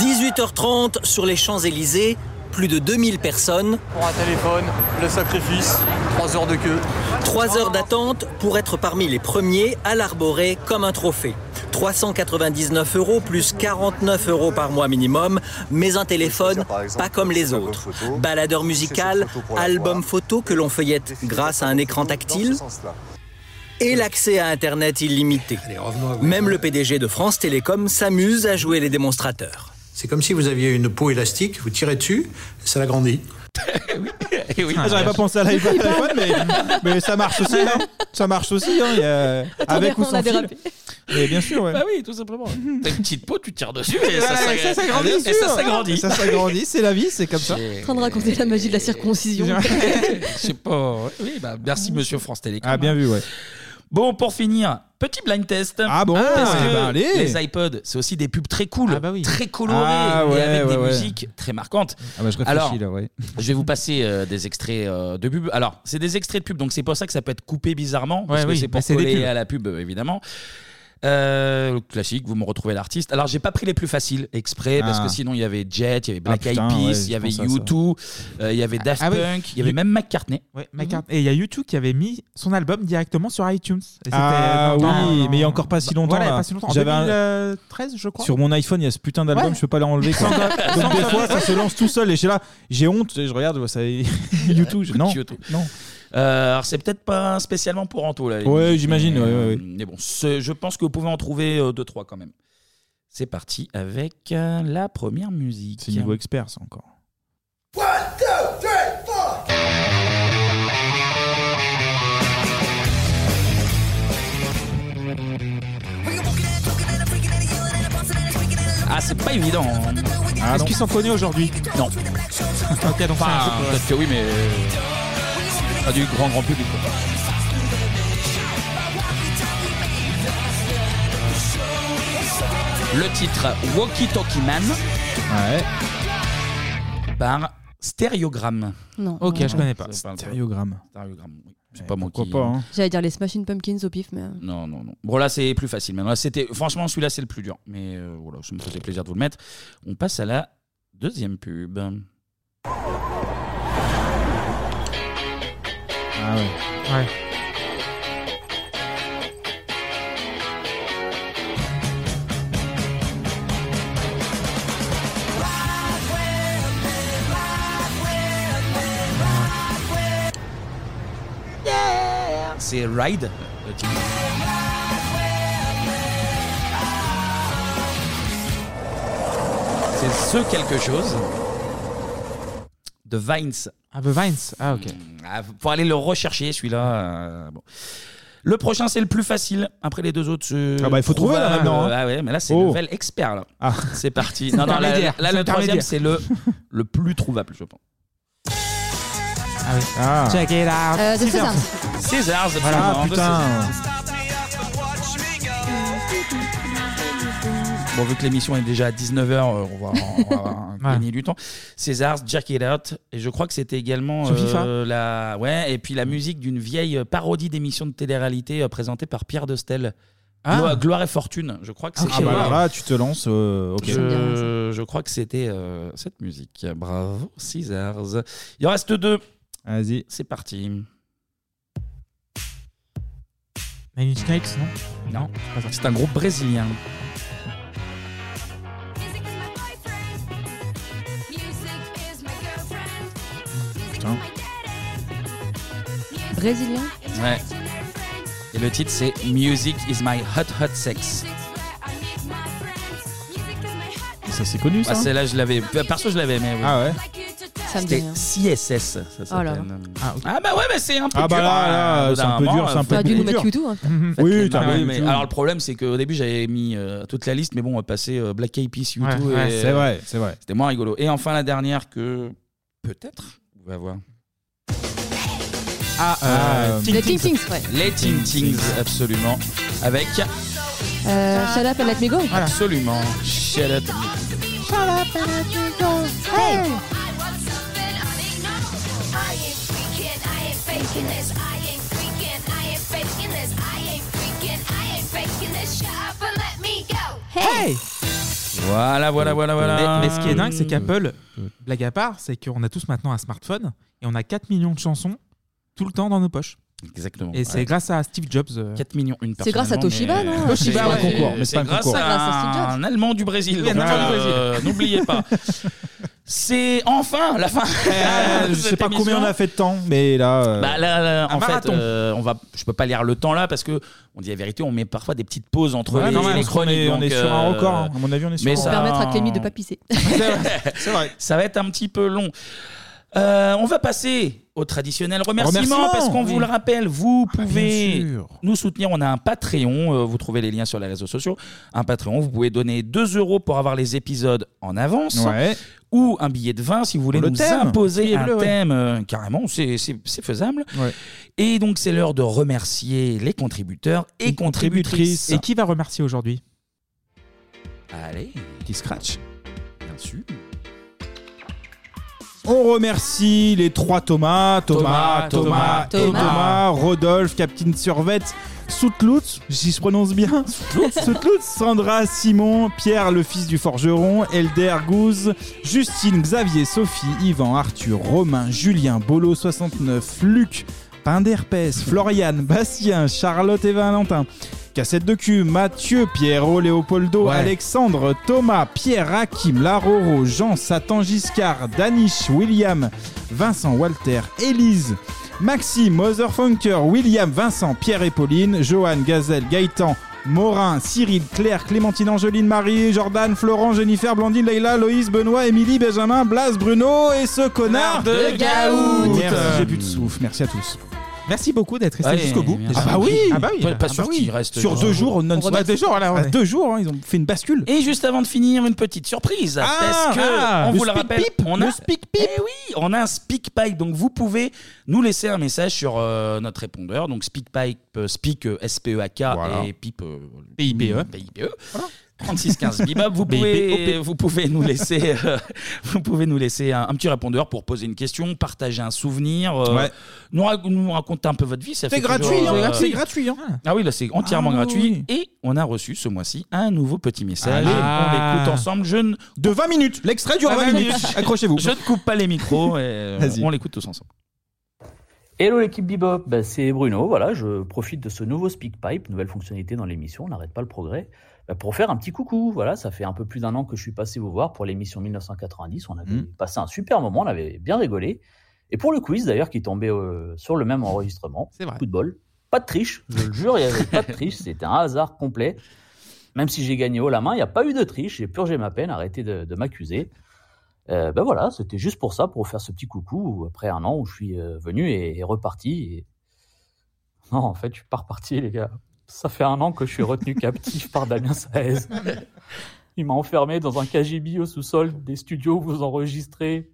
Speaker 9: 18h30 sur les Champs-Élysées, plus de 2000 personnes. Pour un téléphone, le sacrifice, 3 heures de queue. 3 heures d'attente pour être parmi les premiers à l'arborer comme un trophée. 399 euros plus 49 euros par mois minimum, mais un téléphone pas comme les autres. Baladeur musical, album photo que l'on feuillette grâce à un écran tactile et l'accès à Internet illimité. Même le PDG de France Télécom s'amuse à jouer les démonstrateurs.
Speaker 32: C'est comme si vous aviez une peau élastique, vous tirez dessus, ça l'agrandit.
Speaker 1: Et Eh oui,
Speaker 7: Ah, J'aurais pas pensé à
Speaker 1: *laughs*
Speaker 7: l'iPhone, téléphone, mais, mais ça marche aussi, non Ça marche aussi, hein, il y a- avec ou sans fil. Mais bien sûr, ouais.
Speaker 1: Bah oui, tout simplement. T'as une petite peau, tu tires dessus et
Speaker 7: Ouais,
Speaker 1: ça s'ag-
Speaker 7: ça s'agrandit,
Speaker 1: Et ça
Speaker 7: sûr.
Speaker 1: s'agrandit.
Speaker 7: Ça s'agrandit, c'est la vie, c'est comme ça.
Speaker 8: En train de raconter la magie de la circoncision.
Speaker 1: Je sais pas. Oui, bah, merci Monsieur France Télécom.
Speaker 7: Ah, bien vu, ouais.
Speaker 1: Bon, pour finir, petit blind test.
Speaker 7: Ah bon
Speaker 1: Parce que
Speaker 7: eh ben, allez. bah
Speaker 1: les iPods, c'est aussi des pubs très cool, très colorées
Speaker 7: Ah,
Speaker 1: et
Speaker 7: ouais,
Speaker 1: avec des
Speaker 7: ouais, ouais.
Speaker 1: musiques très marquantes.
Speaker 7: Ah bah, je réfléchis,
Speaker 1: Alors,
Speaker 7: là, ouais.
Speaker 1: *laughs* je vais vous passer euh, des extraits euh, de pubs. Alors, c'est des extraits de pubs, donc c'est pour ça que ça peut être coupé bizarrement, parce
Speaker 6: Ouais,
Speaker 1: que
Speaker 6: oui,
Speaker 1: c'est pour
Speaker 6: bah, c'est des
Speaker 1: coller
Speaker 6: pubs.
Speaker 1: à la pub, euh, évidemment. Euh, le classique, vous me retrouvez l'artiste. Alors, j'ai pas pris les plus faciles exprès parce
Speaker 7: Ah.
Speaker 1: que sinon il y avait Jet, il y avait
Speaker 7: Ah,
Speaker 1: Black Eyed
Speaker 7: putain,
Speaker 1: Peas,
Speaker 7: ouais,
Speaker 1: il y
Speaker 7: je
Speaker 1: avait
Speaker 7: pense à ça.
Speaker 1: U2, euh, il y avait Daft
Speaker 6: Ah oui.
Speaker 1: Punk, il y avait même McCartney.
Speaker 6: McCartney.
Speaker 7: Mhm.
Speaker 6: Et il y a YouTube qui avait mis son album directement sur iTunes. Et c'était,
Speaker 7: Ah
Speaker 6: euh,
Speaker 7: oui,
Speaker 6: dans- dans-
Speaker 7: mais il y a encore pas si
Speaker 1: Bah,
Speaker 7: longtemps.
Speaker 6: Voilà, il y a
Speaker 7: là.
Speaker 6: pas si longtemps. En
Speaker 7: J'avais un-
Speaker 1: euh,
Speaker 6: 2013, je crois.
Speaker 7: Sur mon iPhone, il y a ce putain d'album,
Speaker 6: Ouais.
Speaker 7: je peux pas
Speaker 1: *laughs*
Speaker 7: l'enlever. quoi.
Speaker 6: Sans-
Speaker 7: Donc des fois, ça se lance tout seul et je suis là, j'ai honte, je regarde, ça *laughs* YouTube, je... non. non.
Speaker 1: Euh, alors c'est peut-être pas spécialement pour Anto là. les
Speaker 7: Ouais,
Speaker 1: musiques,
Speaker 7: j'imagine,
Speaker 1: Mais,
Speaker 7: ouais, ouais,
Speaker 1: euh,
Speaker 7: ouais.
Speaker 1: mais bon, c'est- je pense que vous pouvez en trouver 2 deux trois quand même. C'est parti avec euh, la première musique.
Speaker 7: C'est niveau expert, ça encore.
Speaker 1: Ah, c'est pas évident. hein.
Speaker 7: Ah,
Speaker 6: Est-ce qu'ils sont connus aujourd'hui *laughs*
Speaker 1: Non.
Speaker 6: ok, donc c'est un
Speaker 1: Enfin,
Speaker 6: truc, ouais.
Speaker 1: peut-être que oui, mais euh, pas du grand grand public. quoi. Le titre Walkie Talkie Man par Stereogramme.
Speaker 8: Non.
Speaker 7: Ok,
Speaker 8: non,
Speaker 7: je
Speaker 8: non.
Speaker 7: connais pas. Stéréogramme.
Speaker 1: Stéréogramme, oui. C'est pas moi
Speaker 7: pourquoi
Speaker 1: qui.
Speaker 7: pas, hein.
Speaker 8: J'allais dire les Smashing Pumpkins au pif, mais. euh,
Speaker 1: Non, non, non. Bon, là, c'est plus facile maintenant. Là, c'était... Franchement, celui-là, c'est le plus dur. Mais euh, voilà, ça me faisait plaisir de vous le mettre. On passe à la deuxième pub.
Speaker 7: Ah ouais.
Speaker 6: Ouais.
Speaker 1: c'est Ride. le titre. C'est ce quelque chose de Vines.
Speaker 6: Ah, The Vines, ah ok.
Speaker 1: Pour aller le rechercher, celui-là. euh, bon. Le prochain, c'est le plus facile. Après les deux autres, se
Speaker 7: Ah bah, il faut trouver, là,
Speaker 1: trouvent,
Speaker 7: maintenant,
Speaker 1: euh,
Speaker 7: hein.
Speaker 1: Ah ouais, mais là c'est
Speaker 7: Oh.
Speaker 1: le level expert là.
Speaker 7: *laughs*
Speaker 1: C'est parti.
Speaker 7: C'est
Speaker 1: Non, non, là,
Speaker 7: intermédiaire,
Speaker 1: là,
Speaker 7: c'est
Speaker 1: le troisième,
Speaker 7: intermédiaire.
Speaker 1: c'est le le plus trouvable, je pense.
Speaker 6: Ah oui. Check it out.
Speaker 1: Euh, de
Speaker 6: Scissors.
Speaker 1: César, c'est
Speaker 6: Voilà,
Speaker 1: absolument,
Speaker 6: putain.
Speaker 1: de César. Bon, vu que l'émission est déjà à 19h, euh, on va,
Speaker 6: *laughs*
Speaker 1: on va avoir gagné du temps. César, Jack It Out, et je crois que c'était également
Speaker 6: Sur
Speaker 1: euh,
Speaker 6: FIFA.
Speaker 1: la, ouais, et puis la musique d'une vieille parodie d'émission de télé-réalité euh, présentée par Pierre Destel.
Speaker 7: Ah.
Speaker 1: Gloire, Gloire et fortune, je crois que
Speaker 7: Ah
Speaker 1: c'était.
Speaker 7: bah alors là, tu te lances. euh, ok.
Speaker 1: Je, je crois que c'était euh, cette musique. Bravo, Césars. Il en reste deux.
Speaker 7: Vas-y.
Speaker 1: C'est parti.
Speaker 6: Nine Inch Nails, non Non.
Speaker 1: C'est un groupe brésilien.
Speaker 7: Putain.
Speaker 8: Brésilien
Speaker 1: Ouais. Et le titre, c'est Music is my hot hot sex.
Speaker 7: Ça, c'est connu, ça.
Speaker 1: Ah, celle-là, je l'avais. Perso, je l'avais aimé. oui.
Speaker 7: Ah ouais
Speaker 8: hein Ça me dit
Speaker 1: C'était
Speaker 8: rien.
Speaker 1: CSS, ça s'appelle.
Speaker 8: Oh là là.
Speaker 1: Ah, bah ouais, mais c'est un peu
Speaker 7: Ah bah
Speaker 1: dur,
Speaker 7: là, là,
Speaker 1: hein,
Speaker 7: c'est un peu
Speaker 1: d'un
Speaker 7: dur,
Speaker 1: moment,
Speaker 7: c'est un
Speaker 1: euh,
Speaker 7: peu
Speaker 1: faut-
Speaker 8: T'aurais dû nous mettre YouTube. hein.
Speaker 7: *laughs* Oui,
Speaker 1: Ah
Speaker 7: t'as
Speaker 1: oui,
Speaker 7: raison,
Speaker 1: mais
Speaker 7: tu-
Speaker 1: alors le problème c'est qu'au début j'avais mis euh, toute la liste, mais bon, on passer euh, Black Eyed Peas,
Speaker 7: Ouais,
Speaker 1: U2 et- euh,
Speaker 7: ouais, c'est vrai, c'est vrai.
Speaker 1: C'était moins rigolo. Et enfin la dernière que peut-être on va voir. Ah,
Speaker 7: euh,
Speaker 8: Les Ting Tings, ouais.
Speaker 1: Les Ting Tings, absolument. Avec
Speaker 8: Euh, Shut up and let me go.
Speaker 1: absolument Shut Up.
Speaker 6: Hey
Speaker 1: Voilà, voilà, voilà, voilà. Hmm.
Speaker 6: Mais, mais ce qui est dingue, c'est qu'Apple, blague à part, c'est qu'on a tous maintenant un smartphone et on a 4 millions de chansons tout le temps dans nos poches.
Speaker 1: Exactement.
Speaker 6: Et c'est
Speaker 1: Ouais.
Speaker 6: grâce à Steve Jobs. euh.
Speaker 1: 4 millions une
Speaker 8: C'est grâce à Toshiba,
Speaker 1: personnellement,
Speaker 8: non
Speaker 1: mais-
Speaker 6: Toshiba,
Speaker 1: C'est-
Speaker 6: ouais.
Speaker 7: concours, mais c'est
Speaker 1: c'est
Speaker 7: pas un
Speaker 1: grâce
Speaker 7: concours.
Speaker 1: à un Allemand du Brésil.
Speaker 6: Oui, un
Speaker 1: donc,
Speaker 6: Allemand du
Speaker 1: euh, N'oubliez pas. C'est enfin la fin.
Speaker 7: Euh,
Speaker 1: *laughs* de
Speaker 7: je
Speaker 1: cette
Speaker 7: sais pas combien
Speaker 1: émission.
Speaker 7: on a fait de temps, mais là. euh,
Speaker 1: Bah là, là,
Speaker 7: Un
Speaker 1: en fait,
Speaker 7: marathon.
Speaker 1: euh, on va, je peux pas lire le temps là parce que on dit la vérité, on met parfois des petites pauses entre
Speaker 7: Ouais,
Speaker 1: les,
Speaker 7: non, mais
Speaker 1: les
Speaker 7: on se- on est-
Speaker 1: chroniques.
Speaker 7: on est
Speaker 1: donc,
Speaker 7: sur un
Speaker 1: euh,
Speaker 7: record, hein. À mon avis, on est sur
Speaker 1: mais
Speaker 7: un
Speaker 8: Pour
Speaker 1: ça-
Speaker 8: permettre à Clémy de
Speaker 7: *laughs*
Speaker 8: pas pisser.
Speaker 1: C'est vrai. Ça va être un petit peu long. Euh, on va passer au traditionnel remerciement,
Speaker 7: Remerciements,
Speaker 1: parce qu'on
Speaker 7: oui.
Speaker 1: vous le rappelle, vous
Speaker 6: Ah,
Speaker 7: bah,
Speaker 1: pouvez
Speaker 7: bien sûr.
Speaker 1: nous soutenir. On a un Patreon, euh, vous trouvez les liens sur les réseaux sociaux. Un Patreon, vous pouvez donner 2 euros pour avoir les épisodes en avance.
Speaker 7: Ouais.
Speaker 1: Ou un billet de 20 si vous voulez
Speaker 7: Le
Speaker 1: nous
Speaker 7: thème.
Speaker 1: imposer
Speaker 7: Billet
Speaker 1: un
Speaker 7: bleu, ouais.
Speaker 1: thème. euh, carrément, c'est- c'est c'est faisable. Et donc, c'est l'heure de remercier les contributeurs et contributrices.
Speaker 6: Et qui va remercier aujourd'hui
Speaker 1: Allez,
Speaker 7: Qui scratch.
Speaker 1: bien sûr.
Speaker 7: On remercie les trois Thomas, Thomas, Thomas,
Speaker 1: Thomas,
Speaker 7: et
Speaker 1: Thomas.
Speaker 7: Thomas, Rodolphe, Captain Survette, Soutloutz, si je prononce bien, Soutloutz, Sandra, Simon, Pierre, le fils du forgeron, Elder, Gouze, Justine, Xavier, Sophie, Yvan, Arthur, Romain, Julien, Bolo 69, Luc, Pinderpès, Florian, Bastien, Charlotte et Valentin. Cassette de cul, Mathieu, Pierrot, Léopoldo,
Speaker 6: Ouais.
Speaker 7: Alexandre, Thomas, Pierre, Hakim, Laroro, Jean, Satan, Giscard, Danish, William, Vincent, Walter, Élise, Maxime, Motherfunker, William, Vincent, Pierre et Pauline, Johan, Gazelle, Gaëtan, Morin, Cyril, Claire, Clémentine, Angeline, Marie, Jordan, Florent, Jennifer, Blandine, Leïla, Loïs, Benoît, Émilie, Benjamin, Blas, Bruno et ce connard
Speaker 1: de Gaout.
Speaker 7: Merci, j'ai plus de souffle. Merci à tous.
Speaker 6: Merci beaucoup d'être resté
Speaker 7: Ouais,
Speaker 6: jusqu'au bout.
Speaker 7: Ah bah oui
Speaker 6: Ah bah oui
Speaker 1: Pas- pas
Speaker 6: Ah bah
Speaker 1: sûr
Speaker 6: oui.
Speaker 1: qu'il reste
Speaker 7: Sur deux jours, non
Speaker 6: On remet deux jours, là, on est-
Speaker 7: Bah, deux jours, hein, ils ont fait une bascule.
Speaker 1: Ah, Et juste avant de finir, une petite surprise.
Speaker 7: Ah,
Speaker 1: parce que,
Speaker 7: ah,
Speaker 1: on
Speaker 7: le
Speaker 1: vous le
Speaker 7: speak
Speaker 1: rappelle,
Speaker 7: pipe,
Speaker 1: on a
Speaker 7: le
Speaker 1: speak pipe. oui, on a un speak pipe. Donc vous pouvez nous laisser un message sur euh, notre répondeur. Donc speak pipe, euh, speak euh, S P E A K
Speaker 7: Voilà.
Speaker 1: et pipe euh,
Speaker 7: E.
Speaker 6: PIPE.
Speaker 1: PIPE. 3615
Speaker 7: *laughs*
Speaker 1: Bibab, E. *laughs* vous pouvez, euh,
Speaker 6: BIPOP.
Speaker 1: vous pouvez nous laisser, euh, *laughs* vous pouvez nous laisser un, un petit répondeur pour poser une question, partager un souvenir, euh,
Speaker 7: Ouais.
Speaker 1: nous, rac- nous raconter un peu votre vie. ça
Speaker 7: C'est
Speaker 1: fait toujours,
Speaker 7: gratuit, hein,
Speaker 1: euh,
Speaker 7: c'est gratuit. hein.
Speaker 1: ah oui, là c'est entièrement
Speaker 7: Ah oui,
Speaker 1: gratuit. Et on a reçu ce mois-ci un nouveau petit message.
Speaker 7: Allez.
Speaker 1: On l'écoute ensemble. Je ne... Ah,
Speaker 7: De 20 minutes, l'extrait dure 20 minutes. Accrochez-vous.
Speaker 1: Je ne coupe pas les micros. Et euh,
Speaker 7: Vas-y.
Speaker 1: on l'écoute tous ensemble.
Speaker 30: Hello l'équipe Bebop, Ben, c'est Bruno. Voilà, je profite de ce nouveau SpeakPipe, nouvelle fonctionnalité dans l'émission, on n'arrête pas le progrès, ben, pour faire un petit coucou. Voilà, ça fait un peu plus d'un an que je suis passé vous voir pour l'émission 1990. On avait passé un super moment, on avait bien rigolé. Et pour le quiz d'ailleurs qui tombait euh, sur le même enregistrement, coup de bol, pas
Speaker 34: pas de triche, je le jure, il n'y avait pas de triche, c'était un hasard complet. Même si j'ai gagné haut la main, il n'y a pas eu de triche, j'ai purgé ma peine, arrêtez de, de m'accuser. Euh, ben voilà, c'était juste pour ça, pour faire ce petit coucou après un an où je suis euh, venu et, et reparti. et- Non, en fait, je suis pas reparti, les gars. Ça fait un an que je suis retenu captif par Damien Saez. Il m'a enfermé dans un KGB au sous-sol des studios où vous enregistrez.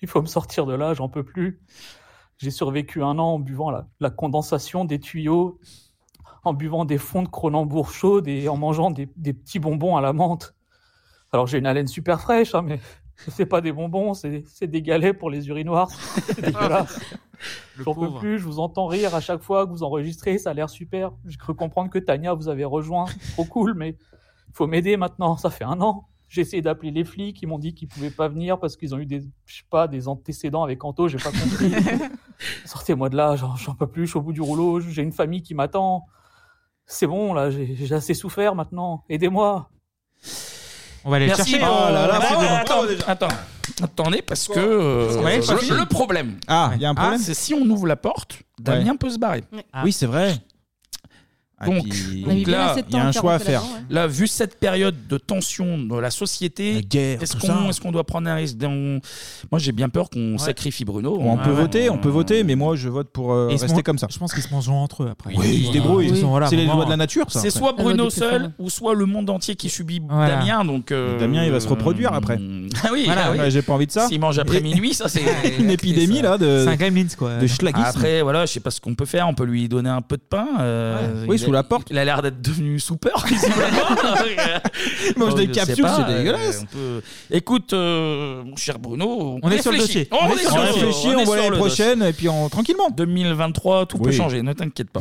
Speaker 34: Il faut me sortir de là, j'en peux plus. J'ai survécu un an en buvant la, la condensation des tuyaux, en buvant des fonds de Cronenbourg chaudes et en mangeant des, des petits bonbons à la menthe. Alors j'ai une haleine super fraîche, hein, mais *laughs* c'est pas des bonbons, c'est c'est des galets pour les urinoirs. C'est dégueulasse. J'en peux
Speaker 35: pauvre.
Speaker 34: plus, je vous entends rire à chaque fois que vous enregistrez, ça a l'air super. J'ai cru comprendre que Tania vous avait rejoint, trop cool, mais il faut m'aider maintenant, ça fait un an. J'ai essayé d'appeler les flics, ils m'ont dit qu'ils pouvaient pas venir parce qu'ils ont eu des, je sais pas, des antécédents avec Anto, j'ai pas
Speaker 1: *laughs*
Speaker 34: compris. Sortez-moi de là, j'en j'en peux plus, je suis au bout du rouleau, j'ai une famille qui m'attend. C'est bon, là, j'ai j'ai assez souffert maintenant, aidez-moi.
Speaker 6: On va aller le
Speaker 1: Merci.
Speaker 6: chercher.
Speaker 1: euh,
Speaker 6: Oh là là,
Speaker 1: bah
Speaker 6: c'est
Speaker 1: ouais,
Speaker 6: bon.
Speaker 1: attends, attends. Attendez, parce que euh,
Speaker 6: Ouais, c'est fini.
Speaker 1: le, le problème.
Speaker 7: Ah, il y a un problème.
Speaker 1: c'est si on ouvre la porte, Damien peut se barrer.
Speaker 7: Oui, c'est vrai. Ah,
Speaker 1: Donc,
Speaker 7: puis-
Speaker 1: donc là,
Speaker 7: il y a un choix à faire.
Speaker 1: Là, vu cette période de tension dans la société, est-ce
Speaker 7: tout
Speaker 1: qu'on
Speaker 7: ça.
Speaker 1: est-ce qu'on doit prendre un risque On- Moi, j'ai bien peur qu'on sacrifie Bruno.
Speaker 7: On peut voter, on peut voter, mais moi je vote pour euh,
Speaker 1: Et ils se
Speaker 7: rester
Speaker 1: mangent-
Speaker 7: comme ça.
Speaker 6: Je pense qu'ils se mangeront entre eux après.
Speaker 7: Oui, ils se débrouillent. C'est les lois de la nature, ça.
Speaker 1: C'est
Speaker 7: après.
Speaker 1: soit Bruno seul ou soit le monde entier qui subit
Speaker 7: Voilà.
Speaker 1: Damien. Donc euh,
Speaker 7: Damien, il va se reproduire après.
Speaker 1: *laughs* Ah oui,
Speaker 7: Voilà,
Speaker 1: ah oui.
Speaker 7: ouais, j'ai pas envie de ça.
Speaker 1: S'il mange après
Speaker 7: Et-
Speaker 1: minuit, ça c'est
Speaker 7: *laughs* Une épidémie, là, de- C'est un gremlins, quoi. de schlagisme.
Speaker 1: Après, voilà, je sais pas ce qu'on peut faire. On peut lui donner un peu de pain. euh,
Speaker 7: Oui,
Speaker 1: il
Speaker 7: sous
Speaker 1: a-
Speaker 7: la porte.
Speaker 1: Il a l'air d'être devenu soupeur. Il
Speaker 7: mange des capsules, c'est dégueulasse.
Speaker 1: euh, Écoute, euh, mon cher Bruno,
Speaker 7: On est sur le dossier.
Speaker 1: On,
Speaker 7: On
Speaker 1: est sur le dossier.
Speaker 7: réfléchit, on
Speaker 1: est
Speaker 7: voit l'année
Speaker 1: sur le dossier.
Speaker 7: prochaine et puis on tranquillement.
Speaker 1: 2023, tout peut
Speaker 7: Oui.
Speaker 1: changer, ne t'inquiète pas.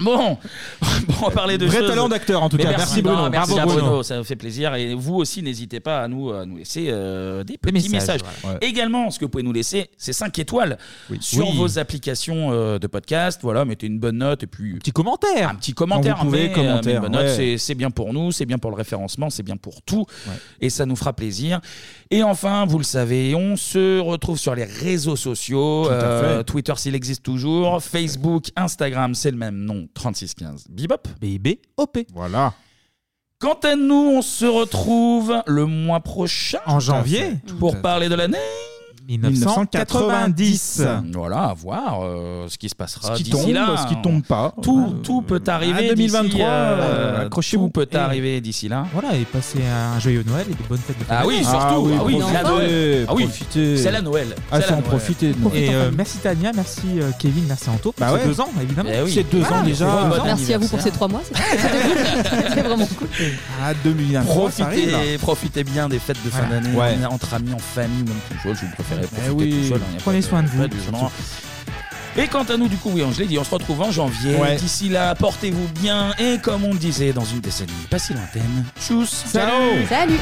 Speaker 1: Bon, *laughs* Bon, on va parler de
Speaker 7: Vrai
Speaker 1: choses-
Speaker 7: talent d'acteur, en tout
Speaker 1: Mais
Speaker 7: cas. Merci, Bruno.
Speaker 1: Non, merci
Speaker 7: Bravo,
Speaker 1: à Bruno.
Speaker 7: Bruno.
Speaker 1: ça nous fait plaisir. Et vous aussi, n'hésitez pas à nous, à nous laisser euh, des petits
Speaker 7: messages,
Speaker 1: messages.
Speaker 7: voilà.
Speaker 1: Également, ce que vous pouvez nous laisser, c'est 5 étoiles sur
Speaker 7: Oui.
Speaker 1: vos applications euh, de podcast. Voilà, mettez une bonne note et puis un petit
Speaker 6: commentaire,
Speaker 1: un petit commentaire.
Speaker 7: Quand vous pouvez,
Speaker 1: mais, euh,
Speaker 7: commentaire,
Speaker 1: mais une bonne note,
Speaker 7: ouais.
Speaker 1: c'est- c'est bien pour nous, c'est bien pour le référencement, c'est bien pour tout, et ça nous fera plaisir. Et enfin, vous le savez, on se retrouve sur les réseaux sociaux. euh,
Speaker 7: Tout à fait.
Speaker 1: Twitter s'il existe toujours, Facebook, Instagram, c'est le même nom, 3615 Bibop.
Speaker 6: B-I-B-O-P.
Speaker 7: Voilà.
Speaker 1: Quant à nous, on se retrouve le mois prochain.
Speaker 6: En janvier.
Speaker 1: Pour parler de l'année
Speaker 6: 1990.
Speaker 1: Voilà, à voir euh, ce qui se passera
Speaker 7: Ce qui
Speaker 1: d'ici
Speaker 7: tombe,
Speaker 1: là.
Speaker 7: ce qui tombe pas.
Speaker 1: Tout,
Speaker 6: Euh,
Speaker 1: tout peut arriver.
Speaker 7: à 2023,
Speaker 1: d'ici, euh,
Speaker 7: euh, accrochez-vous.
Speaker 1: Tout peut
Speaker 7: Et-
Speaker 1: arriver d'ici là.
Speaker 6: Voilà, et passez un joyeux Noël et des bonnes fêtes de fin
Speaker 1: Ah oui,
Speaker 6: d'année.
Speaker 1: surtout. Ah oui, la Noël. Ah oui,
Speaker 7: profitez.
Speaker 1: c'est la Noël.
Speaker 7: Ah,
Speaker 1: C'est
Speaker 7: faut
Speaker 1: la
Speaker 7: en
Speaker 1: Noël.
Speaker 7: profiter. de Noël.
Speaker 6: Et euh, merci Tania, merci euh, Kevin, merci Anto.
Speaker 7: Bah
Speaker 6: c'est
Speaker 7: ouais.
Speaker 6: deux ans, évidemment.
Speaker 7: Eh oui. C'est deux ans déjà.
Speaker 6: c'est deux
Speaker 7: Bon
Speaker 6: ans.
Speaker 24: Merci à vous pour ces trois mois. c'est-
Speaker 6: *laughs*
Speaker 24: C'était vraiment cool.
Speaker 7: Ah, 2023, ça arrive.
Speaker 1: Profitez, profitez bien des fêtes de fin
Speaker 7: Voilà.
Speaker 1: d'année,
Speaker 7: Ouais.
Speaker 1: entre amis, en famille, même tout seul. Je vous préférerais profiter
Speaker 7: Eh oui.
Speaker 1: tout seul. hein, y a pas
Speaker 7: Prenez soin de vous.
Speaker 1: pas jugement. Et quant à nous, du coup, oui, je l'ai dit, on se retrouve en janvier.
Speaker 7: Ouais.
Speaker 1: D'ici là, portez-vous bien. Et comme on le disait dans une décennie pas si lointaine, tchuss.
Speaker 7: Salut.
Speaker 24: Salut